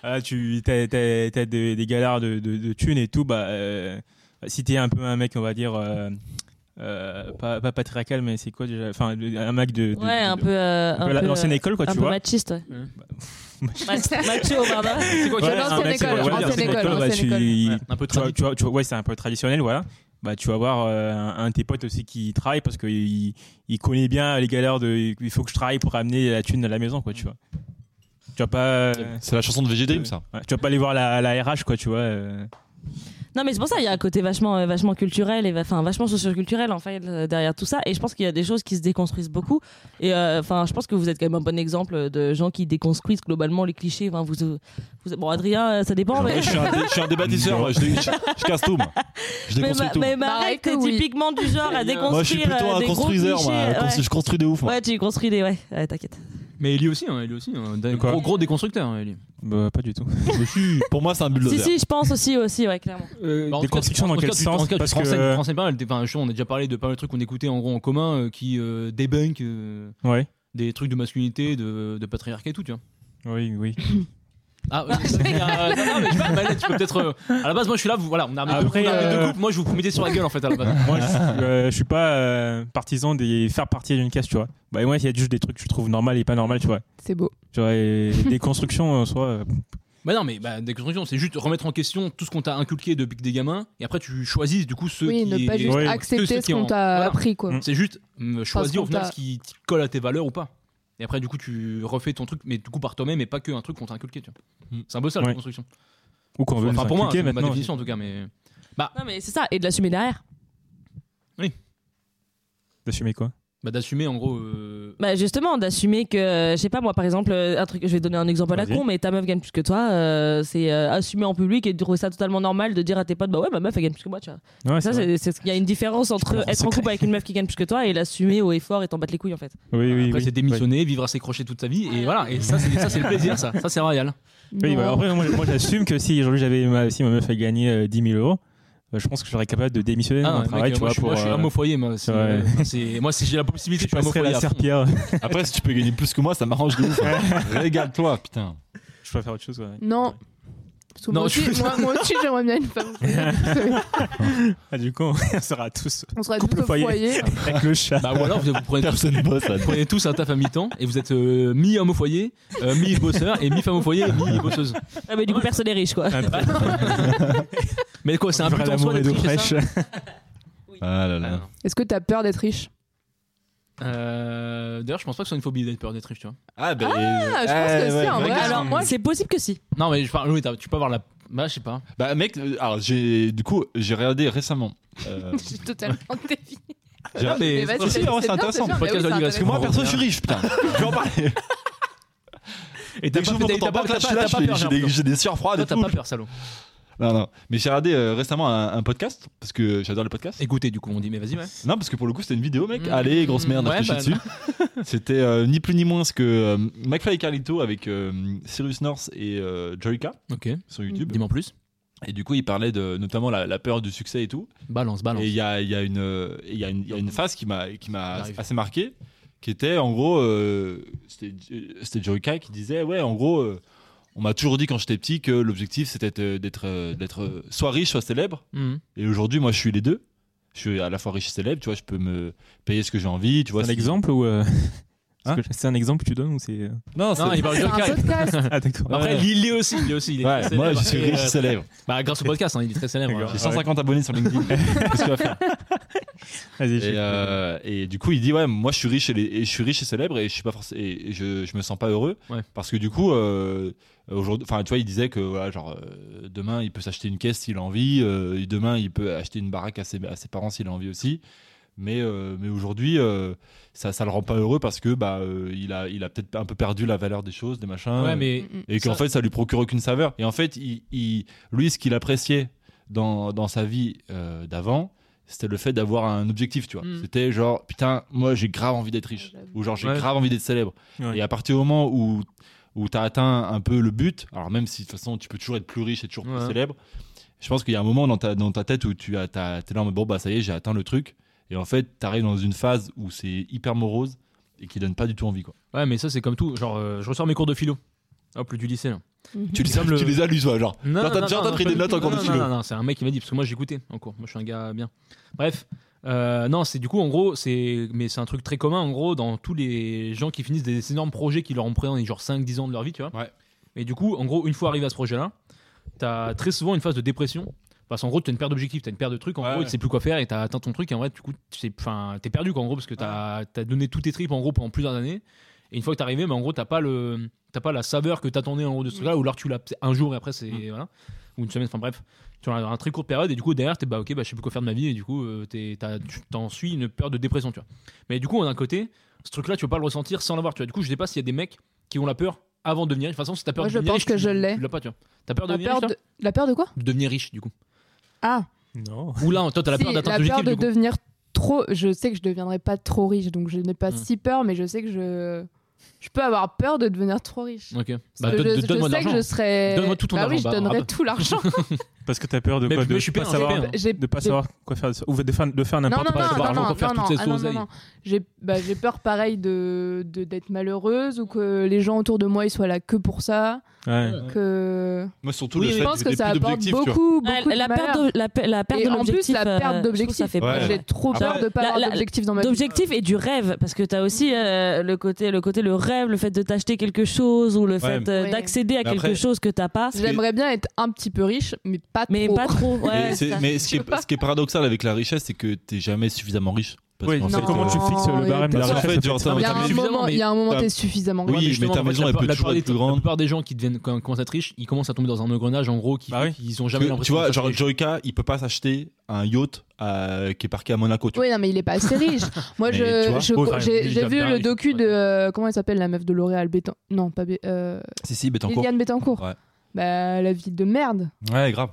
[SPEAKER 5] Ah, tu t'as, t'as- t'as des, des galères de, de, de thunes et tout, bah, euh, si t'es un peu un mec, on va dire, euh, euh, pas, pas patriarcal, mais c'est quoi déjà Enfin, de- un mec de. de-
[SPEAKER 4] Ouais, un
[SPEAKER 5] de-
[SPEAKER 4] peu. euh,
[SPEAKER 5] un peu
[SPEAKER 4] un
[SPEAKER 5] la-
[SPEAKER 4] peu,
[SPEAKER 5] l'ancienne
[SPEAKER 4] euh,
[SPEAKER 5] école, quoi,
[SPEAKER 4] un
[SPEAKER 5] tu
[SPEAKER 4] peu
[SPEAKER 5] vois. Mm.
[SPEAKER 4] machiste, ouais. Mach- Macho, pardon.
[SPEAKER 1] C'est quoi,
[SPEAKER 5] Ouais,
[SPEAKER 1] chialer
[SPEAKER 5] un
[SPEAKER 2] l'ancienne
[SPEAKER 5] mec,
[SPEAKER 2] école,
[SPEAKER 5] ouais,
[SPEAKER 2] l'ancienne
[SPEAKER 5] l'ancienne
[SPEAKER 2] école,
[SPEAKER 5] école, bah,
[SPEAKER 2] l'ancienne
[SPEAKER 5] tu-
[SPEAKER 1] Ouais, Un peu
[SPEAKER 5] tu vois,
[SPEAKER 1] traduit.
[SPEAKER 5] tu vois- tu vois- ouais, c'est un peu traditionnel, voilà. Bah, tu vas voir euh, un, un de tes potes aussi qui travaille parce qu'il il connaît bien les galères de. Il faut que je travaille pour amener la thune à la maison, quoi, tu vois. Tu vas pas. euh,
[SPEAKER 3] C'est la chanson de VG Dream, ça.
[SPEAKER 5] ouais, tu vas pas aller voir la, la RH, quoi, tu vois. euh.
[SPEAKER 4] Non, mais c'est pour ça, il y a un côté vachement, euh, vachement culturel et va- enfin, vachement socioculturel en fait euh, derrière tout ça. Et je pense qu'il y a des choses qui se déconstruisent beaucoup. Et euh, enfin, je pense que vous êtes quand même un bon exemple de gens qui déconstruisent globalement les clichés. Enfin, vous, euh, vous- bon, Adrien, euh, ça dépend.
[SPEAKER 3] Je
[SPEAKER 4] Mais,
[SPEAKER 3] suis un, dé- je suis un débattisseur, moi, je, dé- je- je casse tout, moi. Je
[SPEAKER 4] mais,
[SPEAKER 3] déconstruis
[SPEAKER 4] ma-
[SPEAKER 3] tout.
[SPEAKER 4] mais
[SPEAKER 2] Bah,
[SPEAKER 4] Marek,
[SPEAKER 2] ouais, que
[SPEAKER 4] t'es
[SPEAKER 2] oui.
[SPEAKER 4] typiquement du genre à déconstruire.
[SPEAKER 3] moi, je suis plutôt
[SPEAKER 4] euh,
[SPEAKER 3] un
[SPEAKER 4] des gros
[SPEAKER 3] construiseur, moi.
[SPEAKER 4] clichés,
[SPEAKER 3] Constru-
[SPEAKER 4] ouais.
[SPEAKER 3] Je construis de ouf, moi.
[SPEAKER 4] Ouais, tu construis des. Ouais, ouais t'inquiète.
[SPEAKER 1] Mais Ellie aussi, hein, Ellie aussi. hein, d'un-
[SPEAKER 5] quoi
[SPEAKER 1] Gros, gros déconstructeur, hein, Ellie.
[SPEAKER 5] Bah, pas du tout.
[SPEAKER 3] Je suis- pour moi, c'est un
[SPEAKER 4] Si,
[SPEAKER 3] bulldozer.
[SPEAKER 4] si, je pense aussi, aussi, ouais, clairement.
[SPEAKER 1] Bah, en
[SPEAKER 5] des
[SPEAKER 1] tout cas, tu-
[SPEAKER 5] constructions
[SPEAKER 1] en
[SPEAKER 5] dans
[SPEAKER 1] tout cas,
[SPEAKER 5] quel
[SPEAKER 1] tu-
[SPEAKER 5] sens
[SPEAKER 1] En tout cas,
[SPEAKER 5] Parce
[SPEAKER 1] tu
[SPEAKER 5] que.
[SPEAKER 1] te renseignes- tu te renseignes pas mal. Enfin, je sais, on a déjà parlé de pas mal de trucs qu'on écoutait en gros en commun euh, qui euh, débunk euh,
[SPEAKER 5] Ouais.
[SPEAKER 1] des trucs de masculinité, de, de patriarcat et tout, tu vois.
[SPEAKER 5] Oui, oui.
[SPEAKER 1] Ah, euh, euh, non, non, mais je sais pas, Malène, tu peux peut-être. euh, à la base, moi, je suis là, vous, voilà, on a armé deux
[SPEAKER 5] Après,
[SPEAKER 1] coupes, on a armé deux
[SPEAKER 5] euh,
[SPEAKER 1] coupes, moi, je vous vous mettez sur la gueule, en fait, à la base.
[SPEAKER 5] Moi, je, suis- euh, je suis pas euh, partisan de faire partie d'une casse, tu vois. Bah, moi, il y a juste des trucs que je trouve normal et pas normal, tu vois.
[SPEAKER 2] C'est beau.
[SPEAKER 5] Tu vois, et des constructions en soi. euh,
[SPEAKER 1] Bah non, mais bah, déconstruction, c'est juste remettre en question tout ce qu'on t'a inculqué depuis que des gamins, et après tu choisis du coup ceux
[SPEAKER 2] Oui,
[SPEAKER 1] qui.
[SPEAKER 2] ne pas juste
[SPEAKER 5] Ouais.
[SPEAKER 1] ceux
[SPEAKER 2] accepter
[SPEAKER 1] qui
[SPEAKER 2] ce
[SPEAKER 1] en-
[SPEAKER 2] qu'on t'a
[SPEAKER 1] voilà.
[SPEAKER 2] appris, quoi.
[SPEAKER 5] Mm.
[SPEAKER 1] C'est juste mm, choisir
[SPEAKER 2] qu'on
[SPEAKER 1] au final
[SPEAKER 2] t'a-
[SPEAKER 1] ce qui t- colle à tes valeurs ou pas. Et après, du coup, tu refais ton truc, mais du coup par toi-même et pas que un truc qu'on t'a inculqué, tu vois.
[SPEAKER 3] Mm.
[SPEAKER 1] C'est un peu ça la
[SPEAKER 5] Mmh. Ouais.
[SPEAKER 1] déconstruction.
[SPEAKER 5] Ou qu'on veut
[SPEAKER 1] Enfin,
[SPEAKER 5] nous
[SPEAKER 1] pour moi, hein,
[SPEAKER 5] inculquer
[SPEAKER 1] c'est ma
[SPEAKER 5] maintenant.
[SPEAKER 1] définition en tout cas, mais.
[SPEAKER 4] Non, mais c'est ça, et de l'assumer derrière.
[SPEAKER 5] D'assumer quoi
[SPEAKER 1] Bah, d'assumer en gros. euh,
[SPEAKER 4] Bah justement, d'assumer que, euh, je sais pas moi par exemple, euh, un truc, je vais donner un exemple à la
[SPEAKER 5] Vas-y.
[SPEAKER 4] con, mais ta meuf gagne plus que toi, euh, c'est euh, assumer en public et de trouver ça totalement normal de dire à tes potes, bah ouais, ma meuf elle gagne plus que moi, tu vois.
[SPEAKER 5] Ouais,
[SPEAKER 4] ça,
[SPEAKER 5] c'est vrai.
[SPEAKER 4] c'est, c'est- il y a une différence entre
[SPEAKER 5] comprends,
[SPEAKER 4] être en
[SPEAKER 5] c'est
[SPEAKER 4] couple
[SPEAKER 5] clair.
[SPEAKER 4] avec une meuf qui gagne plus que toi et l'assumer au effort et t'en battre les couilles en fait.
[SPEAKER 5] Oui, oui,
[SPEAKER 1] après,
[SPEAKER 5] oui.
[SPEAKER 1] c'est démissionner, vivre à ses crochets toute sa vie, et voilà. Et ça, c'est ça, c'est le plaisir, ça. Ça, c'est royal.
[SPEAKER 5] Oui,
[SPEAKER 2] Non.
[SPEAKER 5] bah, après, moi, moi, j'assume que si aujourd'hui j'avais ma, si ma meuf a gagné euh, 10 000 euros, euh, je pense que je serais capable de démissionner
[SPEAKER 1] Ah,
[SPEAKER 5] de mon
[SPEAKER 1] mec,
[SPEAKER 5] travail,
[SPEAKER 1] euh,
[SPEAKER 5] tu
[SPEAKER 1] moi,
[SPEAKER 5] vois,
[SPEAKER 1] je suis-
[SPEAKER 5] pour.
[SPEAKER 1] moi, je suis
[SPEAKER 5] euh,
[SPEAKER 1] homme au foyer, moi. c'est-
[SPEAKER 5] ouais.
[SPEAKER 1] euh, c'est- Moi, si j'ai la possibilité,
[SPEAKER 5] je
[SPEAKER 1] je suis homme au
[SPEAKER 5] passerais
[SPEAKER 1] foyer.
[SPEAKER 5] la
[SPEAKER 1] à fond.
[SPEAKER 5] serpillère.
[SPEAKER 3] Après, si tu peux gagner plus que moi, ça m'arrange de ouf. hein. Régale-toi, putain.
[SPEAKER 5] je préfère autre chose. Ouais.
[SPEAKER 2] Non. Parce que
[SPEAKER 1] Non,
[SPEAKER 2] moi,
[SPEAKER 1] je-
[SPEAKER 2] aussi, moi, moi aussi, j'aimerais bien une femme.
[SPEAKER 5] Ah, du coup, on sera tous
[SPEAKER 2] On serait
[SPEAKER 5] Couple
[SPEAKER 2] tous au
[SPEAKER 5] foyer.
[SPEAKER 2] foyer.
[SPEAKER 5] avec le chat.
[SPEAKER 1] Bah, ou alors, vous vous prenez tous
[SPEAKER 3] Personne bosse hein. là
[SPEAKER 1] Vous prenez tous un taf à mi-temps et vous êtes euh, mi-homme au foyer, euh, mi-bosseur et mi-femme au foyer et mi-bosseuse.
[SPEAKER 4] Ah, mais du coup personne n'est riche quoi.
[SPEAKER 1] Mais quoi, c'est un but
[SPEAKER 5] Vivre à
[SPEAKER 1] en soi
[SPEAKER 5] l'amour et
[SPEAKER 1] d'être
[SPEAKER 5] d'eau
[SPEAKER 1] riche, c'est
[SPEAKER 5] fraîche.
[SPEAKER 1] ça
[SPEAKER 3] Ah là
[SPEAKER 1] Ah,
[SPEAKER 3] là.
[SPEAKER 1] non.
[SPEAKER 2] Est-ce que t'as peur d'être riche
[SPEAKER 1] Euh, D'ailleurs, je pense pas que ce soit une phobie d'être peur d'être riche, tu vois.
[SPEAKER 3] Ah, ben.
[SPEAKER 2] Ah,
[SPEAKER 1] Eh,
[SPEAKER 2] je pense que si, en vrai. Alors, moi,
[SPEAKER 4] c'est possible que si.
[SPEAKER 1] Non, mais je parle, oui, t'as- tu peux avoir la. Bah, je sais pas.
[SPEAKER 3] Bah, mec, euh, alors, j'ai. Du coup, j'ai regardé récemment. euh,
[SPEAKER 2] je suis totalement déviée.
[SPEAKER 3] j'ai- Oh,
[SPEAKER 1] Non, mais
[SPEAKER 2] Mais vas-y,
[SPEAKER 3] Ah, si,
[SPEAKER 2] c'est
[SPEAKER 3] ouais,
[SPEAKER 1] hein,
[SPEAKER 2] bien,
[SPEAKER 3] c'est
[SPEAKER 2] bien,
[SPEAKER 3] intéressant.
[SPEAKER 2] bien, mais
[SPEAKER 1] Podcast
[SPEAKER 2] oui,
[SPEAKER 1] de
[SPEAKER 2] c'est
[SPEAKER 1] digression.
[SPEAKER 3] Parce que moi,
[SPEAKER 1] On
[SPEAKER 3] perso,
[SPEAKER 1] revient.
[SPEAKER 3] je suis riche, putain. Je vais en parler.
[SPEAKER 1] Et
[SPEAKER 3] Dès que je
[SPEAKER 1] pas-
[SPEAKER 3] me monte en
[SPEAKER 1] t'as pas-
[SPEAKER 3] banque, là,
[SPEAKER 1] t'as
[SPEAKER 3] je
[SPEAKER 1] pas-
[SPEAKER 3] suis là,
[SPEAKER 1] t'as
[SPEAKER 3] je
[SPEAKER 1] pas
[SPEAKER 3] fais-
[SPEAKER 1] peur,
[SPEAKER 3] j'ai
[SPEAKER 1] j'ai
[SPEAKER 3] des-
[SPEAKER 1] l'impression.
[SPEAKER 3] j'ai des sueurs froides
[SPEAKER 1] Toi,
[SPEAKER 3] et
[SPEAKER 1] t'as
[SPEAKER 3] tout.
[SPEAKER 1] pas peur, salaud.
[SPEAKER 3] Non, non. Mais j'ai regardé euh, récemment un un podcast, parce que j'adore les podcasts.
[SPEAKER 1] Écoutez, du coup, on dit, mais vas-y, ouais.
[SPEAKER 3] Non, parce que pour le coup, c'était une vidéo, mec.
[SPEAKER 1] Mm.
[SPEAKER 3] Allez, grosse merde,
[SPEAKER 1] Ouais,
[SPEAKER 3] réfléchis
[SPEAKER 1] bah,
[SPEAKER 3] dessus. c'était euh, ni plus ni moins que euh, McFly et Carlito avec euh, Cyrus North et euh, Joyka
[SPEAKER 1] Ok,
[SPEAKER 3] sur YouTube.
[SPEAKER 1] dis-moi en plus.
[SPEAKER 3] Et du coup, il parlait de notamment la, la peur du succès et tout.
[SPEAKER 1] Balance, balance.
[SPEAKER 3] Et il y a, il y a une, euh, il y a une, il y a une phase qui m'a, qui m'a
[SPEAKER 1] J'arrive.
[SPEAKER 3] assez marqué, qui était en gros, euh, c'était, c'était Joyka qui disait, ouais, en gros, euh, on m'a toujours dit quand j'étais petit que l'objectif c'était de- d'être, euh, d'être euh, soit riche, soit célèbre.
[SPEAKER 1] Mhm.
[SPEAKER 3] Et aujourd'hui, moi, je suis les deux. Je suis à la fois riche et célèbre, tu vois, je peux me payer ce que j'ai envie, tu vois.
[SPEAKER 5] C'est un
[SPEAKER 3] si-
[SPEAKER 5] exemple ou. euh,
[SPEAKER 3] Hein
[SPEAKER 5] parce que C'est un exemple que tu donnes ou c'est. euh,
[SPEAKER 3] Non, Ah, c'est-
[SPEAKER 1] Non, il parle de
[SPEAKER 2] C'est un
[SPEAKER 1] Joker.
[SPEAKER 2] podcast.
[SPEAKER 5] Ah, d'accord.
[SPEAKER 1] Après,
[SPEAKER 3] Ouais.
[SPEAKER 1] il l'est aussi, il l'est aussi. Il est
[SPEAKER 3] Ouais,
[SPEAKER 1] très
[SPEAKER 3] moi,
[SPEAKER 1] célèbre.
[SPEAKER 3] je suis riche
[SPEAKER 1] Et,
[SPEAKER 3] et
[SPEAKER 1] euh,
[SPEAKER 3] célèbre.
[SPEAKER 1] Bah, grâce au podcast, hein, il est très célèbre.
[SPEAKER 5] D'accord.
[SPEAKER 3] J'ai
[SPEAKER 1] hein.
[SPEAKER 3] 150 abonnés sur LinkedIn. Qu'est-ce que tu vas faire
[SPEAKER 5] Vas-y,
[SPEAKER 3] et,
[SPEAKER 5] je-
[SPEAKER 3] euh, et du coup, il dit ouais, moi je suis riche et, les- et je suis riche et célèbre et je suis pas forcé- et et je, je me sens pas heureux
[SPEAKER 1] Ouais.
[SPEAKER 3] parce que du coup, euh, aujourd'hui, enfin tu vois, il disait que voilà, genre euh, demain il peut s'acheter une caisse s'il a envie, euh, et demain il peut acheter une baraque à ses, à ses parents s'il a envie aussi. Mais, euh, mais aujourd'hui, euh, ça ça le rend pas heureux parce que bah, euh, il a, il a peut-être un peu perdu la valeur des choses, des machins.
[SPEAKER 1] Ouais, mais
[SPEAKER 2] Mm, mm.
[SPEAKER 3] Et qu'en
[SPEAKER 1] Ça-
[SPEAKER 3] fait, ça lui procure aucune saveur. Et en fait, il, il- lui, ce qu'il appréciait dans, dans sa vie euh, d'avant, c'était le fait d'avoir un objectif, tu vois.
[SPEAKER 1] Mm. Ah, bah
[SPEAKER 3] C'était genre, putain, moi, j'ai grave envie d'être riche.
[SPEAKER 2] J'avoue.
[SPEAKER 3] Ou genre, j'ai
[SPEAKER 1] Ouais.
[SPEAKER 3] grave envie d'être célèbre.
[SPEAKER 5] Ouais.
[SPEAKER 3] Et à partir du moment où, où tu as atteint un peu le but, alors même si de toute façon, tu peux toujours être plus riche et toujours
[SPEAKER 1] Ouais.
[SPEAKER 3] plus célèbre, je pense qu'il y a un moment dans ta, dans ta tête où tu as, t'as- t'es là en mode, bon, bah, ça y est, j'ai atteint le truc. Et en fait, tu arrives dans une phase où c'est hyper morose et qui donne pas du tout envie, quoi.
[SPEAKER 1] ouais, mais ça c'est comme tout. Genre, euh, je ressors mes cours de philo. Hop, le du lycée. Là.
[SPEAKER 2] Mhm.
[SPEAKER 3] Tu, les-
[SPEAKER 1] Comme le-
[SPEAKER 3] tu les as lus, toi, genre.
[SPEAKER 1] Non,
[SPEAKER 3] Genre, t'as-
[SPEAKER 1] non,
[SPEAKER 3] genre,
[SPEAKER 1] non,
[SPEAKER 3] t'as
[SPEAKER 1] non,
[SPEAKER 3] pris
[SPEAKER 1] non,
[SPEAKER 3] des notes en cours de
[SPEAKER 1] non,
[SPEAKER 3] philo.
[SPEAKER 1] Non, non, non, c'est un mec qui m'a dit, parce que moi j'écoutais en cours. Moi je suis un gars bien. Bref, euh, non, c'est du coup en gros, c'est mais c'est un truc très commun en gros dans tous les gens qui finissent des énormes projets qui leur ont pris genre 5-10 ans de leur vie, tu vois.
[SPEAKER 3] Ouais.
[SPEAKER 1] Mais du coup, en gros, une fois arrivé à ce projet-là, t'as très souvent une phase de dépression. Parce qu'en gros, t'as une paire d'objectifs, t'as une paire de trucs, en
[SPEAKER 3] Ouais,
[SPEAKER 1] gros,
[SPEAKER 3] ouais.
[SPEAKER 1] tu sais plus quoi faire et t'as atteint ton truc. Et en vrai, du coup, tu sais- enfin, t'es perdu, quoi, en gros, parce que t'as as donné tous tes tripes, en gros, pendant plusieurs années. Et une fois que t'es arrivé, mais en gros, t'as pas le, t'as pas la saveur que t'attendais en gros de ce truc-là, ou alors tu l'as c'est un jour et après c'est
[SPEAKER 3] Hmm.
[SPEAKER 1] voilà, ou une semaine, enfin bref, tu as un très court période et du coup derrière t'es bah ok, bah je sais plus quoi faire de ma vie et du coup euh, t'es- t'as- tu t'en suis une peur de dépression, tu vois. Mais du coup on a un côté, ce truc-là tu peux pas le ressentir sans l'avoir, tu vois. Du coup je sais pas s'il y a des mecs qui ont la peur avant de devenir riche. De toute façon si t'as peur
[SPEAKER 2] Moi,
[SPEAKER 1] de
[SPEAKER 2] je
[SPEAKER 1] devenir
[SPEAKER 2] pense
[SPEAKER 1] riche,
[SPEAKER 2] que
[SPEAKER 1] tu-
[SPEAKER 2] je l'ai.
[SPEAKER 1] Tu l'as pas, tu vois. T'as peur de
[SPEAKER 2] La
[SPEAKER 1] devenir
[SPEAKER 2] peur
[SPEAKER 1] riche, toi
[SPEAKER 2] de... la peur de quoi
[SPEAKER 1] de devenir riche du coup.
[SPEAKER 2] Ah,
[SPEAKER 5] Non.
[SPEAKER 1] Ou là toi t'as la
[SPEAKER 2] si,
[SPEAKER 1] peur d'atteindre ton
[SPEAKER 2] la peur
[SPEAKER 1] objectif
[SPEAKER 2] de
[SPEAKER 1] du coup.
[SPEAKER 2] devenir trop. Je sais que je deviendrai pas trop riche, donc je n'ai pas
[SPEAKER 1] Hmm.
[SPEAKER 2] si peur, mais je sais que je. Je peux avoir peur de devenir trop riche.
[SPEAKER 1] Ok. Bah,
[SPEAKER 2] Parce que
[SPEAKER 1] donne-
[SPEAKER 2] je,
[SPEAKER 1] donne-moi
[SPEAKER 2] je
[SPEAKER 1] de
[SPEAKER 2] sais que
[SPEAKER 1] l'argent.
[SPEAKER 2] je serais.
[SPEAKER 1] Donne-moi tout ton
[SPEAKER 2] bah Oui,
[SPEAKER 1] argent,
[SPEAKER 2] je
[SPEAKER 1] bah,
[SPEAKER 2] donnerais
[SPEAKER 1] bah.
[SPEAKER 2] tout l'argent.
[SPEAKER 5] Parce que t'as peur de
[SPEAKER 1] Mais-
[SPEAKER 5] quoi
[SPEAKER 1] mais
[SPEAKER 5] De
[SPEAKER 1] je suis
[SPEAKER 5] pas
[SPEAKER 1] pas un
[SPEAKER 5] savoir,
[SPEAKER 1] CP,
[SPEAKER 2] J'ai
[SPEAKER 5] de pas
[SPEAKER 2] j'ai-
[SPEAKER 5] savoir quoi faire de ça. Ou de faire, de faire
[SPEAKER 2] Non, hein. non,
[SPEAKER 5] n'importe quoi.
[SPEAKER 1] pas,
[SPEAKER 2] non,
[SPEAKER 1] c'est pas
[SPEAKER 2] non,
[SPEAKER 1] argent
[SPEAKER 2] non,
[SPEAKER 1] pour faire
[SPEAKER 2] non,
[SPEAKER 1] toutes ces
[SPEAKER 2] non,
[SPEAKER 1] oseilles.
[SPEAKER 2] non, non. J'ai bah, j'ai peur, pareil, de de- d'être malheureuse ou que les gens autour de moi ils soient là que pour ça.
[SPEAKER 5] Ouais.
[SPEAKER 2] Que...
[SPEAKER 3] Moi, surtout,
[SPEAKER 2] je pense que ça apporte
[SPEAKER 3] d'objectifs,
[SPEAKER 2] beaucoup, beaucoup
[SPEAKER 4] Ah,
[SPEAKER 2] de
[SPEAKER 4] la, perte
[SPEAKER 2] malheur.
[SPEAKER 4] de, la, pe- la perte
[SPEAKER 2] Et
[SPEAKER 4] de
[SPEAKER 2] en plus,
[SPEAKER 4] l'objectif.
[SPEAKER 2] la
[SPEAKER 4] euh, je
[SPEAKER 2] perte
[SPEAKER 4] trouve
[SPEAKER 2] d'objectif.
[SPEAKER 4] Ça fait
[SPEAKER 3] Ouais.
[SPEAKER 4] peur.
[SPEAKER 2] J'ai trop
[SPEAKER 3] Ah
[SPEAKER 2] peur
[SPEAKER 3] ouais.
[SPEAKER 2] de pas
[SPEAKER 4] La-
[SPEAKER 2] avoir
[SPEAKER 4] la-
[SPEAKER 2] d'objectif dans ma vie.
[SPEAKER 4] D'objectif et du rêve, parce que t'as aussi euh, le, côté, le côté le rêve, le fait de t'acheter quelque chose ou le fait euh,
[SPEAKER 2] Ouais.
[SPEAKER 4] d'accéder à
[SPEAKER 3] Mais
[SPEAKER 4] quelque
[SPEAKER 3] après-
[SPEAKER 4] chose que t'as pas,
[SPEAKER 2] J'aimerais bien être un petit peu riche, mais pas
[SPEAKER 4] mais
[SPEAKER 2] trop.
[SPEAKER 4] pas trop. Ouais,
[SPEAKER 3] Et c'est-
[SPEAKER 4] ça.
[SPEAKER 3] mais ce qui,
[SPEAKER 2] Je sais pas.
[SPEAKER 3] est, ce qui est paradoxal avec la richesse, c'est que t'es jamais suffisamment riche. Parce
[SPEAKER 5] Oui,
[SPEAKER 3] qu'en
[SPEAKER 2] non.
[SPEAKER 3] fait,
[SPEAKER 5] comment
[SPEAKER 3] euh,
[SPEAKER 5] tu fixes
[SPEAKER 2] Non,
[SPEAKER 5] le barème de la
[SPEAKER 3] parce qu'en
[SPEAKER 5] richesse
[SPEAKER 3] fait, genre, t'as-
[SPEAKER 2] Il y
[SPEAKER 1] t'as
[SPEAKER 2] a
[SPEAKER 1] mis
[SPEAKER 2] un
[SPEAKER 1] suffisamment,
[SPEAKER 2] moment,
[SPEAKER 1] mais-
[SPEAKER 2] il y a un moment,
[SPEAKER 3] t'as-
[SPEAKER 2] t'es suffisamment
[SPEAKER 3] Oui,
[SPEAKER 2] riche.
[SPEAKER 3] mais
[SPEAKER 1] justement,
[SPEAKER 3] ta
[SPEAKER 1] en fait,
[SPEAKER 3] maison,
[SPEAKER 1] la
[SPEAKER 3] elle peut
[SPEAKER 1] plupart- la
[SPEAKER 3] toujours
[SPEAKER 1] plupart
[SPEAKER 3] être
[SPEAKER 1] des-
[SPEAKER 3] plus grande.
[SPEAKER 1] La plupart des gens qui deviennent, quand- commencent à être riches, ils commencent à tomber dans un engrenage en gros qui
[SPEAKER 5] Bah
[SPEAKER 1] fait
[SPEAKER 5] oui.
[SPEAKER 1] qu'ils ont
[SPEAKER 3] tu-
[SPEAKER 1] jamais l'impression
[SPEAKER 3] tu vois,
[SPEAKER 1] de
[SPEAKER 3] genre
[SPEAKER 1] s'acheter.
[SPEAKER 3] Joy K, il peut pas s'acheter un yacht euh, qui est parqué à Monaco. Tu
[SPEAKER 2] Oui, non, mais il est pas assez riche. Moi,
[SPEAKER 3] Mais
[SPEAKER 2] je-
[SPEAKER 3] tu vois,
[SPEAKER 2] je-
[SPEAKER 5] oh, t'as-
[SPEAKER 2] j'ai
[SPEAKER 5] il
[SPEAKER 2] j'ai
[SPEAKER 5] a
[SPEAKER 2] vu
[SPEAKER 5] bien
[SPEAKER 2] le
[SPEAKER 5] riche,
[SPEAKER 2] docu
[SPEAKER 5] ouais.
[SPEAKER 2] de. euh, Comment elle s'appelle, la meuf de L'Oréal Bétan... Non, pas. Bé- euh,
[SPEAKER 3] vois. Si, si, Bettencourt.
[SPEAKER 2] Liliane Bettencourt.
[SPEAKER 3] Ouais.
[SPEAKER 2] Bah, la vie de merde.
[SPEAKER 3] Ouais, grave.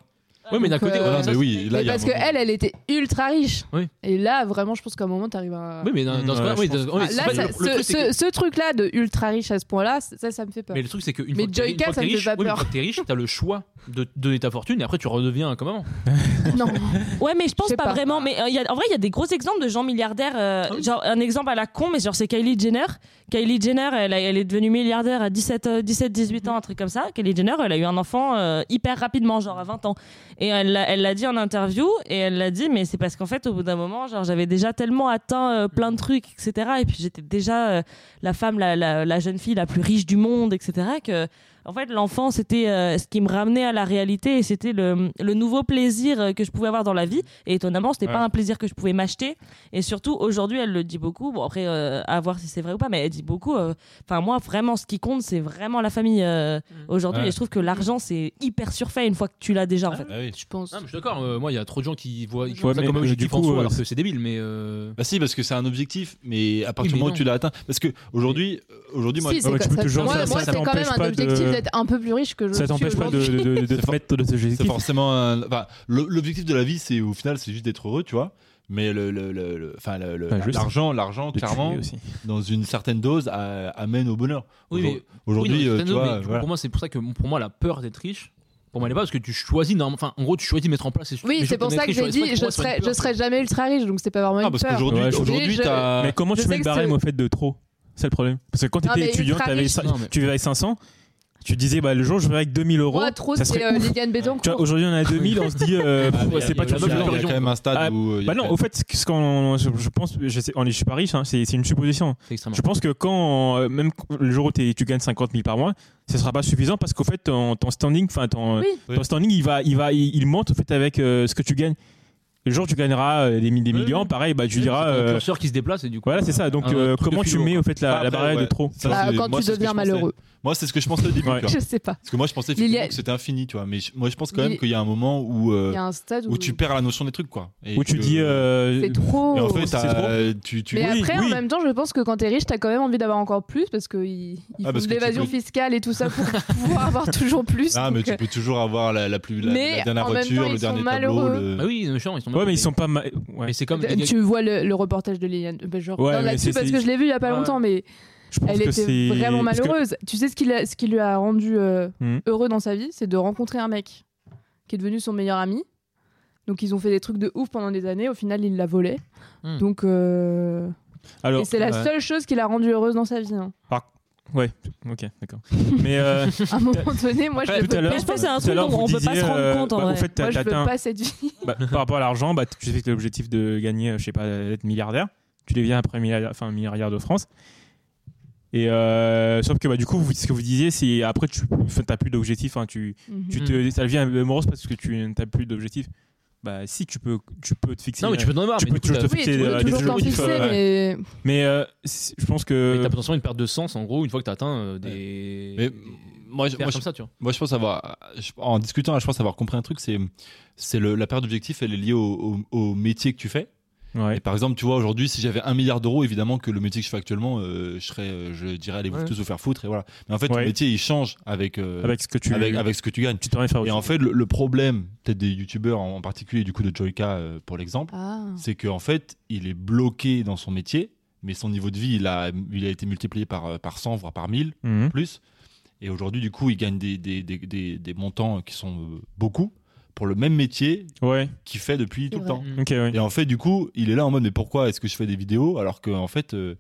[SPEAKER 1] Oui, mais d'un
[SPEAKER 2] Donc,
[SPEAKER 1] côté,
[SPEAKER 2] euh,
[SPEAKER 1] voilà,
[SPEAKER 3] Ah,
[SPEAKER 1] ça,
[SPEAKER 3] mais oui, là,
[SPEAKER 2] mais
[SPEAKER 3] il y a
[SPEAKER 2] parce
[SPEAKER 3] un
[SPEAKER 2] que
[SPEAKER 3] moment-
[SPEAKER 2] elle, elle était ultra riche.
[SPEAKER 1] Oui.
[SPEAKER 2] Et là, vraiment, je pense qu'à un moment, t'arrives à.
[SPEAKER 1] Oui, mais dans, dans ce
[SPEAKER 5] Mmh,
[SPEAKER 1] cas,
[SPEAKER 5] ouais,
[SPEAKER 1] oui,
[SPEAKER 5] je pense.
[SPEAKER 1] dans- oui,
[SPEAKER 2] Ah,
[SPEAKER 1] c'est
[SPEAKER 2] là,
[SPEAKER 1] pas-
[SPEAKER 2] ça-
[SPEAKER 1] le- le
[SPEAKER 2] ce,
[SPEAKER 1] truc, c'est que-
[SPEAKER 2] ce- ce truc-là de ultra riche à ce point-là, c- ça, ça me fait peur.
[SPEAKER 1] mais le truc, c'est qu'une
[SPEAKER 2] Mais
[SPEAKER 1] fois que t'es
[SPEAKER 2] Joy
[SPEAKER 1] une
[SPEAKER 2] Cat,
[SPEAKER 1] fois que
[SPEAKER 2] ça
[SPEAKER 1] t'es
[SPEAKER 2] me fait
[SPEAKER 1] riche,
[SPEAKER 2] pas
[SPEAKER 1] oui, mais une
[SPEAKER 2] peur.
[SPEAKER 1] fois que t'es riche, t'as le choix de donner ta fortune et après tu redeviens comme avant.
[SPEAKER 2] Non.
[SPEAKER 4] Ouais, mais je pense
[SPEAKER 2] Je sais
[SPEAKER 4] pas,
[SPEAKER 2] pas.
[SPEAKER 4] vraiment. Mais euh, il y a- en vrai, il y a des gros exemples de gens milliardaires. euh,
[SPEAKER 3] Ah
[SPEAKER 4] Genre, un exemple à la con, mais genre, c'est Kylie Jenner. Kylie Jenner, elle, a- elle est devenue milliardaire à 17, euh, 17, 18 ans, un truc comme ça. Kylie Jenner, elle a eu un enfant euh, hyper rapidement, genre à 20 ans. Et elle l'a elle l'a dit en interview, et elle l'a dit, mais c'est parce qu'en fait, au bout d'un moment, genre, j'avais déjà tellement atteint euh, plein de trucs, etc. Et puis, j'étais déjà euh, la femme, la, la- la jeune fille la plus riche du monde, etc. Que, en fait, l'enfant, c'était euh, ce qui me ramenait à la réalité et c'était le, le nouveau plaisir euh, que je pouvais avoir dans la vie. Et étonnamment, c'était pas un plaisir que je pouvais m'acheter. Et surtout, aujourd'hui, elle le dit beaucoup. Bon, après, euh, à voir si c'est vrai ou pas, mais elle dit beaucoup. euh, Enfin, moi, vraiment, ce qui compte, c'est vraiment la famille euh, aujourd'hui.
[SPEAKER 3] Ouais.
[SPEAKER 4] Et je trouve que l'argent, c'est hyper surfait une fois que tu l'as déjà, en fait.
[SPEAKER 3] Ah oui.
[SPEAKER 2] Je pense.
[SPEAKER 1] je suis d'accord, moi, il y a trop de gens qui voient
[SPEAKER 5] voient ça
[SPEAKER 1] ça
[SPEAKER 5] mais-
[SPEAKER 1] comme
[SPEAKER 5] comme mais objectif
[SPEAKER 1] objectif
[SPEAKER 5] du en
[SPEAKER 1] en
[SPEAKER 5] coup,
[SPEAKER 1] soi,
[SPEAKER 5] soi, euh,
[SPEAKER 1] alors
[SPEAKER 5] alors
[SPEAKER 1] que c'est débile, mais. euh,
[SPEAKER 3] Bah si, parce que c'est un objectif, mais à
[SPEAKER 1] Oui,
[SPEAKER 3] partir
[SPEAKER 1] mais
[SPEAKER 3] du moment où
[SPEAKER 1] non.
[SPEAKER 3] tu l'as atteint. Parce que aujourd'hui, euh, aujourd'hui, moi,
[SPEAKER 2] Si, c'est
[SPEAKER 5] Ouais, mais tu
[SPEAKER 2] quand-
[SPEAKER 5] peux
[SPEAKER 2] ça-
[SPEAKER 5] toujours-
[SPEAKER 2] moi,
[SPEAKER 5] ça-
[SPEAKER 2] moi,
[SPEAKER 5] ça
[SPEAKER 2] c'est quand
[SPEAKER 5] t'empêche
[SPEAKER 2] même un
[SPEAKER 5] pas de-
[SPEAKER 2] objectif d'être un peu plus riche que je
[SPEAKER 5] Ça
[SPEAKER 2] suis
[SPEAKER 5] t'empêche pas de,
[SPEAKER 2] aujourd'hui.
[SPEAKER 5] de, de, de
[SPEAKER 3] C'est
[SPEAKER 5] te
[SPEAKER 3] for-
[SPEAKER 5] mettre de ce
[SPEAKER 3] c'est forcément un- enfin, le- l'objectif de la vie c'est au final c'est juste d'être heureux tu vois mais le le- le- le- enfin, le- le-
[SPEAKER 5] Ouais, juste.
[SPEAKER 3] l'argent l'argent clairement
[SPEAKER 5] aussi.
[SPEAKER 3] dans une certaine dose a- amène au bonheur
[SPEAKER 1] Oui, mais-
[SPEAKER 3] aujourd'hui
[SPEAKER 1] oui, non,
[SPEAKER 3] euh,
[SPEAKER 1] c'est
[SPEAKER 3] tu
[SPEAKER 1] un autre,
[SPEAKER 3] vois
[SPEAKER 1] mais du coup,
[SPEAKER 3] voilà.
[SPEAKER 1] Pour moi, c'est pour ça que pour moi, la peur d'être riche, pour moi, elle est pas parce que tu choisis. norme- Enfin, en gros, tu choisis de mettre en place. ces- les
[SPEAKER 2] Oui,
[SPEAKER 1] choses
[SPEAKER 2] c'est pour
[SPEAKER 1] de
[SPEAKER 2] ça que
[SPEAKER 1] maîtrise,
[SPEAKER 2] j'ai
[SPEAKER 1] choisis-
[SPEAKER 2] dit,
[SPEAKER 1] c'est
[SPEAKER 2] je
[SPEAKER 1] pas pour moi,
[SPEAKER 2] serai,
[SPEAKER 1] c'est
[SPEAKER 2] je
[SPEAKER 1] pas
[SPEAKER 2] serai
[SPEAKER 1] une
[SPEAKER 2] jamais ultra riche, donc c'est pas vraiment
[SPEAKER 3] Ah,
[SPEAKER 2] une
[SPEAKER 3] parce
[SPEAKER 2] peur.
[SPEAKER 3] qu'aujourd'hui
[SPEAKER 5] Ouais, je-
[SPEAKER 3] aujourd'hui
[SPEAKER 2] je-
[SPEAKER 3] t'as
[SPEAKER 5] Mais comment
[SPEAKER 2] je
[SPEAKER 5] tu
[SPEAKER 2] sais
[SPEAKER 5] mets
[SPEAKER 2] que
[SPEAKER 5] le
[SPEAKER 2] c'est-
[SPEAKER 5] barème au fait de trop C'est le problème. Parce que quand
[SPEAKER 2] Non, mais
[SPEAKER 5] t'étais étudiant,
[SPEAKER 2] ultra
[SPEAKER 5] t'avais
[SPEAKER 2] riche.
[SPEAKER 5] ça-
[SPEAKER 1] Non, mais-
[SPEAKER 5] tu vivais avec 500, tu disais bah, le jour je vais avec 2000 euros.
[SPEAKER 2] Moi, trop,
[SPEAKER 5] ça serait
[SPEAKER 2] c'est euh,
[SPEAKER 5] ouf.
[SPEAKER 2] Liliane
[SPEAKER 5] Tu vois,
[SPEAKER 2] Bettencourt.
[SPEAKER 5] aujourd'hui on est à 2000, on se dit euh,
[SPEAKER 1] Ah,
[SPEAKER 5] pff,
[SPEAKER 1] mais
[SPEAKER 5] c'est pas
[SPEAKER 1] il y a
[SPEAKER 5] tout
[SPEAKER 3] il y a
[SPEAKER 1] la
[SPEAKER 5] ça.
[SPEAKER 1] raison.
[SPEAKER 3] quand même un stade
[SPEAKER 5] Ah,
[SPEAKER 3] où euh, il y a
[SPEAKER 5] Bah non,
[SPEAKER 3] quand
[SPEAKER 5] au fait, ce qu'on- je, je pense, je, sais, on est- je suis pas riche, hein, c'est c'est une supposition.
[SPEAKER 1] C'est extrêmement.
[SPEAKER 5] Je pense que quand, euh, même le jour où t'es- tu gagnes 50 000 par mois, ce sera pas suffisant parce qu'au fait, ton, ton standing, enfin, ton,
[SPEAKER 2] Oui.
[SPEAKER 5] ton standing, il va, il va, il, il monte au fait avec euh, ce que tu gagnes. Le jour où tu gagneras euh, des, mi- des
[SPEAKER 1] Oui,
[SPEAKER 5] millions,
[SPEAKER 1] oui.
[SPEAKER 5] pareil, bah, tu
[SPEAKER 1] Oui,
[SPEAKER 5] diras,
[SPEAKER 1] c'est Ah, un
[SPEAKER 5] euh,
[SPEAKER 1] curseur qui se déplace et du coup.
[SPEAKER 5] voilà, c'est ça. Donc,
[SPEAKER 1] Un
[SPEAKER 5] euh,
[SPEAKER 1] truc de
[SPEAKER 5] comment tu
[SPEAKER 1] philo,
[SPEAKER 5] mets au fait la,
[SPEAKER 3] Après,
[SPEAKER 5] la barrière
[SPEAKER 3] ouais.
[SPEAKER 5] de trop
[SPEAKER 3] Ça,
[SPEAKER 2] Bah,
[SPEAKER 3] c'est-
[SPEAKER 2] quand
[SPEAKER 3] moi,
[SPEAKER 2] tu
[SPEAKER 3] c'est ce que
[SPEAKER 2] deviens
[SPEAKER 3] je pensais.
[SPEAKER 2] malheureux.
[SPEAKER 3] Moi, c'est ce que je pensais au début.
[SPEAKER 5] Ouais.
[SPEAKER 3] tu vois.
[SPEAKER 2] Je sais pas.
[SPEAKER 3] Parce que moi, je pensais
[SPEAKER 2] Mais il y a-
[SPEAKER 3] effectivement que c'était infini, tu vois. Mais je- moi, je pense quand même
[SPEAKER 2] Il-
[SPEAKER 3] qu'il y a un moment où, euh,
[SPEAKER 2] Il y a un stade où,
[SPEAKER 3] où tu perds la notion des trucs, quoi. Et
[SPEAKER 5] Où tu
[SPEAKER 3] que-
[SPEAKER 5] dis. euh,
[SPEAKER 2] c'est trop.
[SPEAKER 3] Et en fait,
[SPEAKER 5] C'est
[SPEAKER 3] t'as-
[SPEAKER 5] trop.
[SPEAKER 3] euh, tu, tu-
[SPEAKER 2] Oh, mais
[SPEAKER 5] oui,
[SPEAKER 2] après, en
[SPEAKER 5] oui.
[SPEAKER 2] même temps, je pense que quand t'es riche, t'as quand même envie d'avoir encore plus parce que ils, ils
[SPEAKER 3] Ah, parce
[SPEAKER 2] font
[SPEAKER 3] que
[SPEAKER 2] de
[SPEAKER 3] tu
[SPEAKER 2] l'évasion
[SPEAKER 3] peux-
[SPEAKER 2] fiscale et tout ça pour pouvoir avoir toujours plus.
[SPEAKER 3] Ah, mais
[SPEAKER 2] donc,
[SPEAKER 3] tu
[SPEAKER 2] euh,
[SPEAKER 3] peux toujours avoir la, la plus, la,
[SPEAKER 2] Mais
[SPEAKER 3] la dernière
[SPEAKER 2] en même temps,
[SPEAKER 3] voiture,
[SPEAKER 2] ils
[SPEAKER 3] le
[SPEAKER 2] sont
[SPEAKER 3] dernier tableau. le-
[SPEAKER 2] malheureux.
[SPEAKER 1] Ah oui, euh, chiant, ils sont
[SPEAKER 5] Ouais, mais
[SPEAKER 1] malheureux.
[SPEAKER 5] ils sont pas. ma- ouais.
[SPEAKER 1] Mais c'est comme.
[SPEAKER 2] euh,
[SPEAKER 1] les gars-
[SPEAKER 2] tu vois le, le reportage de Liliane ben, genre,
[SPEAKER 5] Ouais,
[SPEAKER 2] non,
[SPEAKER 5] mais
[SPEAKER 2] là-dessus
[SPEAKER 5] c'est-
[SPEAKER 2] parce
[SPEAKER 5] c'est-
[SPEAKER 2] que je l'ai vu il y a pas
[SPEAKER 1] Ouais.
[SPEAKER 2] longtemps mais
[SPEAKER 5] Je pense
[SPEAKER 2] elle
[SPEAKER 5] que c'est-
[SPEAKER 2] était vraiment
[SPEAKER 5] parce que-
[SPEAKER 2] malheureuse tu sais ce qui, l'a- ce qui lui a rendu euh,
[SPEAKER 5] Mhm.
[SPEAKER 2] heureux dans sa vie c'est de rencontrer un mec qui est devenu son meilleur ami donc ils ont fait des trucs de ouf pendant des années au final il l'a volé
[SPEAKER 1] Mhm.
[SPEAKER 2] donc euh,
[SPEAKER 5] Alors,
[SPEAKER 2] et c'est la
[SPEAKER 5] ouais.
[SPEAKER 2] seule chose qui l'a rendue heureuse dans sa vie hein.
[SPEAKER 5] Ouais, ok, d'accord. Mais euh,
[SPEAKER 2] à un moment donné moi
[SPEAKER 5] après,
[SPEAKER 2] je ne
[SPEAKER 5] tout à
[SPEAKER 2] veux
[SPEAKER 5] l'heure,
[SPEAKER 2] pas
[SPEAKER 4] Euh, Mais je pense que c'est un
[SPEAKER 5] tout à l'heure,
[SPEAKER 4] truc dont
[SPEAKER 5] vous
[SPEAKER 4] on peut pas
[SPEAKER 5] disiez,
[SPEAKER 4] se rendre
[SPEAKER 5] euh,
[SPEAKER 4] compte, en
[SPEAKER 5] bah,
[SPEAKER 4] vrai.
[SPEAKER 5] Au fait, t'as-
[SPEAKER 2] moi je
[SPEAKER 5] t'as
[SPEAKER 2] veux
[SPEAKER 5] atteint-
[SPEAKER 2] pas cette vie
[SPEAKER 5] bah, par rapport à l'argent, bah, tu sais que t'as l'objectif de gagner, euh, je sais pas, être milliardaire. Tu deviens après milliardaire, enfin, milliardaire de France. Et euh, sauf que bah, du coup, vous- ce que vous disiez, c'est après, tu n'as plus d'objectif. hein, tu, tu te, ça devient morose parce que tu n'as plus d'objectif. Bah, si, tu peux, tu peux te fixer.
[SPEAKER 1] Non, mais tu peux t'en avoir.
[SPEAKER 5] tu
[SPEAKER 1] mais
[SPEAKER 5] peux
[SPEAKER 1] du coup,
[SPEAKER 5] toujours
[SPEAKER 1] t'as-
[SPEAKER 5] te
[SPEAKER 2] oui,
[SPEAKER 5] fixer
[SPEAKER 2] tu
[SPEAKER 5] euh,
[SPEAKER 2] peux
[SPEAKER 5] des
[SPEAKER 2] toujours t'en
[SPEAKER 5] objectifs,
[SPEAKER 2] fixer, mais
[SPEAKER 5] euh, Mais euh, c'est- je pense
[SPEAKER 1] Mais
[SPEAKER 5] que.
[SPEAKER 1] t'as potentiellement une perte de sens en gros une fois que t'as atteint euh, des.
[SPEAKER 3] Mais
[SPEAKER 1] des-
[SPEAKER 3] moi, je-
[SPEAKER 1] faire
[SPEAKER 3] moi, je-
[SPEAKER 1] comme ça, tu vois.
[SPEAKER 3] Moi, je pense avoir, je- en discutant, je pense avoir compris un truc, c'est, c'est le- la période d'objectif, elle est liée au, au- au métier que tu fais.
[SPEAKER 5] Ouais.
[SPEAKER 3] Et par exemple, tu vois, aujourd'hui, si j'avais un milliard d'euros, évidemment que le métier que je fais actuellement, euh, je serais, euh, je dirais, allez vous
[SPEAKER 1] Ouais.
[SPEAKER 3] tous vous faire foutre, et voilà. Mais en fait,
[SPEAKER 5] Ouais.
[SPEAKER 3] le métier, il change avec, euh,
[SPEAKER 5] Avec ce que tu.
[SPEAKER 3] avec, avec ce que tu gagnes.
[SPEAKER 5] tu t'en vas faire
[SPEAKER 3] Et
[SPEAKER 5] autre
[SPEAKER 3] en
[SPEAKER 5] chose.
[SPEAKER 3] fait, le, le problème, peut-être des youtubeurs en en particulier, du coup, de Joyka, euh, pour l'exemple,
[SPEAKER 2] Ah.
[SPEAKER 3] c'est qu'en fait, il est bloqué dans son métier, mais son niveau de vie, il a, il a été multiplié par, euh, par 100, voire par 1000
[SPEAKER 5] Mhm.
[SPEAKER 3] plus. Et aujourd'hui, du coup, il gagne des, des, des, des, des montants qui sont euh, beaucoup pour le même métier
[SPEAKER 5] Ouais,
[SPEAKER 3] qu'il fait depuis tout le
[SPEAKER 2] vrai.
[SPEAKER 3] temps.
[SPEAKER 1] Mm.
[SPEAKER 5] ok, ouais.
[SPEAKER 3] Et en fait, du coup, il est là en mode, mais pourquoi est-ce que je fais des vidéos alors que, en fait, euh,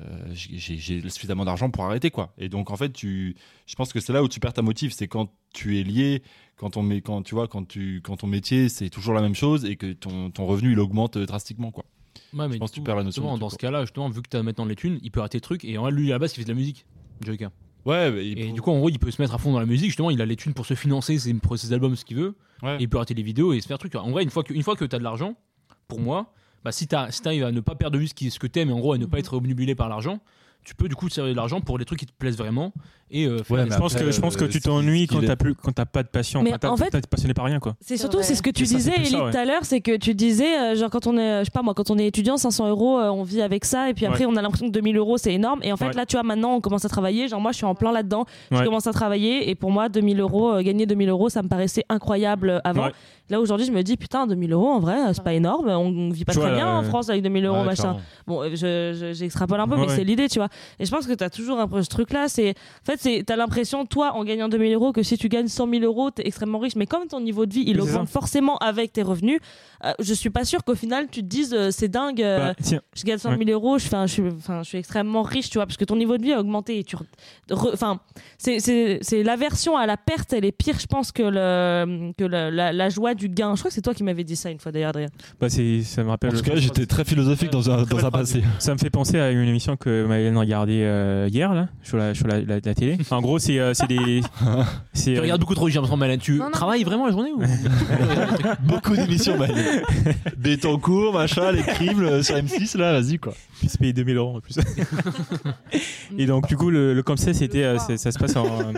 [SPEAKER 3] euh, j'ai- j'ai j'ai suffisamment d'argent pour arrêter, quoi. Et donc, en fait, tu, je pense que c'est là où tu perds ta motive, c'est quand tu es lié, quand ton, mé- quand, tu vois, quand tu, quand ton métier, c'est toujours la même chose et que ton, ton revenu, il augmente euh, drastiquement, quoi.
[SPEAKER 1] Ouais, mais
[SPEAKER 3] pense
[SPEAKER 1] du
[SPEAKER 3] que tu
[SPEAKER 1] coup,
[SPEAKER 3] perds la notion
[SPEAKER 1] justement,
[SPEAKER 3] du
[SPEAKER 1] Dans ce
[SPEAKER 3] truc,
[SPEAKER 1] cas-là, justement, vu que t'as maintenant les thunes, il peut arrêter le truc. Et en vrai, lui, à la base, il fait de la musique. Joker.
[SPEAKER 3] Ouais,
[SPEAKER 1] Et du coup, en gros, il peut se mettre à fond dans la musique. Justement, il a les thunes pour se financer ses, pour ses albums, ce qu'il veut.
[SPEAKER 3] Ouais.
[SPEAKER 1] Et il peut arrêter les vidéos et se faire truc. En vrai, une fois que, une fois que t'as de l'argent, pour moi, bah, si t'as- si t'arrives à ne pas perdre de vue ce, qui, ce que t'aimes et en gros à
[SPEAKER 2] Mhm.
[SPEAKER 1] ne pas être obnubilé par l'argent, tu peux du coup te servir de l'argent pour les trucs qui te plaisent vraiment. Et euh, faire
[SPEAKER 3] Ouais,
[SPEAKER 1] des-
[SPEAKER 3] mais
[SPEAKER 5] Je pense,
[SPEAKER 3] après,
[SPEAKER 5] que, je pense que
[SPEAKER 3] euh,
[SPEAKER 5] tu
[SPEAKER 3] ce qui-
[SPEAKER 5] t'ennuies
[SPEAKER 3] ce qui
[SPEAKER 5] quand
[SPEAKER 3] est-
[SPEAKER 5] t'as plus, quand t'as pas de passion.
[SPEAKER 4] Mais
[SPEAKER 5] Enfin, t'as-
[SPEAKER 4] en fait-
[SPEAKER 5] t'as- t'es passionné par rien, quoi.
[SPEAKER 4] C'est
[SPEAKER 2] C'est
[SPEAKER 4] surtout,
[SPEAKER 2] vrai.
[SPEAKER 4] c'est ce que tu
[SPEAKER 5] Et ça, c'est
[SPEAKER 4] disais,
[SPEAKER 5] plus ça,
[SPEAKER 4] Ellie,
[SPEAKER 5] ouais.
[SPEAKER 4] tout à l'heure, c'est que tu disais, euh, genre, quand on est, euh, je sais pas moi, quand on est étudiant, 500 euros, euh, on vit avec ça, et puis après, on a l'impression que 2000 euros, c'est énorme. Et en fait,
[SPEAKER 5] Ouais.
[SPEAKER 4] là, tu vois, maintenant, on commence à travailler. Genre, moi, je suis en plein là-dedans. Je
[SPEAKER 5] Ouais.
[SPEAKER 4] commence à travailler, et pour moi, 2000 euros, euh, gagner 2000 euros, ça me paraissait incroyable euh, avant.
[SPEAKER 5] Ouais.
[SPEAKER 4] Là, aujourd'hui, je me dis, putain, 2000 euros, en vrai, euh, c'est pas énorme. On, on vit pas
[SPEAKER 5] Tu
[SPEAKER 4] très
[SPEAKER 5] vois,
[SPEAKER 4] bien
[SPEAKER 5] euh,
[SPEAKER 4] en France avec 2000 euros,
[SPEAKER 3] Ouais,
[SPEAKER 4] machin.
[SPEAKER 3] clairement.
[SPEAKER 4] Bon, euh, je- je- j'extrapole un peu,
[SPEAKER 5] Ouais.
[SPEAKER 4] mais c'est l'idée, tu vois. Et je pense que t'as toujours un peu ce truc-là. C'est, en fait, c'est, t'as l'impression, toi, en gagnant 2000 euros, que si tu gagnes 100 000 euros, t'es extrêmement riche. Mais comme ton niveau de vie, il
[SPEAKER 5] Oui, c'est
[SPEAKER 4] augmente forcément avec tes revenus, euh, je suis pas sûre qu'au final, tu te dises, euh, c'est dingue, euh,
[SPEAKER 5] Bah, tiens,
[SPEAKER 4] je gagne 100 000 euros, je, fais un- je, suis- enfin, je suis extrêmement riche, tu vois, parce que ton niveau de vie a augmenté. Et tu, re- re- enfin, c'est, c'est, c'est l'aversion à la perte, elle est pire, je pense, que, le, que le- la, la joie du gain. Je crois que c'est toi qui m'avais dit ça une fois, d'ailleurs, Adrien.
[SPEAKER 5] bah, c'est- ça me rappelle.
[SPEAKER 3] En tout cas, j'étais très philosophique dans un, dans un passé.
[SPEAKER 5] Ça me fait penser à une émission que Maëlène regardait euh, hier, là, sur la, sur la, la- la télé. En gros, c'est euh, c'est des. c'est,
[SPEAKER 1] Tu
[SPEAKER 5] euh,
[SPEAKER 1] regardes beaucoup trop, j'ai l'impression, Malin. Tu
[SPEAKER 2] Non, non.
[SPEAKER 1] travailles vraiment la journée ou
[SPEAKER 3] Beaucoup d'émissions, man. Des temps courts, machin, les crimes euh, sur M6, là, vas-y, quoi.
[SPEAKER 5] puis se payer 2000 euros en plus. et donc, du coup, le, le concept, c'était, euh,
[SPEAKER 2] soir.
[SPEAKER 5] c'est- ça se passe en,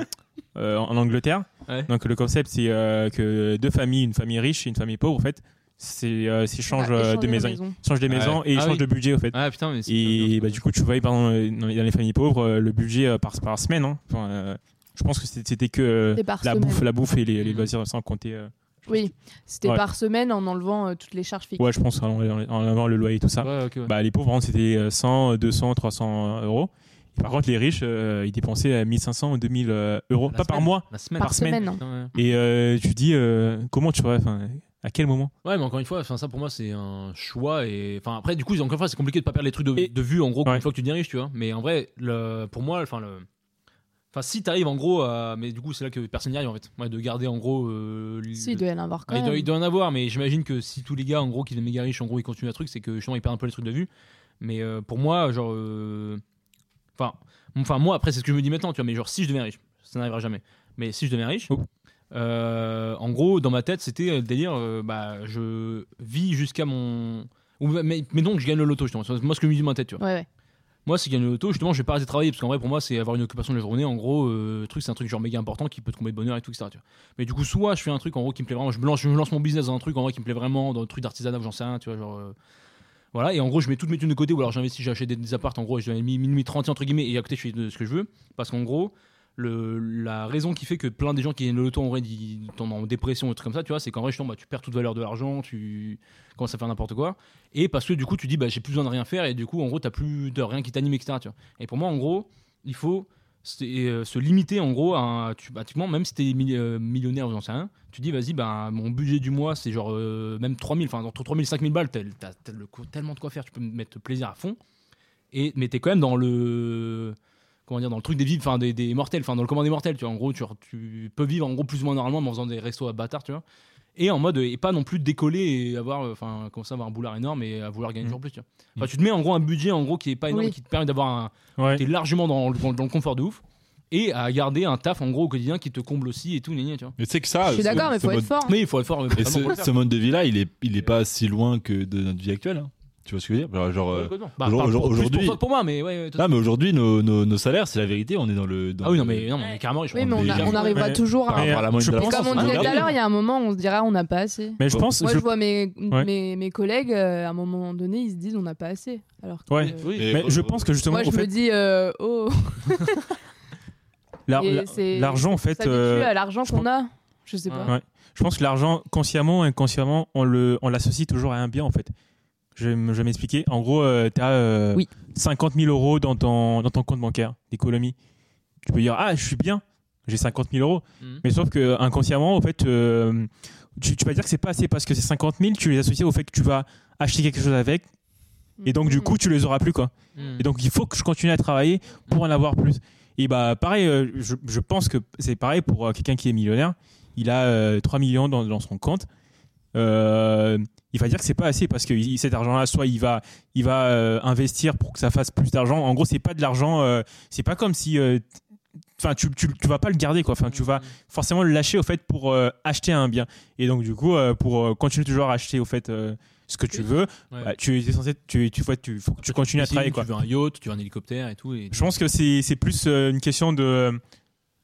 [SPEAKER 5] euh, en Angleterre.
[SPEAKER 1] Ouais.
[SPEAKER 5] Donc, le concept, c'est euh, que deux familles, une famille riche et une famille pauvre, en fait, c'est, euh, s'échangent
[SPEAKER 2] Ah,
[SPEAKER 5] euh,
[SPEAKER 2] échanger
[SPEAKER 5] des
[SPEAKER 2] de
[SPEAKER 5] maisons.
[SPEAKER 2] maison.
[SPEAKER 5] Ils changent des
[SPEAKER 3] Ah
[SPEAKER 5] maisons et ils
[SPEAKER 1] Ah
[SPEAKER 5] changent
[SPEAKER 1] oui.
[SPEAKER 5] de budget, en fait.
[SPEAKER 1] Ah putain, mais c'est-
[SPEAKER 5] Et bah, du coup, tu voyais, par exemple, dans les dans les familles pauvres, euh, le budget euh, par, par semaine. hein. Enfin, euh, je pense que c'était c'était que euh,
[SPEAKER 2] C'est par
[SPEAKER 5] la
[SPEAKER 2] semaine. Mmh.
[SPEAKER 5] bouffe, la bouffe et les, les
[SPEAKER 1] Mm.
[SPEAKER 5] loisirs sans compter. euh,
[SPEAKER 2] Oui, c'était
[SPEAKER 5] Ouais.
[SPEAKER 2] par semaine en enlevant euh, toutes les charges fixes.
[SPEAKER 5] ouais, je pense en, en- en avant le loyer et tout ça.
[SPEAKER 1] Ouais, ok, ouais.
[SPEAKER 5] Bah, les pauvres, par exemple, c'était euh, 100, 200, 300 euh, euros. Et par contre, les riches, euh, ils dépensaient euh, 1500 ou 2000 euh, euros,
[SPEAKER 1] La
[SPEAKER 5] pas par
[SPEAKER 1] semaine.
[SPEAKER 5] mois.
[SPEAKER 1] La semaine.
[SPEAKER 2] par,
[SPEAKER 5] semaine.
[SPEAKER 2] semaine. hein.
[SPEAKER 1] Putain, ouais.
[SPEAKER 5] Et euh, tu dis, euh, comment tu vois, enfin, à quel moment
[SPEAKER 1] Ouais, mais encore une fois, enfin, ça pour moi c'est un choix et enfin après du coup encore une fois c'est compliqué de pas perdre les trucs de,
[SPEAKER 5] Et-
[SPEAKER 1] de vue en gros
[SPEAKER 5] Ouais.
[SPEAKER 1] une fois que tu diriges tu vois. Mais en vrai, le, pour moi, enfin le, enfin si t'arrives en gros, à... mais du coup c'est là que personne n'y arrive en fait. Ouais, de garder en gros. euh, l-
[SPEAKER 2] Si, il doit y en avoir quand
[SPEAKER 1] Ah, il, doit,
[SPEAKER 2] même.
[SPEAKER 1] il doit en avoir, mais j'imagine que si tous les gars en gros qui deviennent méga riches en gros ils continuent un truc, c'est que justement ils perdent un peu les trucs de vue. Mais euh, pour moi, genre, euh, enfin, enfin moi après c'est ce que je me dis maintenant, tu vois, mais genre si je deviens riche, ça n'arrivera jamais. Mais si je deviens riche,
[SPEAKER 5] Oh.
[SPEAKER 1] euh, en gros, dans ma tête, c'était le délire, euh, bah, je vis jusqu'à mon. Ou, mais, mais donc, je gagne le loto, justement. Moi, ce que je me dis dans ma tête, tu vois.
[SPEAKER 2] Ouais, ouais.
[SPEAKER 1] Moi, c'est gagner l'auto, justement, je vais pas arrêter de travailler parce qu'en vrai, pour moi, c'est avoir une occupation de la journée. En gros, euh, le truc, c'est un truc genre méga important qui peut te combler de bonheur et tout, etc. tu vois. Mais du coup, soit je fais un truc en gros qui me plaît vraiment, je me lance, je me lance mon business dans un truc en vrai qui me plaît vraiment, dans un truc d'artisanat, ou j'en sais rien, tu vois, genre. euh, voilà, et en gros, je mets toutes mes thunes de côté, ou alors j'investis, j'achète des, des appartes, en gros, je mis minuit 30 entre guillemets, et à côté, je fais de ce que je veux. Parce qu'en gros, le, la raison qui fait que plein des gens qui gagnent le loto en vrai ils tombent en dépression et trucs comme ça, tu vois, c'est qu'en vrai, justement, bah, tu perds toute valeur de l'argent, tu commences à faire n'importe quoi. Et parce que du coup, tu dis, bah, j'ai plus besoin de rien faire, et du coup, en gros, t'as plus de rien qui t'anime, etc. tu vois. Et pour moi, en gros, il faut se- euh, se limiter, en gros, à, un- tu, bah, typiquement, même si t'es mi- euh, millionnaire ou j'en sais rien, tu dis, vas-y, bah, mon budget du mois, c'est genre euh, même 3000, enfin, entre 3000 et 5000 balles, t'as, t'as- t'as le co- tellement de quoi faire, tu peux mettre plaisir à fond. Et, mais t'es quand même dans le comment dire dans le truc des vives enfin des, des mortels enfin dans le commandé mortel tu vois en gros tu, tu peux vivre en gros plus ou moins normalement mais en faisant des restos à bâtard tu vois et en mode et pas non plus décoller et avoir euh, enfin comme ça avoir un boulard énorme et à vouloir gagner
[SPEAKER 5] Mhm.
[SPEAKER 1] toujours plus tu vois enfin tu te mets en gros un budget en gros qui est pas énorme
[SPEAKER 2] Oui.
[SPEAKER 1] et qui te permet d'avoir un
[SPEAKER 5] Ouais.
[SPEAKER 1] t'es largement dans, le- dans le confort de ouf et à garder un taf en gros au quotidien qui te comble aussi et tout gna gna, tu vois
[SPEAKER 3] Mais tu sais que ça.
[SPEAKER 2] Je suis
[SPEAKER 3] ce-
[SPEAKER 2] d'accord, mais
[SPEAKER 3] ce
[SPEAKER 2] faut être
[SPEAKER 3] mode-
[SPEAKER 2] fort.
[SPEAKER 1] mais il faut être fort euh,
[SPEAKER 3] Et
[SPEAKER 1] vraiment
[SPEAKER 3] ce,
[SPEAKER 1] pour le faire.
[SPEAKER 3] ce mode de vie-là, il est, il est pas si loin que de notre vie actuelle. hein. Tu vois ce que je veux dire Genre, genre, euh,
[SPEAKER 1] Ouais, complètement. Bah,
[SPEAKER 3] aujourd'hui-
[SPEAKER 1] parle pour- plus
[SPEAKER 3] aujourd'hui-
[SPEAKER 1] pour, toi que pour moi mais ouais, ouais, tout-
[SPEAKER 3] Non, mais aujourd'hui, nos, nos- nos salaires, c'est la vérité. On est dans le. dans
[SPEAKER 1] ah oui non
[SPEAKER 3] le-
[SPEAKER 1] mais non mais on est carrément riche,
[SPEAKER 2] Oui,
[SPEAKER 1] on
[SPEAKER 2] mais on,
[SPEAKER 1] est
[SPEAKER 2] a-
[SPEAKER 1] déjà-
[SPEAKER 2] on arrivera
[SPEAKER 5] mais-
[SPEAKER 2] toujours à.
[SPEAKER 3] par rapport à la
[SPEAKER 5] Mais,
[SPEAKER 3] moyenne
[SPEAKER 5] je
[SPEAKER 3] de la
[SPEAKER 2] Mais
[SPEAKER 5] pense-
[SPEAKER 2] comme on
[SPEAKER 3] Ah,
[SPEAKER 2] disait tout à
[SPEAKER 3] oui.
[SPEAKER 2] l'heure, il y a un moment, on se dira, on n'a pas assez.
[SPEAKER 5] Mais je pense,
[SPEAKER 2] Moi, je,
[SPEAKER 5] je-
[SPEAKER 2] vois mes,
[SPEAKER 5] Ouais.
[SPEAKER 2] mes, mes collègues, euh, à un moment donné, ils se disent, on n'a pas assez. Alors que,
[SPEAKER 5] Ouais.
[SPEAKER 2] euh,
[SPEAKER 3] Oui.
[SPEAKER 5] mais je pense que justement,
[SPEAKER 2] moi, je
[SPEAKER 5] au
[SPEAKER 2] me
[SPEAKER 5] fait,
[SPEAKER 2] dis, euh, oh,
[SPEAKER 5] la-
[SPEAKER 2] et
[SPEAKER 5] la-
[SPEAKER 2] c'est-
[SPEAKER 5] l'argent, en
[SPEAKER 2] on
[SPEAKER 5] fait,
[SPEAKER 2] s'habitue
[SPEAKER 5] euh,
[SPEAKER 2] à l'argent
[SPEAKER 5] je
[SPEAKER 2] qu'on a. Je sais pas.
[SPEAKER 5] Ouais. je pense que l'argent, consciemment et inconsciemment, on le, on l'associe toujours à un bien, en fait. Je vais m- je vais m'expliquer. En gros, euh, tu as
[SPEAKER 4] Oui.
[SPEAKER 5] 50 000 euros dans ton, dans ton compte bancaire d'économie. Tu peux dire, ah, je suis bien, j'ai 50 000 euros.
[SPEAKER 1] Mhm.
[SPEAKER 5] Mais sauf que inconsciemment, en fait, euh, tu, tu vas dire que c'est pas assez parce que ces 50 000, tu les associes au fait que tu vas acheter quelque chose avec et donc
[SPEAKER 2] Mm.
[SPEAKER 5] du coup, tu les auras plus, quoi.
[SPEAKER 1] Mhm.
[SPEAKER 5] Et donc, il faut que je continue à travailler pour en avoir plus. Et bah, pareil, euh, je, je pense que c'est pareil pour euh, quelqu'un qui est millionnaire. Il a euh, 3 millions dans, dans son compte. Euh, il va dire que c'est pas assez parce que il- cet argent-là, soit il va, il va euh, investir pour que ça fasse plus d'argent. En gros, c'est pas de l'argent. euh, c'est pas comme si. euh, t- Enfin, tu, tu, tu vas pas le garder, quoi. Enfin, tu vas forcément le lâcher, au fait, pour euh, acheter un bien. Et donc, du coup, euh, pour euh, continuer toujours à acheter, au fait, euh, ce que tu
[SPEAKER 1] Oui.
[SPEAKER 5] veux,
[SPEAKER 1] Ouais.
[SPEAKER 5] bah, tu es censé, tu, tu, faut- tu, faut que tu continues à
[SPEAKER 1] piscine,
[SPEAKER 5] travailler, quoi.
[SPEAKER 1] Tu veux un yacht, tu veux un hélicoptère et tout. Et...
[SPEAKER 5] Je pense que c'est c'est plus euh, une question de,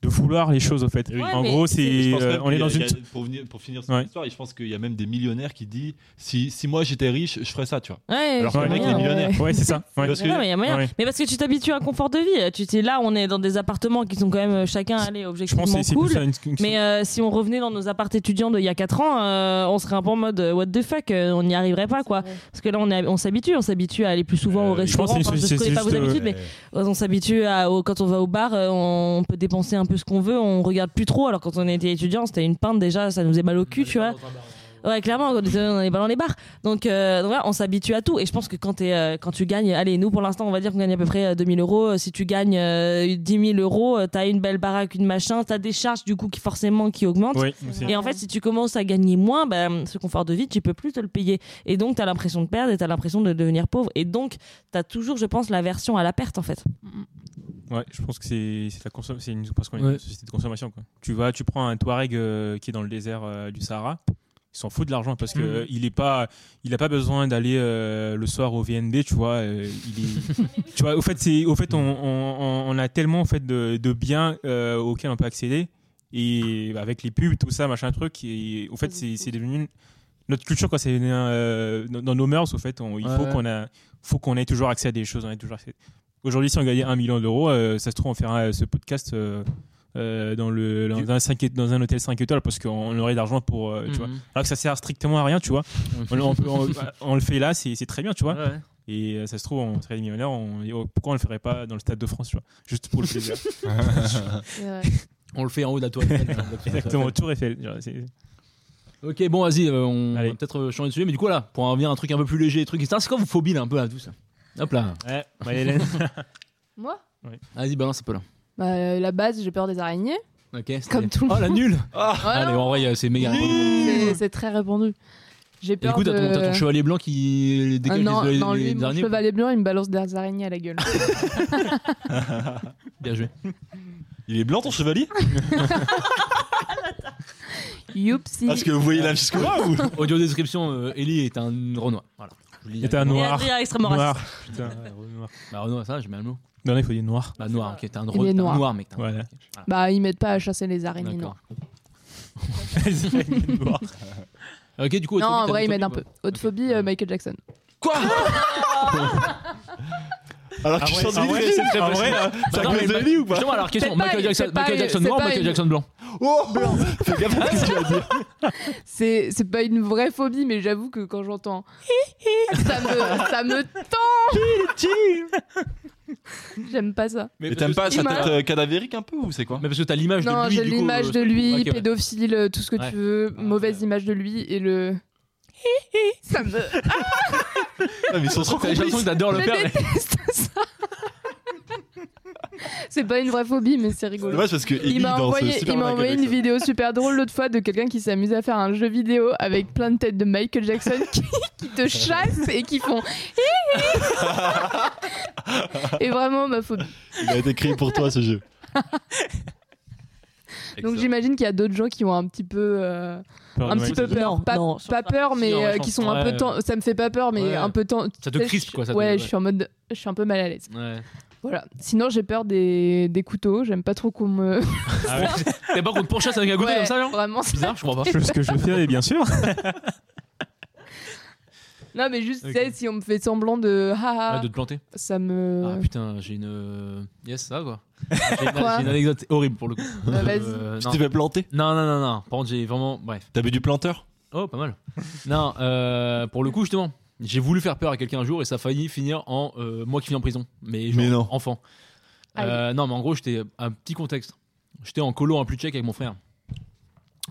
[SPEAKER 5] de vouloir les choses, au fait.
[SPEAKER 3] Oui.
[SPEAKER 5] en
[SPEAKER 4] Ouais, mais
[SPEAKER 5] gros,
[SPEAKER 4] c'est-
[SPEAKER 5] c'est
[SPEAKER 3] Je pense
[SPEAKER 5] euh,
[SPEAKER 3] même
[SPEAKER 5] on
[SPEAKER 3] qu'il
[SPEAKER 5] est
[SPEAKER 3] y a-
[SPEAKER 5] dans
[SPEAKER 3] il y
[SPEAKER 5] une.
[SPEAKER 3] a- pour, venir- pour finir cette
[SPEAKER 5] Ouais.
[SPEAKER 3] histoire, et je pense qu'il y a même des millionnaires qui disent si, si moi j'étais riche, je ferais ça, tu vois.
[SPEAKER 4] Ouais,
[SPEAKER 3] Alors
[SPEAKER 4] il y
[SPEAKER 5] que
[SPEAKER 4] a
[SPEAKER 5] le mec,
[SPEAKER 4] moyen.
[SPEAKER 5] il est
[SPEAKER 3] millionnaire.
[SPEAKER 5] Ouais, c'est ça. ouais.
[SPEAKER 3] Parce que-
[SPEAKER 4] Ouais, Ah mais il y a moyen.
[SPEAKER 5] Ouais.
[SPEAKER 4] Mais parce que tu t'habitues à un confort de vie. Tu t'es là, on est dans des appartements qui sont quand même euh, chacun allez
[SPEAKER 5] Je pense
[SPEAKER 4] objectivement
[SPEAKER 5] que c'est
[SPEAKER 4] cool.
[SPEAKER 5] plus une- une-
[SPEAKER 4] Mais euh, si on revenait dans nos apparts étudiants d'il y a 4 ans, euh, on serait un peu en mode euh, what the fuck, euh, on n'y arriverait pas quoi. Parce que là, on est- on s'habitue, on s'habitue à aller plus souvent au
[SPEAKER 5] Euh, je pense
[SPEAKER 4] restaurant.
[SPEAKER 5] que c'est une
[SPEAKER 4] Enfin, je
[SPEAKER 5] société,
[SPEAKER 4] connais pas vos
[SPEAKER 5] juste, euh,
[SPEAKER 4] habitudes, mais euh, on s'habitue à au- quand on va au bar, euh, on peut dépenser un peu ce qu'on veut, on regarde plus trop. Alors quand on était étudiant, c'était une pinte déjà, ça nous faisait mal au
[SPEAKER 1] Bah,
[SPEAKER 4] cul, tu vois. Ouais, clairement, on est on est pas dans les bars. Donc, euh, donc voilà, on s'habitue à tout. Et je pense que quand, t'es, euh, quand tu gagnes, allez, nous pour l'instant, on va dire qu'on gagne à peu près euh, 2000 euros. Euh, Si tu gagnes euh, 10 000 euros, euh, t'as une belle baraque, une machin, t'as des charges du coup qui forcément qui augmentent.
[SPEAKER 3] euh,
[SPEAKER 5] Oui, aussi.
[SPEAKER 4] Et en fait, si tu commences à gagner moins, ben, ce confort de vie, tu peux plus te le payer. Et donc, t'as l'impression de perdre et t'as l'impression de devenir pauvre. Et donc, t'as toujours, je pense, l'aversion à la perte en fait.
[SPEAKER 5] Ouais, je pense que c'est c'est la consom- c'est une parce qu'on est
[SPEAKER 1] Ouais.
[SPEAKER 5] une société de consommation quoi. Tu vas, tu prends un Touareg euh, qui est dans le désert euh, du Sahara, il s'en fout de l'argent parce que
[SPEAKER 1] Mhm.
[SPEAKER 5] euh, il est pas, il a pas besoin d'aller euh, le soir au VND, tu vois. euh, il est, tu vois, au fait c'est, au fait on, on- on- on a tellement en fait de, de biens euh, auxquels on peut accéder et bah, avec les pubs tout ça machin truc et au fait c'est c'est devenu une- notre culture quoi, c'est devenu un, euh, dans, dans nos mœurs au fait. on- il
[SPEAKER 1] Ouais,
[SPEAKER 5] faut
[SPEAKER 1] ouais.
[SPEAKER 5] qu'on a, faut qu'on ait toujours accès à des choses, on ait toujours accès. Aujourd'hui, si on gagnait un million d'euros, euh, ça se trouve, on fera euh, ce podcast euh, euh, dans, le, dans, un cinq é- dans un hôtel 5 étoiles parce qu'on aurait de l'argent pour.
[SPEAKER 1] Mhm.
[SPEAKER 5] euh, tu vois.
[SPEAKER 1] Mm.
[SPEAKER 5] Alors que ça sert strictement à rien, tu vois. On, on peut- on- on le fait là, c'est c'est très bien, tu vois. Et euh, ça se trouve, on serait des millionnaires. on- et, oh, pourquoi on le ferait pas dans le Stade de France, tu vois Juste pour le plaisir.
[SPEAKER 2] C'est vrai.
[SPEAKER 1] On le fait en haut de la toile.
[SPEAKER 5] Exactement, Tour Eiffel. genre, c'est-
[SPEAKER 1] Ok, bon, vas-y, euh, on
[SPEAKER 5] Allez.
[SPEAKER 1] va peut-être euh, changer de sujet, mais du coup, là, pour en venir à un truc un peu plus léger, truc, etc., c'est quoi vos phobies là, un peu là, tout ça Hop là,
[SPEAKER 5] Ouais, Marie-Hélène.
[SPEAKER 2] Moi
[SPEAKER 1] vas-y, balance un peu là.
[SPEAKER 2] Bah, euh, la base, j'ai peur des araignées.
[SPEAKER 1] Ok, c'était-
[SPEAKER 2] Comme tout le
[SPEAKER 1] Oh, la nulle
[SPEAKER 2] Ouais,
[SPEAKER 1] Allez,
[SPEAKER 2] non,
[SPEAKER 1] en vrai, euh, c'est méga.
[SPEAKER 2] c'est- C'est très répandu. J'ai
[SPEAKER 1] Et du
[SPEAKER 2] peur
[SPEAKER 1] coup, t'as ton,
[SPEAKER 2] de...
[SPEAKER 1] t'as ton chevalier blanc qui
[SPEAKER 2] Ah
[SPEAKER 1] dégage
[SPEAKER 2] non,
[SPEAKER 1] les,
[SPEAKER 2] non,
[SPEAKER 1] les-
[SPEAKER 2] lui,
[SPEAKER 1] les
[SPEAKER 2] mon
[SPEAKER 1] derniers.
[SPEAKER 2] chevalet blanc, il me balance des araignées à la gueule.
[SPEAKER 1] Bien joué.
[SPEAKER 3] Il est blanc ton chevalier
[SPEAKER 2] Youpsi.
[SPEAKER 3] Parce que vous voyez la jusque là ou
[SPEAKER 1] Audio description, euh, Ellie est un Renoir. Voilà. Je j'oublie.
[SPEAKER 5] Et t'as un
[SPEAKER 4] Et
[SPEAKER 5] noir.
[SPEAKER 4] Adrien extrêmement
[SPEAKER 5] Noir.
[SPEAKER 4] raciste.
[SPEAKER 5] Putain, ouais, noir.
[SPEAKER 1] Bah, Renaud, ça, j'ai mis un mot.
[SPEAKER 5] Non, là, il faut dire noir.
[SPEAKER 1] Bah, noir, ok, t'es un
[SPEAKER 2] Il
[SPEAKER 1] drôle.
[SPEAKER 2] est
[SPEAKER 1] t'es un
[SPEAKER 2] noir.
[SPEAKER 1] noir, mec. t'es un
[SPEAKER 5] Voilà.
[SPEAKER 1] drôle, ok. Voilà.
[SPEAKER 2] Bah, ils mettent pas à chasser les araignées
[SPEAKER 1] D'accord.
[SPEAKER 2] noires.
[SPEAKER 5] Noir.
[SPEAKER 1] Ok, du coup,
[SPEAKER 2] Non,
[SPEAKER 1] Autophobie,
[SPEAKER 2] en
[SPEAKER 1] t'as
[SPEAKER 2] vrai, ils
[SPEAKER 1] mis
[SPEAKER 2] mettent un peu.
[SPEAKER 1] Autophobie,
[SPEAKER 2] Haute phobie, euh, Michael Jackson.
[SPEAKER 1] Quoi Bah, Quoi
[SPEAKER 3] Alors
[SPEAKER 5] Ah
[SPEAKER 3] que
[SPEAKER 5] ouais,
[SPEAKER 3] je chante
[SPEAKER 5] en
[SPEAKER 3] vite,
[SPEAKER 5] vrai,
[SPEAKER 3] c'est
[SPEAKER 5] c'est
[SPEAKER 3] très
[SPEAKER 5] très
[SPEAKER 3] facile.
[SPEAKER 5] facile.
[SPEAKER 3] hein. Ça
[SPEAKER 1] Bah non,
[SPEAKER 3] cause
[SPEAKER 1] mais-
[SPEAKER 3] de Ellie ou pas
[SPEAKER 1] Justement, alors, question
[SPEAKER 2] C'est pas
[SPEAKER 1] Michael
[SPEAKER 2] une-
[SPEAKER 1] Jackson,
[SPEAKER 2] c'est pas
[SPEAKER 1] Michael
[SPEAKER 2] une-
[SPEAKER 1] Jackson
[SPEAKER 2] c'est
[SPEAKER 1] noir,
[SPEAKER 2] pas
[SPEAKER 1] Michael
[SPEAKER 2] une-
[SPEAKER 1] Jackson blanc.
[SPEAKER 3] Oh Fais gaffe à ce que tu vas dire.
[SPEAKER 2] C'est c'est pas une vraie phobie, mais j'avoue que quand j'entends. ça me, ça me tend J'aime pas ça.
[SPEAKER 3] Et t'aimes pas sa
[SPEAKER 2] Image.
[SPEAKER 3] tête euh, cadavérique un peu ou c'est quoi
[SPEAKER 1] Mais parce que t'as l'image de lui.
[SPEAKER 2] Non, j'ai
[SPEAKER 1] du coup,
[SPEAKER 2] l'image
[SPEAKER 1] euh,
[SPEAKER 2] de lui,
[SPEAKER 1] ok, ouais.
[SPEAKER 2] pédophile, euh, tout ce que
[SPEAKER 1] Ouais.
[SPEAKER 2] tu veux,
[SPEAKER 1] Ah,
[SPEAKER 2] mauvaise
[SPEAKER 1] ouais.
[SPEAKER 2] image de lui et le. ça me.
[SPEAKER 3] Ah, mais ils sont trop
[SPEAKER 1] T'as l'impression
[SPEAKER 3] complices.
[SPEAKER 1] que t'adores le
[SPEAKER 2] Je
[SPEAKER 1] père. mais-
[SPEAKER 2] déteste ça. c'est pas une vraie phobie, mais c'est rigolo.
[SPEAKER 3] Dommage parce que Ellie
[SPEAKER 2] Il m'a
[SPEAKER 3] dans ce
[SPEAKER 2] envoyé,
[SPEAKER 3] super
[SPEAKER 2] il m'a
[SPEAKER 3] Michael
[SPEAKER 2] envoyé une
[SPEAKER 3] Jackson.
[SPEAKER 2] vidéo super drôle l'autre fois de quelqu'un qui s'amuse à faire un jeu vidéo avec plein de têtes de Michael Jackson qui, qui te chassent et qui font. et vraiment ma phobie.
[SPEAKER 3] Il a été créé pour toi ce jeu.
[SPEAKER 2] Donc j'imagine qu'il y a d'autres gens qui ont un petit peu, euh,
[SPEAKER 5] Peur
[SPEAKER 2] un
[SPEAKER 5] de
[SPEAKER 2] petit
[SPEAKER 5] Michael
[SPEAKER 2] peu
[SPEAKER 5] Jackson.
[SPEAKER 2] peur,
[SPEAKER 4] Non,
[SPEAKER 2] pas,
[SPEAKER 4] non,
[SPEAKER 2] pas peur, mais
[SPEAKER 1] Si, en vrai,
[SPEAKER 2] euh,
[SPEAKER 1] je
[SPEAKER 2] qui
[SPEAKER 1] pense
[SPEAKER 2] sont
[SPEAKER 1] pas.
[SPEAKER 2] un peu
[SPEAKER 1] Ouais.
[SPEAKER 2] ten- Ça me fait pas peur, mais
[SPEAKER 1] Ouais.
[SPEAKER 2] un peu ten-
[SPEAKER 1] Ça te
[SPEAKER 2] tu sais,
[SPEAKER 1] crispe, quoi, ça te-
[SPEAKER 2] ouais,
[SPEAKER 1] ouais.
[SPEAKER 2] je suis en mode, je suis un peu mal à l'aise.
[SPEAKER 1] Ouais.
[SPEAKER 2] Voilà. Sinon, j'ai peur des, des couteaux. J'aime pas trop qu'on me.
[SPEAKER 5] Ah ouais,
[SPEAKER 1] T'es pas contre pourchasse avec un goûter
[SPEAKER 2] Ouais,
[SPEAKER 1] comme ça, genre
[SPEAKER 2] Vraiment.
[SPEAKER 1] C'est Bizarre, je crois pas.
[SPEAKER 5] chose que je fais, bien sûr.
[SPEAKER 2] Non, mais juste, tu
[SPEAKER 1] Ok.
[SPEAKER 2] sais, si on me fait semblant de, ah, ah,
[SPEAKER 1] Ah, de te planter.
[SPEAKER 2] ça
[SPEAKER 1] Ah
[SPEAKER 2] me.
[SPEAKER 1] putain, j'ai une. euh, Yes, ça quoi. J'ai une,
[SPEAKER 2] Quoi
[SPEAKER 1] j'ai une anecdote horrible pour le coup.
[SPEAKER 2] Bah, vas-y.
[SPEAKER 1] Euh,
[SPEAKER 3] Tu
[SPEAKER 1] non.
[SPEAKER 3] t'es fait planter
[SPEAKER 1] non, non, non, non. Par contre, j'ai vraiment. Bref.
[SPEAKER 3] T'avais du planteur
[SPEAKER 1] Oh, pas mal. non, euh, pour le coup, justement, j'ai voulu faire peur à quelqu'un un jour et ça a failli finir en euh, moi qui finis en prison. Mais, genre,
[SPEAKER 3] Mais non.
[SPEAKER 1] enfant.
[SPEAKER 2] Aïe.
[SPEAKER 1] Euh, non, mais en gros, j'étais un petit contexte. J'étais en colo en plus tchèque avec mon frère.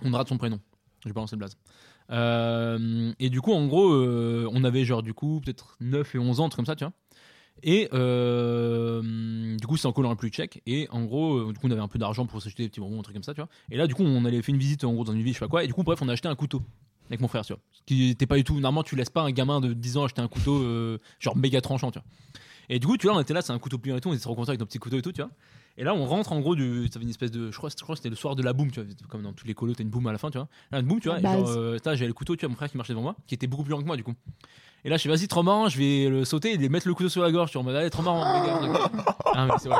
[SPEAKER 1] On me rate son prénom. J'ai balancé le blaze. Euh, et du coup, en gros, euh, on avait genre du coup peut-être 9 et 11 ans, un truc comme ça, tu vois. Et euh, du coup, c'est en colo en plus tchèque. Et en gros, euh, du coup, on avait un peu d'argent pour s'acheter des petits bonbons, un truc comme ça, tu vois. Et là, du coup, on allait faire une visite en gros dans une ville, je sais pas quoi. Et du coup, bref, on a acheté un couteau avec mon frère, tu vois. Ce Qui était pas du tout. Normalement, tu laisses pas un gamin de 10 ans acheter un couteau euh, genre méga tranchant, tu vois. Et du coup, tu vois, on était là, c'est un couteau pliant et tout, on était trop contents avec nos petits couteaux et tout, tu vois. Et là, on rentre en gros du. Ça fait une espèce de. Je crois, je crois que c'était le soir de la boum, tu vois. Comme dans tous les colos, t'as une boum à la fin, tu vois. Là, une boum, tu vois. Et
[SPEAKER 2] Base.
[SPEAKER 1] genre, euh, t'as- j'avais le couteau, tu vois, mon frère qui marchait devant moi, qui était beaucoup plus grand que moi, du coup. Et là, je fais, vas-y, trop marrant, je vais le sauter et lui mettre le couteau sur la gorge, tu vois. En mode, allez, trop marrant, les gars. Ah, mais c'est vrai.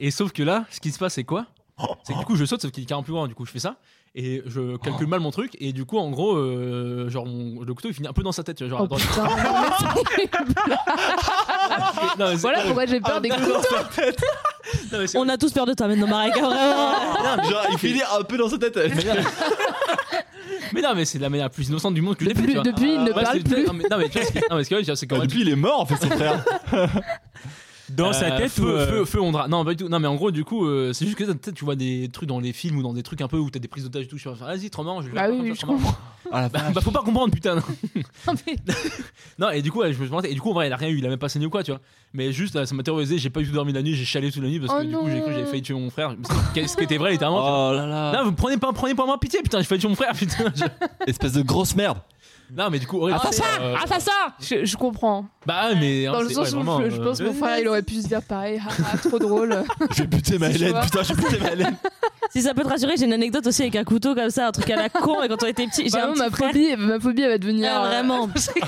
[SPEAKER 1] Et sauf que là, ce qui se passe, c'est quoi
[SPEAKER 5] Oh.
[SPEAKER 1] C'est que du coup, je saute, sauf qu'il est carrément plus grand, du coup, je fais ça et je calcule mal mon truc et du coup en gros euh, genre mon- le couteau il finit un peu dans sa tête tu vois, genre
[SPEAKER 2] Oh
[SPEAKER 1] dans-
[SPEAKER 2] putain, non, mais
[SPEAKER 1] Non, mais
[SPEAKER 2] c'est-
[SPEAKER 1] c'est- Ah,
[SPEAKER 2] voilà pourquoi j'ai peur des couteaux.
[SPEAKER 1] non, mais c'est-
[SPEAKER 4] On a tous peur de toi maintenant, Marek. vraiment.
[SPEAKER 3] Genre, il finit un peu dans sa tête.
[SPEAKER 1] mais non mais c'est la manière la plus innocente du monde que j'ai fait
[SPEAKER 2] Depuis-
[SPEAKER 1] tu vois.
[SPEAKER 2] depuis, il
[SPEAKER 1] Ouais,
[SPEAKER 2] ne parle
[SPEAKER 1] Ah, c'est-
[SPEAKER 2] plus.
[SPEAKER 1] non mais, non, mais tu vois, ce qui- non, mais ce qui est vrai, c'est quand
[SPEAKER 3] Bah,
[SPEAKER 1] même
[SPEAKER 3] Depuis, il est mort en fait, son frère.
[SPEAKER 5] Dans sa
[SPEAKER 1] Euh,
[SPEAKER 5] tête
[SPEAKER 1] feu,
[SPEAKER 5] ou. euh,
[SPEAKER 1] feu, feu, on dra- Non, pas du tout. Non, mais en gros, du coup, euh, c'est juste que peut-être tu vois des trucs dans les films ou dans des trucs un peu où t'as des prises d'otages et tout. Je suis en train de faire, vas-y, trop marrant, je vais
[SPEAKER 2] Bah
[SPEAKER 1] faire
[SPEAKER 2] oui,
[SPEAKER 1] comme ça,
[SPEAKER 2] je
[SPEAKER 1] trop marrant.
[SPEAKER 3] Ah la
[SPEAKER 1] Bah,
[SPEAKER 3] vache.
[SPEAKER 1] bah, faut pas comprendre, putain. non.
[SPEAKER 2] mais-
[SPEAKER 1] Non, et du coup, ouais, je me suis demandé- Et du coup, en vrai, il a rien eu, il a même pas saigné ou quoi, tu vois. Mais juste, là, ça m'a terrorisé. J'ai pas du tout dormi la nuit, j'ai chalé toute la nuit parce que
[SPEAKER 2] Oh
[SPEAKER 1] du coup, j'ai cru que
[SPEAKER 2] non.
[SPEAKER 1] j'avais failli tuer mon frère. Mais Ce qui était vrai, littéralement.
[SPEAKER 3] Oh là là.
[SPEAKER 1] Non, vous prenez pas, prenez pas moi pitié, putain, je fais tuer mon frère, putain. Je-
[SPEAKER 3] Espèce de grosse merde.
[SPEAKER 1] Non, mais du coup, ouais,
[SPEAKER 2] Ah,
[SPEAKER 1] c'est, euh,
[SPEAKER 2] Je, je comprends.
[SPEAKER 1] Bah, ouais, mais. hein,
[SPEAKER 2] Dans le
[SPEAKER 1] c'est-
[SPEAKER 2] sens
[SPEAKER 1] ouais,
[SPEAKER 2] où
[SPEAKER 1] vraiment,
[SPEAKER 2] je, je
[SPEAKER 1] euh,
[SPEAKER 2] pense que mon frère il aurait pu se dire pareil, ah, ah, trop drôle.
[SPEAKER 3] Je vais buter ma
[SPEAKER 2] C'est
[SPEAKER 3] Hélène,
[SPEAKER 2] chaud.
[SPEAKER 3] putain, je vais buter ma Hélène.
[SPEAKER 4] Si ça peut te rassurer, j'ai une anecdote aussi avec un couteau comme ça, un truc à la con. Et quand on était petit, j'ai un
[SPEAKER 2] Vraiment,
[SPEAKER 4] petit
[SPEAKER 2] Bah, ma
[SPEAKER 4] frère.
[SPEAKER 2] phobie, ma phobie elle va devenir.
[SPEAKER 4] Ah,
[SPEAKER 2] euh,
[SPEAKER 4] vraiment.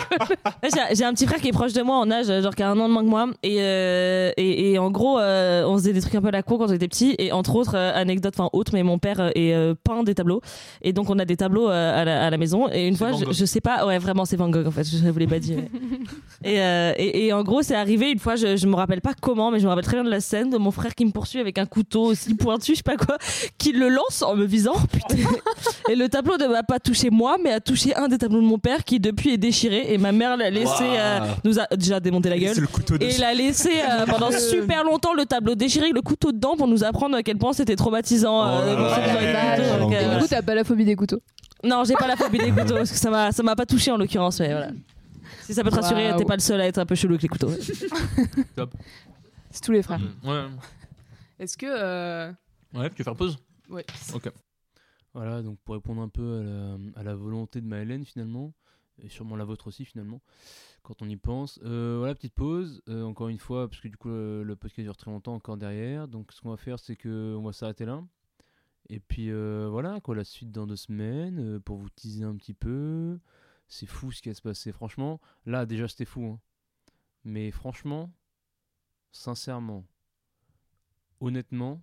[SPEAKER 4] Ouais, j'ai- J'ai un petit frère qui est proche de moi en âge, euh, genre qui a un an de moins que moi. Et, euh, et, et en gros, euh, on faisait des trucs un peu à la cour quand on était petit. Et entre autres, euh, anecdote, enfin autre, mais mon père euh, est euh, peint des tableaux. Et donc, on a des tableaux euh, à, la, à la maison. Et une
[SPEAKER 1] C'est
[SPEAKER 4] fois,
[SPEAKER 1] Van
[SPEAKER 4] je,
[SPEAKER 1] Gogh.
[SPEAKER 4] je sais pas, ouais, vraiment, c'est Van Gogh en fait, je vous l'ai pas dit. ouais. et, euh, et, et en gros, c'est arrivé une fois, je, je me rappelle pas comment, mais je me rappelle très bien de la scène de mon frère qui me poursuit avec un couteau aussi pointu, je sais pas quoi, qui le lance en me visant. Putain. Et le tableau ne m'a pas touché moi, mais a touché un des tableaux de mon père qui depuis est déchiré et ma mère l'a laissé,
[SPEAKER 3] Waouh.
[SPEAKER 4] euh, nous a déjà démonté la
[SPEAKER 5] C'est
[SPEAKER 4] gueule.
[SPEAKER 5] le couteau de.
[SPEAKER 4] Et l'a laissé euh, pendant super longtemps le tableau déchiré, avec le couteau dedans pour nous apprendre à quel point c'était traumatisant. euh,
[SPEAKER 3] Oh là
[SPEAKER 4] de
[SPEAKER 3] là.
[SPEAKER 4] construire avec
[SPEAKER 2] Ouais,
[SPEAKER 4] le couteau,
[SPEAKER 2] bah,
[SPEAKER 4] donc, euh,
[SPEAKER 3] Ouais.
[SPEAKER 2] Du coup, t'as pas la phobie des couteaux.
[SPEAKER 4] Non, j'ai pas la phobie des couteaux parce que ça m'a ça m'a pas touché en l'occurrence, mais voilà. Si ça peut te rassurer,
[SPEAKER 2] Waouh.
[SPEAKER 4] t'es pas le seul à être un peu chelou avec les couteaux.
[SPEAKER 2] C'est tous les frères.
[SPEAKER 1] Ouais,
[SPEAKER 2] Est-ce que. euh,
[SPEAKER 1] ouais, tu veux faire pause
[SPEAKER 2] Ouais.
[SPEAKER 1] Ok. Voilà, donc pour répondre un peu à la, à la volonté de Maëlène finalement, et sûrement la vôtre aussi finalement, quand on y pense. Euh, voilà, petite pause, euh, encore une fois, parce que du coup le, le podcast dure très longtemps encore derrière. Donc ce qu'on va faire, c'est que on va s'arrêter là. Et puis euh, voilà, quoi, la suite dans deux semaines, euh, pour vous teaser un petit peu.
[SPEAKER 8] c'est fou ce qui va se passer. Franchement, là, déjà, c'était fou. hein. Mais franchement, sincèrement, honnêtement,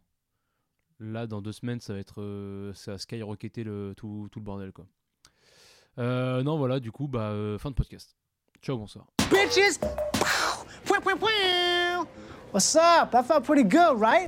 [SPEAKER 8] là, dans deux semaines, ça va être. euh, ça va skyrocketer le, tout, tout le bordel, quoi. Euh, non, voilà, du coup, bah, euh, fin de podcast. Ciao, bonsoir.
[SPEAKER 7] bitches. Pow! Pow, pow, pow. What's up? I felt pretty good, right?